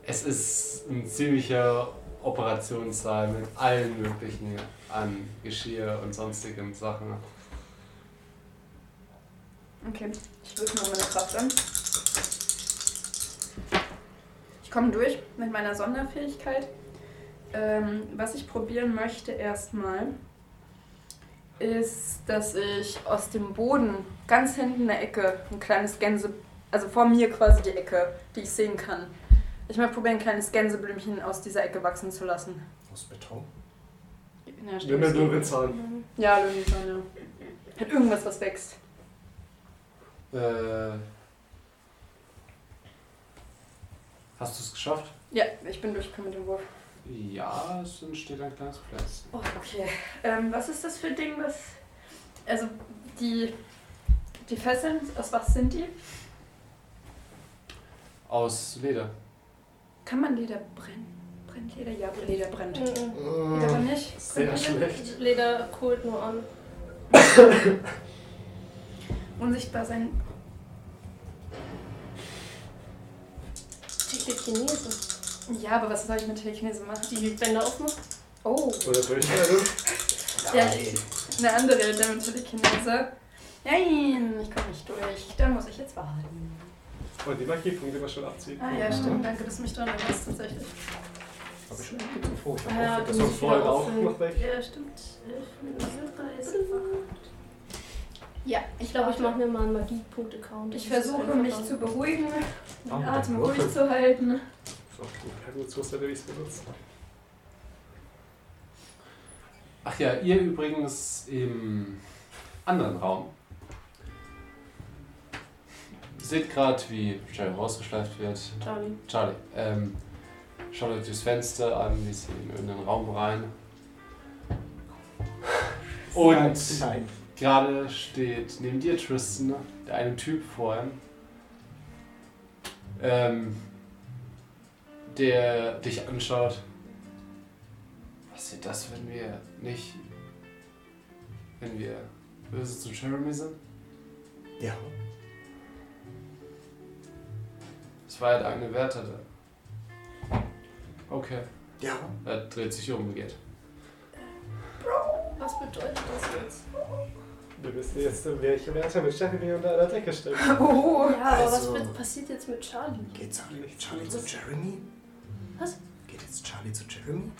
[SPEAKER 1] Es ist ein ziemlicher Operationssaal mit allen möglichen an Geschirr und sonstigen Sachen.
[SPEAKER 2] Okay. Ich wirke mal meine Kraft an. Ich komme durch mit meiner Sonderfähigkeit. Ähm, was ich probieren möchte erstmal, ist, dass ich aus dem Boden ganz hinten in der Ecke ein kleines Gänse, also vor mir quasi die Ecke, die ich sehen kann. Ich mal probieren, ein kleines Gänseblümchen aus dieser Ecke wachsen zu lassen.
[SPEAKER 3] Aus Beton?
[SPEAKER 2] Ja,
[SPEAKER 5] Nimm den Löwenzahn.
[SPEAKER 4] Mhm.
[SPEAKER 2] Ja, Löwenzahn, ja. Hat irgendwas, was wächst.
[SPEAKER 1] Äh, hast du es geschafft?
[SPEAKER 2] Ja, ich bin durchgekommen mit dem Wurf.
[SPEAKER 1] Ja, es entsteht ein kleines Pflänzchen.
[SPEAKER 2] Oh, okay. Ähm, was ist das für ein Ding, was. Also, die. Die Fesseln, aus was sind die?
[SPEAKER 1] Aus Leder.
[SPEAKER 2] Kann man Leder brennen? Brennt Leder? Ja, Leder brennt.
[SPEAKER 4] Mhm.
[SPEAKER 2] Leder aber nicht.
[SPEAKER 5] Sehr schlecht.
[SPEAKER 4] Leder kohlt nur an.
[SPEAKER 2] Unsichtbar sein.
[SPEAKER 4] Die Chinesen.
[SPEAKER 2] Ja, aber was soll ich mit Telekinese machen?
[SPEAKER 4] Die die Bänder aufmacht.
[SPEAKER 2] Oh,
[SPEAKER 5] Oder durchschneiden.
[SPEAKER 2] ja, eine andere Idee mit Telekinese. Nein, ich komme nicht durch. Dann muss ich jetzt warten.
[SPEAKER 5] Und Oh, die Magiepunkte immer schon abziehen.
[SPEAKER 2] Ah ja, stimmt. Danke, dass du mich dran erinnerst, tatsächlich.
[SPEAKER 3] Habe ich schon abgezogen. Oh, ich
[SPEAKER 4] Ah ja,
[SPEAKER 3] hoffe,
[SPEAKER 4] du
[SPEAKER 3] das
[SPEAKER 4] musst
[SPEAKER 3] ist
[SPEAKER 4] wieder
[SPEAKER 5] Vorher auch
[SPEAKER 4] auffüllen.
[SPEAKER 5] noch weg.
[SPEAKER 2] Ja, stimmt. Ja,
[SPEAKER 4] Ich glaube, ich mache mir mal einen Magiepunkt-Account.
[SPEAKER 2] Ich versuche mich zu beruhigen, den
[SPEAKER 3] Ah,
[SPEAKER 2] Atem
[SPEAKER 3] okay.
[SPEAKER 2] ruhig zu halten.
[SPEAKER 5] Ja gut, jetzt wusste er, wie es benutzt.
[SPEAKER 1] Ach ja, ihr übrigens im anderen Raum. Seht gerade, wie Jerry rausgeschleift wird.
[SPEAKER 4] Charlie.
[SPEAKER 1] Charlie, ähm, schaut euch das Fenster an, wie sie in irgendeinen Raum rein. Und
[SPEAKER 3] Nein.
[SPEAKER 1] Gerade steht neben dir Tristan, der eine Typ vor ihm, ähm, der dich anschaut. Was ist das, wenn wir nicht, wenn wir böse zu Jeremy sind?
[SPEAKER 3] Ja.
[SPEAKER 1] Das war ja der eine Wärter da. Okay,
[SPEAKER 3] Ja.
[SPEAKER 1] er dreht sich um und geht.
[SPEAKER 4] Was bedeutet das jetzt?
[SPEAKER 5] Wir wissen jetzt, welche Werte mit Stefanie unter einer Decke stehen.
[SPEAKER 2] Oh,
[SPEAKER 4] Ja, aber
[SPEAKER 3] Also-
[SPEAKER 4] was wird- passiert jetzt mit Charlie?
[SPEAKER 3] Geht's Charlie, Charlie zu Jeremy?
[SPEAKER 4] Was?
[SPEAKER 3] Geht jetzt Charlie zu Jeremy?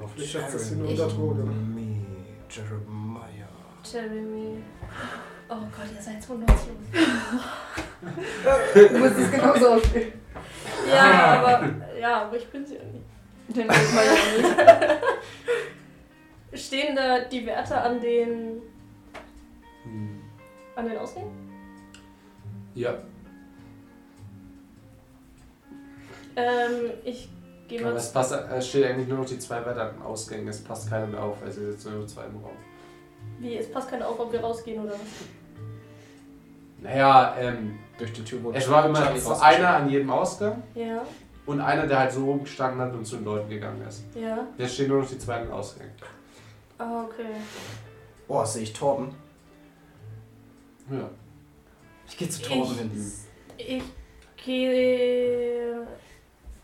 [SPEAKER 5] Hoffentlich schafft es ihn unter Drogen.
[SPEAKER 3] Jeremy. Jeremiah.
[SPEAKER 4] Jeremy. Oh Gott, ihr seid so nutzlos.
[SPEAKER 2] du musst es genauso aufspielen.
[SPEAKER 4] Ja, aber, ja, aber ich bin sie ja nicht.
[SPEAKER 2] Den weiß man ja nicht.
[SPEAKER 4] Stehen da die Werte an den,
[SPEAKER 1] Hm.
[SPEAKER 4] an den Ausgängen?
[SPEAKER 1] Ja,
[SPEAKER 4] Ähm, ich gehe
[SPEAKER 1] aber
[SPEAKER 4] mal.
[SPEAKER 1] es, passt, es steht eigentlich nur noch die zwei Wärter an den Ausgängen, es passt keiner mehr auf, also jetzt nur noch zwei im Raum.
[SPEAKER 4] Wie, es passt keiner auf, ob wir rausgehen oder was?
[SPEAKER 1] Naja, ähm,
[SPEAKER 3] Durch die Tür wurde
[SPEAKER 1] Es war immer
[SPEAKER 3] Charlie
[SPEAKER 1] so
[SPEAKER 3] rausgeschickt.
[SPEAKER 1] einer an jedem Ausgang
[SPEAKER 4] Ja,
[SPEAKER 1] und einer, der halt so rumgestanden hat und zu den Leuten gegangen ist.
[SPEAKER 4] ja.
[SPEAKER 1] Jetzt stehen nur noch die zwei an den Ausgängen.
[SPEAKER 4] Ah, okay.
[SPEAKER 3] Boah, sehe ich Torben.
[SPEAKER 1] Ja.
[SPEAKER 3] Ich gehe zu Torben hin.
[SPEAKER 4] Ich gehe.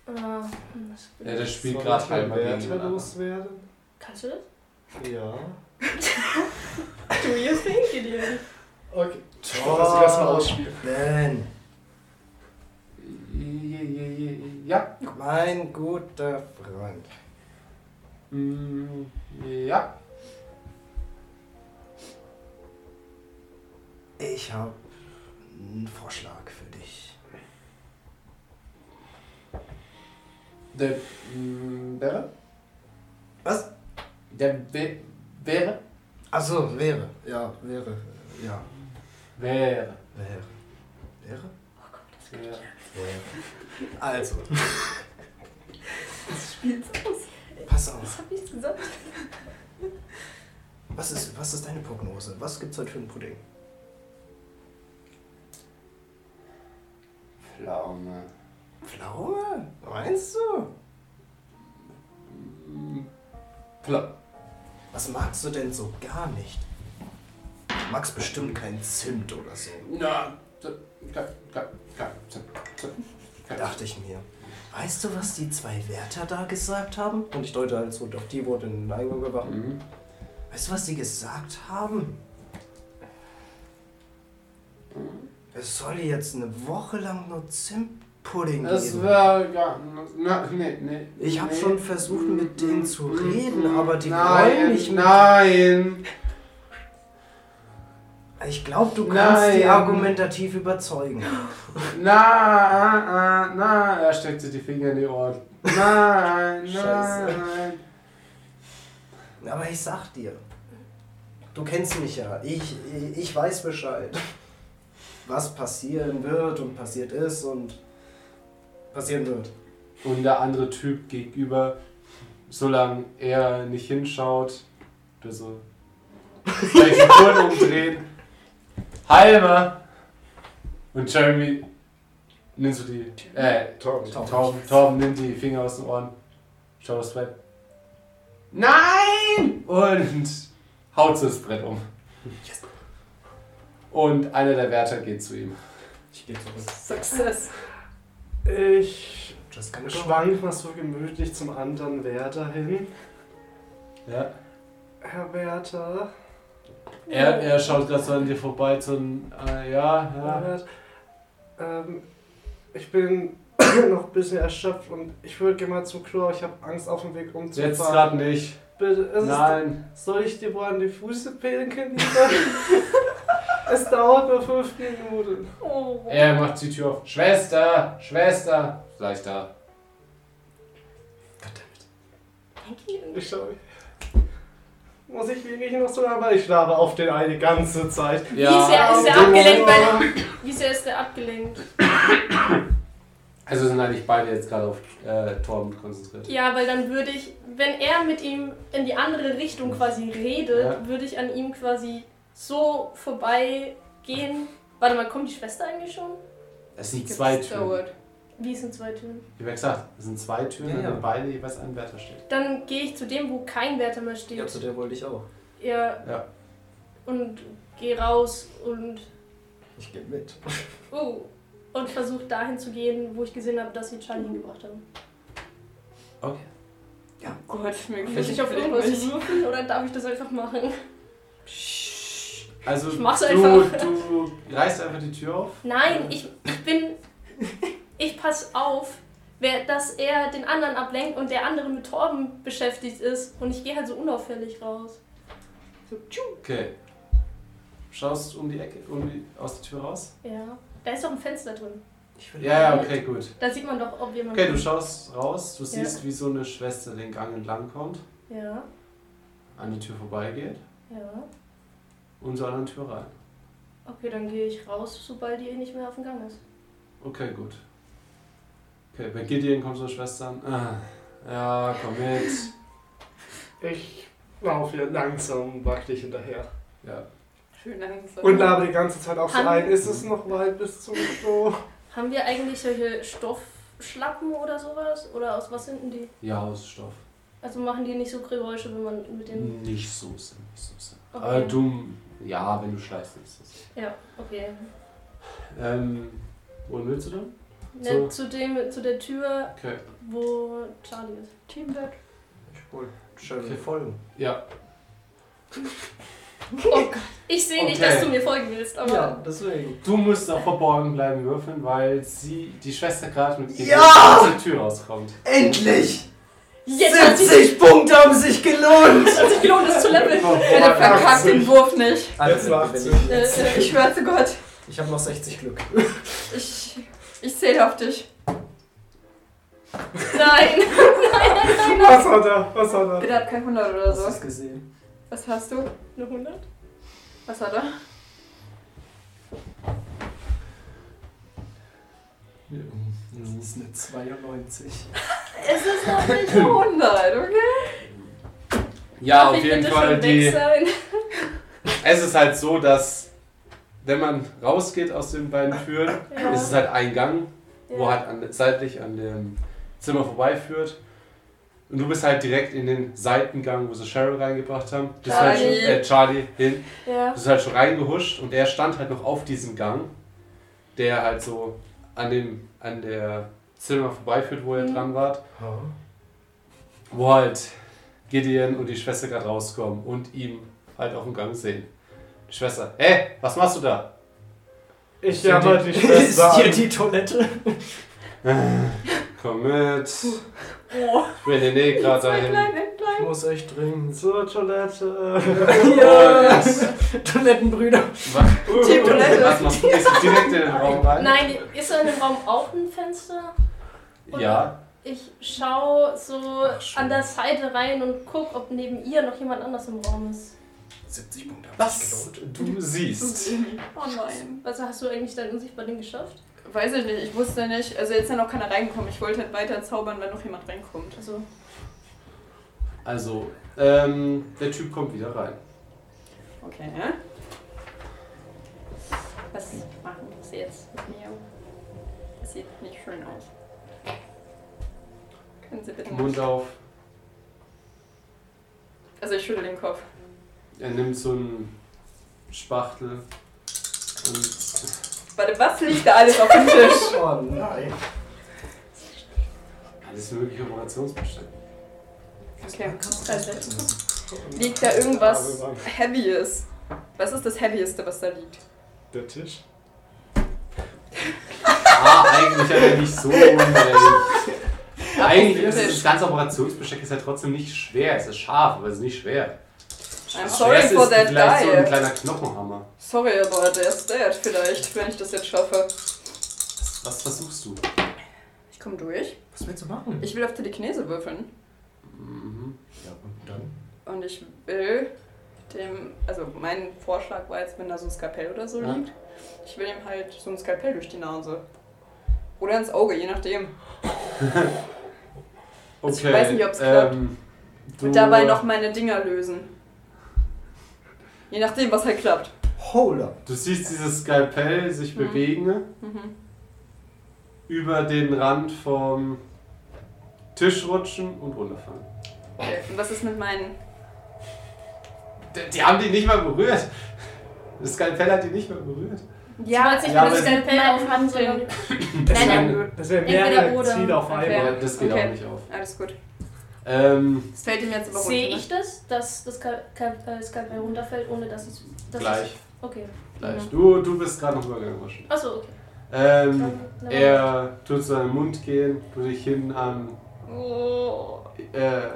[SPEAKER 4] Ah, hm, was
[SPEAKER 1] ja der spielt
[SPEAKER 5] Soll
[SPEAKER 1] gerade
[SPEAKER 5] ich mal
[SPEAKER 1] halt mal gegen
[SPEAKER 5] Werte
[SPEAKER 1] den anderen.
[SPEAKER 5] loswerden?
[SPEAKER 4] Kannst du das?
[SPEAKER 5] Ja.
[SPEAKER 4] Do you think, Gideon?
[SPEAKER 5] Okay. Oh.
[SPEAKER 3] Torben.
[SPEAKER 5] Lass sie das mal ausspielen.
[SPEAKER 3] Ben,
[SPEAKER 1] Ja.
[SPEAKER 3] mein guter Freund.
[SPEAKER 1] Mm, Ja.
[SPEAKER 3] Ich habe einen Vorschlag für dich.
[SPEAKER 1] Der mm, wäre?
[SPEAKER 3] Was?
[SPEAKER 1] Der wä- wäre?
[SPEAKER 3] Achso, wäre. Ja, wäre. Ja,
[SPEAKER 1] Wäre.
[SPEAKER 3] wäre. Wäre?
[SPEAKER 1] Ja.
[SPEAKER 3] Wäre. Also,
[SPEAKER 2] Spiel's aus.
[SPEAKER 3] pass auf.
[SPEAKER 2] Das hab ich gesagt.
[SPEAKER 3] Was ist, was ist deine Prognose? Was gibt's heute für einen Pudding?
[SPEAKER 1] Pflaume.
[SPEAKER 3] Pflaume? Meinst du?
[SPEAKER 1] Pla
[SPEAKER 3] Was magst du denn so gar nicht? Du magst bestimmt keinen Zimt oder so.
[SPEAKER 1] Na. so, ka- ka- ka- so, so, ka-
[SPEAKER 3] Dachte ich mir. Weißt du, was die zwei Wärter da gesagt haben? Und ich deute halt so, doch die wurde in den Eingang gewacht.
[SPEAKER 1] Mhm.
[SPEAKER 3] Weißt du, was die gesagt haben? Es soll jetzt eine Woche lang nur Zimt
[SPEAKER 7] Pudding
[SPEAKER 1] Das
[SPEAKER 7] geben.
[SPEAKER 1] war, ja, na, nee, nee.
[SPEAKER 7] Ich habe
[SPEAKER 1] nee. Mhm,
[SPEAKER 7] schon versucht, mit denen zu reden, aber die
[SPEAKER 1] nein,
[SPEAKER 7] wollen nicht mit-
[SPEAKER 1] Nein,
[SPEAKER 7] Ich glaube, du kannst die
[SPEAKER 1] Nein.
[SPEAKER 7] argumentativ überzeugen.
[SPEAKER 1] na, ah, na, er steckte die Finger in die Ohren. Nein,
[SPEAKER 7] Scheiße.
[SPEAKER 1] nein.
[SPEAKER 7] Aber ich sag dir, du kennst mich ja. Ich, ich weiß Bescheid, was passieren wird und passiert ist und passieren wird.
[SPEAKER 1] Und der andere Typ gegenüber, solange er nicht hinschaut, der so zwei Sekunden umdrehen. Halber! Und Jeremy nimmt so die. Äh,
[SPEAKER 3] Torben.
[SPEAKER 7] Torben.
[SPEAKER 1] Torben, Torben nimmt die Finger aus den Ohren, schaut aufs Brett. Nein! Und haut so das Brett um. Und einer der Wärter geht zu ihm.
[SPEAKER 3] Ich gehe zurück.
[SPEAKER 2] Success.
[SPEAKER 5] Ich
[SPEAKER 7] Just gonna go.
[SPEAKER 5] schwank mal so gemütlich zum anderen Wärter hin.
[SPEAKER 1] Ja.
[SPEAKER 5] Herr Wärter.
[SPEAKER 1] Er, er schaut gerade so an dir vorbei, so ein. Äh, ja,
[SPEAKER 5] Herr
[SPEAKER 1] ja.
[SPEAKER 5] Wärter. Ähm, ich bin noch ein bisschen erschöpft und ich würde gerne mal zum Klo. Ich habe Angst, auf dem Weg umzufahren.
[SPEAKER 1] Jetzt gerade nicht.
[SPEAKER 5] Bitte, es ist-
[SPEAKER 1] Nein.
[SPEAKER 5] Soll ich dir wohl an die Füße pinkeln, lieber? es dauert nur fünf Minuten.
[SPEAKER 4] Oh.
[SPEAKER 1] Er macht die Tür auf. Schwester, Schwester. Gleich da.
[SPEAKER 5] Ich schau. Muss ich wirklich noch so lange, weil ich schlafe auf den eine ganze Zeit.
[SPEAKER 4] Wie sehr ist er
[SPEAKER 5] Ja.
[SPEAKER 4] abgelenkt, weil. Wie sehr ist er abgelenkt?
[SPEAKER 1] Also sind eigentlich beide jetzt gerade auf äh, Torben konzentriert.
[SPEAKER 4] Ja, weil dann würde ich, wenn er mit ihm in die andere Richtung quasi redet,
[SPEAKER 1] Ja.
[SPEAKER 4] würde ich an ihm quasi so vorbeigehen. Warte mal, kommt die Schwester eigentlich schon?
[SPEAKER 1] Es sind zwei Türen.
[SPEAKER 2] Gedauert.
[SPEAKER 4] Wie es in zwei Türen?
[SPEAKER 1] Wie gesagt, es sind zwei Türen,
[SPEAKER 7] Ja,
[SPEAKER 1] an
[SPEAKER 7] ja.
[SPEAKER 1] denen beide jeweils ein Wärter steht.
[SPEAKER 4] Dann gehe ich zu dem, wo kein Wärter mehr steht.
[SPEAKER 7] Ja, zu der wollte ich auch.
[SPEAKER 4] Ja.
[SPEAKER 1] Ja.
[SPEAKER 4] Und gehe raus und
[SPEAKER 7] Ich gehe mit.
[SPEAKER 4] oh, und versuche dahin zu gehen, wo ich gesehen habe, dass sie Charlie hingebracht haben.
[SPEAKER 1] Okay.
[SPEAKER 2] Ja, Gott, mir
[SPEAKER 4] Muss ich auf irgendwas würfeln oder darf ich das einfach machen?
[SPEAKER 1] Also
[SPEAKER 4] Ich mach's
[SPEAKER 1] du,
[SPEAKER 4] einfach.
[SPEAKER 1] du reißt einfach die Tür auf.
[SPEAKER 4] Nein, ich, ich bin. Ich pass auf, wer, dass er den anderen ablenkt und der andere mit Torben beschäftigt ist. Und ich gehe halt so unauffällig raus.
[SPEAKER 1] Okay. Schaust um die Ecke, um die, aus der Tür raus.
[SPEAKER 4] Ja. Da ist doch ein Fenster drin.
[SPEAKER 7] Ich will
[SPEAKER 1] Ja, ja, okay, gut.
[SPEAKER 4] Da sieht man doch, ob jemand.
[SPEAKER 1] Okay, du schaust raus, du
[SPEAKER 4] Ja.
[SPEAKER 1] siehst, wie so eine Schwester den Gang entlang kommt,
[SPEAKER 4] Ja,
[SPEAKER 1] an die Tür vorbeigeht
[SPEAKER 4] ja.
[SPEAKER 1] und zur anderen Tür rein.
[SPEAKER 4] Okay, dann gehe ich raus, sobald die nicht mehr auf dem Gang ist.
[SPEAKER 1] Okay, gut. Okay, bei Gideon kommt so eine Schwester an. Ah, ja, komm mit.
[SPEAKER 5] Ich laufe hier langsam wackelig hinterher.
[SPEAKER 1] Ja.
[SPEAKER 2] Schön langsam.
[SPEAKER 5] Und labe die ganze Zeit auf so
[SPEAKER 4] Haben-
[SPEAKER 5] ein. Ist es noch weit bis zum Klo?
[SPEAKER 4] Haben wir eigentlich solche Stoffschlappen oder sowas? Oder aus was sind denn die?
[SPEAKER 1] Ja, aus Stoff.
[SPEAKER 4] Also machen die nicht so Geräusche, wenn man mit dem.
[SPEAKER 1] Nicht so sehr, nicht so sehr.
[SPEAKER 4] Okay.
[SPEAKER 1] Aber du, ja, wenn du schleißt, ist es.
[SPEAKER 4] Ja, okay.
[SPEAKER 1] Ähm, wohin willst du denn?
[SPEAKER 4] Ne, zu, dem, zu der Tür,
[SPEAKER 1] Okay.
[SPEAKER 4] wo Charlie ist.
[SPEAKER 2] Teamwork.
[SPEAKER 7] Ich hol. Schön.
[SPEAKER 1] Okay.
[SPEAKER 7] Wir folgen.
[SPEAKER 1] Ja.
[SPEAKER 4] Oh Gott. Ich sehe nicht,
[SPEAKER 1] Okay.
[SPEAKER 4] dass du mir folgen willst, aber.
[SPEAKER 7] Ja, deswegen.
[SPEAKER 1] Du musst auch verborgen bleiben würfeln, weil sie, die Schwester gerade mit Gideon
[SPEAKER 7] Ja!
[SPEAKER 1] aus der Tür rauskommt.
[SPEAKER 7] Endlich!
[SPEAKER 4] Jetzt hat sich
[SPEAKER 7] 70 Punkte haben sich gelohnt!
[SPEAKER 4] hat sich gelohnt, das zu leveln.
[SPEAKER 1] Oh,
[SPEAKER 2] Ja, der
[SPEAKER 1] Verborgen.
[SPEAKER 2] verkackt den Wurf nicht.
[SPEAKER 7] Also,
[SPEAKER 3] war
[SPEAKER 7] wenn
[SPEAKER 3] 18.
[SPEAKER 7] ich
[SPEAKER 4] Äh,
[SPEAKER 7] jetzt-
[SPEAKER 4] äh,
[SPEAKER 2] Ich schwör zu Gott.
[SPEAKER 7] ich habe noch 60 Glück.
[SPEAKER 2] Ich, ich zähle auf dich.
[SPEAKER 4] Nein!
[SPEAKER 5] Was hat er? Was hat er?
[SPEAKER 2] Bitte hat kein 100 oder
[SPEAKER 7] Hast du
[SPEAKER 2] so.
[SPEAKER 7] es gesehen?
[SPEAKER 2] Was hast du?
[SPEAKER 4] Eine 100?
[SPEAKER 2] Was hat er?
[SPEAKER 7] Das ist eine 92.
[SPEAKER 2] Es ist noch nicht
[SPEAKER 4] Hm.
[SPEAKER 2] 100, Oh, okay?
[SPEAKER 1] Ja,
[SPEAKER 4] Darf
[SPEAKER 1] auf
[SPEAKER 4] ich
[SPEAKER 1] jeden
[SPEAKER 4] bitte
[SPEAKER 1] Fall.
[SPEAKER 4] schon weg
[SPEAKER 1] Die,
[SPEAKER 4] sein?
[SPEAKER 1] es ist halt so, dass wenn man rausgeht aus den beiden Türen,
[SPEAKER 4] Ja.
[SPEAKER 1] ist es halt ein Gang, wo
[SPEAKER 4] Ja.
[SPEAKER 1] halt an, seitlich an dem Zimmer vorbeiführt. Und du bist halt direkt in den Seitengang, wo sie Cheryl reingebracht haben. Du bist Halt schon,
[SPEAKER 2] Charlie.
[SPEAKER 1] äh, Charlie hin.
[SPEAKER 4] Ja.
[SPEAKER 1] Du bist halt schon reingehuscht und er stand halt noch auf diesem Gang, der halt so an dem an der Zimmer vorbeiführt, wo ihr
[SPEAKER 4] Mhm.
[SPEAKER 1] dran wart. Wo halt Gideon und die Schwester gerade rauskommen und ihn halt auf dem Gang sehen. Die Schwester, hä, was machst du da?
[SPEAKER 5] Ich jammer die
[SPEAKER 7] Ist
[SPEAKER 5] Schwester
[SPEAKER 7] hier
[SPEAKER 5] an.
[SPEAKER 7] die Toilette?
[SPEAKER 1] Komm mit. Ich
[SPEAKER 2] Oh,
[SPEAKER 1] bin in den Nähe gerade
[SPEAKER 2] zwei
[SPEAKER 1] dahin.
[SPEAKER 2] kleine
[SPEAKER 3] Ich
[SPEAKER 2] Entlein.
[SPEAKER 3] muss echt dringend Oh, zur Toilette.
[SPEAKER 1] Ja.
[SPEAKER 3] Toilettenbrüder.
[SPEAKER 1] Was?
[SPEAKER 2] Die Toilette.
[SPEAKER 1] Was machst du? Gehst du direkt in den Raum rein?
[SPEAKER 4] Nein, ist in dem Raum auch ein Fenster? Oder?
[SPEAKER 1] Ja.
[SPEAKER 4] Ich schaue so
[SPEAKER 3] Ach, schön.
[SPEAKER 4] an der Seite rein und guck, ob neben ihr noch jemand anders im Raum ist.
[SPEAKER 3] 70 Punkte. haben sich
[SPEAKER 1] Was
[SPEAKER 3] gelohnt.
[SPEAKER 1] du siehst.
[SPEAKER 2] Oh nein.
[SPEAKER 4] Also hast du eigentlich dein Unsichtbar-Ding geschafft?
[SPEAKER 2] Weiß ich nicht, ich wusste nicht. Also jetzt ist ja noch keiner reingekommen. Ich wollte halt weiter zaubern, wenn noch jemand reinkommt.
[SPEAKER 4] Also,
[SPEAKER 1] Also, ähm, der Typ kommt wieder rein.
[SPEAKER 2] Okay, ne? Was machen sie jetzt mit mir? Das sieht nicht schön aus. Können Sie bitte
[SPEAKER 1] Mund auf.
[SPEAKER 2] Also ich schüttel den Kopf.
[SPEAKER 1] Er nimmt so einen Spachtel und
[SPEAKER 2] Warte, was liegt da alles auf dem Tisch?
[SPEAKER 7] Oh nein.
[SPEAKER 1] alles mögliche Operationsbestände.
[SPEAKER 2] Okay, also liegt da irgendwas Heavyes? Was ist das Heavieste, was da liegt?
[SPEAKER 5] Der Tisch.
[SPEAKER 1] Ah, eigentlich hat er nicht so unrecht. Eigentlich ist
[SPEAKER 2] Optisch.
[SPEAKER 1] das ganze Operationsbesteck ist ja trotzdem nicht schwer. Es ist scharf, aber es ist nicht schwer.
[SPEAKER 2] I'm
[SPEAKER 1] Das
[SPEAKER 2] sorry
[SPEAKER 1] Schwerste
[SPEAKER 2] for
[SPEAKER 1] ist
[SPEAKER 2] that
[SPEAKER 1] vielleicht so ein
[SPEAKER 2] guy.
[SPEAKER 1] kleiner Knochenhammer.
[SPEAKER 2] Sorry, aber der ist dead vielleicht, wenn ich das jetzt schaffe.
[SPEAKER 1] Was versuchst du?
[SPEAKER 2] Ich komme durch.
[SPEAKER 7] Was willst du machen?
[SPEAKER 2] Ich will auf Telekinese würfeln.
[SPEAKER 1] Mhm.
[SPEAKER 7] Ja, und dann?
[SPEAKER 2] Und ich will dem, also mein Vorschlag war jetzt, wenn da so ein Skalpell oder so
[SPEAKER 1] Ja.
[SPEAKER 2] liegt, ich will ihm halt so ein Skalpell durch die Nase. Oder ins Auge, je nachdem. Also ich weiß nicht, ob's klappt.
[SPEAKER 1] ähm, du-
[SPEAKER 2] Und dabei noch meine Dinger lösen. Je nachdem, was halt klappt.
[SPEAKER 7] Hold up.
[SPEAKER 1] Du siehst dieses Skalpell sich
[SPEAKER 2] Mhm.
[SPEAKER 1] bewegen ne?
[SPEAKER 2] Mhm.
[SPEAKER 1] über den Rand vom Tisch rutschen und runterfallen.
[SPEAKER 2] Okay. Und was ist mit meinen.
[SPEAKER 1] Die, die haben die nicht mal berührt. Das Skalpell hat die nicht mal berührt.
[SPEAKER 4] ja, als ich
[SPEAKER 1] ja,
[SPEAKER 4] mir das
[SPEAKER 1] aber-
[SPEAKER 4] Skalpell
[SPEAKER 2] Nein,
[SPEAKER 4] aufhaben
[SPEAKER 2] den-
[SPEAKER 4] soll.
[SPEAKER 5] Das
[SPEAKER 4] Nein,
[SPEAKER 1] nein.
[SPEAKER 5] wären das wär
[SPEAKER 4] Entweder
[SPEAKER 5] mehrere
[SPEAKER 4] oder.
[SPEAKER 5] Ziele auf
[SPEAKER 2] Okay.
[SPEAKER 5] einmal.
[SPEAKER 1] Ja, das geht
[SPEAKER 2] Okay.
[SPEAKER 1] auch nicht auf.
[SPEAKER 2] Alles gut.
[SPEAKER 1] Ähm,
[SPEAKER 2] Das fällt ihm jetzt aber
[SPEAKER 4] Sehe
[SPEAKER 2] runter, ne?
[SPEAKER 4] ich das, dass das Skal- Kal- äh, Skalpell runterfällt, ohne dass es. Dass
[SPEAKER 1] gleich,
[SPEAKER 4] Es, okay.
[SPEAKER 1] gleich.
[SPEAKER 2] Ja.
[SPEAKER 1] Du, du bist gerade noch übergegangen wahrscheinlich.
[SPEAKER 4] Achso, okay.
[SPEAKER 1] Ähm,
[SPEAKER 4] Dann- dann-
[SPEAKER 1] er tut zu seinem Mund gehen, tut dich hin an,
[SPEAKER 2] Ne? Oh.
[SPEAKER 1] äh,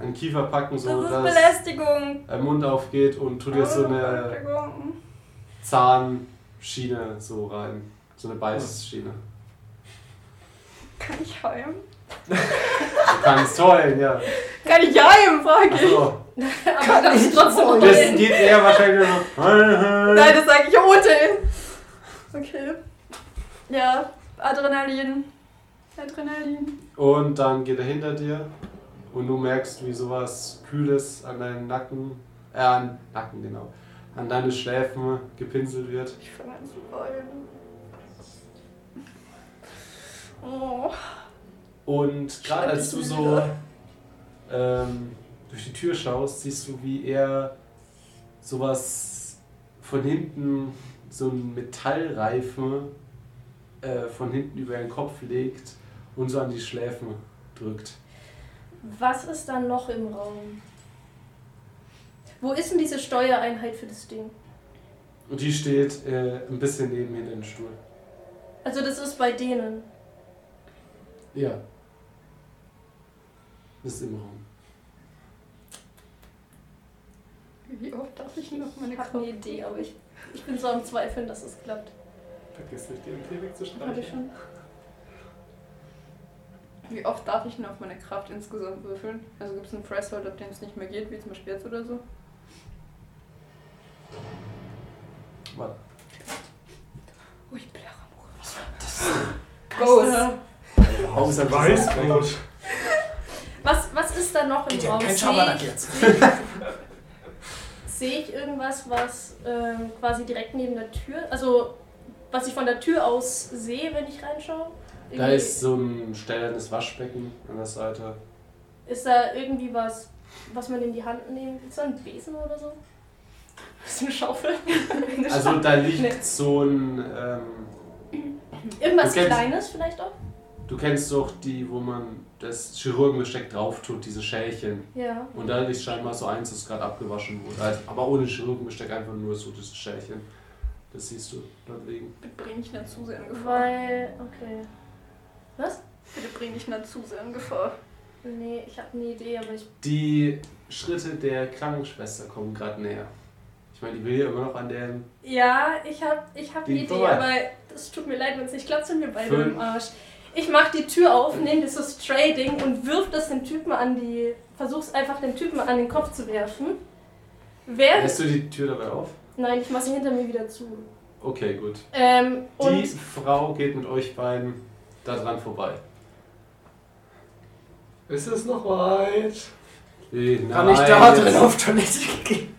[SPEAKER 1] an Kiefer packen, so
[SPEAKER 2] Das ist
[SPEAKER 1] dass
[SPEAKER 2] Belästigung.
[SPEAKER 1] der Mund aufgeht und tut dir so
[SPEAKER 2] Oh,
[SPEAKER 1] eine
[SPEAKER 2] Belästigung.
[SPEAKER 1] Zahnschiene so rein. So eine Beißschiene.
[SPEAKER 2] Kann ich heim?
[SPEAKER 1] Du kannst heulen, ja.
[SPEAKER 2] Kann ich heim, frage ich.
[SPEAKER 1] Achso.
[SPEAKER 4] Aber das ist trotzdem
[SPEAKER 1] Das
[SPEAKER 4] rollen.
[SPEAKER 1] geht eher wahrscheinlich so.
[SPEAKER 2] Nein, das sage ich Ote. Okay. Ja, Adrenalin. Adrenalin.
[SPEAKER 1] Und dann geht er hinter dir und du merkst, wie sowas Kühles an deinen Nacken, äh, an Nacken, genau, an deine Schläfen gepinselt wird.
[SPEAKER 2] Ich fange an zu weinen. Oh.
[SPEAKER 1] Und gerade
[SPEAKER 2] Schreib
[SPEAKER 1] als
[SPEAKER 2] ich
[SPEAKER 1] du
[SPEAKER 2] mir
[SPEAKER 1] so
[SPEAKER 2] wieder.
[SPEAKER 1] ähm, durch die Tür schaust, siehst du, wie er sowas von hinten, so einen Metallreifen äh, von hinten über den Kopf legt und so an die Schläfen drückt.
[SPEAKER 4] Was ist dann noch im Raum? Wo ist denn diese Steuereinheit für das Ding?
[SPEAKER 1] Und die steht äh, ein bisschen neben hinter dem Stuhl.
[SPEAKER 4] Also das ist bei denen.
[SPEAKER 1] Ja. Ist im Raum.
[SPEAKER 2] Wie oft darf ich noch meine
[SPEAKER 4] Ich habe eine
[SPEAKER 2] Kraft?
[SPEAKER 4] Idee, aber ich, ich bin so am Zweifeln, dass es klappt.
[SPEAKER 5] Vergiss nicht, den Tee
[SPEAKER 4] Habe
[SPEAKER 5] wegzustreichen.
[SPEAKER 4] ich schon.
[SPEAKER 2] Wie oft darf ich noch auf meine Kraft insgesamt würfeln? Also gibt es einen Threshold, ab dem es nicht mehr geht, wie zum Beispiel jetzt oder so?
[SPEAKER 1] Warte.
[SPEAKER 2] Oh, ich bin Ghost.
[SPEAKER 1] Außer
[SPEAKER 5] Weiß
[SPEAKER 4] Was, was ist da noch im
[SPEAKER 7] Geht ja
[SPEAKER 4] Raum?
[SPEAKER 7] kein
[SPEAKER 4] Sehe
[SPEAKER 7] Schabernack
[SPEAKER 4] ich,
[SPEAKER 7] jetzt.
[SPEAKER 4] sehe ich irgendwas, was ähm, quasi direkt neben der Tür, also was ich von der Tür aus sehe, wenn ich reinschaue?
[SPEAKER 1] Da
[SPEAKER 4] Irgendwie-
[SPEAKER 1] ist so ein stählernes Waschbecken an der Seite.
[SPEAKER 4] Ist da irgendwie was, was man in die Hand nehmen kann? Ist da ein Besen oder so? Ist eine Schaufel? Eine
[SPEAKER 1] Also
[SPEAKER 4] Schaufel.
[SPEAKER 1] da liegt so ein. Ähm,
[SPEAKER 4] Irgendwas
[SPEAKER 1] du kennst-
[SPEAKER 4] Kleines vielleicht auch?
[SPEAKER 1] du kennst doch die, wo man das Chirurgenbesteck drauf tut, diese Schälchen.
[SPEAKER 4] Ja.
[SPEAKER 1] Und da liegt scheinbar so eins, das gerade abgewaschen wurde. Also, aber ohne Chirurgenbesteck, einfach nur so dieses Schälchen. Das siehst du dort liegen.
[SPEAKER 2] Bringe ich dazu sehr in Gefahr.
[SPEAKER 4] Weil, okay. Was?
[SPEAKER 2] Bitte bring dich nicht zu sehr in Gefahr.
[SPEAKER 4] Nee, ich habe eine Idee, aber ich.
[SPEAKER 1] Die Schritte der Krankenschwester kommen gerade näher. Ich meine, die will ja immer noch an der
[SPEAKER 4] Ja, ich habe ich hab eine
[SPEAKER 1] Geht
[SPEAKER 4] Idee,
[SPEAKER 1] vorbei.
[SPEAKER 4] aber es tut mir leid, wenn es nicht klappt, sind wir beide
[SPEAKER 1] Fünf.
[SPEAKER 4] im Arsch. Ich mach die Tür auf, nehme dieses Trading und wirf das dem Typen an die. Versuch's einfach dem Typen an den Kopf zu werfen. Wer.
[SPEAKER 1] Lässt du die Tür dabei auf?
[SPEAKER 4] Nein, ich mach sie hinter mir wieder zu.
[SPEAKER 1] Okay, gut.
[SPEAKER 4] Ähm, und.
[SPEAKER 1] Die Frau geht mit euch beiden da dran vorbei.
[SPEAKER 5] Ist es noch weit?
[SPEAKER 1] Kann
[SPEAKER 7] Kann ich da drin auf Toilette gehen?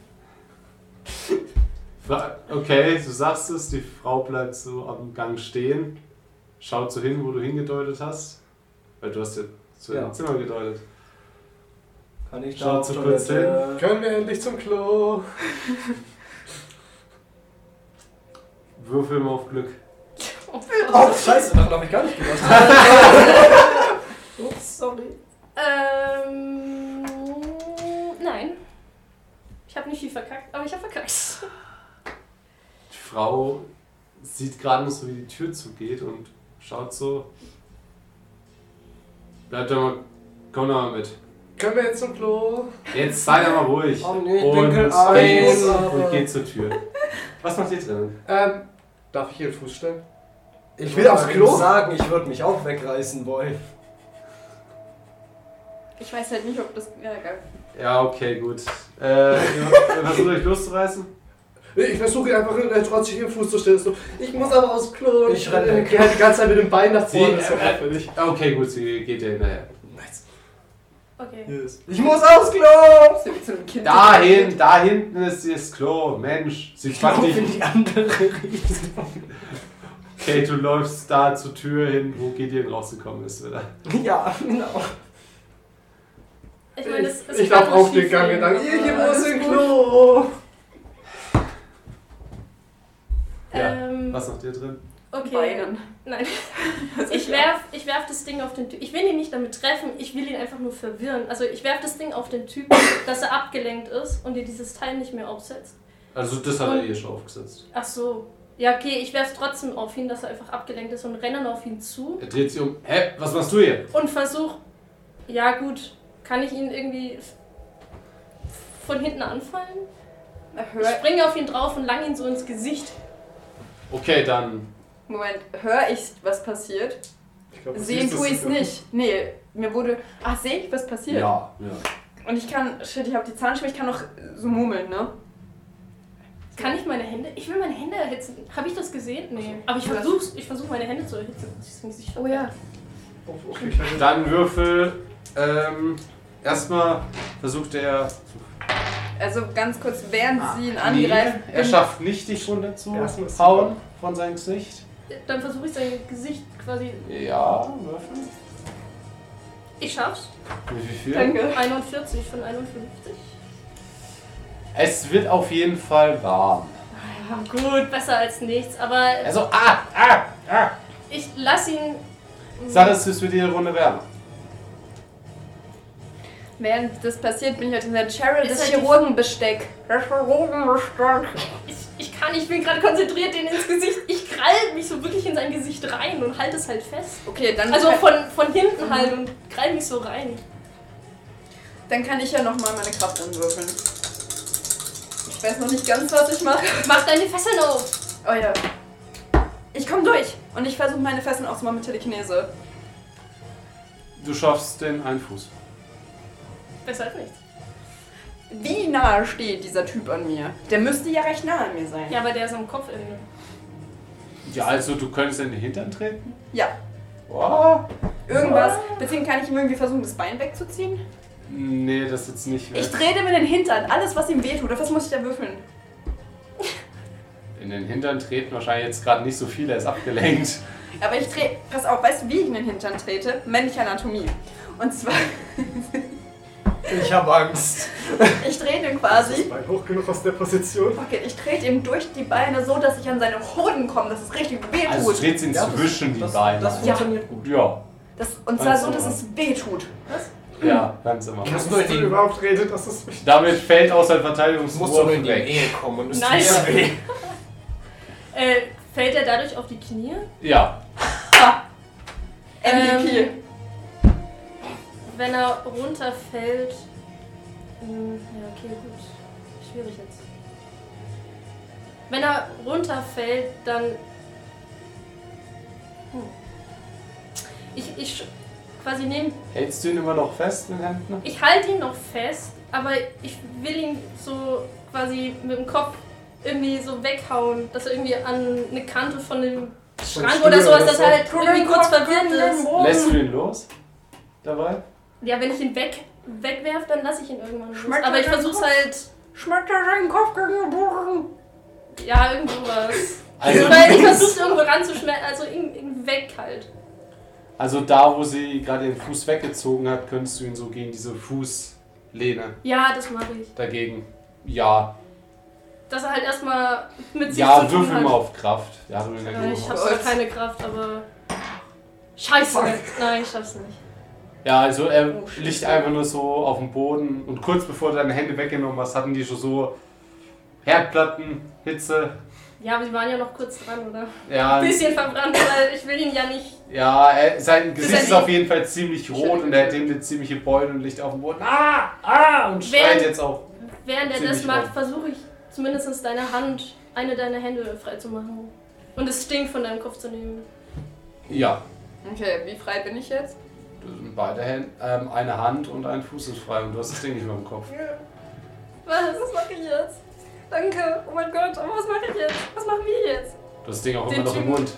[SPEAKER 1] Okay, du sagst es, die Frau bleibt so am Gang stehen, schaut so hin, wo du hingedeutet hast. Weil du hast ja zu
[SPEAKER 3] Ja.
[SPEAKER 1] dem Zimmer gedeutet.
[SPEAKER 3] Kann ich da
[SPEAKER 1] Schaut
[SPEAKER 3] auf
[SPEAKER 1] so kurz
[SPEAKER 3] Toilette?
[SPEAKER 5] Können wir endlich zum Klo?
[SPEAKER 1] Würfel mal auf Glück.
[SPEAKER 4] Äh,
[SPEAKER 3] Oh, scheiße, daran habe ich gar nicht gedacht.
[SPEAKER 4] Ups, sorry. Ähm. Nein. Ich habe nicht viel verkackt, aber ich habe verkackt.
[SPEAKER 1] Die Frau sieht gerade noch so, wie die Tür zugeht und schaut so. Bleibt doch mal, komm doch mal mit.
[SPEAKER 5] Können wir jetzt zum Klo?
[SPEAKER 1] Jetzt sei doch mal ruhig.
[SPEAKER 3] Oh nee, ich
[SPEAKER 1] und,
[SPEAKER 3] winkel
[SPEAKER 1] geht,
[SPEAKER 3] ein, aber-
[SPEAKER 1] und geht zur Tür. Was macht ihr drin?
[SPEAKER 5] Ähm, darf ich hier den Fuß stellen?
[SPEAKER 3] Ich
[SPEAKER 5] will
[SPEAKER 3] wollte
[SPEAKER 5] aufs
[SPEAKER 3] mal
[SPEAKER 5] Klo.
[SPEAKER 3] eben sagen, ich würde mich auch wegreißen wollen.
[SPEAKER 2] Ich weiß halt nicht, ob das. Ja, egal.
[SPEAKER 1] Ja, okay, gut. Äh, ihr versucht euch loszureißen.
[SPEAKER 5] Ich versuche einfach äh, trotzdem hier den Fuß zu stellen. So, ich muss aber aufs Klo. und
[SPEAKER 3] Ich renne
[SPEAKER 5] äh,
[SPEAKER 3] weg.
[SPEAKER 5] Geh halt die ganze Zeit mit dem Bein nach
[SPEAKER 1] Sie,
[SPEAKER 5] vorne. Das ist
[SPEAKER 1] äh,
[SPEAKER 5] doch für dich.
[SPEAKER 1] Okay, gut, sie geht dir hinterher.
[SPEAKER 4] Okay.
[SPEAKER 5] Yes.
[SPEAKER 3] Ich muss aufs Klo!
[SPEAKER 2] So wie zu einem Kind.
[SPEAKER 1] Dahin, da hinten ist das Klo. Mensch, sie
[SPEAKER 3] Ich laufe
[SPEAKER 1] packt
[SPEAKER 3] in
[SPEAKER 1] dich.
[SPEAKER 3] die andere Richtung.
[SPEAKER 1] Okay, du läufst da zur Tür hin, wo Gideon rausgekommen ist wieder.
[SPEAKER 3] Ja, genau.
[SPEAKER 4] Ich meine, das ist
[SPEAKER 5] ich laufe
[SPEAKER 4] gerade
[SPEAKER 5] auf
[SPEAKER 4] schief
[SPEAKER 5] den Gang
[SPEAKER 4] gehen,
[SPEAKER 5] gedacht, hier, hier
[SPEAKER 4] aber-
[SPEAKER 5] muss ein Klo.
[SPEAKER 4] Ähm,
[SPEAKER 1] Was macht ihr drin?
[SPEAKER 4] okay.
[SPEAKER 2] Weinen. Also
[SPEAKER 4] Nein. Ich werf, ich werf das Ding auf den Typen. Ich will ihn nicht damit treffen, ich will ihn einfach nur verwirren. Also ich werf das Ding auf den Typen, dass er abgelenkt ist und dir dieses Teil nicht mehr aufsetzt.
[SPEAKER 1] Also, das hat er ihr schon aufgesetzt.
[SPEAKER 4] Ach so. Ja, okay, ich werf's trotzdem auf ihn, dass er einfach abgelenkt ist und renne dann auf ihn zu
[SPEAKER 1] Er dreht sich um. Hä, was machst du hier?
[SPEAKER 4] und versuch. Ja, gut. Kann ich ihn irgendwie f- von hinten anfallen?
[SPEAKER 2] Na,
[SPEAKER 4] Ich
[SPEAKER 2] Hör,
[SPEAKER 4] springe auf ihn drauf und lang ihn so ins Gesicht.
[SPEAKER 1] Okay, dann.
[SPEAKER 2] Moment, hör ich, was passiert?
[SPEAKER 5] Ich glaub, du
[SPEAKER 2] Sehen
[SPEAKER 5] siehst
[SPEAKER 2] tue
[SPEAKER 5] es.
[SPEAKER 2] ich es nicht. Nee, mir wurde. Ach, sehe ich, was passiert?
[SPEAKER 1] Ja, ja.
[SPEAKER 2] Und ich kann. Shit, ich habe die Zahnschmerzen, ich kann noch äh, so murmeln, ne?
[SPEAKER 4] Kann ich meine Hände? Ich will meine Hände erhitzen. Habe ich das gesehen? Nee. Aber ich
[SPEAKER 2] Was?
[SPEAKER 4] versuch's. Ich versuche meine Hände zu erhitzen. Das ist nicht sicher.
[SPEAKER 2] Oh ja.
[SPEAKER 5] Oh, okay, ich hab-
[SPEAKER 1] Dann würfel. Ähm, erstmal versucht er.
[SPEAKER 2] Also ganz kurz, während sie ihn
[SPEAKER 1] Ah, Nee,
[SPEAKER 2] angreifen.
[SPEAKER 1] er schafft nicht, dich
[SPEAKER 5] Erstmal ist
[SPEAKER 1] runterzuhauen von seinem Gesicht.
[SPEAKER 4] Dann versuche ich sein Gesicht quasi.
[SPEAKER 1] Ja, würfel.
[SPEAKER 4] Ich schaff's.
[SPEAKER 1] Wie viel?
[SPEAKER 2] Danke.
[SPEAKER 4] 41 von 51.
[SPEAKER 1] Es wird auf jeden Fall warm.
[SPEAKER 2] Ah,
[SPEAKER 4] Ja, gut, besser als nichts. Aber
[SPEAKER 1] Also, ah, ah, ah.
[SPEAKER 4] ich lass ihn.
[SPEAKER 1] Sag es, es wird jede Runde wärmer.
[SPEAKER 2] Während das passiert, bin ich halt in der Cheryl,
[SPEAKER 4] Ist
[SPEAKER 2] das
[SPEAKER 4] halt die-
[SPEAKER 2] Chirurgenbesteck. Das Chirurgenbesteck.
[SPEAKER 4] Ich, ich kann, ich bin gerade konzentriert, den ins Gesicht. Ich krall mich so wirklich in sein Gesicht rein und halte es halt fest.
[SPEAKER 2] Okay, dann,
[SPEAKER 4] Also von, von hinten halt und krall mich so rein.
[SPEAKER 2] dann kann ich ja nochmal meine Kraft anwürfeln. Ich weiß noch nicht ganz, was ich mache.
[SPEAKER 4] Mach deine Fesseln auf.
[SPEAKER 2] Oh ja. Ich komme durch und ich versuche meine Fesseln auszumachen mit Telekinese.
[SPEAKER 1] Du schaffst den einen Fuß.
[SPEAKER 4] Besser als nichts.
[SPEAKER 2] Wie nahe steht dieser Typ an mir? Der müsste ja recht nah an mir sein.
[SPEAKER 4] Ja, aber der ist am Kopf irgendwie.
[SPEAKER 1] Ja, also du könntest in den Hintern treten.
[SPEAKER 2] Ja.
[SPEAKER 1] Oh.
[SPEAKER 2] Irgendwas. Beziehungsweise kann ich ihm irgendwie versuchen, das Bein wegzuziehen?
[SPEAKER 1] Nee, das jetzt nicht.
[SPEAKER 2] Ich trete mir den Hintern. Alles, was ihm wehtut. Auf was muss ich da würfeln?
[SPEAKER 1] in den Hintern treten wahrscheinlich jetzt gerade nicht so viel, er ist abgelenkt.
[SPEAKER 2] Aber ich drehe. Pass auf, weißt du, wie ich in den Hintern trete? Männliche Anatomie. Und zwar,
[SPEAKER 3] Ich habe Angst.
[SPEAKER 2] ich trete ihm quasi.
[SPEAKER 5] Bein hoch genug aus der Position.
[SPEAKER 2] Okay, ich trete ihm durch die Beine so, dass ich an seine Hoden komme, dass es richtig wehtut.
[SPEAKER 1] Also du trittst ihn
[SPEAKER 3] Ja, das-
[SPEAKER 1] zwischen die
[SPEAKER 3] das,
[SPEAKER 1] Beine.
[SPEAKER 3] Das
[SPEAKER 2] Ja.
[SPEAKER 3] funktioniert gut.
[SPEAKER 1] ja.
[SPEAKER 2] das, und zwar so,
[SPEAKER 1] Also-
[SPEAKER 2] dass es wehtut.
[SPEAKER 1] Ja, ganz immer.
[SPEAKER 3] Kannst
[SPEAKER 5] Dass
[SPEAKER 3] du
[SPEAKER 5] du
[SPEAKER 3] mit ihm-
[SPEAKER 5] überhaupt redet, das ist wichtig.
[SPEAKER 1] Damit fällt aus deinem
[SPEAKER 3] Musst du nur
[SPEAKER 1] Verteidigungswurf
[SPEAKER 3] in die
[SPEAKER 1] weg.
[SPEAKER 3] Nähe kommen. es
[SPEAKER 4] Nein.
[SPEAKER 3] tut weh.
[SPEAKER 4] Äh, fällt er dadurch auf die Knie?
[SPEAKER 1] Ja.
[SPEAKER 2] MVP.
[SPEAKER 4] Ähm, Wenn er runterfällt. Hm, Ja, okay, gut. Schwierig jetzt. Wenn er runterfällt, dann. Hm. Ich, ich sch- quasi nehme.
[SPEAKER 1] Hältst du ihn immer noch fest mit Händen?
[SPEAKER 4] Ich halte ihn noch fest, aber ich will ihn so quasi mit dem Kopf irgendwie so weghauen, dass er irgendwie an eine Kante von dem Schrank
[SPEAKER 3] Stuhl
[SPEAKER 4] oder sowas,
[SPEAKER 3] oder
[SPEAKER 4] dass
[SPEAKER 3] so.
[SPEAKER 4] er halt irgendwie kurz verwirrt ist.
[SPEAKER 3] Oh.
[SPEAKER 1] Lässt du ihn los? Dabei?
[SPEAKER 4] Ja, wenn ich ihn weg, wegwerf, dann lasse ich ihn irgendwann los.
[SPEAKER 2] Schmeckt
[SPEAKER 4] Aber
[SPEAKER 2] er
[SPEAKER 4] ich
[SPEAKER 2] dann
[SPEAKER 4] versuch's
[SPEAKER 2] gut?
[SPEAKER 4] halt.
[SPEAKER 2] Schmeckt er seinen Kopf gegen den Boden?
[SPEAKER 4] Ja, irgendwas.
[SPEAKER 1] Also-
[SPEAKER 4] Also, weil ich versuch's irgendwo ranzuschmelzen, also ihn, ihn weg halt.
[SPEAKER 1] Also da, wo sie gerade den Fuß weggezogen hat, könntest du ihn so gegen diese Fußlehne
[SPEAKER 4] Ja, das mache ich.
[SPEAKER 1] dagegen. Ja,
[SPEAKER 4] Dass er halt erstmal mit sich
[SPEAKER 1] ja,
[SPEAKER 4] zu tun
[SPEAKER 1] würfel
[SPEAKER 4] hat.
[SPEAKER 1] mal auf Kraft. Ja, würfel mal
[SPEAKER 4] Ja, ich
[SPEAKER 1] auf.
[SPEAKER 4] hab's zwar keine Kraft, aber. Scheiße! Nein, ich schaff's nicht.
[SPEAKER 1] ja, also er
[SPEAKER 4] Oh, shit.
[SPEAKER 1] liegt einfach nur so auf dem Boden und kurz bevor du deine Hände weggenommen hast, hatten die schon so Herdplatten, Hitze.
[SPEAKER 4] Ja, aber die waren ja noch kurz dran, oder?
[SPEAKER 1] Ja,
[SPEAKER 4] Ein bisschen verbrannt, weil ich will ihn ja nicht.
[SPEAKER 1] ja er, sein Gesicht
[SPEAKER 4] er
[SPEAKER 1] ist
[SPEAKER 4] nicht-
[SPEAKER 1] auf jeden Fall ziemlich rot und er hat eben eine ziemliche Beule und liegt auf dem Boden. Ah, ah, und schreit
[SPEAKER 4] Während-
[SPEAKER 1] jetzt auch.
[SPEAKER 4] Während er das
[SPEAKER 1] Ziemlich
[SPEAKER 4] macht,
[SPEAKER 1] laut.
[SPEAKER 4] versuche ich zumindest deine Hand, eine deiner Hände freizumachen. Und das Sting von deinem Kopf zu nehmen.
[SPEAKER 1] Ja,
[SPEAKER 2] Okay, wie frei bin ich jetzt?
[SPEAKER 1] das sind beide Hände, ähm, eine Hand und ein Fuß ist frei und du hast das Ding nicht mehr im Kopf.
[SPEAKER 4] Was?
[SPEAKER 2] Was mache ich jetzt? Danke, oh mein Gott, aber was mache ich jetzt? Was machen wir jetzt?
[SPEAKER 1] Das Ding auch
[SPEAKER 4] Den
[SPEAKER 1] immer noch im
[SPEAKER 4] Typen.
[SPEAKER 1] Mund.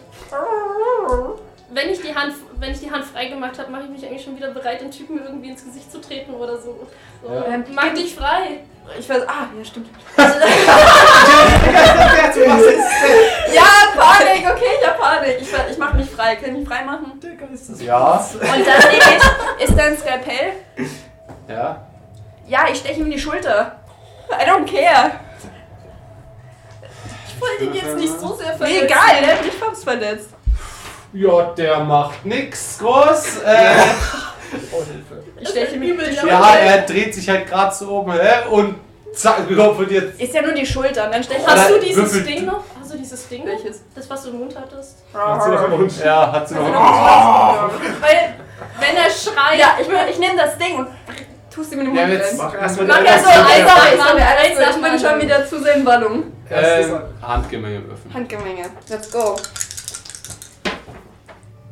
[SPEAKER 4] Wenn ich die Hand, wenn ich die Hand freigemacht habe, mache ich mich eigentlich schon wieder bereit, den Typen irgendwie ins Gesicht zu treten oder so. so.
[SPEAKER 1] Ja.
[SPEAKER 4] Ähm, Mach dich frei!
[SPEAKER 2] Ich weiß, ah, ja, stimmt. ja, Panik, okay, ich hab Panik. Ich, ver- ich mach mich frei. Kann ich mich frei machen?
[SPEAKER 3] Digga, ist das
[SPEAKER 1] Ja,
[SPEAKER 2] Und dann nehme ich, ist da ein Skalpell?
[SPEAKER 1] ja.
[SPEAKER 2] Ja, ich steche ihm in die Schulter. I don't care.
[SPEAKER 4] Ich wollte ihn jetzt nicht so sehr
[SPEAKER 2] Mir
[SPEAKER 4] verletzen.
[SPEAKER 2] egal, ne? Ich hab's verletzt.
[SPEAKER 1] Ja, der macht nix groß. Äh,
[SPEAKER 3] Oh, Hilfe.
[SPEAKER 2] Ich steche ihm in die Schulter.
[SPEAKER 1] ja, er dreht sich halt gerade so oben hä? und zack, kommt von dir.
[SPEAKER 2] Ist ja nur die Schulter und dann steche ich
[SPEAKER 4] Hast du
[SPEAKER 1] Oder
[SPEAKER 4] dieses
[SPEAKER 1] würfelt-
[SPEAKER 4] Ding noch? Hast du dieses Ding noch?
[SPEAKER 2] Welches?
[SPEAKER 4] Das, was du im Mund hattest?
[SPEAKER 5] Hast du noch einen Hund?
[SPEAKER 1] Ja, hat sie noch.
[SPEAKER 2] Ja,
[SPEAKER 4] Weil, wenn er schreit,
[SPEAKER 2] ich, ich nehme das Ding und tu's ihm in den
[SPEAKER 1] Ja,
[SPEAKER 2] Mund.
[SPEAKER 1] jetzt
[SPEAKER 2] rein.
[SPEAKER 5] Mach erstmal
[SPEAKER 2] Mach
[SPEAKER 5] die
[SPEAKER 2] ja so,
[SPEAKER 5] erste-
[SPEAKER 4] Mann,
[SPEAKER 2] Alter,
[SPEAKER 4] Mann,
[SPEAKER 2] Also, ich
[SPEAKER 4] Mann,
[SPEAKER 2] bin alles
[SPEAKER 4] Mann,
[SPEAKER 2] gut. Ich bin
[SPEAKER 4] Mann.
[SPEAKER 2] schon wieder zu sehr im Ballung.
[SPEAKER 1] Ähm, Handgemenge öffnen.
[SPEAKER 2] Handgemenge. Let's go.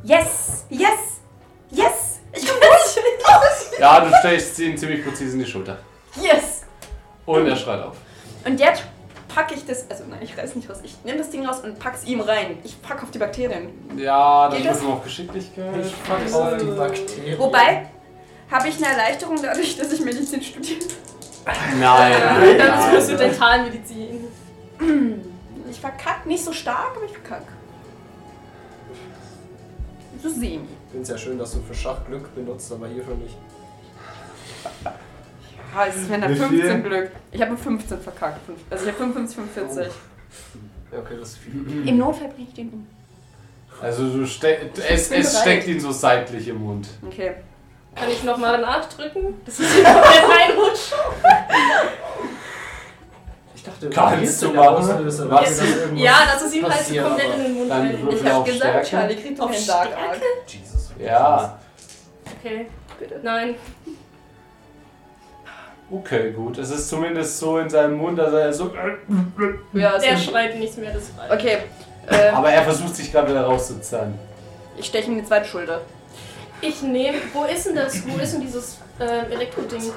[SPEAKER 2] Yes! Yes! Yes! Ich komm durch!
[SPEAKER 1] Ja, du stechst ihn ziemlich präzise in die Schulter.
[SPEAKER 2] Yes!
[SPEAKER 1] Und er schreit auf.
[SPEAKER 2] Und jetzt packe ich das. Also nein, ich reiß nicht raus. Ich nehme das Ding raus und pack's ihm rein. Ich pack auf die Bakterien.
[SPEAKER 1] Ja, dann
[SPEAKER 2] Geht das?
[SPEAKER 1] müssen wir auf Geschicklichkeit.
[SPEAKER 3] Ich pack auf die Bakterien.
[SPEAKER 2] Wobei, habe ich eine Erleichterung dadurch, dass ich Medizin studiere?
[SPEAKER 1] Nein.
[SPEAKER 4] dann bist du Dentalmedizin.
[SPEAKER 2] Ich verkack nicht so stark, aber ich verkack. So semi.
[SPEAKER 7] Ich finde es ja schön, dass du für Schach Glück benutzt, aber hierfür nicht.
[SPEAKER 2] Ah, es ist mir nach
[SPEAKER 5] Wie
[SPEAKER 2] 15
[SPEAKER 5] viel?
[SPEAKER 2] Glück. Ich habe 15 verkackt. Fünf- Also ich habe 55, 45.
[SPEAKER 7] Ja, okay, das ist
[SPEAKER 5] Oh.
[SPEAKER 7] viel.
[SPEAKER 2] Im Notfall bringe ich den um.
[SPEAKER 1] Also du ste es,
[SPEAKER 2] bin
[SPEAKER 1] es
[SPEAKER 2] bereit.
[SPEAKER 1] steckt ihn so seitlich im Mund.
[SPEAKER 2] Okay.
[SPEAKER 4] Kann ich nochmal nachdrücken? Das ist wieder reinrutscht.
[SPEAKER 7] Ich dachte,
[SPEAKER 1] Kannst du
[SPEAKER 7] der
[SPEAKER 1] machen?
[SPEAKER 7] Auslöser,
[SPEAKER 1] Was?
[SPEAKER 7] dass wir irgendwas-
[SPEAKER 4] Ja, das ist ihm halt
[SPEAKER 7] passiert,
[SPEAKER 4] komplett
[SPEAKER 7] aber
[SPEAKER 4] in den Mund
[SPEAKER 1] dann
[SPEAKER 4] rein.
[SPEAKER 1] würfel
[SPEAKER 2] Ich hab
[SPEAKER 1] auf Stärke.
[SPEAKER 2] gesagt, Charlie kriegt doch
[SPEAKER 4] Auf
[SPEAKER 2] keinen Dark
[SPEAKER 4] Stärke?
[SPEAKER 2] Arc.
[SPEAKER 7] Jesus.
[SPEAKER 1] Ja.
[SPEAKER 4] Okay,
[SPEAKER 2] Bitte.
[SPEAKER 4] nein.
[SPEAKER 1] Okay, gut. Es ist zumindest so in seinem Mund, dass er so.
[SPEAKER 2] Ja, ist
[SPEAKER 4] Der
[SPEAKER 2] nicht-
[SPEAKER 4] schreit nichts mehr, das reicht.
[SPEAKER 2] Okay. Ähm,
[SPEAKER 1] Aber er versucht sich gerade wieder rauszuzahlen.
[SPEAKER 2] ich steche ihm in die zweite Schulter.
[SPEAKER 4] Ich nehme. Wo ist denn das? Wo ist denn dieses ähm, Elektroding?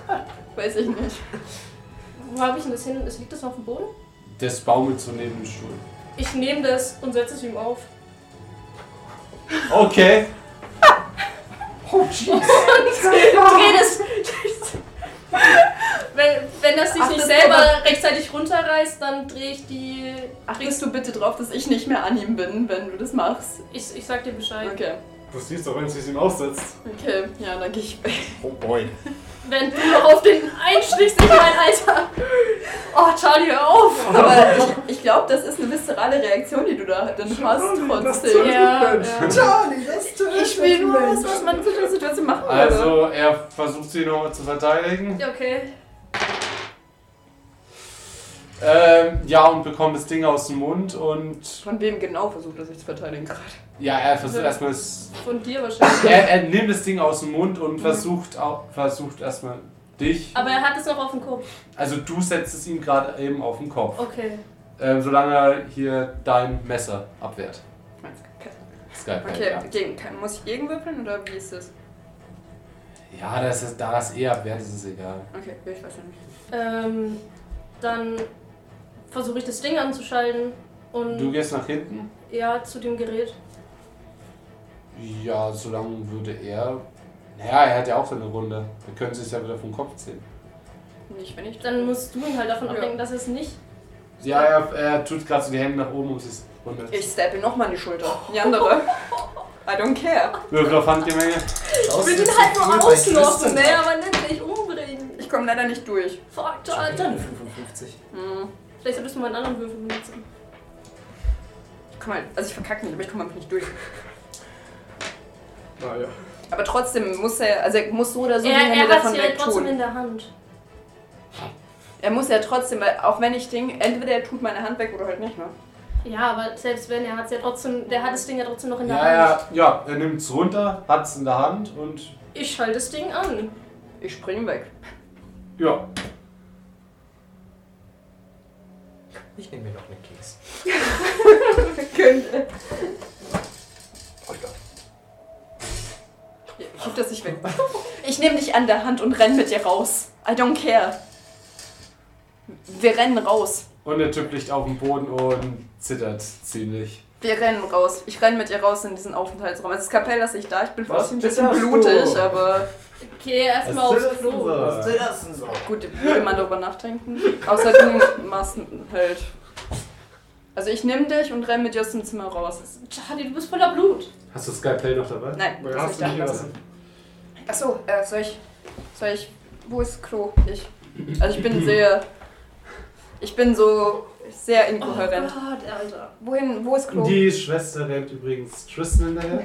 [SPEAKER 2] Weiß ich nicht.
[SPEAKER 4] Wo habe ich denn das hin? Ist- Liegt das auf dem Boden?
[SPEAKER 1] Das baumelt so neben dem Stuhl.
[SPEAKER 4] Ich nehme das und setze es ihm auf.
[SPEAKER 1] Okay.
[SPEAKER 4] Dreh das. wenn, wenn das sich
[SPEAKER 2] Ach,
[SPEAKER 4] nicht
[SPEAKER 2] das
[SPEAKER 4] selber
[SPEAKER 2] ist aber-
[SPEAKER 4] rechtzeitig runterreißt, dann drehe ich die.
[SPEAKER 2] Achtest du bitte drauf, dass ich nicht mehr an ihm bin, wenn du das machst?
[SPEAKER 4] Ich, ich sag dir Bescheid.
[SPEAKER 2] Okay.
[SPEAKER 5] Du siehst doch, wenn sie es ihm aufsetzt.
[SPEAKER 2] Okay. Ja, dann gehe ich weg.
[SPEAKER 3] Oh boy.
[SPEAKER 4] Wenn du noch auf den einschlägst, ich mein Alter. Oh, Charlie, hör auf!
[SPEAKER 2] Aber ich, ich glaube, das ist eine viszerale Reaktion, die du da dann hast trotzdem.
[SPEAKER 4] Ja, ja.
[SPEAKER 7] Charlie, das tötet
[SPEAKER 2] Ich will nur was,
[SPEAKER 7] Menschen.
[SPEAKER 2] was man in so einer Situation machen würde.
[SPEAKER 1] Also er versucht sie nochmal zu verteidigen.
[SPEAKER 4] Okay.
[SPEAKER 1] Ähm, ja, und bekommt das Ding aus dem Mund und
[SPEAKER 2] Von wem genau versucht er sich zu verteidigen gerade?
[SPEAKER 1] ja, er versucht erstmal das,
[SPEAKER 4] Von dir wahrscheinlich.
[SPEAKER 1] er, er nimmt das Ding aus dem Mund und versucht auch, versucht erstmal dich.
[SPEAKER 4] Aber er hat es noch auf dem Kopf.
[SPEAKER 1] Also du setzt es ihm gerade eben auf den Kopf.
[SPEAKER 4] Okay.
[SPEAKER 1] Ähm, solange er hier dein Messer abwehrt.
[SPEAKER 2] Ich mein's okay.
[SPEAKER 1] Skype.
[SPEAKER 2] Okay, gegen, kann, muss ich gegen würfeln oder wie ist das?
[SPEAKER 1] Ja, ja das ist, da es eh abwehrt, ist es egal.
[SPEAKER 2] Okay, ich weiß ja nicht.
[SPEAKER 4] Ähm, dann versuche ich das Ding anzuschalten und
[SPEAKER 1] Du gehst nach hinten?
[SPEAKER 4] ja, zu dem Gerät.
[SPEAKER 1] Ja, solange würde er. Naja, er hat ja auch seine Runde. Wir können sich ja wieder vom Kopf ziehen.
[SPEAKER 2] Nicht, wenn ich
[SPEAKER 4] Dann musst du ihn halt davon
[SPEAKER 2] Ja.
[SPEAKER 4] ablenken, dass er es nicht.
[SPEAKER 1] Ja, er, er tut gerade so die Hände nach oben, um sich runter.
[SPEAKER 2] Ich steppe nochmal in die Schulter. Die andere. I don't care.
[SPEAKER 1] Würfel auf Handgemenge.
[SPEAKER 4] Ich will ihn halt nur auslocken, ne? Aber nicht, nicht umbringen.
[SPEAKER 2] Ich komme leider nicht durch.
[SPEAKER 4] Fuck, Alter.
[SPEAKER 7] 55.
[SPEAKER 2] Hm.
[SPEAKER 4] Vielleicht solltest du mal einen anderen Würfel benutzen.
[SPEAKER 2] Komm mal, also ich verkacke nicht, aber ich komme einfach nicht durch.
[SPEAKER 5] Naja.
[SPEAKER 2] Aber trotzdem muss er, also er muss so oder so die
[SPEAKER 4] er
[SPEAKER 2] Hände
[SPEAKER 4] er hat
[SPEAKER 2] davon
[SPEAKER 4] es ja trotzdem
[SPEAKER 2] wegtun.
[SPEAKER 4] in der Hand.
[SPEAKER 2] Er muss ja trotzdem, weil auch wenn ich Ding, entweder er tut meine Hand weg oder halt nicht, ne?
[SPEAKER 4] Ja, aber selbst wenn, er hat es ja trotzdem, der hat das Ding ja trotzdem noch in der
[SPEAKER 1] Ja,
[SPEAKER 4] Hand.
[SPEAKER 1] ja, ja, er nimmt es runter, hat es in der Hand und.
[SPEAKER 4] Ich schalte das Ding an.
[SPEAKER 2] Ich spring weg.
[SPEAKER 1] Ja.
[SPEAKER 7] Ich nehme mir noch einen Keks.
[SPEAKER 2] Könnte.
[SPEAKER 7] Oh Gott.
[SPEAKER 2] Ich hoffe, dass ich weg bin. Ich nehme dich an der Hand und renn mit dir raus. I don't care. Wir rennen raus.
[SPEAKER 1] Und der Typ liegt auf dem Boden und zittert ziemlich.
[SPEAKER 2] Wir rennen raus. Ich renne mit ihr raus in diesen Aufenthaltsraum. Also das Kapell lasse ich da. Ich bin
[SPEAKER 3] Was
[SPEAKER 2] fast ein bisschen
[SPEAKER 3] zitterst du?
[SPEAKER 2] blutig, aber
[SPEAKER 4] Okay,
[SPEAKER 3] Was
[SPEAKER 4] erstmal aufs
[SPEAKER 3] ist das denn
[SPEAKER 4] Klo.
[SPEAKER 3] so?
[SPEAKER 7] Was ist das denn so?
[SPEAKER 2] gut, würde man darüber nachdenken. Außerdem Maßen hält. halt. Also ich nehme dich und renne mit dir aus dem Zimmer raus.
[SPEAKER 4] Charlie, du bist voller Blut.
[SPEAKER 1] Hast du Skypel noch dabei?
[SPEAKER 2] Nein,
[SPEAKER 5] Ja,
[SPEAKER 2] das
[SPEAKER 5] hast
[SPEAKER 2] ist
[SPEAKER 5] du
[SPEAKER 2] nicht
[SPEAKER 5] nicht
[SPEAKER 2] da.
[SPEAKER 5] gelassen.
[SPEAKER 2] Achso, äh, soll ich. Soll ich. Wo ist Klo? Ich. Also ich bin sehr. Ich bin so sehr inkohärent.
[SPEAKER 4] Oh Gott, Alter.
[SPEAKER 2] Wohin, wo ist Klo?
[SPEAKER 6] Die Schwester rennt übrigens Tristan hinterher.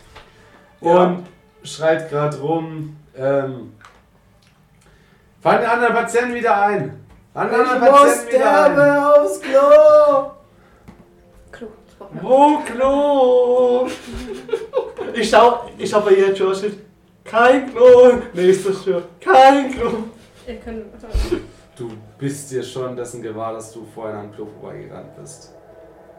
[SPEAKER 1] Ja.
[SPEAKER 6] Und schreit gerade rum. Ähm, Fallen die anderen Patienten wieder ein! Fallen die anderen Patienten wieder ein!
[SPEAKER 7] aufs Klo!
[SPEAKER 2] Klo. Ich brauch mehr.
[SPEAKER 5] Wo Klo? ich schau, ich schau bei jeder Tür steht, kein Klo. Nächste Tür, kein Klo.
[SPEAKER 4] Ihr könnt.
[SPEAKER 1] Du bist dir schon dessen gewahr, dass du vorhin am Klo vorbeigerannt bist.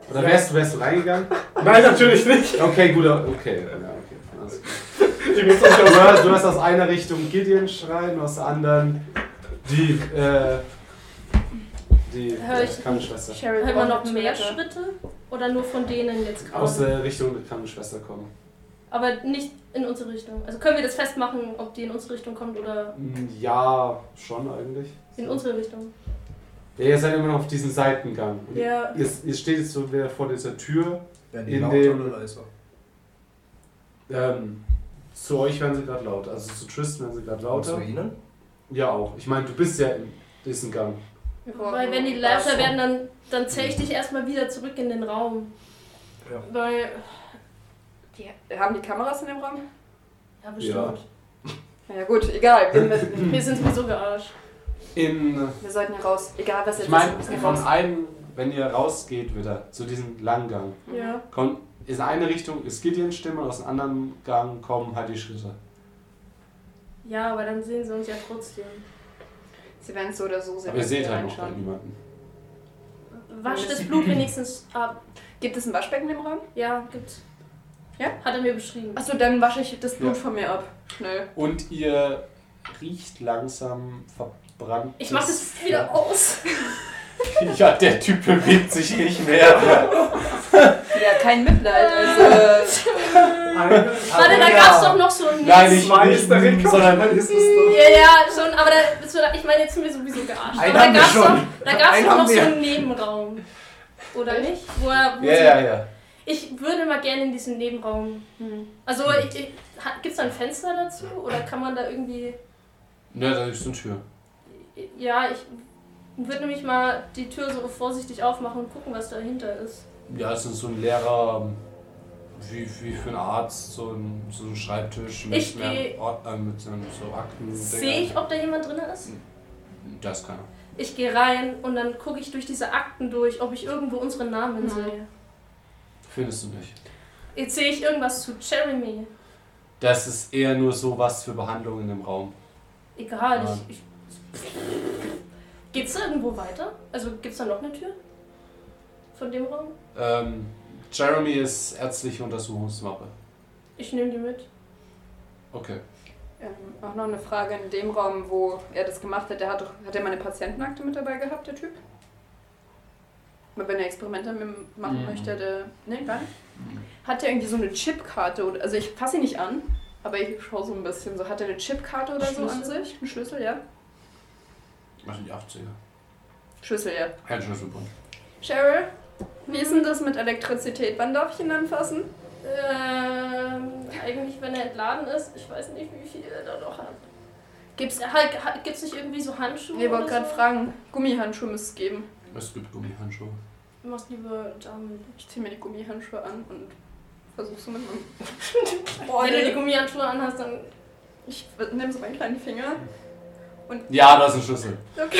[SPEAKER 1] Oder wärst, du- wärst du reingegangen?
[SPEAKER 5] Nein, natürlich nicht.
[SPEAKER 1] Okay, gut, okay. Ja, okay. Alles gut.
[SPEAKER 5] Ich muss doch
[SPEAKER 1] Du hörst, du hörst aus einer Richtung Gideon schreien, aus der anderen die, äh, die
[SPEAKER 4] Hör ich-
[SPEAKER 1] äh, Krankenschwester.
[SPEAKER 2] Cheryl braucht
[SPEAKER 4] Hört man Halt noch
[SPEAKER 2] eine
[SPEAKER 4] mehr
[SPEAKER 2] Toilette.
[SPEAKER 4] Schritte? Oder nur von denen jetzt
[SPEAKER 1] Aus
[SPEAKER 4] gerade?
[SPEAKER 1] der Richtung der Krankenschwester kommen.
[SPEAKER 4] Aber nicht in unsere Richtung. Also können wir das festmachen, ob die in unsere Richtung kommt oder
[SPEAKER 1] Hm, Ja, schon eigentlich.
[SPEAKER 4] in unsere Richtung.
[SPEAKER 1] Ja, ihr seid immer noch auf diesen Seitengang. Und
[SPEAKER 4] Ja.
[SPEAKER 1] Ihr, ihr steht jetzt so wieder vor dieser Tür.
[SPEAKER 7] Werden
[SPEAKER 1] In
[SPEAKER 7] die also. lauter
[SPEAKER 1] dem-
[SPEAKER 7] oder leiser?
[SPEAKER 1] Ähm, zu euch werden sie gerade laut. Also zu Tristan werden sie gerade
[SPEAKER 7] Und Zu
[SPEAKER 1] lauter.
[SPEAKER 7] ihnen?
[SPEAKER 1] Ja, auch. Ich meine, du bist ja in diesem Gang.
[SPEAKER 4] Weil wenn die
[SPEAKER 2] Ach
[SPEAKER 4] leiser
[SPEAKER 2] so.
[SPEAKER 4] werden, dann, dann zähle ich dich erstmal wieder zurück in den Raum.
[SPEAKER 7] Ja.
[SPEAKER 4] Weil.
[SPEAKER 2] Die, haben die Kameras in dem Raum?
[SPEAKER 4] Ja, bestimmt.
[SPEAKER 2] Ja gut, egal. Wir, müssen,
[SPEAKER 4] Wir sind sowieso gearscht.
[SPEAKER 1] In,
[SPEAKER 2] wir sollten hier raus. Egal was jetzt
[SPEAKER 1] ich meine,
[SPEAKER 2] ist. wir müssen hier
[SPEAKER 1] von
[SPEAKER 2] raus.
[SPEAKER 1] einem, wenn ihr rausgeht wieder zu diesem langen Gang,
[SPEAKER 4] Ja.
[SPEAKER 1] kommt, ist in eine Richtung ist Gideons Stimme und aus dem anderen Gang kommen halt die Schritte.
[SPEAKER 4] Ja, aber dann sehen sie uns ja trotzdem.
[SPEAKER 2] Sie werden so oder so sehr
[SPEAKER 1] Aber ihr seht halt noch
[SPEAKER 2] reinschauen.
[SPEAKER 1] niemanden.
[SPEAKER 4] Wasch das Blut wenigstens ab.
[SPEAKER 2] Gibt es ein Waschbecken im Raum?
[SPEAKER 4] Ja, gibt's.
[SPEAKER 2] Ja?
[SPEAKER 4] Hat er mir beschrieben.
[SPEAKER 2] Achso, dann wasche ich das Blut
[SPEAKER 1] Ja.
[SPEAKER 2] von mir ab. Schnell.
[SPEAKER 1] Und ihr riecht langsam verbrannt.
[SPEAKER 4] Ich mach das wieder aus.
[SPEAKER 1] Ja, der Typ bewegt sich nicht mehr.
[SPEAKER 2] Ja, kein Mitleid. Also,
[SPEAKER 4] Warte,
[SPEAKER 7] Ah,
[SPEAKER 4] da gab's doch noch so ein.
[SPEAKER 1] Nein, ich
[SPEAKER 5] Meine
[SPEAKER 1] nicht,
[SPEAKER 5] ist darin kommt,
[SPEAKER 1] sondern
[SPEAKER 5] dann ist es doch.
[SPEAKER 4] Ja, ja, schon, aber da, das war, ich meine, jetzt sind wir sowieso gearscht.
[SPEAKER 7] Einen
[SPEAKER 4] aber da
[SPEAKER 7] haben wir
[SPEAKER 4] gab's
[SPEAKER 7] schon.
[SPEAKER 4] doch, da gab's
[SPEAKER 7] Einen
[SPEAKER 4] doch
[SPEAKER 7] haben
[SPEAKER 4] noch so
[SPEAKER 7] wir.
[SPEAKER 4] einen Nebenraum. Oder nicht? Wo er, wo
[SPEAKER 1] Ja,
[SPEAKER 4] sie-
[SPEAKER 1] ja, ja.
[SPEAKER 4] Ich würde mal gerne in diesen Nebenraum.
[SPEAKER 2] Hm.
[SPEAKER 4] Also,
[SPEAKER 7] Hm.
[SPEAKER 4] ich, ich, hat- gibt's da ein Fenster dazu? Oder kann man da irgendwie.
[SPEAKER 1] Ne, da ist eine Tür.
[SPEAKER 4] Ja, ich würde nämlich mal die Tür so vorsichtig aufmachen und gucken, was dahinter ist.
[SPEAKER 1] Ja, es ist so ein leerer, wie, wie für einen Arzt, so ein, so ein Schreibtisch mit,
[SPEAKER 4] Ich
[SPEAKER 1] mehr
[SPEAKER 4] geh-
[SPEAKER 7] Hm,
[SPEAKER 1] Ort, äh, mit so einem- so Akten.
[SPEAKER 4] Sehe ich, ob da jemand drin ist?
[SPEAKER 1] Da ist keiner.
[SPEAKER 4] Ich gehe rein und dann gucke ich durch diese Akten durch, ob ich irgendwo unseren Namen sehe.
[SPEAKER 1] Findest du nicht.
[SPEAKER 4] Jetzt sehe ich irgendwas zu Jeremy.
[SPEAKER 1] Das ist eher nur sowas für Behandlungen im Raum.
[SPEAKER 4] Egal,
[SPEAKER 1] Ja.
[SPEAKER 4] ich. ich Geht's da irgendwo weiter? Also gibt's da noch eine Tür? Von dem Raum?
[SPEAKER 1] Ähm, Jeremy ist ärztliche Untersuchungsmappe.
[SPEAKER 4] Ich nehme die mit.
[SPEAKER 1] Okay.
[SPEAKER 2] Ähm, auch noch eine Frage in dem Raum, wo er das gemacht hat. Der hat, doch, hat er meine Patientenakte mit dabei gehabt, der Typ? Weil Wenn er Experimente mit ihm machen
[SPEAKER 1] Mhm.
[SPEAKER 2] möchte, der. Nee, gar nicht. Hat er irgendwie so eine Chipkarte oder. Also ich fasse ihn nicht an, aber ich schaue so ein bisschen so. Hat er eine Chipkarte oder so an
[SPEAKER 4] Schlüssel?
[SPEAKER 2] sich? Ein Schlüssel, ja.
[SPEAKER 1] Was sind die 80er?
[SPEAKER 2] Schlüssel, ja.
[SPEAKER 1] Kein Schlüsselbund.
[SPEAKER 2] Cheryl, wie ist denn das mit Elektrizität? Wann darf ich ihn anfassen?
[SPEAKER 4] Ähm, eigentlich, wenn er entladen ist, ich weiß nicht, wie viel er da noch hat. Gibt's, halt, ha- gibt's nicht irgendwie so Handschuhe?
[SPEAKER 2] Ich wollte
[SPEAKER 4] oder
[SPEAKER 2] gerade
[SPEAKER 4] so?
[SPEAKER 2] fragen. Gummihandschuhe müsste es geben.
[SPEAKER 1] Es gibt Gummihandschuhe.
[SPEAKER 4] Du machst lieber damit.
[SPEAKER 2] Ich ziehe mir die Gummihandschuhe an und versuche so mit meinem.
[SPEAKER 4] Wenn du die Gummihandschuhe anhast, dann.
[SPEAKER 2] Ich nehme so meinen kleinen Finger.
[SPEAKER 1] Ja, da ist ein Schlüssel.
[SPEAKER 2] Okay.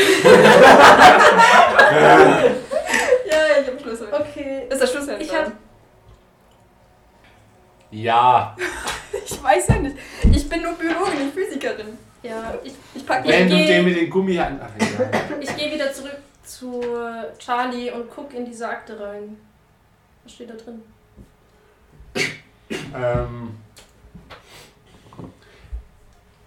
[SPEAKER 2] ja, ich hab Schlüssel.
[SPEAKER 4] Okay.
[SPEAKER 2] Ist der Schlüssel
[SPEAKER 4] Ich
[SPEAKER 2] da?
[SPEAKER 4] hab-
[SPEAKER 1] Ja.
[SPEAKER 2] ich weiß ja nicht. Ich bin nur Biologin, nicht Physikerin.
[SPEAKER 4] Ja, ich,
[SPEAKER 2] Ich packe
[SPEAKER 1] Wenn
[SPEAKER 2] ihn.
[SPEAKER 4] Ich
[SPEAKER 1] du
[SPEAKER 4] geh-
[SPEAKER 1] den mit den Gummi an. Ach, egal.
[SPEAKER 4] ich gehe wieder zurück zu Charlie und guck in diese Akte rein. Was steht da drin?
[SPEAKER 1] ähm,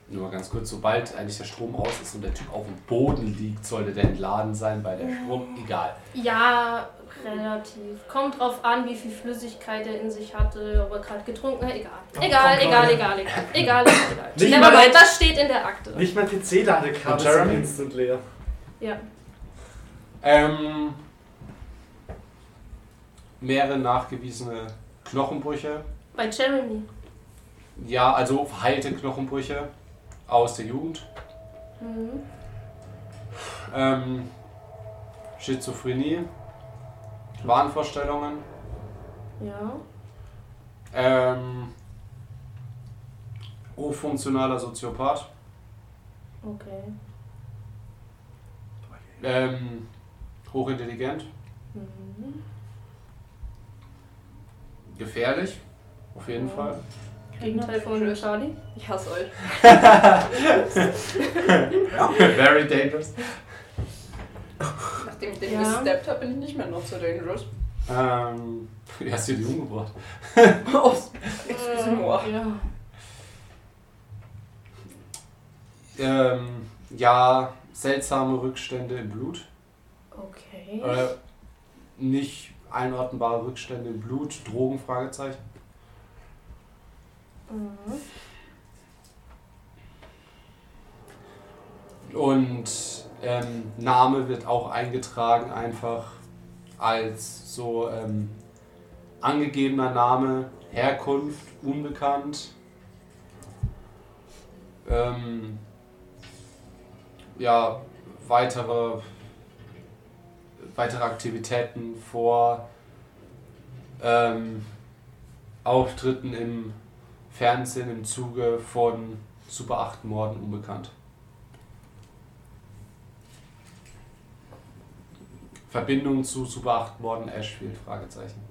[SPEAKER 1] nur mal ganz kurz, sobald eigentlich der Strom aus ist und der Typ auf dem Boden liegt, sollte der entladen sein, weil der Strom. Egal.
[SPEAKER 4] Ja, relativ. Kommt drauf an, wie viel Flüssigkeit er in sich hatte, ob er gerade getrunken hat. Egal.
[SPEAKER 3] komm,
[SPEAKER 4] Egal, egal,
[SPEAKER 3] Claudia.
[SPEAKER 4] egal, egal. Egal, egal, egal.
[SPEAKER 5] Nicht
[SPEAKER 4] Never
[SPEAKER 5] mal-
[SPEAKER 4] mind, das steht in der Akte.
[SPEAKER 5] Nicht mal PC-Ladekabel
[SPEAKER 1] Und Jeremy?
[SPEAKER 5] sind instant leer.
[SPEAKER 4] Ja.
[SPEAKER 1] Ähm, mehrere nachgewiesene Knochenbrüche.
[SPEAKER 4] Bei Jeremy.
[SPEAKER 1] Ja, also verheilte Knochenbrüche aus der Jugend.
[SPEAKER 4] Mhm.
[SPEAKER 1] Ähm, Schizophrenie. Wahnvorstellungen.
[SPEAKER 4] Ja.
[SPEAKER 1] Ähm, hochfunktionaler Soziopath.
[SPEAKER 4] Okay.
[SPEAKER 1] Ähm, hochintelligent.
[SPEAKER 4] Mhm.
[SPEAKER 1] Gefährlich. Auf jeden
[SPEAKER 4] Ja.
[SPEAKER 1] Fall.
[SPEAKER 4] Gegenteil von Charlie.
[SPEAKER 2] Ich hasse euch.
[SPEAKER 1] Very dangerous.
[SPEAKER 2] Nachdem ich den
[SPEAKER 4] Ja.
[SPEAKER 2] gesteppt habe, bin ich nicht mehr noch so dangerous.
[SPEAKER 1] Ähm, wie hast du die umgebracht?
[SPEAKER 2] Aus. Excuse me.
[SPEAKER 4] Ja.
[SPEAKER 1] Ähm, ja, seltsame Rückstände im Blut.
[SPEAKER 4] Okay.
[SPEAKER 1] Äh, nicht einordnbare Rückstände im Blut. Drogen? Fragezeichen.
[SPEAKER 4] Mhm.
[SPEAKER 1] Und ähm, Name wird auch eingetragen einfach als so ähm, angegebener Name, Herkunft, unbekannt. Ähm, ja, weitere, weitere Aktivitäten vor ähm, Auftritten im Fernsehen im Zuge von Super 8 Morden unbekannt. Verbindung zu Super 8 Morden Ashfield? Fragezeichen.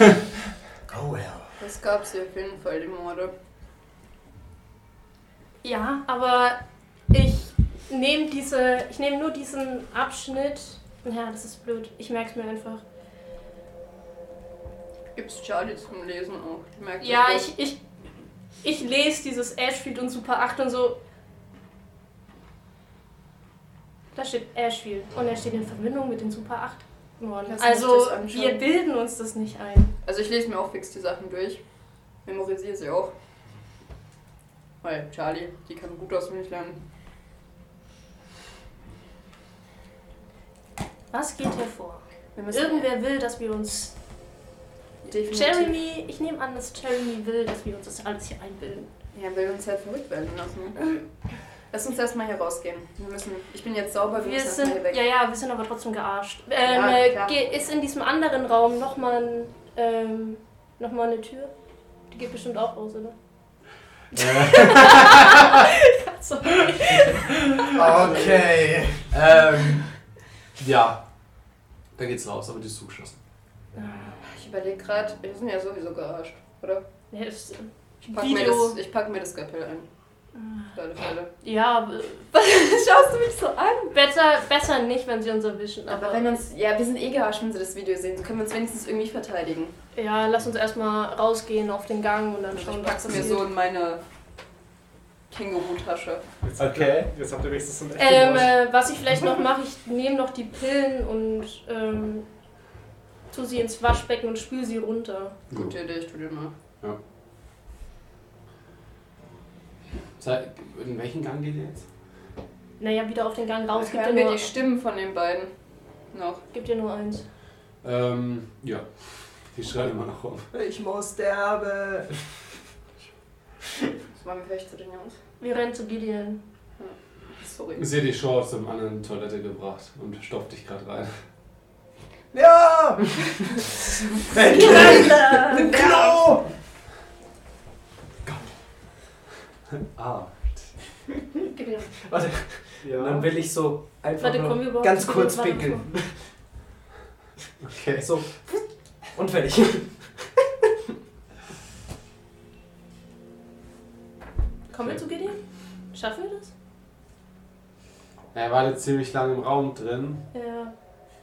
[SPEAKER 7] Oh ja.
[SPEAKER 2] Das gab's hier auf jeden Fall, die Morde.
[SPEAKER 4] Ja, aber ich nehme diese, ich nehme nur diesen Abschnitt. Ja, das ist blöd. Ich merke es mir einfach.
[SPEAKER 2] Gibt's Charlie zum Lesen auch. Ich merke das
[SPEAKER 4] Ja,
[SPEAKER 2] doch.
[SPEAKER 4] ich, ich, ich lese dieses Ashfield und Super 8 und so. Da steht Ashfield und er steht in Verbindung mit den Super 8 Morden.
[SPEAKER 2] Lass mich
[SPEAKER 4] Also
[SPEAKER 2] das anschauen.
[SPEAKER 4] wir bilden uns das nicht ein.
[SPEAKER 2] Also ich lese mir auch fix die Sachen durch. Memorisiere sie auch. Weil Charlie, die kann gut auswendig lernen.
[SPEAKER 4] Was geht hier vor?
[SPEAKER 2] Wir müssen
[SPEAKER 4] Irgendwer will, dass wir uns.
[SPEAKER 2] definitiv.
[SPEAKER 4] Jeremy, ich nehme an, dass Jeremy will, dass wir uns das alles hier einbilden.
[SPEAKER 2] Ja, will uns halt verrückt werden lassen. Lass uns erstmal hier rausgehen. Wir müssen. Ich bin jetzt sauber, wir,
[SPEAKER 4] Wir
[SPEAKER 2] müssen erstmal
[SPEAKER 4] sind,
[SPEAKER 2] hier weg.
[SPEAKER 4] ja, ja, wir sind aber trotzdem gearscht.
[SPEAKER 2] Ja,
[SPEAKER 4] Ähm,
[SPEAKER 2] klar.
[SPEAKER 4] ge- ist in diesem anderen Raum nochmal ein, ähm, noch mal eine Tür?
[SPEAKER 2] Äh.
[SPEAKER 4] Die geht bestimmt auch raus, oder? Sorry.
[SPEAKER 7] Okay.
[SPEAKER 1] Ähm, ja. Da geht's raus, aber die ist zugeschlossen.
[SPEAKER 2] Ich überlege gerade, wir sind ja sowieso gearscht, oder?
[SPEAKER 4] Ja, ist,
[SPEAKER 2] Ich pack, mir das,
[SPEAKER 4] Video.
[SPEAKER 2] ich pack mir das Kapell an. Für alle Fälle.
[SPEAKER 4] ja, aber
[SPEAKER 2] Schaust du mich so an?
[SPEAKER 4] besser, besser nicht, wenn sie uns erwischen. Aber,
[SPEAKER 2] Aber wenn uns. Ja, wir sind eh gearscht, wenn sie das Video sehen. So können wir uns wenigstens irgendwie verteidigen.
[SPEAKER 4] ja, lass uns erstmal rausgehen auf den Gang und dann
[SPEAKER 2] Also
[SPEAKER 4] schauen,
[SPEAKER 2] ich pack's
[SPEAKER 4] was
[SPEAKER 2] mir
[SPEAKER 4] passiert.
[SPEAKER 2] so in meine Känguru-Tasche.
[SPEAKER 1] Okay.
[SPEAKER 5] Jetzt habt ihr wenigstens so ein echtes
[SPEAKER 4] Ähm,
[SPEAKER 5] Wort.
[SPEAKER 4] äh, was ich vielleicht noch mache, ich nehme noch die Pillen und ähm, tu sie ins Waschbecken und spül sie runter.
[SPEAKER 2] Gute Idee, ich tu dir mal.
[SPEAKER 1] Sei- In welchen Gang geht ihr jetzt?
[SPEAKER 4] Naja, wieder auf den Gang raus. Gib dir,
[SPEAKER 2] Hören wir
[SPEAKER 4] nur,
[SPEAKER 2] die Stimmen von den beiden noch.
[SPEAKER 4] gib dir nur eins.
[SPEAKER 1] Ähm, ja. Die schreien immer noch rum.
[SPEAKER 7] Ich muss sterben.
[SPEAKER 2] Wollen wir vielleicht zu den Jungs?
[SPEAKER 4] Wir rennen zu Gideon.
[SPEAKER 2] Sorry.
[SPEAKER 1] Ich sehe die Shorts im anderen Toilette gebracht und stopft dich gerade rein.
[SPEAKER 7] Ja! Ein Klo!
[SPEAKER 1] Ah.
[SPEAKER 4] Gideon.
[SPEAKER 7] Warte,
[SPEAKER 5] ja.
[SPEAKER 7] und dann will ich so einfach
[SPEAKER 4] Warte,
[SPEAKER 7] nur
[SPEAKER 4] kommen wir überhaupt
[SPEAKER 7] ganz
[SPEAKER 4] zu
[SPEAKER 7] kurz
[SPEAKER 4] Gideon? Warte,
[SPEAKER 7] pinkeln.
[SPEAKER 1] Okay.
[SPEAKER 7] So. Und fertig.
[SPEAKER 4] komm. Kommen wir zu Gideon? Schaffen wir das?
[SPEAKER 1] Er war jetzt ziemlich lange im Raum drin.
[SPEAKER 4] Ja.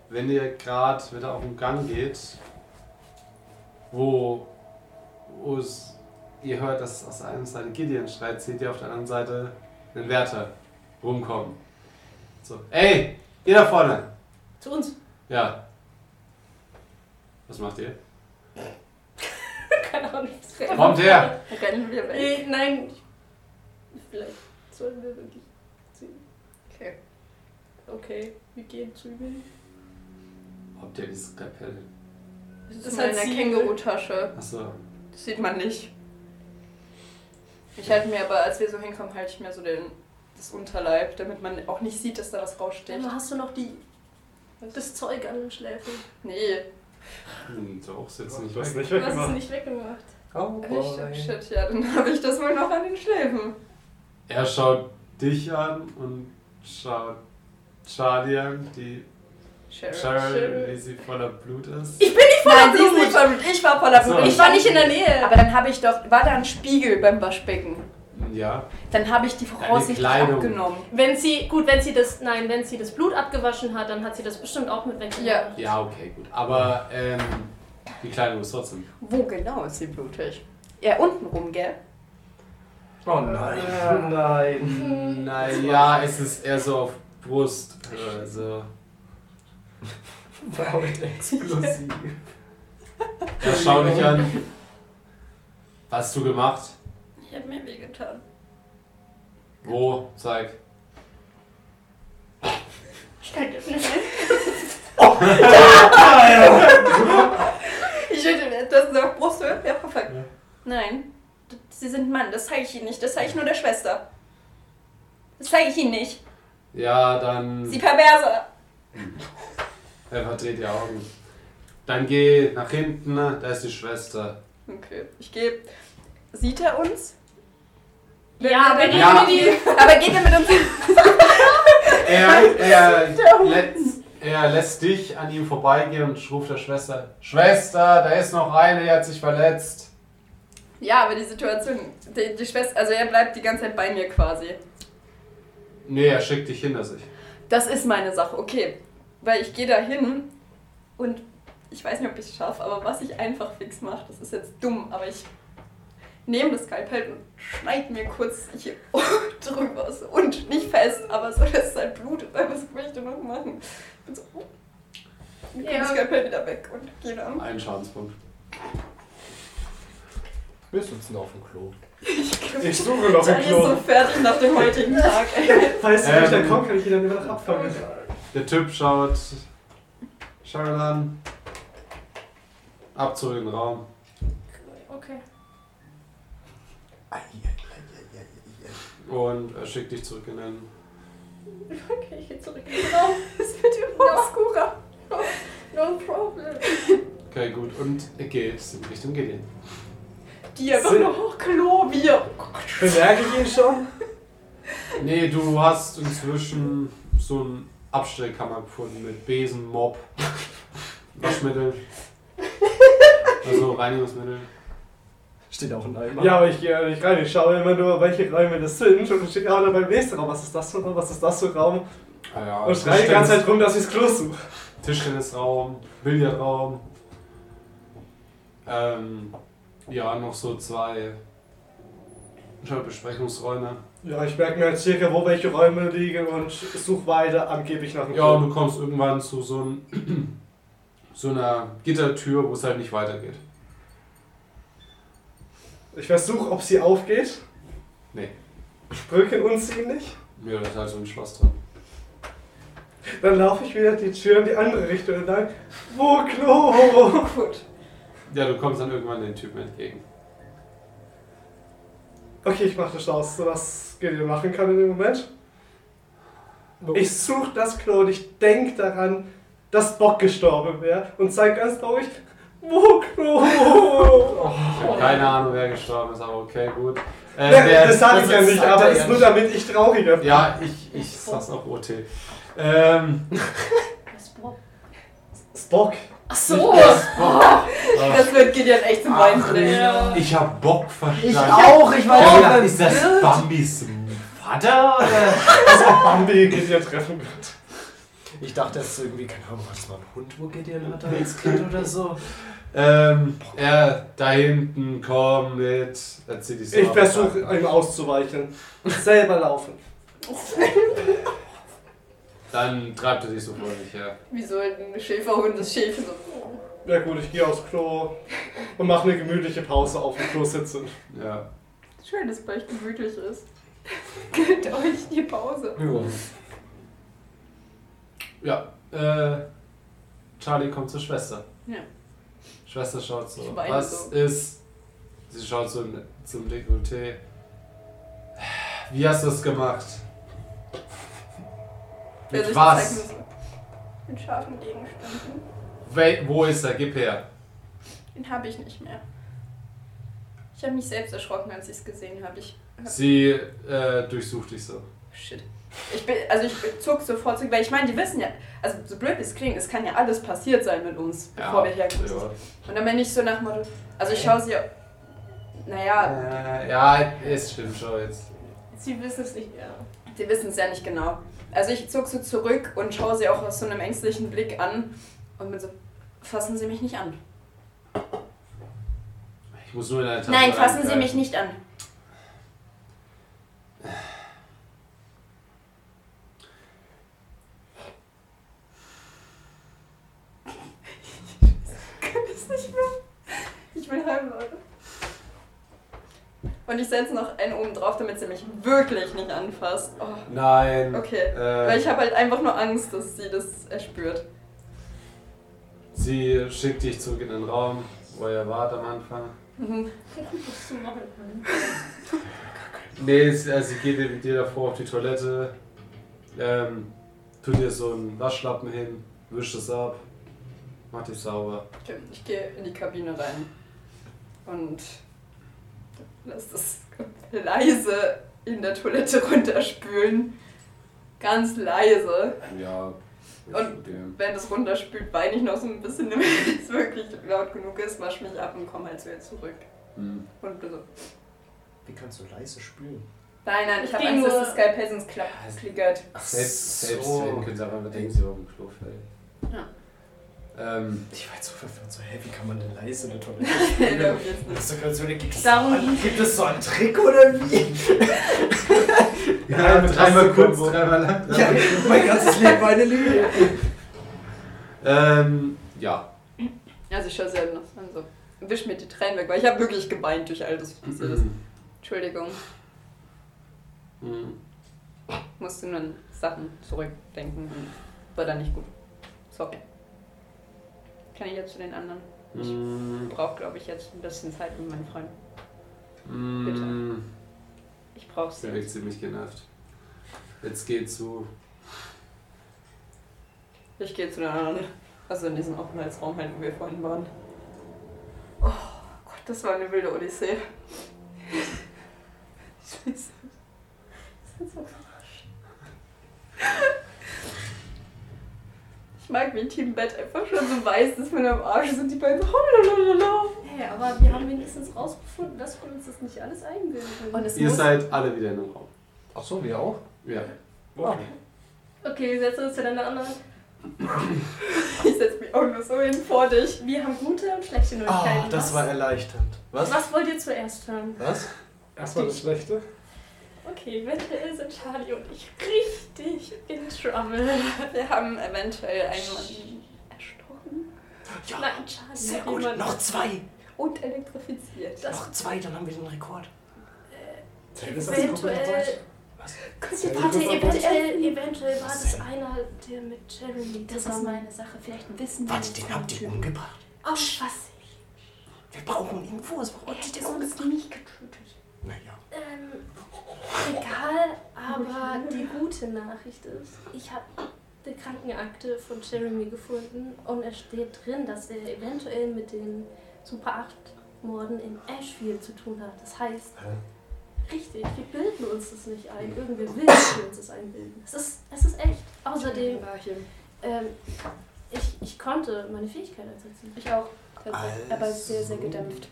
[SPEAKER 1] Wenn ihr gerade wieder auf den Gang geht, wo, wo es, ihr hört, dass aus einer Seite Gideon schreit, seht ihr auf der anderen Seite einen Wärter rumkommen. So, ey, ihr da vorne!
[SPEAKER 4] Zu uns.
[SPEAKER 1] Ja. Was macht ihr?
[SPEAKER 4] Keine Ahnung.
[SPEAKER 1] Kommt her!
[SPEAKER 2] Rennen wir weg.
[SPEAKER 4] Äh, nein. ich- Vielleicht sollen wir wirklich ziehen.
[SPEAKER 2] Okay.
[SPEAKER 4] Okay, wir gehen zu ihm.
[SPEAKER 1] Habt ihr dieses Kapelle?
[SPEAKER 2] Das
[SPEAKER 4] Das
[SPEAKER 2] ist in
[SPEAKER 4] hat
[SPEAKER 2] meiner
[SPEAKER 4] sie-
[SPEAKER 2] Känguru-Tasche.
[SPEAKER 1] Achso.
[SPEAKER 2] Das sieht man nicht. Ich halte mir aber, als wir so hinkommen, halte ich mir so den, das Unterleib, damit man auch nicht sieht, dass da was raussticht.
[SPEAKER 4] Aber hast du noch die, das Zeug an den Schläfen?
[SPEAKER 2] Nee.
[SPEAKER 1] Hm, so auch sitzen nicht
[SPEAKER 5] Ich weiß
[SPEAKER 1] weg.
[SPEAKER 5] nicht,
[SPEAKER 4] Du hast es
[SPEAKER 5] gemacht.
[SPEAKER 4] nicht weggemacht.
[SPEAKER 7] Oh
[SPEAKER 4] Äh,
[SPEAKER 2] Ich, shit, ja, dann habe ich das wohl noch an den Schläfen.
[SPEAKER 1] Er schaut dich an und schaut Charlie an, die
[SPEAKER 2] Cheryl.
[SPEAKER 1] Cheryl, wie sie voller Blut ist.
[SPEAKER 4] Ich bin nicht voller
[SPEAKER 2] Nein, sie ist
[SPEAKER 4] Blut.
[SPEAKER 2] nicht voller Blut. Ich war voller Blut.
[SPEAKER 1] So.
[SPEAKER 4] Ich war nicht in der Nähe.
[SPEAKER 2] Aber dann habe ich doch, war da ein Spiegel beim Waschbecken.
[SPEAKER 1] Ja.
[SPEAKER 2] Dann habe ich die voraussichtlich
[SPEAKER 1] Kleidung.
[SPEAKER 2] abgenommen.
[SPEAKER 4] wenn sie, gut, wenn sie das, nein, wenn sie das Blut abgewaschen hat, dann hat sie das bestimmt auch mit weggenommen.
[SPEAKER 1] Ja, okay, gut. Aber ähm, die Kleidung ist trotzdem.
[SPEAKER 2] Wo genau ist sie blutig? Ja, unten rum, gell?
[SPEAKER 7] Oh nein. Nein.
[SPEAKER 1] Naja, es ist eher so auf Brust. Also.
[SPEAKER 7] Wow, explosiv.
[SPEAKER 1] Er schaut dich an. Was hast du gemacht?
[SPEAKER 2] Ich habe mir wehgetan.
[SPEAKER 1] Wo? Zeig.
[SPEAKER 2] Ich hätte das nach Brusthöhe. ne? Ja, perfekt.
[SPEAKER 1] Ja.
[SPEAKER 2] Nein, d- sie sind Mann. Das zeige ich ihnen nicht. Das zeige ich nur der Schwester. Das zeige ich ihnen nicht.
[SPEAKER 1] Ja, dann.
[SPEAKER 2] Sie perverse.
[SPEAKER 1] Er verdreht die Augen. Dann geh nach hinten, ne? da ist die Schwester.
[SPEAKER 2] Okay, ich gehe. Sieht er uns?
[SPEAKER 4] Ja, wenn
[SPEAKER 1] Ja.
[SPEAKER 4] ich mir die.
[SPEAKER 2] Aber geht er mit uns?
[SPEAKER 1] Er, er, lässt, er lässt dich an ihm vorbeigehen und ruft der Schwester: Schwester, da ist noch eine, die hat sich verletzt.
[SPEAKER 2] Ja, aber die Situation. Die, die Schwester. Also, er bleibt die ganze Zeit bei mir quasi.
[SPEAKER 1] Nee, er schickt dich hinter sich.
[SPEAKER 2] Das ist meine Sache, okay. Weil ich gehe da hin und ich weiß nicht, ob ich es schaffe, aber was ich einfach fix mache, das ist jetzt dumm, aber ich nehme das Skalpell und schneide mir kurz hier drüber. So. Und nicht fest, aber so, dass es halt blutet, weil was will ich denn noch machen? Ich bin so, oh, ich nehme das
[SPEAKER 4] Ja.
[SPEAKER 2] Skalpell wieder weg und gehe dann.
[SPEAKER 1] Einen Schadenspunkt.
[SPEAKER 3] Wir sitzen auf dem Klo.
[SPEAKER 5] Ich suche noch ein
[SPEAKER 2] Charlie ist so
[SPEAKER 5] Klo.
[SPEAKER 2] fertig nach dem heutigen Tag, ey.
[SPEAKER 5] Falls sie
[SPEAKER 1] Ähm.
[SPEAKER 5] nicht dann kommen, kann ich ihn dann immer noch abfangen.
[SPEAKER 1] Der Typ schaut Cheryl an. Ab zurück in den Raum.
[SPEAKER 4] Okay.
[SPEAKER 1] Und er schickt dich zurück in den.
[SPEAKER 4] Okay, ich gehe zurück in den Raum.
[SPEAKER 2] Das wird immer obskurer.
[SPEAKER 4] No problem.
[SPEAKER 1] Okay, gut. Und er geht in Richtung Gideon.
[SPEAKER 2] Die einfach nur hoch Klo, wir.
[SPEAKER 5] Bemerke ich ihn schon?
[SPEAKER 1] Nee, du hast inzwischen so einen Abstellkammer gefunden mit Besen, Mob, Waschmittel. Also Reinigungsmittel.
[SPEAKER 8] Steht auch in einem.
[SPEAKER 5] Ja, aber ich gehe ja nicht rein. Ich schaue immer nur, welche Räume das sind. Und dann steht ja auch noch beim nächsten Raum. Was ist das für ein Raum? Was ist das für ein Raum?
[SPEAKER 1] Ah ja,
[SPEAKER 5] Und schreie die ganze
[SPEAKER 1] Tischtennis-
[SPEAKER 5] Zeit rum, dass ich das Klo suche.
[SPEAKER 1] Tischtennisraum, Billardraum. Ähm, ja, noch so zwei Besprechungsräume.
[SPEAKER 5] Ja, ich merke mir jetzt circa, wo welche Räume liegen und suche weiter angeblich nach dem
[SPEAKER 1] Ja, und du kommst irgendwann zu so, ein, so einer Gittertür, wo es halt nicht weitergeht.
[SPEAKER 5] Ich versuche, ob sie aufgeht.
[SPEAKER 1] Nee.
[SPEAKER 5] Brücken uns sie nicht.
[SPEAKER 1] Ja, da ist halt so ein Schloss drin.
[SPEAKER 5] Dann laufe ich wieder die Tür in die andere Richtung entlang. Wo Klo?
[SPEAKER 2] Gut.
[SPEAKER 1] Ja, du kommst dann irgendwann den Typen entgegen.
[SPEAKER 5] Okay, ich mache das Schlauste, was Gideon machen kann in dem Moment. Ich suche das Klo und ich denke daran, dass Bock gestorben wäre und zeige ganz traurig, wo Klo?
[SPEAKER 1] Ich habe keine Ahnung, wer gestorben ist, aber okay, gut. Äh,
[SPEAKER 5] Ja,
[SPEAKER 1] wer-
[SPEAKER 5] das sage ich ja
[SPEAKER 1] ist-
[SPEAKER 5] nicht,
[SPEAKER 1] sagt
[SPEAKER 5] aber
[SPEAKER 1] er
[SPEAKER 5] es
[SPEAKER 1] ja
[SPEAKER 5] ist nur
[SPEAKER 1] nicht.
[SPEAKER 5] damit ich trauriger bin.
[SPEAKER 1] Ja, ich, ich sag's auch OT. Ähm,
[SPEAKER 4] Was braucht-
[SPEAKER 5] Spock.
[SPEAKER 4] Ach so!
[SPEAKER 2] Das wird Gideon echt zum Weinen bringen.
[SPEAKER 4] Ja.
[SPEAKER 1] ich hab Bock verstanden.
[SPEAKER 3] Ich auch, ich
[SPEAKER 1] Ich hab gedacht,
[SPEAKER 3] weiß
[SPEAKER 1] Ist das Bambis Vater oder?
[SPEAKER 5] Bambi geht hier treffen.
[SPEAKER 3] Ich dachte, das ist irgendwie, keine Ahnung, war das mal ein Hund, wo Gideon hatte als Kind oder so?
[SPEAKER 1] ähm, er da hinten, komm mit. Erzähl die Story.
[SPEAKER 5] Ich versuche ihm auszuweichen. Selber laufen.
[SPEAKER 1] Dann treibt er dich so vor sich her.
[SPEAKER 2] Wie so ein Schäferhund das Schäfer so.
[SPEAKER 5] Ja gut, ich gehe aufs Klo und mache eine gemütliche Pause auf dem Klo sitzen.
[SPEAKER 1] Ja.
[SPEAKER 2] Schön, dass bei euch gemütlich ist. Gönnt euch die Pause.
[SPEAKER 1] Ja. Äh, Charlie kommt zur Schwester.
[SPEAKER 2] Ja.
[SPEAKER 1] Schwester schaut so.
[SPEAKER 2] Ich weine
[SPEAKER 1] Was
[SPEAKER 2] so.
[SPEAKER 1] ist. Sie schaut so in, zum Dekolleté. Wie hast du es gemacht?
[SPEAKER 2] Wer sich
[SPEAKER 1] Mit
[SPEAKER 2] das
[SPEAKER 1] was?
[SPEAKER 2] zeigen muss. Mit scharfen Gegenständen.
[SPEAKER 1] We wo ist er? Gib her.
[SPEAKER 2] Den habe ich nicht mehr. Ich habe mich selbst erschrocken, als ich es gesehen habe. Ich hab
[SPEAKER 1] Sie äh, durchsucht dich so.
[SPEAKER 2] Shit. Ich bin, also ich zuck sofort zurück, weil ich meine, die wissen ja, also so blöd wie es klingt, es kann ja alles passiert sein mit uns, bevor wir herkommen.
[SPEAKER 1] ja.
[SPEAKER 2] Und dann bin ich so nach Motto, also ich schaue sie, naja,
[SPEAKER 1] Äh, ja, es stimmt schon jetzt.
[SPEAKER 4] Sie wissen es nicht, ja.
[SPEAKER 2] sie wissen es ja nicht genau. Also ich zuck so zurück und schaue sie auch aus so einem ängstlichen Blick an und bin so, fassen Sie mich nicht an.
[SPEAKER 1] Ich muss nur in deine Tasche
[SPEAKER 2] Nein, fassen Sie
[SPEAKER 1] reingreifen.
[SPEAKER 2] mich nicht an. Ich kann es nicht mehr. Ich will heim, Leute. Und ich setze noch einen oben drauf, damit sie mich wirklich nicht anfasst. Oh,
[SPEAKER 1] Nein.
[SPEAKER 2] okay.
[SPEAKER 1] Äh,
[SPEAKER 2] Weil ich habe halt einfach nur Angst, dass sie das erspürt.
[SPEAKER 1] Sie schickt dich zurück in den Raum, wo er wart am Anfang.
[SPEAKER 2] Mhm.
[SPEAKER 4] Was zu machen?
[SPEAKER 1] Nee, sie, also sie geht mit dir davor auf die Toilette, ähm, tut dir so einen Waschlappen hin, wischt es ab, macht dich sauber.
[SPEAKER 2] Okay, ich gehe in die Kabine rein und lass das leise in der Toilette runterspülen. Ganz leise.
[SPEAKER 1] Ja.
[SPEAKER 2] Und- Während es runterspült, weine ich noch so ein bisschen, damit es wirklich laut genug ist, wasch mich ab und komm halt zu ihr zurück.
[SPEAKER 1] Hm.
[SPEAKER 2] Und so.
[SPEAKER 3] Wie kannst du leise spülen?
[SPEAKER 2] Nein, nein, ich habe
[SPEAKER 4] Ging
[SPEAKER 2] Angst, dass
[SPEAKER 4] nur-
[SPEAKER 2] das Skype sonst klappt. klickert.
[SPEAKER 1] Selbst, selbst
[SPEAKER 3] So.
[SPEAKER 1] wenn könnt ihr aber bedenken, sie war auf dem Klo fällt.
[SPEAKER 2] Ja.
[SPEAKER 1] Ähm,
[SPEAKER 3] Ich war jetzt so verwirrt, so, hä, wie kann man denn leise eine Toilette
[SPEAKER 2] Glaub ich jetzt nicht.
[SPEAKER 3] Das ist doch so eine Gigs-
[SPEAKER 4] Darum-
[SPEAKER 3] Gibt es so einen Trick oder wie?
[SPEAKER 1] ja, dreimal kurz, dreimal lang.
[SPEAKER 3] Ja, mein ganzes Leben war eine Lüge.
[SPEAKER 1] Ähm, ja.
[SPEAKER 2] Also ich schaue sie halt noch an, so. Wisch mir die Tränen weg, weil ich habe wirklich geweint durch all das, was passiert
[SPEAKER 1] Mhm.
[SPEAKER 2] ist. Entschuldigung,
[SPEAKER 6] Mm,
[SPEAKER 1] Hm.
[SPEAKER 2] musste nur an Sachen zurückdenken und war dann nicht gut. Sorry. Kann ich jetzt zu den anderen? Ich
[SPEAKER 1] Mm,
[SPEAKER 2] brauche, glaube ich, jetzt ein bisschen Zeit mit meinen Freunden.
[SPEAKER 1] mm,
[SPEAKER 2] Ich brauche
[SPEAKER 1] ich bin
[SPEAKER 2] sie.
[SPEAKER 1] echt ziemlich genervt. Jetzt geht zu.
[SPEAKER 2] Ich gehe zu den anderen. Also in diesen Aufenthaltsraum halt, wo wir vorhin waren. Oh Gott, das war eine wilde Odyssee. Ich weiß nicht. Das ist so- Ich mag, wie Team Bett einfach schon so weiß, dass wir am Arsch sind, die beiden so lalalala.
[SPEAKER 4] Hey, aber wir haben wenigstens rausgefunden, dass von uns das nicht alles einbildet.
[SPEAKER 2] Und es
[SPEAKER 6] Ihr
[SPEAKER 2] muss
[SPEAKER 6] seid alle wieder in einem Raum.
[SPEAKER 3] Achso, wir auch?
[SPEAKER 6] Ja.
[SPEAKER 4] Okay, wir setzen uns zu deiner anderen.
[SPEAKER 2] Ich setze mich auch nur so hin vor dich.
[SPEAKER 4] Wir haben gute und schlechte Neuigkeiten.
[SPEAKER 3] Ah, das
[SPEAKER 4] was,
[SPEAKER 3] war erleichternd. Was?
[SPEAKER 4] was wollt ihr zuerst hören?
[SPEAKER 3] Was?
[SPEAKER 5] Erstmal das Schlechte.
[SPEAKER 4] Okay, eventuell sind Charlie und ich richtig in Trouble.
[SPEAKER 2] Wir haben eventuell einen Mann erstochen
[SPEAKER 7] Ja,
[SPEAKER 4] Nein, Charlie
[SPEAKER 7] sehr
[SPEAKER 4] hat
[SPEAKER 7] gut.
[SPEAKER 4] jemanden-
[SPEAKER 7] Noch zwei.
[SPEAKER 2] und elektrifiziert.
[SPEAKER 4] Das- Äh,
[SPEAKER 7] Noch zwei, dann haben wir den Rekord.
[SPEAKER 4] Eventuell. Warte, eventuell, eventuell war das einer, der mit Jeremy
[SPEAKER 2] Das ist
[SPEAKER 4] zusammen.
[SPEAKER 2] meine Sache. Vielleicht wissen
[SPEAKER 7] Warte, den habt ihr umgebracht.
[SPEAKER 4] Oh, was?
[SPEAKER 7] Wir brauchen Infos. Wir brauchen
[SPEAKER 2] Und der uns nicht getötet.
[SPEAKER 7] Naja.
[SPEAKER 4] Ähm, egal, aber die gute Nachricht ist, ich habe die Krankenakte von Jeremy gefunden und es steht drin, dass er eventuell mit den Super 8 Morden in Ashfield zu tun hat. Das heißt, richtig, wir bilden uns das nicht ein. Irgendwer will, dass wir uns das einbilden. Es ist, es ist echt. Außerdem, ähm, ich, ich konnte meine Fähigkeit einsetzen.
[SPEAKER 2] Ich auch. Tatsächlich. Aber sehr, sehr
[SPEAKER 7] Also.
[SPEAKER 2] gedämpft.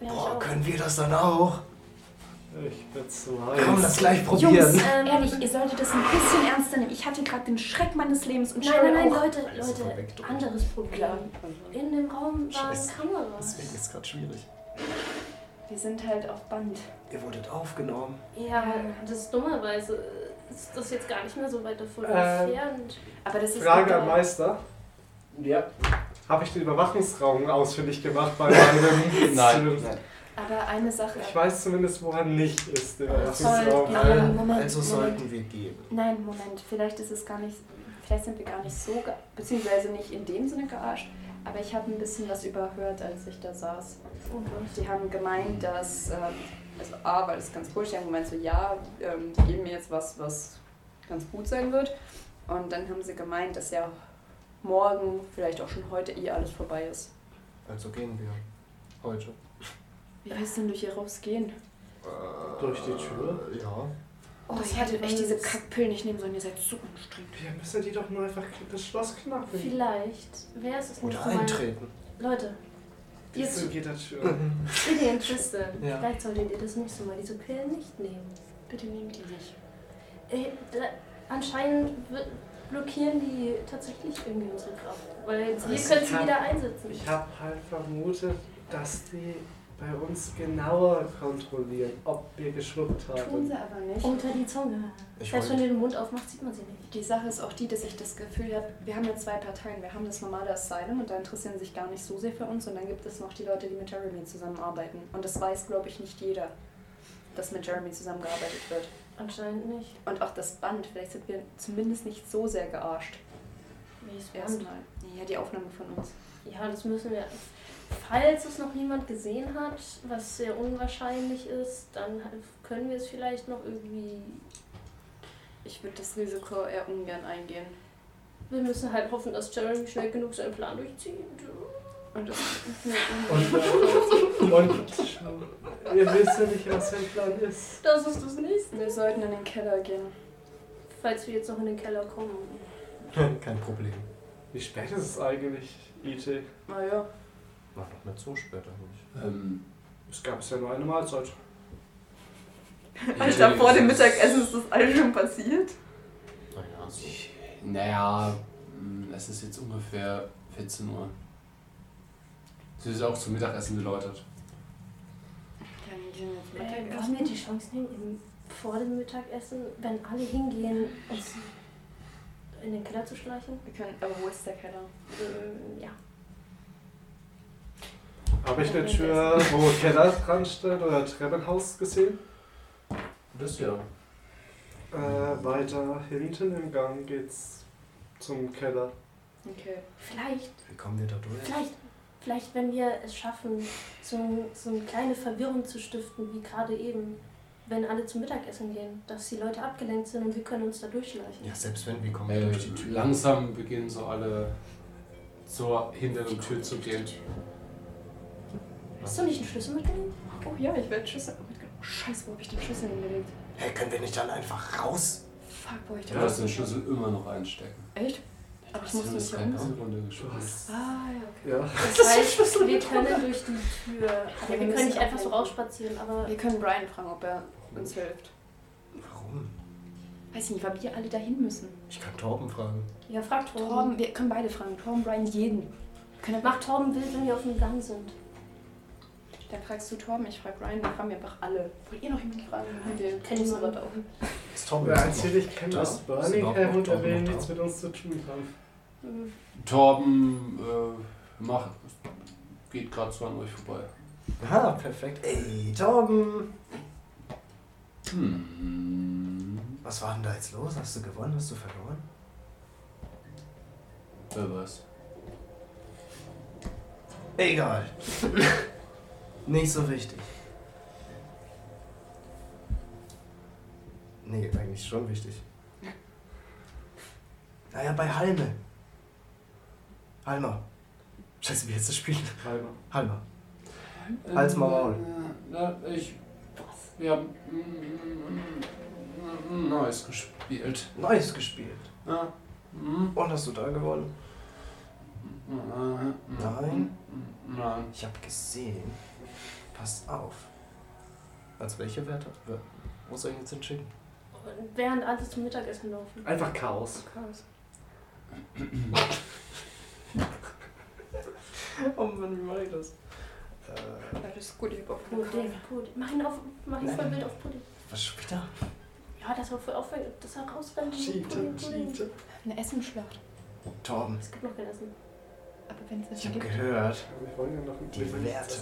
[SPEAKER 4] Ja, ich
[SPEAKER 7] Boah,
[SPEAKER 4] auch.
[SPEAKER 7] können wir das dann auch?
[SPEAKER 5] Ich
[SPEAKER 3] Äh,
[SPEAKER 7] Komm,
[SPEAKER 5] bezweifle.
[SPEAKER 7] das gleich probieren.
[SPEAKER 2] Jungs,
[SPEAKER 4] Ähm,
[SPEAKER 2] ehrlich, ihr solltet das ein bisschen ernster nehmen. Ich hatte gerade den Schreck meines Lebens und
[SPEAKER 4] Nein, nein, nein,
[SPEAKER 2] auch.
[SPEAKER 4] Leute,
[SPEAKER 7] Alles
[SPEAKER 4] Leute,
[SPEAKER 7] vorwegdrucken.
[SPEAKER 4] anderes Problem. In dem Raum waren
[SPEAKER 7] Scheiße.
[SPEAKER 4] Kameras.
[SPEAKER 7] Deswegen ist gerade schwierig.
[SPEAKER 2] Wir sind halt auf Band.
[SPEAKER 7] Ihr wurdet aufgenommen.
[SPEAKER 4] Ja, das ist dummerweise äh, ist das jetzt gar nicht mehr so weit davon
[SPEAKER 5] Ähm,
[SPEAKER 4] entfernt.
[SPEAKER 2] Aber das ist.
[SPEAKER 5] Frage
[SPEAKER 2] egal.
[SPEAKER 5] an Meister.
[SPEAKER 1] Ja.
[SPEAKER 5] Habe ich den Überwachungsraum ausfindig gemacht bei meinem
[SPEAKER 6] Nein.
[SPEAKER 2] Aber eine Sache.
[SPEAKER 5] Ich weiß zumindest, wo er nicht ist, der
[SPEAKER 2] Voll,
[SPEAKER 5] Überwachungsraum.
[SPEAKER 2] ja,
[SPEAKER 5] Weil-
[SPEAKER 2] Moment,
[SPEAKER 7] Also
[SPEAKER 2] Moment.
[SPEAKER 7] sollten wir gehen.
[SPEAKER 2] Nein, Moment, vielleicht ist es gar nicht, vielleicht sind wir gar nicht so, ge- beziehungsweise nicht in dem Sinne gearscht, aber ich habe ein bisschen was überhört, als ich da saß.
[SPEAKER 4] Oh
[SPEAKER 2] Und die haben gemeint, dass, ähm, also A, weil es ganz komisch, die haben gemeint so, ja, ähm, die geben mir jetzt was, was ganz gut sein wird. Und dann haben sie gemeint, dass ja morgen, vielleicht auch schon heute, eh alles vorbei ist.
[SPEAKER 3] Also gehen wir. Heute.
[SPEAKER 2] Wie willst du denn durch hier rausgehen?
[SPEAKER 5] Durch die Tür?
[SPEAKER 3] Ja.
[SPEAKER 2] Oh, ich hätte echt diese Kackpillen nicht nehmen sollen, ihr seid so anstrengend.
[SPEAKER 5] Wir müssen die doch nur einfach das Schloss knacken.
[SPEAKER 4] Vielleicht wäre es das
[SPEAKER 7] Oder
[SPEAKER 4] nächste Mal-
[SPEAKER 7] eintreten.
[SPEAKER 4] Leute, ihr,
[SPEAKER 5] Zu jeder Tür.
[SPEAKER 2] Mhm.
[SPEAKER 4] Billy und Tristan,
[SPEAKER 3] Ja.
[SPEAKER 4] vielleicht solltet ihr das nächste Mal diese Pillen nicht nehmen.
[SPEAKER 2] Bitte nehmt die nicht.
[SPEAKER 4] Äh, da, anscheinend wir- blockieren die tatsächlich irgendwie unsere Kraft, weil wir
[SPEAKER 5] ich
[SPEAKER 4] können sie
[SPEAKER 5] kann-
[SPEAKER 4] wieder einsetzen.
[SPEAKER 5] Ich habe halt vermutet, dass die bei uns genauer kontrollieren, ob wir geschluckt
[SPEAKER 2] Tun
[SPEAKER 5] haben.
[SPEAKER 2] sie aber nicht.
[SPEAKER 4] Unter die Zunge.
[SPEAKER 7] Ich
[SPEAKER 4] Selbst wenn
[SPEAKER 7] wollte.
[SPEAKER 4] ihr den Mund aufmacht, sieht man sie nicht.
[SPEAKER 2] Die Sache ist auch die, dass ich das Gefühl habe, wir haben ja zwei Parteien. Wir haben das normale Asylum und da interessieren sie sich gar nicht so sehr für uns. Und dann gibt es noch die Leute, die mit Jeremy zusammenarbeiten. Und das weiß, glaube ich, nicht jeder, dass mit Jeremy zusammengearbeitet wird.
[SPEAKER 4] Anscheinend nicht.
[SPEAKER 2] Und auch das Band, vielleicht sind wir zumindest nicht so sehr gearscht.
[SPEAKER 4] Wie ist
[SPEAKER 2] Erstmal. Ja, die Aufnahme von uns.
[SPEAKER 4] Ja, das müssen wir. Falls es noch niemand gesehen hat, was sehr unwahrscheinlich ist, dann können wir es vielleicht noch irgendwie.
[SPEAKER 2] Ich würde das Risiko eher ungern eingehen.
[SPEAKER 4] Wir müssen halt hoffen, dass Jeremy schnell genug seinen Plan durchzieht.
[SPEAKER 2] Und das
[SPEAKER 5] Und, äh, und ihr wisst ja nicht, was sein Plan ist.
[SPEAKER 4] Das ist das nächste.
[SPEAKER 2] wir sollten in den Keller gehen.
[SPEAKER 4] Falls wir jetzt noch in den Keller kommen.
[SPEAKER 7] Kein Problem.
[SPEAKER 5] Wie spät ist es eigentlich, E IT?
[SPEAKER 2] Naja.
[SPEAKER 7] War noch nicht so spät eigentlich.
[SPEAKER 6] Ähm,
[SPEAKER 5] Es gab es ja nur eine Mahlzeit.
[SPEAKER 2] Alter, vor dem Mittagessen ist das alles schon passiert.
[SPEAKER 7] Naja, so.
[SPEAKER 6] Ich- Naja, mh, es ist jetzt ungefähr 14 Uhr. Sie ist auch zum Mittagessen geläutert.
[SPEAKER 2] Dann gehen wir zum
[SPEAKER 4] Äh,
[SPEAKER 2] Mittagessen.
[SPEAKER 4] wollen wir die Chance nehmen, eben vor dem Mittagessen, wenn alle hingehen, uns in den Keller zu schleichen?
[SPEAKER 2] Wir können, aber wo ist der Keller?
[SPEAKER 4] Ähm, ja.
[SPEAKER 5] Habe ich eine Tür, wo Keller dran steht oder Treppenhaus gesehen?
[SPEAKER 6] Das ja.
[SPEAKER 5] Äh, weiter hinten im Gang geht's zum Keller.
[SPEAKER 2] Okay.
[SPEAKER 4] Vielleicht
[SPEAKER 7] Wie kommen wir da durch?
[SPEAKER 4] Vielleicht, vielleicht, wenn wir es schaffen, so, so eine kleine Verwirrung zu stiften, wie gerade eben, wenn alle zum Mittagessen gehen, dass die Leute abgelenkt sind und wir können uns da durchschleichen.
[SPEAKER 7] Ja, selbst wenn, wie kommen wir
[SPEAKER 6] Äh,
[SPEAKER 7] durch die Tür?
[SPEAKER 6] langsam beginnen so alle zur hinteren Tür zu gehen.
[SPEAKER 4] Hast du nicht einen Schlüssel mitgenommen?
[SPEAKER 2] Oh ja, ich werde Schlüssel mitgenommen. Oh, scheiße, wo habe ich den Schlüssel hingelegt?
[SPEAKER 7] Hey, können wir nicht dann einfach raus?
[SPEAKER 2] Fuck, wo hab ich
[SPEAKER 6] Du
[SPEAKER 2] den
[SPEAKER 6] kannst
[SPEAKER 2] Schlüssel
[SPEAKER 6] den Schlüssel immer noch einstecken.
[SPEAKER 2] Echt? Aber ich muss mich
[SPEAKER 1] keine
[SPEAKER 2] um.
[SPEAKER 1] Runde gespielt.
[SPEAKER 4] Ah,
[SPEAKER 5] Ja.
[SPEAKER 4] ja, okay. Das heißt, wir können durch die Tür. Aber wir können nicht einfach so rausspazieren, aber.
[SPEAKER 2] Wir können Brian fragen, ob er uns hilft.
[SPEAKER 3] Warum?
[SPEAKER 2] Weiß ich nicht, weil wir alle dahin müssen.
[SPEAKER 3] Ich kann Torben fragen.
[SPEAKER 4] Ja, fragt Torben.
[SPEAKER 2] Torben, wir können beide fragen. Torben, Brian, jeden. Können wir,
[SPEAKER 4] Macht Torben wild, wenn wir auf dem Gang sind.
[SPEAKER 2] dann fragst du Torben, ich frage Brian, dann fragen wir einfach alle. Wollt ihr noch jemanden fragen? Haben wir
[SPEAKER 4] Kennt
[SPEAKER 2] müssen
[SPEAKER 4] jemand?
[SPEAKER 2] dort auch.
[SPEAKER 3] Ist Torben
[SPEAKER 5] Ja,
[SPEAKER 3] jetzt noch-
[SPEAKER 5] natürlich kann
[SPEAKER 3] da?
[SPEAKER 5] das
[SPEAKER 3] Sind
[SPEAKER 5] Burning
[SPEAKER 3] auch
[SPEAKER 5] Ham
[SPEAKER 3] noch
[SPEAKER 5] und
[SPEAKER 3] Torben
[SPEAKER 5] Erwähnen
[SPEAKER 3] noch da?
[SPEAKER 5] nichts mit uns zu tun haben.
[SPEAKER 4] Mhm.
[SPEAKER 1] Torben äh, macht, geht gerade so an euch vorbei.
[SPEAKER 3] Ah, perfekt. Ey, Torben!
[SPEAKER 1] Hm.
[SPEAKER 3] Was war denn da jetzt los? Hast du gewonnen? Hast du verloren?
[SPEAKER 1] Wer weiß.
[SPEAKER 3] Egal. Nicht so wichtig. Nee, eigentlich schon wichtig. Naja, bei Halme. Halma. Scheiße, wie jetzt das Spiel?
[SPEAKER 5] Halber.
[SPEAKER 3] Halma. Halt's mal Maul.
[SPEAKER 1] Na, Äh, ich. Wir haben. hm, Neues gespielt.
[SPEAKER 3] Neues gespielt.
[SPEAKER 1] Ja. Hm.
[SPEAKER 3] Und hast du da gewonnen? Nein.
[SPEAKER 1] Nein.
[SPEAKER 3] Ich hab gesehen. Passt auf. Als welche Werte? Wer- Wo soll ich jetzt hinschicken?
[SPEAKER 4] Und während alle zum Mittagessen laufen.
[SPEAKER 5] Einfach Chaos.
[SPEAKER 4] Chaos.
[SPEAKER 3] Oh Mann, wie mache ich das? Äh,
[SPEAKER 2] Ja, das ist gut, ich hab auch
[SPEAKER 4] Pudding, Pudding. Mach ihn, auf, mach ihn voll wild auf Pudding.
[SPEAKER 3] was später?
[SPEAKER 4] Ja, das war voll aufwendig. Das war rausrennen.
[SPEAKER 5] Cheater,
[SPEAKER 4] Pudding, Pudding.
[SPEAKER 5] Cheater.
[SPEAKER 2] Eine Essensschlacht.
[SPEAKER 3] Torben.
[SPEAKER 4] Es gibt noch kein Essen.
[SPEAKER 2] Aber wenn es
[SPEAKER 3] Ich habe
[SPEAKER 2] gibt.
[SPEAKER 3] gehört,
[SPEAKER 5] Wir wollen ja noch ein
[SPEAKER 3] die Werte.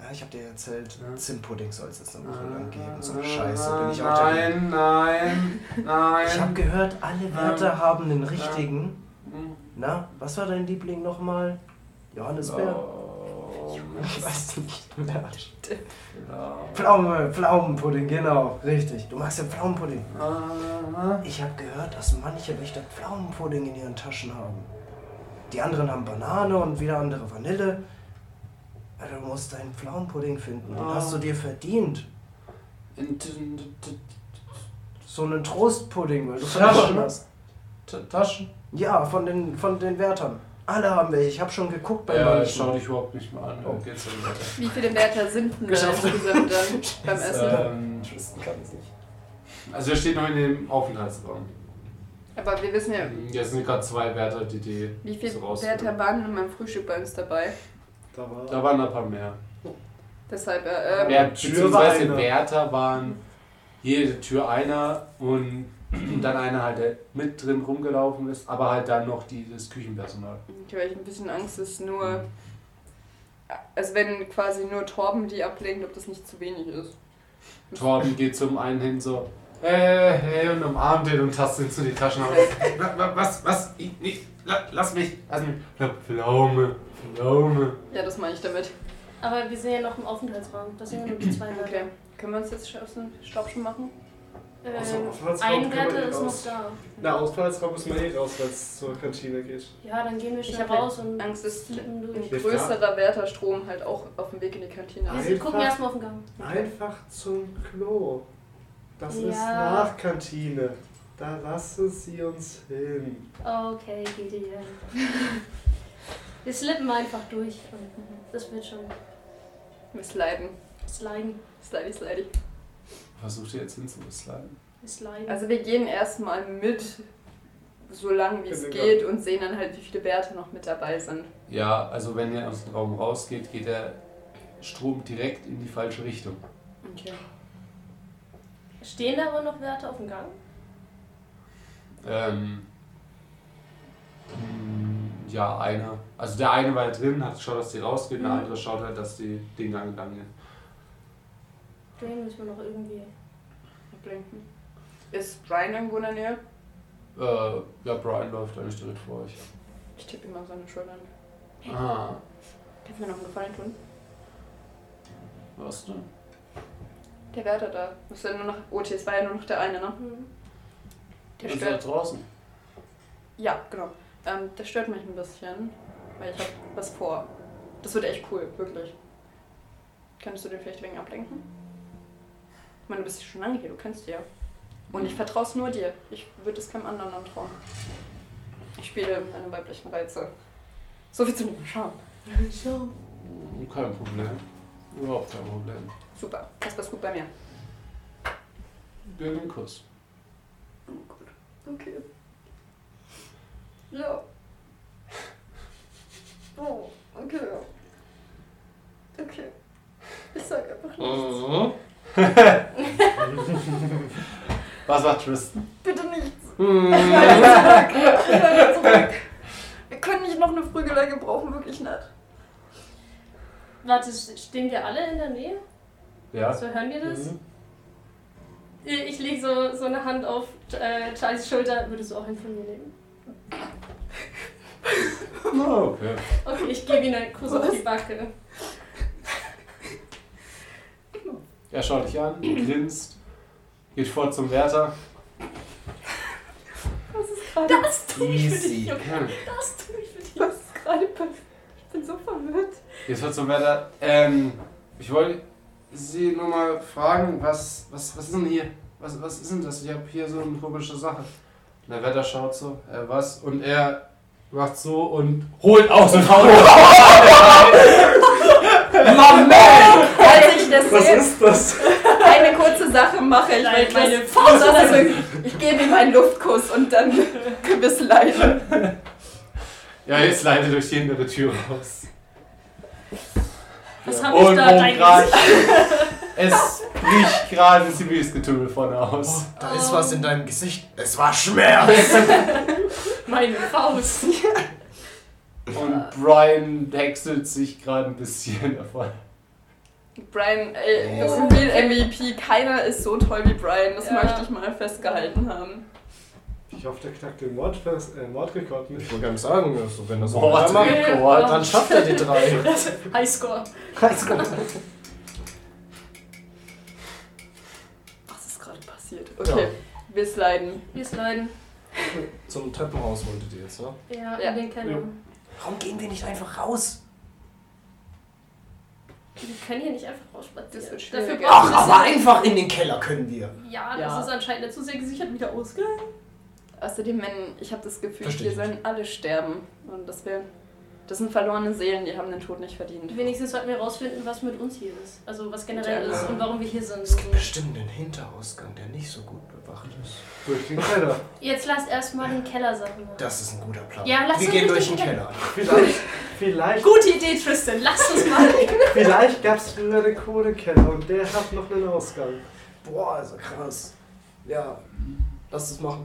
[SPEAKER 3] Ja, ich habe dir erzählt,
[SPEAKER 1] Ja. Ah,
[SPEAKER 3] Zimtpudding soll es jetzt eine Woche lang geben. So eine Scheiße bin ich auch dagegen.
[SPEAKER 1] Äh, Nein, nein, nein.
[SPEAKER 3] Ich habe gehört, alle Werte haben den richtigen.
[SPEAKER 1] Hm.
[SPEAKER 3] Na, was war dein Liebling nochmal? Johannisbeer?
[SPEAKER 1] Oh,
[SPEAKER 3] Ich weiß nicht mehr.
[SPEAKER 1] ja.
[SPEAKER 3] Pflaume, Pflaumenpudding, genau, richtig. Du magst ja Pflaumenpudding.
[SPEAKER 1] Ah,
[SPEAKER 3] Ich habe gehört, dass manche Wächter Pflaumenpudding in ihren Taschen haben. Die anderen haben Banane und wieder andere Vanille. Ja, Du musst deinen Pflaumenpudding finden. Den
[SPEAKER 1] Ah.
[SPEAKER 3] hast du dir verdient.
[SPEAKER 1] in t- t- t-
[SPEAKER 3] So einen Trostpudding, weil du verloren hast.
[SPEAKER 1] t- Taschen?
[SPEAKER 3] Ja, von den, von den Wärtern. Alle haben welche. Ich habe schon geguckt bei
[SPEAKER 1] Ja, ich
[SPEAKER 3] manchen.
[SPEAKER 1] schau dich überhaupt nicht mehr an.
[SPEAKER 3] Oh.
[SPEAKER 1] Geht's dann weiter?
[SPEAKER 2] Wie viele Wärter sind denn da
[SPEAKER 3] Geschafft. äh,
[SPEAKER 2] insgesamt dann beim Essen?
[SPEAKER 1] Ähm,
[SPEAKER 3] Tristan kann es nicht.
[SPEAKER 1] also er steht noch in dem Aufenthaltsraum. Mhm,
[SPEAKER 2] Aber wir wissen ja,
[SPEAKER 1] Jetzt sind gerade zwei Wärter, die die
[SPEAKER 2] wie viele
[SPEAKER 1] so raus-
[SPEAKER 2] Wärter waren denn beim Frühstück bei uns dabei.
[SPEAKER 5] Da war
[SPEAKER 1] Da waren ein paar mehr.
[SPEAKER 2] Deshalb, äh, ähm,
[SPEAKER 1] Wer,
[SPEAKER 5] Tür
[SPEAKER 1] beziehungsweise
[SPEAKER 5] war einer.
[SPEAKER 1] Wärter waren jede Tür einer und dann einer halt, der mit drin rumgelaufen ist, aber halt dann noch die, das Küchenpersonal.
[SPEAKER 2] ähm, ich habe ein bisschen Angst, dass nur, also wenn quasi nur Torben die ablenkt, ob das nicht zu wenig ist.
[SPEAKER 1] Torben geht zum einen hin so, hey, hey, und umarmt ihn und tastet ihn zu den Taschen. Aber, Wa- wa- was, was, ich, nicht, la, lass mich, Also, lass mich. Pflaume, Pflaume.
[SPEAKER 2] Ja, das meine ich damit.
[SPEAKER 4] Aber wir sind ja noch im Aufenthaltsraum. Das sind ja nur die zwei Werte.
[SPEAKER 2] Okay. Können wir uns jetzt schon aus dem Staub schon machen?
[SPEAKER 5] Aus dem
[SPEAKER 4] Ähm,
[SPEAKER 5] Aufenthaltsraum
[SPEAKER 4] ein
[SPEAKER 5] können
[SPEAKER 4] Werte
[SPEAKER 5] wir
[SPEAKER 4] ist noch
[SPEAKER 5] raus.
[SPEAKER 4] da.
[SPEAKER 5] Na, Ausfallsraum muss man eh raus, wenn es zur Kantine geht.
[SPEAKER 4] Ja, dann gehen wir
[SPEAKER 2] Ich
[SPEAKER 4] schnell
[SPEAKER 2] hab
[SPEAKER 4] raus und
[SPEAKER 2] Angst, dass ein
[SPEAKER 4] slippen durch.
[SPEAKER 5] Ja,
[SPEAKER 2] größerer Wärterstrom halt auch auf dem Weg in die Kantine
[SPEAKER 4] Wir
[SPEAKER 2] ist.
[SPEAKER 4] sind, gucken
[SPEAKER 5] Einfach-
[SPEAKER 4] erstmal auf den Gang.
[SPEAKER 5] Einfach zum Klo. Das ist
[SPEAKER 4] Ja.
[SPEAKER 5] nach Kantine. Da lassen sie uns hin.
[SPEAKER 4] Okay, Gideon. wir slippen einfach durch. Und das wird schon
[SPEAKER 2] Wir sliden.
[SPEAKER 4] sliden.
[SPEAKER 2] Slidey, slidey.
[SPEAKER 1] Versucht ihr jetzt hinzubesliden?
[SPEAKER 4] Wir sliden.
[SPEAKER 2] Also wir gehen erstmal mit, so lang wie es
[SPEAKER 5] Bin
[SPEAKER 2] geht und sehen dann halt, wie viele Wärter noch mit dabei sind.
[SPEAKER 1] Ja, also wenn ihr aus dem Raum rausgeht, geht der Strom direkt in die falsche Richtung.
[SPEAKER 2] Okay.
[SPEAKER 4] Stehen da aber noch Werte auf dem Gang?
[SPEAKER 1] Ähm, mh, ja, einer. Also der eine war da drin, hat geschaut, dass die rausgeht, der
[SPEAKER 4] Mhm.
[SPEAKER 1] andere schaut halt, dass die den Gang gegangen sind.
[SPEAKER 4] Den müssen wir noch irgendwie.
[SPEAKER 2] Ablenken. Ist Brian irgendwo in der Nähe?
[SPEAKER 1] Äh, ja, Brian läuft eigentlich direkt vor euch.
[SPEAKER 2] Ich tippe ihm auf seine Schultern.
[SPEAKER 1] Ah,
[SPEAKER 2] Kannst du mir noch einen Gefallen tun?
[SPEAKER 1] was denn?
[SPEAKER 2] Der Wärter da. Was ist denn nur noch. OT, es war ja nur noch der eine, ne?
[SPEAKER 4] Hm.
[SPEAKER 2] Der
[SPEAKER 1] Ist
[SPEAKER 2] stört.
[SPEAKER 1] er draußen.
[SPEAKER 2] Ja, genau. Ähm, das stört mich ein bisschen, weil ich habe was vor. Das wird echt cool, wirklich. Kannst du den vielleicht wegen ablenken? Ich meine, du bist ja schon lange hier, du kennst die ja. Und ich vertraue es nur dir. Ich würde es keinem anderen antrauen. Ich spiele meine weiblichen Reize. So viel zu mir. Schau.
[SPEAKER 4] Schau.
[SPEAKER 1] Oh, Kein Problem. Überhaupt kein Problem.
[SPEAKER 2] Super. Das passt gut bei mir.
[SPEAKER 1] Gib mir einen Kuss.
[SPEAKER 2] Oh Okay. Ja. Oh, okay. Okay. Ich sag einfach
[SPEAKER 5] Oh.
[SPEAKER 1] Oh. Was macht Tristan?
[SPEAKER 2] Bitte nichts.
[SPEAKER 5] Hm.
[SPEAKER 2] Ich werde zurück. Ich werde zurück. Wir können nicht noch eine Prügelei gebrauchen, wirklich nicht.
[SPEAKER 4] Warte, stehen wir alle in der Nähe?
[SPEAKER 1] Ja.
[SPEAKER 4] So hören wir
[SPEAKER 7] Mhm.
[SPEAKER 4] das?
[SPEAKER 5] Hm?
[SPEAKER 4] Äh, Ich lege so, so eine Hand auf äh, Charles Schulter. Würdest du auch einen von mir nehmen?
[SPEAKER 1] Oh, okay.
[SPEAKER 4] Okay, ich gebe ihm einen Kuss auf die Backe.
[SPEAKER 1] Er schaut dich an, grinst, geht vor zum Wärter.
[SPEAKER 4] Das tue ich für dich,
[SPEAKER 7] Easy.
[SPEAKER 4] Junge. Das tue ich für dich. Das ist gerade perfekt. Ich bin so verwirrt.
[SPEAKER 1] Geht vor zum Wärter. Ähm, ich wollte Sie nur mal fragen, was, was, was ist denn hier? Was, was ist denn das? Ich habe hier so eine komische Sache. Und der Wärter schaut so, äh, was? Und er macht so und holt aus dem Haus. Mann, Mann!
[SPEAKER 2] Als ich das
[SPEAKER 5] Was
[SPEAKER 2] sehe,
[SPEAKER 5] ist das?
[SPEAKER 2] eine kurze Sache mache, ich
[SPEAKER 4] Nein,
[SPEAKER 2] will
[SPEAKER 4] meine
[SPEAKER 2] das, sondern also, ich gebe ihm einen Luftkuss und dann gewiss leiden.
[SPEAKER 1] Ja, jetzt leider durch die hintere Tür raus.
[SPEAKER 4] Was
[SPEAKER 1] Ja.
[SPEAKER 4] hab ich
[SPEAKER 1] Und
[SPEAKER 4] da
[SPEAKER 1] oben
[SPEAKER 4] dein
[SPEAKER 1] grad-
[SPEAKER 4] Gesicht?
[SPEAKER 1] Es bricht gerade ein ziviles Getümmel vorne aus.
[SPEAKER 7] Oh, Da ist was in deinem Gesicht. Es war Schmerz.
[SPEAKER 4] Meine Faust. Oh.
[SPEAKER 1] Und Brian häckselt sich gerade ein bisschen davon.
[SPEAKER 2] Brian, äh, das
[SPEAKER 7] Oh.
[SPEAKER 2] Real MVP, keiner ist so toll wie Brian, das
[SPEAKER 4] Ja.
[SPEAKER 2] möchte ich mal festgehalten haben.
[SPEAKER 5] Ich hoffe, der knackt den Mordfest, äh, Mordrekord
[SPEAKER 7] Ich
[SPEAKER 5] nicht.
[SPEAKER 7] wollte gar nicht sagen, also wenn das so
[SPEAKER 1] Boah,
[SPEAKER 7] einer macht,
[SPEAKER 1] Rekord.
[SPEAKER 7] dann schafft er die drei.
[SPEAKER 4] Äh, Highscore.
[SPEAKER 2] Was ist gerade passiert? Okay, gewiss leiden.
[SPEAKER 4] Wir es leiden.
[SPEAKER 7] Zum Treppenhaus wolltet ihr jetzt, ne?
[SPEAKER 4] Ja,
[SPEAKER 2] Ja.
[SPEAKER 4] in den Keller.
[SPEAKER 5] Ja.
[SPEAKER 7] Warum gehen wir nicht einfach raus?
[SPEAKER 4] Wir können hier nicht einfach
[SPEAKER 2] Das
[SPEAKER 4] rausspazieren.
[SPEAKER 2] wird schwierig.
[SPEAKER 4] Dafür
[SPEAKER 7] Ach,
[SPEAKER 4] brauchen
[SPEAKER 7] aber einfach in den Keller können wir.
[SPEAKER 4] wir- Ja,
[SPEAKER 2] Ja.
[SPEAKER 4] das ist anscheinend nicht so sehr gesichert wieder ausge.
[SPEAKER 2] Außerdem, wenn, ich habe das Gefühl,
[SPEAKER 7] Verstehe
[SPEAKER 2] hier
[SPEAKER 7] ich nicht.
[SPEAKER 2] sollen alle sterben. Und das, wär, das sind verlorene Seelen, die haben den Tod nicht verdient.
[SPEAKER 4] Wenigstens sollten wir rausfinden, was mit uns hier ist. Also was generell
[SPEAKER 2] Ja.
[SPEAKER 4] ist und warum wir hier sind.
[SPEAKER 7] Es gibt bestimmt einen Hinterausgang, der nicht so gut bewacht ist.
[SPEAKER 5] Durch den Keller.
[SPEAKER 4] Jetzt lass erstmal den Keller Sachen machen.
[SPEAKER 7] Das ist ein guter Plan.
[SPEAKER 4] Ja, lass
[SPEAKER 7] wir
[SPEAKER 4] uns
[SPEAKER 7] gehen durch
[SPEAKER 4] durch
[SPEAKER 7] den
[SPEAKER 4] den
[SPEAKER 7] Keller.
[SPEAKER 5] Vielleicht, vielleicht,
[SPEAKER 4] Gute Idee, Tristan. Lass uns mal.
[SPEAKER 5] vielleicht gab es früher den Kohlekeller und der hat noch einen Ausgang.
[SPEAKER 7] Boah, also krass. Ja, lass das machen.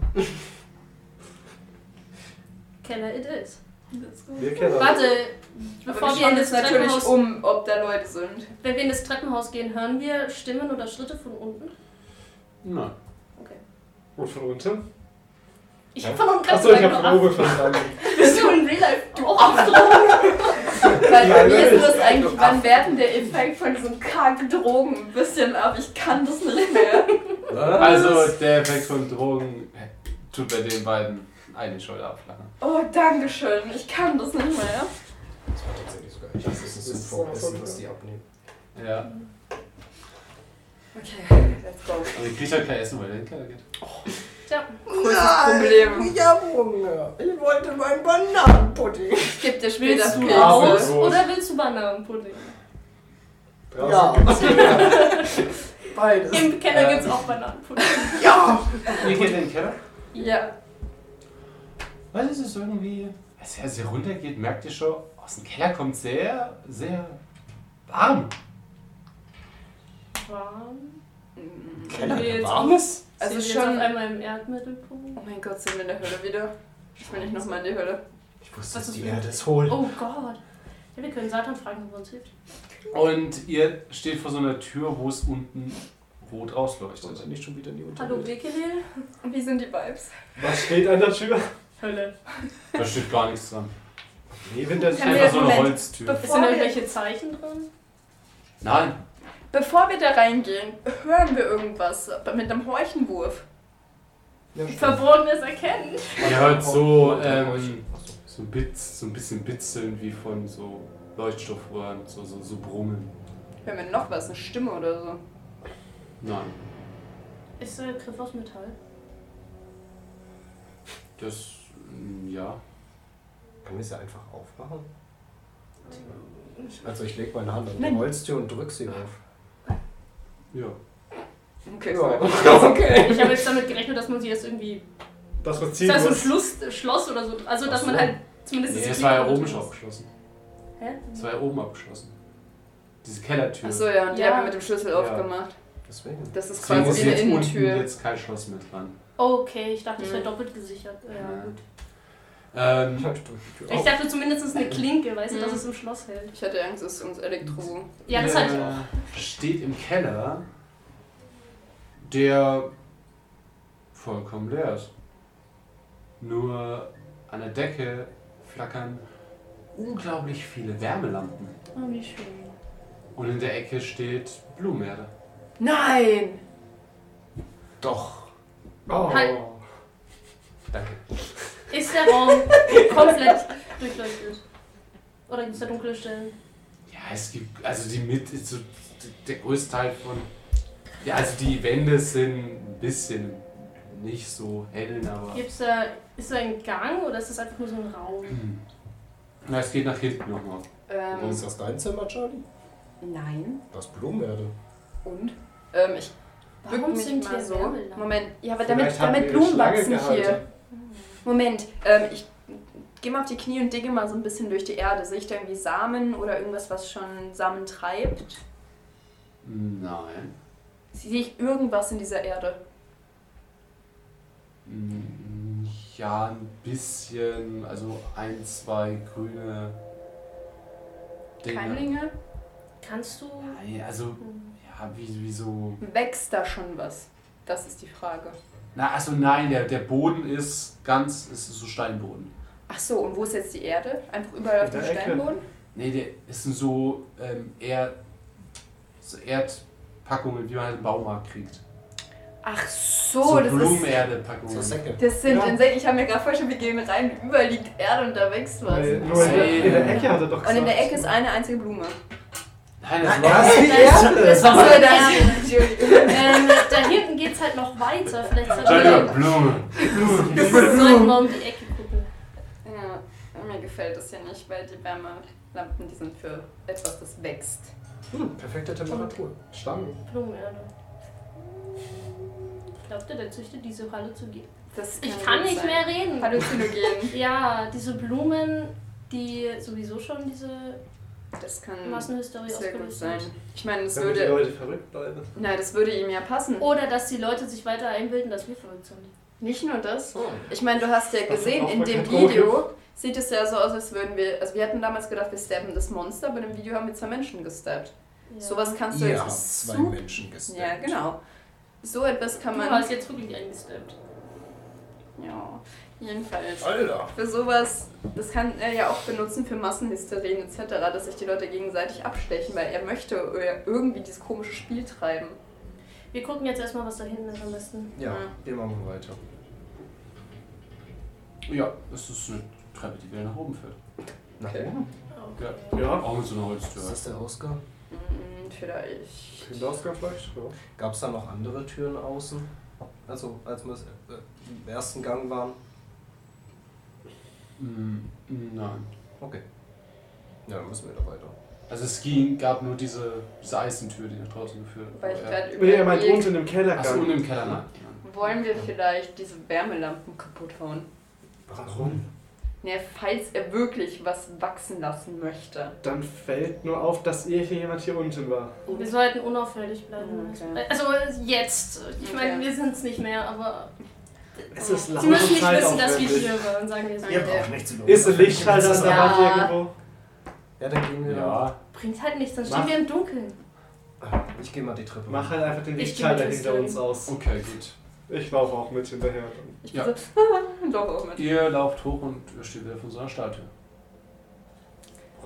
[SPEAKER 4] Keller it is.
[SPEAKER 5] Wir kennen das.
[SPEAKER 4] Warte, bevor
[SPEAKER 2] Aber
[SPEAKER 4] wir
[SPEAKER 2] schauen
[SPEAKER 4] in
[SPEAKER 2] uns
[SPEAKER 4] das
[SPEAKER 2] natürlich
[SPEAKER 4] Treppenhaus,
[SPEAKER 2] um, ob da Leute sind.
[SPEAKER 4] wenn wir in das Treppenhaus gehen, hören wir Stimmen oder Schritte von unten?
[SPEAKER 1] Nein.
[SPEAKER 5] Und von unten?
[SPEAKER 4] Ich hab von unten ganz
[SPEAKER 5] Achso, ich habe von
[SPEAKER 4] gemacht.
[SPEAKER 5] oben verstanden.
[SPEAKER 4] Bist du in Real Life? Du auch.
[SPEAKER 2] Weil bei mir
[SPEAKER 5] natürlich.
[SPEAKER 2] ist das eigentlich, wann wird denn der Effekt von diesen kargen Drogen ein bisschen ab? Ich kann das nicht mehr.
[SPEAKER 1] Also der Effekt von Drogen tut bei den beiden eine Schulter abflachen.
[SPEAKER 2] Oh, Dankeschön. Ich kann das nicht
[SPEAKER 7] Das
[SPEAKER 2] mehr.
[SPEAKER 7] war tatsächlich sogar echt. Das ist
[SPEAKER 5] Das
[SPEAKER 7] ein
[SPEAKER 5] ist
[SPEAKER 7] Voressen,
[SPEAKER 5] so-
[SPEAKER 7] was die abnehmen.
[SPEAKER 1] Ja.
[SPEAKER 2] Okay, let's go.
[SPEAKER 1] Aber ihr kriegt halt kein Essen, weil ihr in den Keller geht.
[SPEAKER 4] Tja,
[SPEAKER 2] Größtes Problem.
[SPEAKER 7] Ich hab Hunger. Ich wollte meinen Bananenpudding.
[SPEAKER 2] Ich geb dir später
[SPEAKER 4] willst du
[SPEAKER 1] Pilze.
[SPEAKER 4] Brot
[SPEAKER 1] Brot.
[SPEAKER 2] Pilze.
[SPEAKER 4] oder willst du Bananenpudding?
[SPEAKER 5] Draußen
[SPEAKER 7] Ja.
[SPEAKER 5] gibt's Keller.
[SPEAKER 7] Beides.
[SPEAKER 4] Im Keller
[SPEAKER 1] Äh.
[SPEAKER 4] gibt's auch Bananenpudding.
[SPEAKER 1] Ihr geht in den Keller?
[SPEAKER 2] Ja.
[SPEAKER 1] Was ist es irgendwie? Als er sie runtergeht, merkt ihr schon, aus dem Keller kommt sehr, sehr warm.
[SPEAKER 4] Warm.
[SPEAKER 7] Keller,
[SPEAKER 4] Nee,
[SPEAKER 7] der
[SPEAKER 4] jetzt-
[SPEAKER 7] warmes?
[SPEAKER 2] Also
[SPEAKER 4] Sind wir jetzt
[SPEAKER 2] schon.
[SPEAKER 4] auf einmal im Erdmittelpunkt.
[SPEAKER 2] Oh mein Gott, sind wir in der Hölle wieder? Ich will nicht nochmal in die Hölle.
[SPEAKER 7] Ich wusste,
[SPEAKER 4] Was
[SPEAKER 7] dass
[SPEAKER 4] ist
[SPEAKER 7] die
[SPEAKER 4] mit-
[SPEAKER 7] Erde es holt.
[SPEAKER 4] Oh Gott. Ja, wir können Satan fragen, ob er uns hilft.
[SPEAKER 1] Und ihr steht vor so einer Tür, wo es unten rot rausleuchtet.
[SPEAKER 7] Sonst halt nicht schon wieder in die
[SPEAKER 4] Hallo,
[SPEAKER 7] Unterwelt.
[SPEAKER 4] Wekelil.
[SPEAKER 2] Wie sind die Vibes?
[SPEAKER 5] Was steht an der Tür?
[SPEAKER 4] Hölle.
[SPEAKER 1] Da steht gar nichts dran.
[SPEAKER 5] Neben der
[SPEAKER 1] Das ist
[SPEAKER 2] Kann
[SPEAKER 5] Tür.
[SPEAKER 1] einfach so eine
[SPEAKER 2] Moment.
[SPEAKER 1] Holztür.
[SPEAKER 4] Sind irgendwelche Zeichen drin?
[SPEAKER 1] Nein.
[SPEAKER 2] Bevor wir da reingehen, hören wir irgendwas mit einem Horchenwurf.
[SPEAKER 7] Ja, stimmt.
[SPEAKER 4] Verbotenes Erkennen.
[SPEAKER 1] Ihr hört so,
[SPEAKER 7] Ach
[SPEAKER 1] ähm,
[SPEAKER 7] so.
[SPEAKER 1] so, ein Bitz, so ein bisschen bitzeln wie von so Leuchtstoffröhren, so, so, so Brummen.
[SPEAKER 2] Hören wir noch was? Eine Stimme oder so?
[SPEAKER 1] Nein.
[SPEAKER 4] äh, Ist der Griff aus Metall?
[SPEAKER 1] Das mm, Ja.
[SPEAKER 3] Können wir es ja einfach aufmachen? Also ich lege meine Hand an die Holztür und drück sie auf.
[SPEAKER 1] Ja.
[SPEAKER 2] Okay,
[SPEAKER 3] okay.
[SPEAKER 4] Ich habe jetzt damit gerechnet, dass man sie jetzt irgendwie.
[SPEAKER 5] Das was
[SPEAKER 4] Ist
[SPEAKER 5] ziehen
[SPEAKER 4] das so ein
[SPEAKER 5] muss.
[SPEAKER 4] Schluss, Schloss oder so? Also, dass
[SPEAKER 1] Ach
[SPEAKER 4] man
[SPEAKER 1] so.
[SPEAKER 4] halt zumindest.
[SPEAKER 1] Nee,
[SPEAKER 4] das
[SPEAKER 1] es war ja
[SPEAKER 4] Glied-
[SPEAKER 1] oben schon abgeschlossen.
[SPEAKER 4] Hä?
[SPEAKER 1] Es war ja oben abgeschlossen. Diese Kellertür.
[SPEAKER 2] Achso, ja, und die
[SPEAKER 4] Ja.
[SPEAKER 2] hat man mit dem Schlüssel aufgemacht.
[SPEAKER 3] Deswegen.
[SPEAKER 2] Das ist
[SPEAKER 1] Deswegen
[SPEAKER 2] quasi
[SPEAKER 1] ist
[SPEAKER 2] eine
[SPEAKER 1] jetzt unten
[SPEAKER 2] Innentür.
[SPEAKER 1] jetzt kein Schloss mit dran.
[SPEAKER 4] Okay, ich dachte, es
[SPEAKER 2] Hm.
[SPEAKER 4] wäre doppelt gesichert. Ja,
[SPEAKER 1] Ja.
[SPEAKER 4] gut.
[SPEAKER 3] Ich
[SPEAKER 1] Ähm,
[SPEAKER 3] drück die Tür
[SPEAKER 4] Ich
[SPEAKER 3] auf.
[SPEAKER 4] dachte zumindest es ist eine Klinke, weißt du,
[SPEAKER 2] Hm.
[SPEAKER 4] dass es im Schloss hält.
[SPEAKER 2] Ich hatte Angst, es ist uns Elektro.
[SPEAKER 4] Mhm. Ja, das
[SPEAKER 1] der
[SPEAKER 4] hatte ich auch.
[SPEAKER 1] Steht im Keller, der vollkommen leer ist. Nur an der Decke flackern unglaublich viele Wärmelampen.
[SPEAKER 4] Oh, wie schön.
[SPEAKER 1] Und in der Ecke steht Blumenerde.
[SPEAKER 2] Nein!
[SPEAKER 1] Doch.
[SPEAKER 5] Oh.
[SPEAKER 4] Halt.
[SPEAKER 1] Danke.
[SPEAKER 4] Ist der Raum komplett durchleuchtet? Oder gibt es da dunkle Stellen?
[SPEAKER 1] Ja, es gibt, also die mit, so, der größte Teil von, ja, also die Wände sind ein bisschen nicht so hell, aber
[SPEAKER 4] Gibt's da, ist da ein Gang oder ist das einfach nur so ein Raum?
[SPEAKER 1] na, es geht nach hinten nochmal.
[SPEAKER 2] Ähm,
[SPEAKER 3] Ist das dein Zimmer, Charlie?
[SPEAKER 2] nein.
[SPEAKER 3] Das Blumenerde.
[SPEAKER 2] Und? Ähm, ich bück
[SPEAKER 4] Warum
[SPEAKER 2] mich
[SPEAKER 4] sind
[SPEAKER 2] mal
[SPEAKER 4] hier
[SPEAKER 2] so.
[SPEAKER 4] Wärmelampen?
[SPEAKER 2] Moment, ja, aber damit,
[SPEAKER 3] Vielleicht haben
[SPEAKER 2] damit
[SPEAKER 3] wir
[SPEAKER 2] Blumen
[SPEAKER 3] Schlange
[SPEAKER 2] wachsen
[SPEAKER 3] gehalten.
[SPEAKER 2] hier. Moment, ähm, ich gehe mal auf die Knie und digge mal so ein bisschen durch die Erde. Sehe ich da irgendwie Samen oder irgendwas, was schon Samen treibt?
[SPEAKER 1] Nein.
[SPEAKER 2] Sehe ich irgendwas in dieser Erde?
[SPEAKER 1] Mm, Ja, ein bisschen, also ein, zwei grüne Dinge.
[SPEAKER 2] Keimlinge? Hm.
[SPEAKER 4] Kannst du.
[SPEAKER 1] Nein, also, ja, wie, wie so,
[SPEAKER 2] Wächst da schon was? Das ist die Frage.
[SPEAKER 1] na, also nein, der, der Boden ist ganz, ist so Steinboden.
[SPEAKER 2] Ach so, und wo ist jetzt die Erde? Einfach überall auf
[SPEAKER 3] In
[SPEAKER 2] dem
[SPEAKER 3] der Ecke.
[SPEAKER 2] Steinboden?
[SPEAKER 1] Nee, der ist ein so, ähm, Erd, so Erdpackungen, die man halt im Baumarkt kriegt.
[SPEAKER 2] Ach so,
[SPEAKER 1] so
[SPEAKER 2] Oh, das ist.
[SPEAKER 1] Blumenerde-Packungen.
[SPEAKER 3] So Säcke.
[SPEAKER 2] Das sind
[SPEAKER 5] Ja.
[SPEAKER 2] Insekten. Ich habe mir gerade vorgestellt, wir gehen rein, überall liegt Erde und da wächst was.
[SPEAKER 5] Nee, nur in der, in der Ecke hat er doch gesagt.
[SPEAKER 2] Und in der Ecke ist eine einzige Blume.
[SPEAKER 1] Nein, das
[SPEAKER 3] Das
[SPEAKER 1] war
[SPEAKER 3] ist die Erde!
[SPEAKER 2] So,
[SPEAKER 4] mal-
[SPEAKER 2] da Entschuldigung.
[SPEAKER 4] Ähm, da hinten geht's halt noch weiter. Vielleicht
[SPEAKER 1] Entschuldigung,
[SPEAKER 4] sollten
[SPEAKER 1] Blume.
[SPEAKER 4] wir, sollten wir um die Ecke gucken.
[SPEAKER 2] Ja, mir gefällt das ja nicht, weil die Wärmelampen, die sind für etwas, das wächst.
[SPEAKER 3] Hm, perfekte Temperatur. Stangen.
[SPEAKER 4] Blumenerde. Glaubt ihr, der züchtet diese Halluzinogen?
[SPEAKER 2] Das
[SPEAKER 4] Ich kann
[SPEAKER 2] gut
[SPEAKER 4] nicht
[SPEAKER 2] sein.
[SPEAKER 4] mehr reden.
[SPEAKER 2] Halluzinogen.
[SPEAKER 4] Ja, diese Blumen, die sowieso schon diese
[SPEAKER 2] Das kann
[SPEAKER 4] Massenhysterie
[SPEAKER 2] Mm, sehr gut
[SPEAKER 4] ausgelöst
[SPEAKER 2] sein.
[SPEAKER 4] haben.
[SPEAKER 2] Ich meine, das
[SPEAKER 5] Damit die
[SPEAKER 2] würde,
[SPEAKER 5] Leute verrückt bleiben.
[SPEAKER 2] na, das würde ihm ja passen.
[SPEAKER 4] Oder dass die Leute sich weiter einbilden, dass wir verrückt sind.
[SPEAKER 2] Nicht nur das. Ich meine, du hast ja
[SPEAKER 5] Das ist
[SPEAKER 2] gesehen,
[SPEAKER 5] auch
[SPEAKER 2] in dem
[SPEAKER 5] verkehrt rum.
[SPEAKER 2] Video sieht es ja so aus, als würden wir, also wir hatten damals gedacht, wir stabben das Monster, aber im Video haben wir zwei Menschen gestabbt.
[SPEAKER 4] Ja.
[SPEAKER 2] Sowas kannst du
[SPEAKER 3] Ihr habt
[SPEAKER 2] jetzt
[SPEAKER 3] zwei
[SPEAKER 2] super-
[SPEAKER 3] Menschen gestabbt.
[SPEAKER 2] Ja, genau. So etwas kann
[SPEAKER 4] Du
[SPEAKER 2] man.
[SPEAKER 4] hast jetzt wirklich eingesteppt.
[SPEAKER 2] Ja, jedenfalls.
[SPEAKER 3] Alter.
[SPEAKER 2] Für sowas, das kann er ja auch benutzen für Massenhysterien etc., dass sich die Leute gegenseitig abstechen, weil er möchte irgendwie dieses komische Spiel treiben.
[SPEAKER 4] Wir gucken jetzt erstmal, was da hinten ist am besten.
[SPEAKER 3] Ja,
[SPEAKER 2] Ja.
[SPEAKER 3] wir machen weiter.
[SPEAKER 1] Ja, das ist eine Treppe, die wieder nach oben führt.
[SPEAKER 3] Nach
[SPEAKER 5] Okay.
[SPEAKER 3] oben?
[SPEAKER 4] Okay.
[SPEAKER 5] Ja.
[SPEAKER 1] Auch mit so einer
[SPEAKER 3] Ist
[SPEAKER 1] Holztür.
[SPEAKER 3] das der Ausgang?
[SPEAKER 2] Mhm, vielleicht.
[SPEAKER 5] Hinausgang vielleicht? Ja.
[SPEAKER 3] Gab es da noch andere Türen außen? Also, als wir äh, im ersten Gang waren?
[SPEAKER 1] Mm, Nein.
[SPEAKER 3] Okay. Ja, dann müssen wir da weiter.
[SPEAKER 1] Also es ging, gab nur diese, diese Eisentür, die nach draußen geführt
[SPEAKER 2] Weil ich
[SPEAKER 1] hat.
[SPEAKER 2] gerade
[SPEAKER 5] Nee, er meint
[SPEAKER 2] überlege,
[SPEAKER 5] unten im Kellergang.
[SPEAKER 1] Achso, und im Keller, nein.
[SPEAKER 2] wollen wir vielleicht diese Wärmelampen kaputt hauen?
[SPEAKER 5] Warum?
[SPEAKER 2] Ne, falls er wirklich was wachsen lassen möchte.
[SPEAKER 5] Dann fällt nur auf, dass ihr hier jemand hier unten war.
[SPEAKER 4] Wir sollten unauffällig bleiben.
[SPEAKER 2] Mhm, Okay.
[SPEAKER 4] Also jetzt. Ich
[SPEAKER 2] Okay.
[SPEAKER 4] meine, wir sind es nicht mehr, aber
[SPEAKER 5] Es ist
[SPEAKER 4] Oh. sie
[SPEAKER 5] lange
[SPEAKER 4] müssen nicht
[SPEAKER 5] Zeit
[SPEAKER 4] wissen, dass wir
[SPEAKER 5] aufwendig.
[SPEAKER 4] hier waren, sagen wir so.
[SPEAKER 2] Ihr braucht
[SPEAKER 3] nichts zu
[SPEAKER 5] Ist ein
[SPEAKER 7] halt
[SPEAKER 5] Lichtschalter an der
[SPEAKER 2] Ja.
[SPEAKER 5] Wand irgendwo?
[SPEAKER 3] Ja, dann gehen wir da.
[SPEAKER 1] Ja,
[SPEAKER 4] Bringt halt nichts, dann
[SPEAKER 5] Mach-
[SPEAKER 4] stehen wir im Dunkeln.
[SPEAKER 3] Ah, Ich gehe mal die Treppe.
[SPEAKER 5] Mach halt einfach den
[SPEAKER 4] Ich
[SPEAKER 5] Lichtschalter
[SPEAKER 4] geh mit
[SPEAKER 5] hinter
[SPEAKER 4] Tristan.
[SPEAKER 5] uns aus.
[SPEAKER 1] okay, gut.
[SPEAKER 5] Ich laufe auch mit hinterher.
[SPEAKER 2] Ich
[SPEAKER 1] Ja.
[SPEAKER 2] bin so, doch oh auch mit.
[SPEAKER 1] Ihr lauft hoch und ihr steht wieder vor so einer Statue.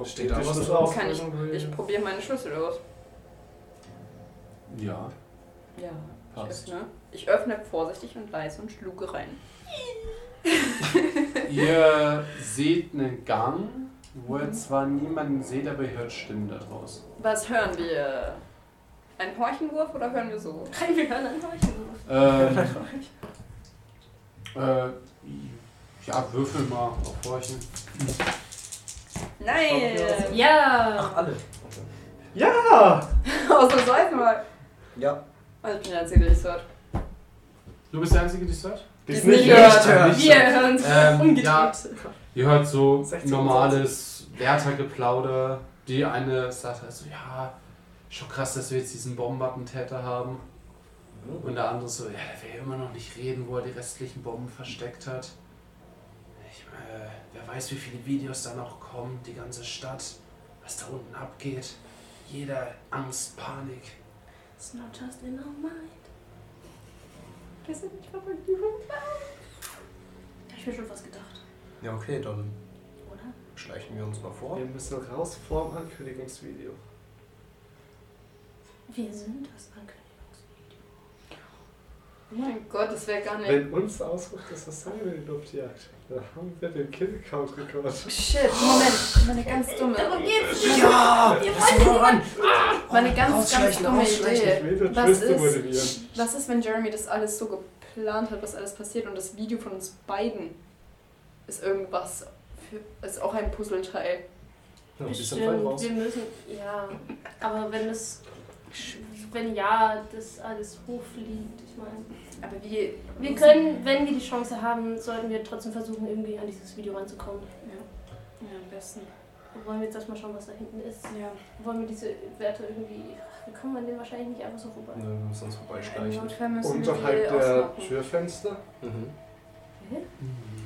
[SPEAKER 3] Steht da
[SPEAKER 5] Tisch
[SPEAKER 3] was
[SPEAKER 5] ist
[SPEAKER 3] drauf?
[SPEAKER 5] auf.
[SPEAKER 2] Kann ich, ich probiere meine Schlüssel aus.
[SPEAKER 1] Ja,
[SPEAKER 2] Ja, ich
[SPEAKER 1] passt.
[SPEAKER 2] öffne. Ich öffne vorsichtig und leise und schluge rein.
[SPEAKER 1] Ihr seht einen Gang, wo
[SPEAKER 2] Mhm.
[SPEAKER 1] ihr zwar niemanden seht, aber ihr hört Stimmen da draußen.
[SPEAKER 2] Was hören wir? Ein Horchenwurf oder hören wir so?
[SPEAKER 4] Nein, wir hören an euch.
[SPEAKER 1] Ähm, äh, Ja, würfel mal auf Horchen.
[SPEAKER 2] Nein!
[SPEAKER 4] Ja!
[SPEAKER 7] Alle.
[SPEAKER 5] Ja!
[SPEAKER 2] Ausnahmsweise mal.
[SPEAKER 7] Ja.
[SPEAKER 2] Also ich bin der einzige, der das hört.
[SPEAKER 1] Du bist der Einzige, die es hört?
[SPEAKER 5] Die ist
[SPEAKER 2] Die
[SPEAKER 5] nicht
[SPEAKER 2] nicht
[SPEAKER 5] hört.
[SPEAKER 7] hört.
[SPEAKER 4] Wir hören
[SPEAKER 6] Ähm,
[SPEAKER 4] umgedreht.
[SPEAKER 6] ja. Ihr hört so
[SPEAKER 5] 16,
[SPEAKER 6] normales Wärtergeplauder. Die eine sagt halt so, ja, schon krass, dass wir jetzt diesen Bombenattentäter haben. Und der andere so, ja, der will ja immer noch nicht reden, wo er die restlichen Bomben versteckt hat. Ich, äh, wer weiß, wie viele Videos da noch kommen, die ganze Stadt, was da unten abgeht. Jeder Angst, Panik.
[SPEAKER 4] It's not just in our mind.
[SPEAKER 2] Wir sind nicht verrückt, die Oh Hunde.
[SPEAKER 4] Hab ich mir schon was gedacht,
[SPEAKER 7] Ja, okay, dann
[SPEAKER 4] oder?
[SPEAKER 7] schleichen wir uns mal vor.
[SPEAKER 5] Wir müssen raus vorm Ankündigungsvideo.
[SPEAKER 4] Wir sind das Ankündigungsvideo.
[SPEAKER 2] Oh mein Gott, das wäre gar nicht.
[SPEAKER 5] Wenn uns ausruft, dass das sein will, die Luftjagd, da haben wir den Killcount gecallt.
[SPEAKER 2] Shit, Moment. Meine ganz dumme.
[SPEAKER 4] Darum geht's
[SPEAKER 7] Ja!
[SPEAKER 4] Wir
[SPEAKER 7] Lass mich voran!
[SPEAKER 2] Meine ganz, ganz
[SPEAKER 7] Ausschleichen,
[SPEAKER 2] dumme
[SPEAKER 7] ausschleichen.
[SPEAKER 5] Ich
[SPEAKER 2] Idee.
[SPEAKER 5] will den
[SPEAKER 2] Äh, Was
[SPEAKER 5] Twist zu
[SPEAKER 2] ist?
[SPEAKER 5] motivieren.
[SPEAKER 2] Was ist, wenn Jeremy das alles so geplant hat, was alles passiert und das Video von uns beiden ist irgendwas, für, ist auch ein Puzzleteil.
[SPEAKER 7] Ja, die sind voll
[SPEAKER 4] Bestimmt,
[SPEAKER 7] raus.
[SPEAKER 4] wir müssen, ja. Aber wenn es, wenn ja, das alles hochfliegt, ich meine.
[SPEAKER 2] Aber wie,
[SPEAKER 4] Wir können, wenn wir die Chance haben, sollten wir trotzdem versuchen, irgendwie an dieses Video ranzukommen.
[SPEAKER 2] Ja, am besten.
[SPEAKER 4] Wollen wir jetzt erstmal schauen, was da hinten ist?
[SPEAKER 2] Ja.
[SPEAKER 4] Wollen wir diese Werte irgendwie. Wir kommen an denen wahrscheinlich nicht einfach so vorbei.
[SPEAKER 7] Ne, wir müssen uns
[SPEAKER 2] Im
[SPEAKER 7] vorbeischleichen.
[SPEAKER 2] Notfall müssen wir
[SPEAKER 5] Unterhalb
[SPEAKER 2] die
[SPEAKER 5] der
[SPEAKER 2] ausmachen.
[SPEAKER 5] Türfenster.
[SPEAKER 7] Mhm.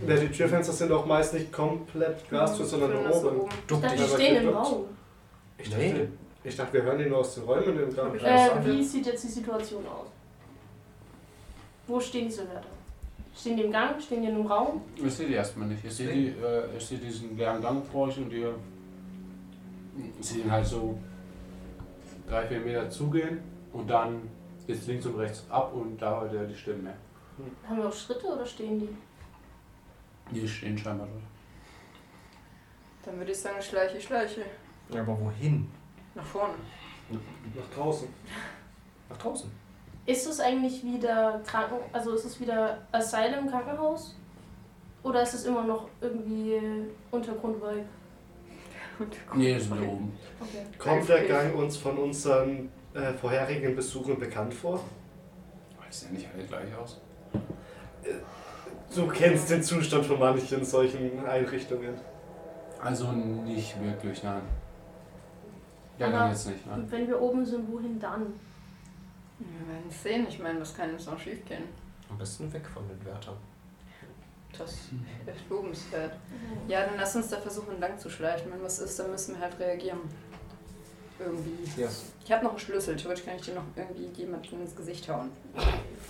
[SPEAKER 5] Ja, die Türfenster sind auch meist nicht komplett Glastür, sondern
[SPEAKER 2] Sondern
[SPEAKER 5] nach
[SPEAKER 2] so
[SPEAKER 5] oben.
[SPEAKER 4] Ich
[SPEAKER 7] Duck
[SPEAKER 4] dachte,
[SPEAKER 7] dich.
[SPEAKER 4] die
[SPEAKER 5] aber
[SPEAKER 4] stehen im
[SPEAKER 5] geduckt.
[SPEAKER 4] Raum.
[SPEAKER 5] Ich
[SPEAKER 7] Nee.
[SPEAKER 5] dachte, ich dachte, wir hören die nur aus den Räumen im Garten.
[SPEAKER 4] Äh, wie sieht jetzt die Situation aus? Wo stehen diese Werte? Stehen die im Gang? Stehen die in einem Raum?
[SPEAKER 1] Ich sehe die erstmal nicht. Ich sehe die, äh, ich sehe diesen leeren Gang vor euch und ihr seht ihn halt so drei, vier Meter zugehen und dann jetzt links und rechts ab und da hört ihr die Stimmen mehr.
[SPEAKER 4] Haben wir auch Schritte oder stehen die?
[SPEAKER 1] Die stehen scheinbar dort.
[SPEAKER 2] Dann würde ich sagen, schleiche, schleiche.
[SPEAKER 7] Ja, aber wohin?
[SPEAKER 2] Nach vorne.
[SPEAKER 5] Nach draußen.
[SPEAKER 7] Nach draußen.
[SPEAKER 4] Ist es eigentlich wieder Kranken, also ist es wieder Asylum Krankenhaus? Oder ist es immer noch irgendwie Untergrundvibe?
[SPEAKER 1] Nee, die sind da oben.
[SPEAKER 4] Okay.
[SPEAKER 5] Kommt der Gang uns von unseren äh, vorherigen Besuchen bekannt vor?
[SPEAKER 1] Aber die sehen nicht alle gleich aus.
[SPEAKER 5] Du kennst den Zustand von manchen solchen Einrichtungen.
[SPEAKER 1] Also nicht wirklich, nein. Ja,
[SPEAKER 4] Aber-
[SPEAKER 1] dann jetzt nicht, ne? nein.
[SPEAKER 4] Und wenn wir oben sind, wohin dann?
[SPEAKER 2] Wir werden sehen. Ich meine, was kann uns noch schief gehen?
[SPEAKER 7] Am besten weg von den Wärtern.
[SPEAKER 2] Das ist lobenswert. Ja, dann lass uns da versuchen, lang zu schleichen. Wenn was ist, dann müssen wir halt reagieren. Irgendwie.
[SPEAKER 7] Yes.
[SPEAKER 2] Ich habe noch einen Schlüssel. Theoretisch kann ich dir noch irgendwie jemanden ins Gesicht hauen.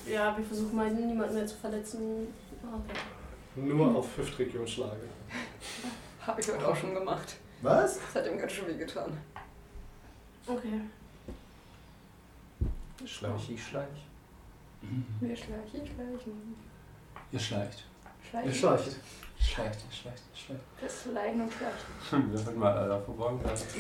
[SPEAKER 4] Ja, wir versuchen mal niemanden mehr zu verletzen. Okay.
[SPEAKER 5] Nur auf Hüftregion schlagen.
[SPEAKER 2] Habe ich heute auch schon gemacht.
[SPEAKER 7] Was?
[SPEAKER 2] Das hat ihm ganz schön weh getan.
[SPEAKER 4] Okay.
[SPEAKER 7] Schleich, ich schleich.
[SPEAKER 2] Wir schleichen, schleichen.
[SPEAKER 1] Ihr schleicht.
[SPEAKER 5] Ihr
[SPEAKER 2] Schleichen,
[SPEAKER 5] schleicht.
[SPEAKER 1] Schleicht, ihr schleicht, ihr schleicht.
[SPEAKER 2] das schleichen und schleichen.
[SPEAKER 1] Wir sind mal alle verborgen.
[SPEAKER 7] Was ist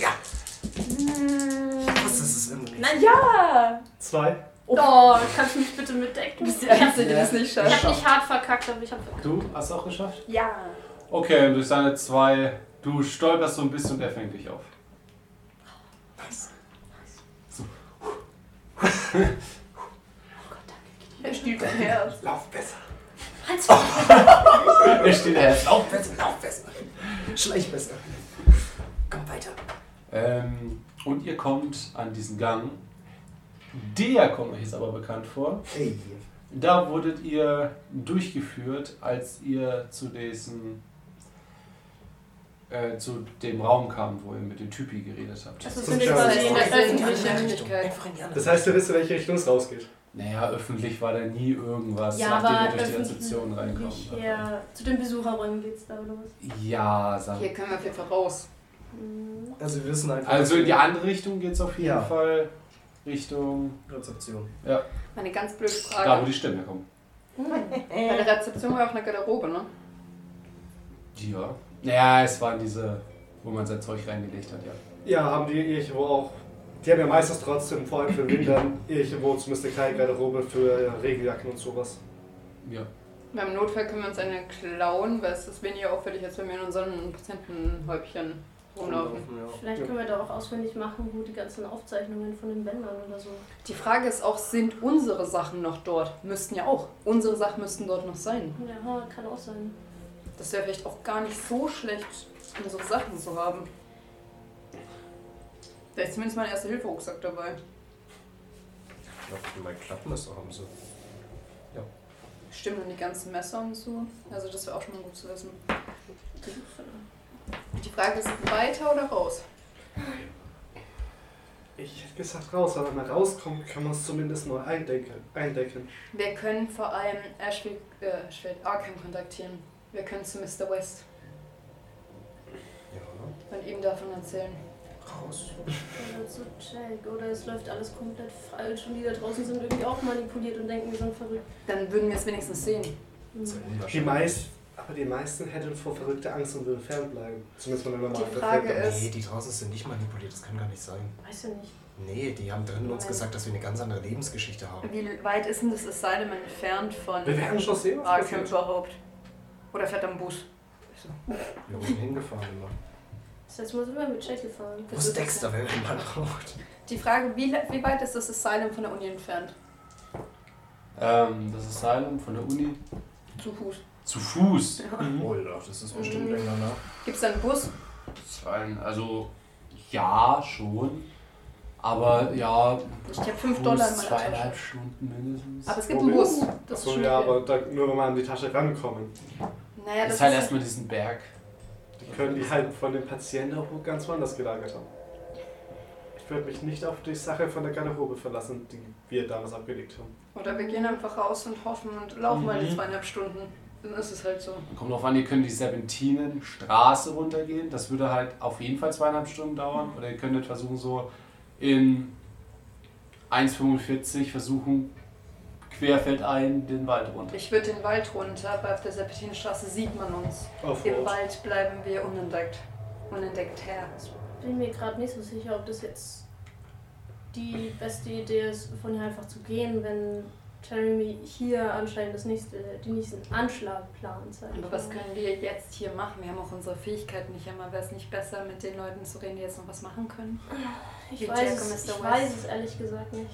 [SPEAKER 7] es immer nicht?
[SPEAKER 4] Nein, ja!
[SPEAKER 2] Ah,
[SPEAKER 5] Zwei.
[SPEAKER 4] Oh, kannst du mich bitte
[SPEAKER 2] du
[SPEAKER 4] mitdecken?
[SPEAKER 2] bist die
[SPEAKER 4] Ich hab
[SPEAKER 2] Einzige, die es nicht schafft.
[SPEAKER 4] nicht hart verkackt, aber ich hab verkackt.
[SPEAKER 1] Du hast auch geschafft?
[SPEAKER 2] Ja.
[SPEAKER 1] Okay, und durch seine zwei, du stolperst so ein bisschen und er fängt dich auf.
[SPEAKER 2] Er stiehlt dein Herz.
[SPEAKER 7] Lauf besser.
[SPEAKER 4] Halt's
[SPEAKER 1] Er steht er
[SPEAKER 7] Lauf besser, lauf besser. Schleich besser. Komm weiter.
[SPEAKER 1] Ähm, und ihr kommt an diesen Gang. Der kommt euch jetzt aber bekannt vor.
[SPEAKER 7] Ey.
[SPEAKER 1] Da wurdet ihr durchgeführt, als ihr zu diesem äh, zu dem Raum kam, wo ihr mit dem Typi geredet habt.
[SPEAKER 4] Also
[SPEAKER 5] ist
[SPEAKER 4] sind
[SPEAKER 5] schon
[SPEAKER 4] wir quasi
[SPEAKER 5] so.
[SPEAKER 4] in der öffentlichen.
[SPEAKER 2] Öffentlichkeit.
[SPEAKER 7] Einfach in die andere
[SPEAKER 5] Das heißt, ihr wisst, in welche Richtung es rausgeht.
[SPEAKER 1] Naja, öffentlich war da nie irgendwas,
[SPEAKER 4] Ja,
[SPEAKER 1] nachdem ihr
[SPEAKER 4] aber
[SPEAKER 1] durch die
[SPEAKER 4] öffentlich.
[SPEAKER 1] Rezeption reinkommt.
[SPEAKER 4] Ja, zu den Besucherräumen geht's da oder was?
[SPEAKER 1] Ja, sag
[SPEAKER 2] Hier können wir auf jeden Fall raus.
[SPEAKER 4] Hm.
[SPEAKER 7] Also wir wissen einfach.
[SPEAKER 1] Also in die andere Richtung geht es auf jeden
[SPEAKER 7] Ja.
[SPEAKER 1] Fall. Richtung
[SPEAKER 7] Rezeption.
[SPEAKER 2] Meine ganz blöde
[SPEAKER 1] da, wo
[SPEAKER 2] Frage.
[SPEAKER 1] die Stimme kommt.
[SPEAKER 2] Bei der Rezeption war ja auch eine Garderobe, ne?
[SPEAKER 1] Ja. Naja, es waren diese, wo man sein Zeug reingelegt hat, ja.
[SPEAKER 5] Ja, haben die irgendwo auch. Die haben ja meistens trotzdem, vor allem für Winter, irgendwo zumindest eine kleine Garderobe für Regenjacken und sowas.
[SPEAKER 1] Ja.
[SPEAKER 2] Beim Notfall können wir uns eine klauen, weil es ist weniger auffällig, als wenn wir in unseren Patientenhäubchen
[SPEAKER 1] Genau.
[SPEAKER 2] rumlaufen.
[SPEAKER 4] Vielleicht können wir da auch auswendig machen, wo die ganzen Aufzeichnungen von den Bändern oder so.
[SPEAKER 2] Die Frage ist auch, sind unsere Sachen noch dort? Müssten ja auch. Unsere Sachen müssten dort noch sein.
[SPEAKER 4] Ja, kann auch sein.
[SPEAKER 2] Das wäre vielleicht auch gar nicht so schlecht, unsere Sachen zu haben. Da ist zumindest mein erster Hilferucksack dabei.
[SPEAKER 3] Ich glaube, mein Klappmesser haben sie.
[SPEAKER 2] Stimmt, und die ganzen Messer und so. Also das wäre auch schon mal gut zu wissen. Die Frage ist, weiter oder raus?
[SPEAKER 5] Ich hätte gesagt raus, aber wenn man rauskommt, kann man es zumindest neu eindecken. eindecken.
[SPEAKER 2] Wir können vor allem Ashfield, äh, Ashfield Arkham kontaktieren. Wir können zu Mr. West
[SPEAKER 7] ne?
[SPEAKER 3] Ja,
[SPEAKER 2] und ihm davon erzählen.
[SPEAKER 3] raus.
[SPEAKER 4] Oder zu Jack. Also Oder es läuft alles komplett falsch und die da draußen sind irgendwie auch manipuliert und denken, wir sind verrückt.
[SPEAKER 2] Dann würden wir es wenigstens sehen.
[SPEAKER 4] Hm.
[SPEAKER 5] Die meisten, aber die meisten hätten vor verrückter Angst und würden fernbleiben. Zumindest wenn man mal
[SPEAKER 2] Die Frage
[SPEAKER 5] reflektiert.
[SPEAKER 2] ist,
[SPEAKER 3] Nee, die draußen sind nicht manipuliert, das kann gar nicht sein.
[SPEAKER 4] Weiß ja nicht.
[SPEAKER 3] Nee, die haben drinnen uns
[SPEAKER 2] Nein.
[SPEAKER 3] gesagt, dass wir eine ganz andere Lebensgeschichte haben.
[SPEAKER 2] wie weit ist denn das Asylum entfernt von
[SPEAKER 5] Wir werden schon sehen, was
[SPEAKER 2] Arkham
[SPEAKER 5] passiert.
[SPEAKER 2] überhaupt? Oder fährt am Bus?
[SPEAKER 3] Wir wurden hingefahren immer.
[SPEAKER 4] Das letzte Mal sind wir mit Jack gefahren.
[SPEAKER 3] Wo ist Dexter, wenn man mal raucht?
[SPEAKER 2] Die Frage, wie, le- wie weit ist das Asylum von der Uni entfernt?
[SPEAKER 1] Ähm, das Asylum von der Uni.
[SPEAKER 2] Zu Fuß.
[SPEAKER 1] Zu Fuß.
[SPEAKER 5] Mhm.
[SPEAKER 3] Oh ja, das ist bestimmt
[SPEAKER 2] Mhm.
[SPEAKER 3] länger, ne?
[SPEAKER 2] Gibt es da einen Bus?
[SPEAKER 1] Das war ein- Also, ja, schon. Aber ja,
[SPEAKER 2] Ich habe 5
[SPEAKER 1] Fuß
[SPEAKER 2] Dollar in meiner
[SPEAKER 1] zweieinhalb
[SPEAKER 2] Tasche.
[SPEAKER 1] Stunden mindestens.
[SPEAKER 2] Aber
[SPEAKER 1] Aber
[SPEAKER 2] es gibt einen Bus. Das ist
[SPEAKER 5] Achso,
[SPEAKER 2] schon
[SPEAKER 5] ja,
[SPEAKER 2] viel.
[SPEAKER 5] aber da, nur wenn wir an die Tasche rankommen.
[SPEAKER 2] Naja, das
[SPEAKER 1] ist halt erstmal diesen Berg.
[SPEAKER 5] Die können die halt von den Patienten auch ganz woanders gelagert haben. Ich würde mich nicht auf die Sache von der Garderobe verlassen, die wir damals abgelegt haben.
[SPEAKER 2] Oder wir gehen einfach raus und hoffen und laufen mal die
[SPEAKER 1] Mhm.
[SPEAKER 2] zweieinhalb Stunden. Dann ist es halt so.
[SPEAKER 1] Kommt drauf an, ihr könnt die Serpentinenstraße runtergehen. Das würde halt auf jeden Fall zweieinhalb Stunden dauern. Oder ihr könntet versuchen, so in 1,45 versuchen, querfeldein den Wald runter.
[SPEAKER 2] Ich würde den Wald runter, aber auf der Serpentinenstraße sieht man uns.
[SPEAKER 5] Auf
[SPEAKER 2] Im
[SPEAKER 5] Rot.
[SPEAKER 2] Wald bleiben wir unentdeckt. Unentdeckt her.
[SPEAKER 4] bin mir gerade nicht so sicher, ob das jetzt die beste Idee ist, von hier einfach zu gehen, wenn Jeremy hier anscheinend das nächste, den nächsten Anschlag plant. sag ich
[SPEAKER 2] Aber was
[SPEAKER 4] mal.
[SPEAKER 2] können wir jetzt hier machen? Wir haben auch unsere Fähigkeiten nicht einmal. Wäre es nicht besser, mit den Leuten zu reden, die jetzt noch was machen können?
[SPEAKER 4] Ich
[SPEAKER 2] Wie
[SPEAKER 4] weiß,
[SPEAKER 2] Jack und
[SPEAKER 4] es,
[SPEAKER 2] Mr.
[SPEAKER 4] ich
[SPEAKER 2] West.
[SPEAKER 4] weiß es ehrlich gesagt nicht.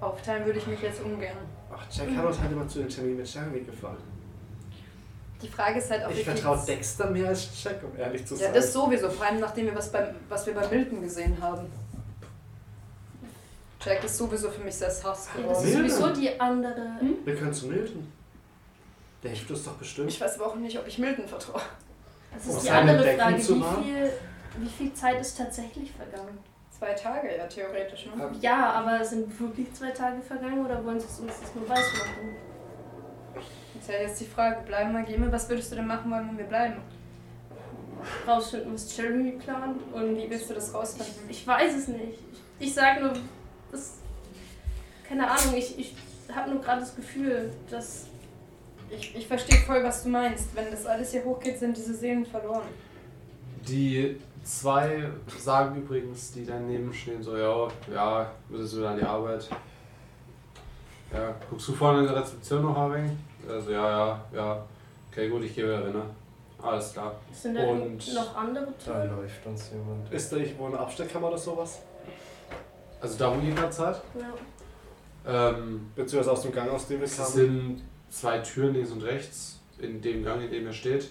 [SPEAKER 2] Aufteilen würde ich mich jetzt ungern.
[SPEAKER 5] Ach, Jack Hammond hat immer zu den Termin mit Jeremy gefahren.
[SPEAKER 2] Die Frage ist halt, ob
[SPEAKER 5] Ich
[SPEAKER 2] wir
[SPEAKER 5] vertraue
[SPEAKER 2] jetzt-
[SPEAKER 5] Dexter mehr als Jack, um ehrlich zu
[SPEAKER 2] Ja,
[SPEAKER 5] sein.
[SPEAKER 2] das sowieso. Vor allem, nachdem wir was, beim, was wir bei Milton gesehen haben. Jack ist sowieso für mich sehr sass
[SPEAKER 4] Ja, das
[SPEAKER 2] geworden.
[SPEAKER 4] ist
[SPEAKER 5] Milton.
[SPEAKER 4] sowieso die andere.
[SPEAKER 2] Hm?
[SPEAKER 5] wir können zu Milton. Der hilft uns doch bestimmt.
[SPEAKER 2] Ich weiß aber auch nicht, ob ich Milton vertraue.
[SPEAKER 4] Das
[SPEAKER 5] Um
[SPEAKER 4] ist die
[SPEAKER 5] seine
[SPEAKER 4] andere
[SPEAKER 5] Decken
[SPEAKER 4] Frage.
[SPEAKER 5] zu
[SPEAKER 4] Wie
[SPEAKER 5] machen?
[SPEAKER 4] viel, wie viel Zeit ist tatsächlich vergangen?
[SPEAKER 2] Zwei Tage, ja, theoretisch, ne?
[SPEAKER 4] Ja, aber sind wirklich zwei Tage vergangen oder wollen sie es uns das nur weiß machen?
[SPEAKER 2] Jetzt ist ja jetzt die Frage, bleiben wir, gehen wir, was würdest du denn machen wollen, wenn wir bleiben?
[SPEAKER 4] Rausfinden, was Jeremy plant und
[SPEAKER 2] Wie willst du das rausfinden?
[SPEAKER 4] Ich, ich weiß es nicht. Ich, ich sag nur, das, keine Ahnung, ich, ich habe nur gerade das Gefühl, dass.
[SPEAKER 2] Ich, ich verstehe voll, was du meinst. Wenn das alles hier hochgeht, sind diese Seelen verloren.
[SPEAKER 1] Die zwei sagen übrigens, die daneben stehen, so, ja, ja, müssen wieder an die Arbeit. Ja, guckst du vorne in der Rezeption noch ein wenig? Also, ja, ja, ja. Okay, gut, ich gehe wieder rein, ne? Alles klar.
[SPEAKER 4] Sind da
[SPEAKER 1] Und-
[SPEAKER 4] noch andere
[SPEAKER 3] Da
[SPEAKER 4] Türen?
[SPEAKER 3] läuft uns jemand.
[SPEAKER 5] Ist da irgendwo eine Abstellkammer oder sowas?
[SPEAKER 1] Also, da wo ihr gerade seid,
[SPEAKER 4] Ja.
[SPEAKER 1] ähm,
[SPEAKER 5] Beziehungsweise aus dem Gang, aus dem wir
[SPEAKER 1] es
[SPEAKER 5] kamen.
[SPEAKER 1] sind zwei Türen links und rechts in dem Gang, in dem ihr steht.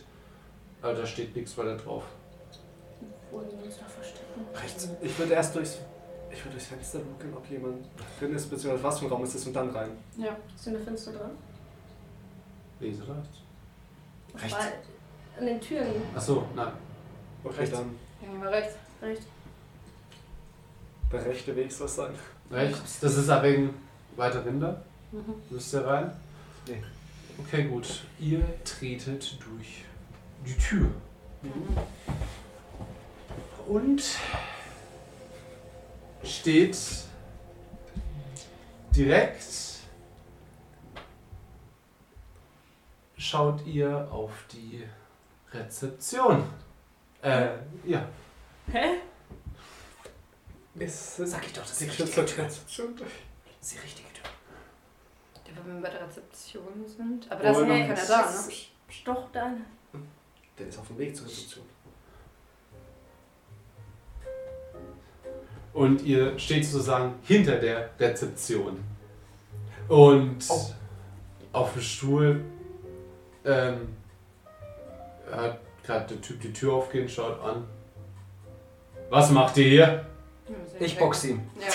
[SPEAKER 1] Aber da steht nichts weiter drauf.
[SPEAKER 4] Wollen wir uns da verstecken?
[SPEAKER 5] Rechts. Ich würde erst durchs, ich würde durchs Fenster gucken, ob jemand drin ist, beziehungsweise was für ein Raum es ist und dann rein.
[SPEAKER 2] Ja.
[SPEAKER 4] Sind da Fenster dran?
[SPEAKER 1] Links oder rechts?
[SPEAKER 3] Rechts.
[SPEAKER 4] Weil- An den Türen.
[SPEAKER 1] Achso, nein.
[SPEAKER 5] Okay,
[SPEAKER 3] Rechts.
[SPEAKER 5] dann.
[SPEAKER 2] Dann gehen wir rechts.
[SPEAKER 4] Recht.
[SPEAKER 5] Der rechte Weg soll es sein.
[SPEAKER 1] Rechts. Das ist ein wenig weiter hinter.
[SPEAKER 2] Mhm.
[SPEAKER 1] Müsst ihr rein?
[SPEAKER 3] Nee.
[SPEAKER 1] Okay, gut. Ihr tretet durch die Tür. Und steht direkt, schaut ihr auf die Rezeption. Äh, ja.
[SPEAKER 4] Hä?
[SPEAKER 5] Ist es
[SPEAKER 3] Sag ich doch, das
[SPEAKER 5] die
[SPEAKER 3] ist die richtige
[SPEAKER 5] Schützer
[SPEAKER 3] Tür.
[SPEAKER 5] Rezeption?
[SPEAKER 3] Das ist die richtige Tür.
[SPEAKER 2] Wenn wir bei der Rezeption sind. Aber da ist noch keiner da, ne?
[SPEAKER 4] Doch, da.
[SPEAKER 3] Der ist auf dem Weg zur Rezeption.
[SPEAKER 1] Und ihr steht sozusagen hinter der Rezeption. Und auf dem Stuhl ähm, hat gerade der Typ die Tür aufgehen, schaut an. Was macht ihr hier?
[SPEAKER 3] Ich boxe ihn.
[SPEAKER 2] Ja.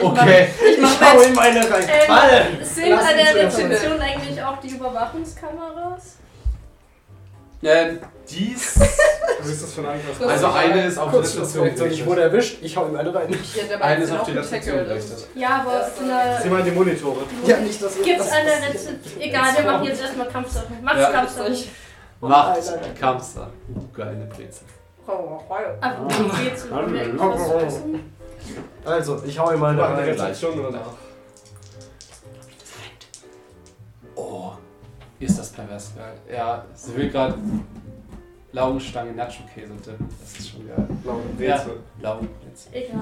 [SPEAKER 1] Okay.
[SPEAKER 4] Ich mach mal
[SPEAKER 3] ihm eine rein.
[SPEAKER 4] Ähm,
[SPEAKER 3] Ball!
[SPEAKER 4] Sind
[SPEAKER 3] Lass
[SPEAKER 4] an
[SPEAKER 3] ihn
[SPEAKER 4] der
[SPEAKER 3] zuerst
[SPEAKER 4] Rezeption eigentlich auch die Überwachungskameras?
[SPEAKER 1] Ähm, dies.
[SPEAKER 5] Was ist das für ein Angriff?
[SPEAKER 1] Also eine ist auf der
[SPEAKER 3] Kurz
[SPEAKER 1] Rezeption.
[SPEAKER 3] Reaktion. Ich wurde erwischt, ich hau ihm eine rein.
[SPEAKER 2] Ja, dabei
[SPEAKER 1] Eine
[SPEAKER 2] sind
[SPEAKER 1] ist
[SPEAKER 2] sie
[SPEAKER 1] auf
[SPEAKER 2] noch
[SPEAKER 1] die Rezeption
[SPEAKER 2] getackelt.
[SPEAKER 1] gerichtet.
[SPEAKER 4] Ja, aber
[SPEAKER 2] Das,
[SPEAKER 4] in der.
[SPEAKER 5] Sieh mal die Monitore.
[SPEAKER 3] Ja, nicht, dass ihr
[SPEAKER 4] Gibt's
[SPEAKER 3] das
[SPEAKER 4] an der
[SPEAKER 3] passiert.
[SPEAKER 4] Rezeption. Egal, wir machen jetzt erstmal Kampfsache. Mach's
[SPEAKER 1] Ja.
[SPEAKER 4] Kampfsache.
[SPEAKER 1] Macht Kamster. Geile Brezel.
[SPEAKER 2] Brauerei.
[SPEAKER 4] Aber geht's so. Wer- was zu essen?
[SPEAKER 3] Also, ich hau ihm mal eine
[SPEAKER 5] Mach eine
[SPEAKER 3] rein.
[SPEAKER 5] Rezeption oder nach.
[SPEAKER 1] Oh, ist das pervers geil. Ja, sie will gerade Laugenstange Nacho-Käse tippen. Das ist schon geil.
[SPEAKER 5] Blauen
[SPEAKER 1] Ja,
[SPEAKER 5] Rätsel.
[SPEAKER 1] Laugenbrezel.
[SPEAKER 4] Egal.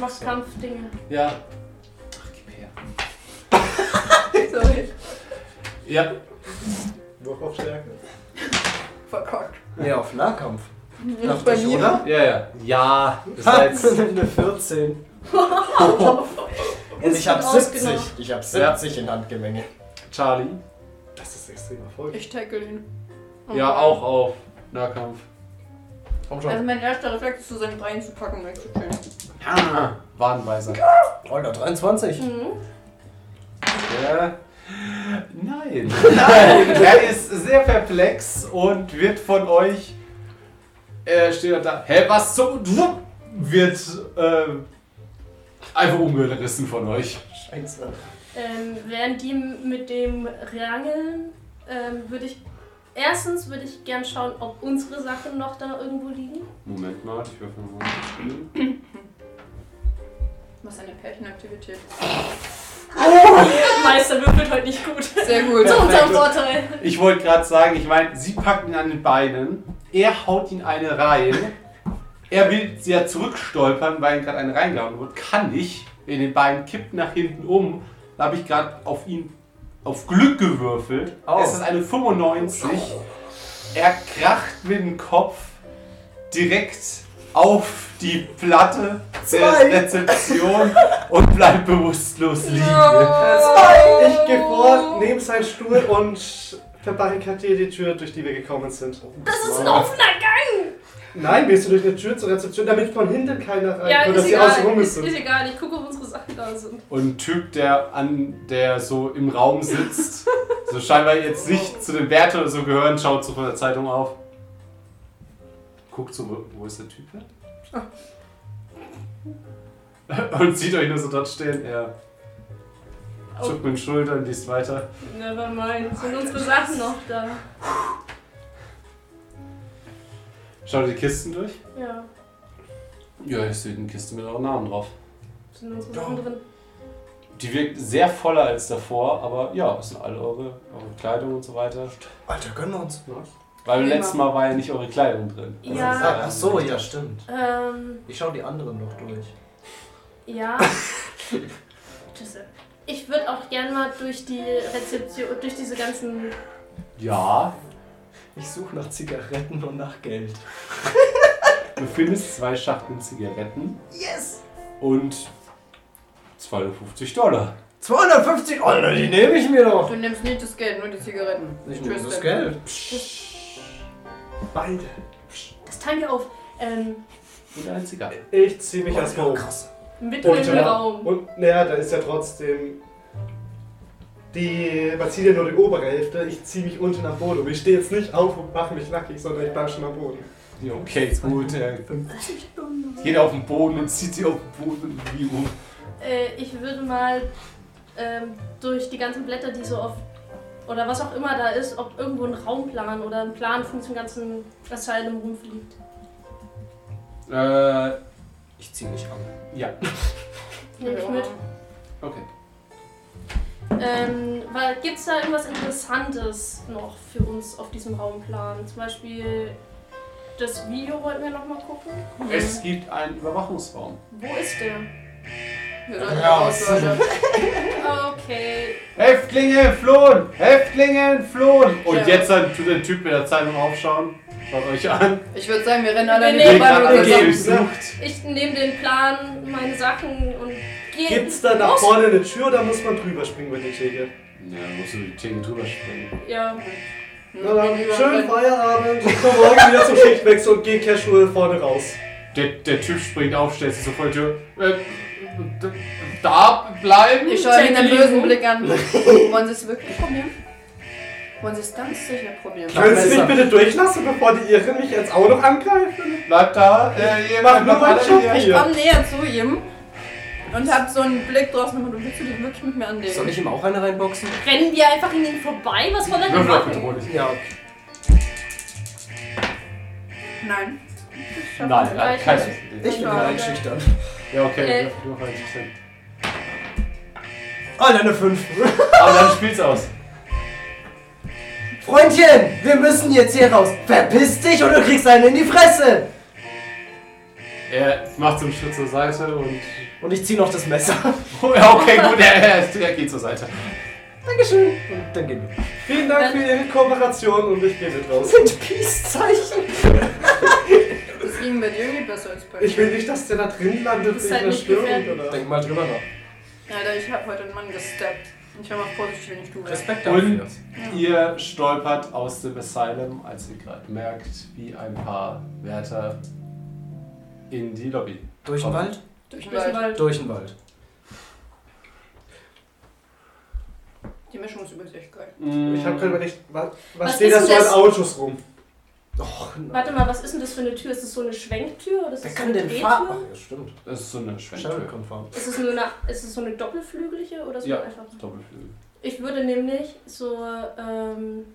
[SPEAKER 4] Mach's Kampfdinge.
[SPEAKER 1] Ja. Ach, gib her.
[SPEAKER 2] Sorry.
[SPEAKER 1] Ja.
[SPEAKER 5] Wurf auf Stärke.
[SPEAKER 2] Verkackt.
[SPEAKER 3] Nee, auf Nahkampf.
[SPEAKER 2] Nicht
[SPEAKER 3] bei mir.
[SPEAKER 2] oder?
[SPEAKER 1] Ja, ja. Ja, das war
[SPEAKER 3] Ha,
[SPEAKER 1] jetzt.
[SPEAKER 3] eine 14. Und ich hab
[SPEAKER 4] wird
[SPEAKER 3] 70.
[SPEAKER 4] ausgenommen.
[SPEAKER 3] Ich hab 70 in Handgemenge.
[SPEAKER 1] Charlie.
[SPEAKER 5] Das ist extrem erfolgreich.
[SPEAKER 2] Ich tackle ihn.
[SPEAKER 1] Ja, auch auf Nahkampf.
[SPEAKER 3] Komm
[SPEAKER 2] Also mein erster Reflex ist, zu seinen Beinen zu packen und wegzuchillen.
[SPEAKER 1] Ah, Wadenweiser.
[SPEAKER 3] Alter, 23.
[SPEAKER 4] Mhm.
[SPEAKER 1] Ja. Nein. Nein. er ist sehr perplex und wird von euch. Er steht da. Hä, was zum. Wupp, Wird ähm, einfach umgerissen von euch.
[SPEAKER 3] Scheiße.
[SPEAKER 4] Ähm, während die mit dem Rangeln, ähm, würde ich. Erstens würde ich gern schauen, ob unsere Sachen noch da irgendwo liegen.
[SPEAKER 1] Moment mal, ich würfel mal.
[SPEAKER 2] Was eine Pärchenaktivität.
[SPEAKER 4] Meister würfelt heute nicht gut.
[SPEAKER 2] Sehr gut.
[SPEAKER 4] Zu unserem Vorteil.
[SPEAKER 1] Ich wollte gerade sagen, ich meine, sie packt ihn an den Beinen, er haut ihn eine rein. Er will sie ja zurückstolpern, weil ihm gerade eine reingehauen wird. Kann nicht. In den Beinen kippt nach hinten um. Da habe ich gerade auf ihn auf Glück gewürfelt.
[SPEAKER 3] Oh.
[SPEAKER 1] Es ist eine 95. Er kracht mit dem Kopf direkt auf die Platte
[SPEAKER 3] Zwei.
[SPEAKER 1] der Rezeption und bleibt bewusstlos liegen.
[SPEAKER 3] Oh.
[SPEAKER 5] Ich geh vor, nehm seinen Stuhl und verbarrikadiere die Tür, durch die wir gekommen sind.
[SPEAKER 4] Das ist ein offener Gang!
[SPEAKER 5] Nein, gehst du durch eine Tür zur Rezeption, damit von hinten keiner
[SPEAKER 4] Ja,
[SPEAKER 5] reinkommt,
[SPEAKER 4] ist
[SPEAKER 5] dass sie außen
[SPEAKER 4] egal.
[SPEAKER 5] rum
[SPEAKER 4] Ist,
[SPEAKER 5] ist.
[SPEAKER 4] ist egal. Ich gucke, ob unsere Sachen da sind.
[SPEAKER 1] Und ein Typ, der an der so im Raum sitzt, so scheinbar jetzt nicht zu den Werte oder so gehören, schaut so von der Zeitung auf. Guckt so, wo- wo ist der Typ her? Und sieht euch nur so dort stehen. Er zuckt mit den Schultern, liest weiter.
[SPEAKER 4] Nevermind. Sind unsere Sachen noch da?
[SPEAKER 1] Schaut die Kisten durch.
[SPEAKER 4] Ja.
[SPEAKER 1] Ja, ich sehe eine Kiste mit euren Namen drauf.
[SPEAKER 4] Sind unsere Sachen drin?
[SPEAKER 1] Die wirkt sehr voller als davor, aber ja, es sind alle eure, eure Kleidung und so weiter.
[SPEAKER 3] Alter, gönn uns.
[SPEAKER 1] Weil beim
[SPEAKER 2] Prima.
[SPEAKER 1] letzten Mal war ja nicht eure Kleidung drin. Also, äh,
[SPEAKER 4] Ja.
[SPEAKER 1] Das ist
[SPEAKER 3] Ach so, ja, stimmt.
[SPEAKER 4] Ähm,
[SPEAKER 3] Ich schau die anderen noch durch.
[SPEAKER 4] ja. Tschüsse. Ich würde auch gern mal durch die Rezeption, durch diese ganzen.
[SPEAKER 1] Ja,
[SPEAKER 3] Ich suche nach Zigaretten und nach Geld.
[SPEAKER 1] Du findest zwei Schachteln Zigaretten
[SPEAKER 3] Yes!
[SPEAKER 1] und 250 Dollar.
[SPEAKER 3] 250 Alter, die nehme ich mir doch.
[SPEAKER 2] Du nimmst nicht das Geld, nur die Zigaretten.
[SPEAKER 3] Ich nehme
[SPEAKER 2] Tschüss,
[SPEAKER 3] das
[SPEAKER 2] dann.
[SPEAKER 3] Geld.
[SPEAKER 5] Beide.
[SPEAKER 4] Das teilen wir auf. Ähm,
[SPEAKER 1] Und eine Zigarre.
[SPEAKER 5] Ich zieh
[SPEAKER 3] Oh
[SPEAKER 5] mich erstmal um.
[SPEAKER 3] krass.
[SPEAKER 4] mitten im
[SPEAKER 5] ja,
[SPEAKER 4] Raum.
[SPEAKER 5] Und naja, da ist ja trotzdem. Die, man zieht ja nur die obere Hälfte, ich ziehe mich unten am Boden um. Ich stehe jetzt nicht auf und mache mich nackig, sondern ich bleibe schon am Boden.
[SPEAKER 1] Ja, okay, ist gut. Er geht auf den Boden und zieht sie auf den Boden wie um.
[SPEAKER 4] Äh, ich würde mal ähm, durch die ganzen Blätter, die so oft. Oder was auch immer da ist, ob irgendwo ein Raumplan oder ein Plan von diesem ganzen Asylum rumfliegt.
[SPEAKER 1] Äh,
[SPEAKER 3] Ich ziehe mich an.
[SPEAKER 1] ja.
[SPEAKER 4] Nehme ich
[SPEAKER 2] Ja.
[SPEAKER 4] mit.
[SPEAKER 1] Okay.
[SPEAKER 4] Ähm, Gibt es da irgendwas Interessantes noch für uns auf diesem Raumplan? Zum Beispiel das Video wollten wir nochmal gucken.
[SPEAKER 1] Es gibt einen Überwachungsraum.
[SPEAKER 4] Wo ist der?
[SPEAKER 2] Wir sollten raus, Leute.
[SPEAKER 4] Okay,
[SPEAKER 1] Häftlinge entflohen! Häftlinge entflohen! Und jetzt dann tut der Typ mit der Zeitung aufschauen. Schaut euch an.
[SPEAKER 2] Ich würde sagen, wir rennen alle in
[SPEAKER 4] Nee,
[SPEAKER 2] den
[SPEAKER 4] nee,
[SPEAKER 2] Bahn
[SPEAKER 4] warte,
[SPEAKER 2] oder
[SPEAKER 4] wir
[SPEAKER 2] so.
[SPEAKER 4] gehen.
[SPEAKER 1] durchsucht.
[SPEAKER 4] Ich nehme den Plan, meine Sachen und gehe.
[SPEAKER 5] Gibt's da nach
[SPEAKER 4] Los!
[SPEAKER 5] vorne eine Tür oder muss man drüber springen mit der Theke?
[SPEAKER 1] Ja, dann musst du die Theke drüber springen.
[SPEAKER 4] Ja,
[SPEAKER 5] Na dann,
[SPEAKER 2] Ja,
[SPEAKER 5] schönen
[SPEAKER 2] dann-
[SPEAKER 5] Feierabend. Ich komme morgen wieder zum Schichtwechsel und gehe casual vorne raus.
[SPEAKER 1] Der, der Typ springt auf, stellt sich so vor die Tür. Äh, d- da bleiben?
[SPEAKER 2] Ich schaue ihn einen
[SPEAKER 1] Jacqueline?
[SPEAKER 2] bösen Blick an. Wollen Sie es wirklich probieren? Wollen Sie es ganz sicher probieren?
[SPEAKER 7] Doch
[SPEAKER 5] Können Sie
[SPEAKER 7] besser.
[SPEAKER 5] mich bitte durchlassen, bevor die Irren mich jetzt auch noch angreifen?
[SPEAKER 1] Bleib da. Äh, ihr
[SPEAKER 5] Mach nur
[SPEAKER 1] bleibt
[SPEAKER 5] meinen
[SPEAKER 1] alle
[SPEAKER 5] Job
[SPEAKER 1] hier.
[SPEAKER 2] Ich
[SPEAKER 5] hier.
[SPEAKER 2] komme näher zu ihm und habe so einen Blick drauf gemacht. Du willst du dich wirklich mit mir anlegen?
[SPEAKER 7] Soll ich ihm auch eine reinboxen?
[SPEAKER 4] rennen wir einfach in ihn vorbei? Was wollen wir denn
[SPEAKER 1] Würfel auf
[SPEAKER 4] machen?
[SPEAKER 1] bedrohlich.
[SPEAKER 7] Ja, okay.
[SPEAKER 2] Nein. Ich schaff
[SPEAKER 1] Nein,
[SPEAKER 2] das.
[SPEAKER 1] nein, kein
[SPEAKER 7] Ich bin
[SPEAKER 2] Ja,
[SPEAKER 7] rein
[SPEAKER 2] okay.
[SPEAKER 7] schüchtern.
[SPEAKER 1] Ja, okay.
[SPEAKER 4] Äh.
[SPEAKER 1] Würfel- Würfel auf Sinn.
[SPEAKER 7] Ah, eine 5.
[SPEAKER 1] Aber dann spielt's aus.
[SPEAKER 7] Freundchen, wir müssen jetzt hier raus. Verpiss dich oder du kriegst einen in die Fresse.
[SPEAKER 1] Er macht so einen Schritt zur Seite und.
[SPEAKER 7] Und ich zieh noch das Messer.
[SPEAKER 1] Ja, okay, gut, er, er, er geht zur Seite.
[SPEAKER 7] Dankeschön. Und dann gehen wir.
[SPEAKER 5] Vielen Dank für Ihre Kooperation und ich gehe mit raus.
[SPEAKER 7] Sind Peace-Zeichen.
[SPEAKER 2] Das ging bei dir irgendwie besser als bei mir.
[SPEAKER 5] Ich will nicht, dass der da drin landet
[SPEAKER 4] Ist
[SPEAKER 5] in
[SPEAKER 4] halt
[SPEAKER 5] der
[SPEAKER 4] nicht
[SPEAKER 5] Störung
[SPEAKER 4] gefährlich.
[SPEAKER 5] oder.
[SPEAKER 7] Denk mal drüber nach.
[SPEAKER 2] Alter, ich habe heute einen Mann gesteppt. Ich war mal vorsichtig, wenn ich du wärst.
[SPEAKER 7] Respekt
[SPEAKER 1] Und
[SPEAKER 7] dafür.
[SPEAKER 1] ihr stolpert aus dem Asylum, als ihr gerade merkt, wie ein paar Wärter in die Lobby.
[SPEAKER 7] Durch den Wald?
[SPEAKER 4] Durch den Wald.
[SPEAKER 7] Durch den Wald.
[SPEAKER 2] Die Mischung ist übrigens echt geil.
[SPEAKER 5] Ich habe gerade überlegt, was, was
[SPEAKER 4] Was
[SPEAKER 5] steht
[SPEAKER 4] ist
[SPEAKER 5] da so
[SPEAKER 4] denn
[SPEAKER 5] an
[SPEAKER 4] das?
[SPEAKER 5] Autos rum?
[SPEAKER 7] Och, nein.
[SPEAKER 4] Warte mal, was ist denn das für eine Tür? Ist das so eine Schwenktür oder ist
[SPEAKER 7] Wer
[SPEAKER 4] das so
[SPEAKER 7] kann
[SPEAKER 4] eine
[SPEAKER 7] denn fahren?
[SPEAKER 4] Drehtür?
[SPEAKER 7] Ach, ja, stimmt.
[SPEAKER 1] Das ist so eine Schwenktür.
[SPEAKER 7] Shadow-konform.
[SPEAKER 4] Ist es, nur eine, ist es so eine doppelflügelige oder so
[SPEAKER 1] Ja.
[SPEAKER 4] einfach?
[SPEAKER 1] Doppelflügel.
[SPEAKER 4] Ich würde nämlich so, ähm,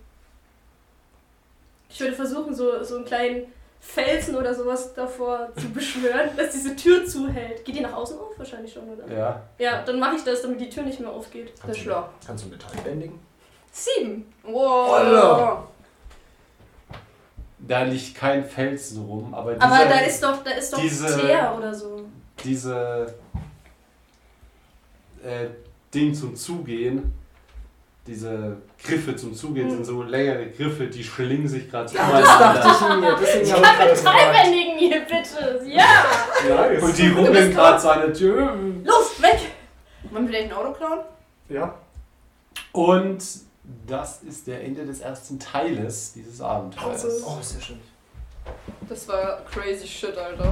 [SPEAKER 4] ich würde versuchen, so, so einen kleinen Felsen oder sowas davor zu beschwören, dass diese Tür zuhält. Geht die nach außen auf? Wahrscheinlich schon, oder?
[SPEAKER 1] Ja.
[SPEAKER 4] Ja, dann mache ich das, damit die Tür nicht mehr aufgeht.
[SPEAKER 2] Das ist schlau.
[SPEAKER 7] Kannst du Metall bändigen?
[SPEAKER 4] Sieben.
[SPEAKER 2] Wow.
[SPEAKER 7] Alter.
[SPEAKER 1] Da liegt kein Felsen rum, aber diese,
[SPEAKER 4] Aber da ist doch, da ist doch
[SPEAKER 1] diese-
[SPEAKER 4] Teer oder so.
[SPEAKER 1] diese äh, Ding zum Zugehen, diese Griffe zum Zugehen
[SPEAKER 4] Hm.
[SPEAKER 1] sind so längere Griffe, die schlingen sich gerade so umeinander.
[SPEAKER 7] ich mir. Deswegen
[SPEAKER 5] Ich
[SPEAKER 7] habe
[SPEAKER 5] hab
[SPEAKER 7] gerade gefragt.
[SPEAKER 4] Dreibändigen hier, bitte. Ja!
[SPEAKER 5] Nice.
[SPEAKER 1] Und die
[SPEAKER 4] Du
[SPEAKER 1] rubbeln
[SPEAKER 4] bist
[SPEAKER 1] gerade so an der Tür.
[SPEAKER 4] Los, weg!
[SPEAKER 2] Wollen wir vielleicht ein Auto klauen?
[SPEAKER 5] Ja.
[SPEAKER 1] Und das ist der Ende des ersten Teiles dieses Abenteuers.
[SPEAKER 3] Oh,
[SPEAKER 4] Also-
[SPEAKER 7] Oh, sehr schön.
[SPEAKER 2] Das war crazy shit, Alter.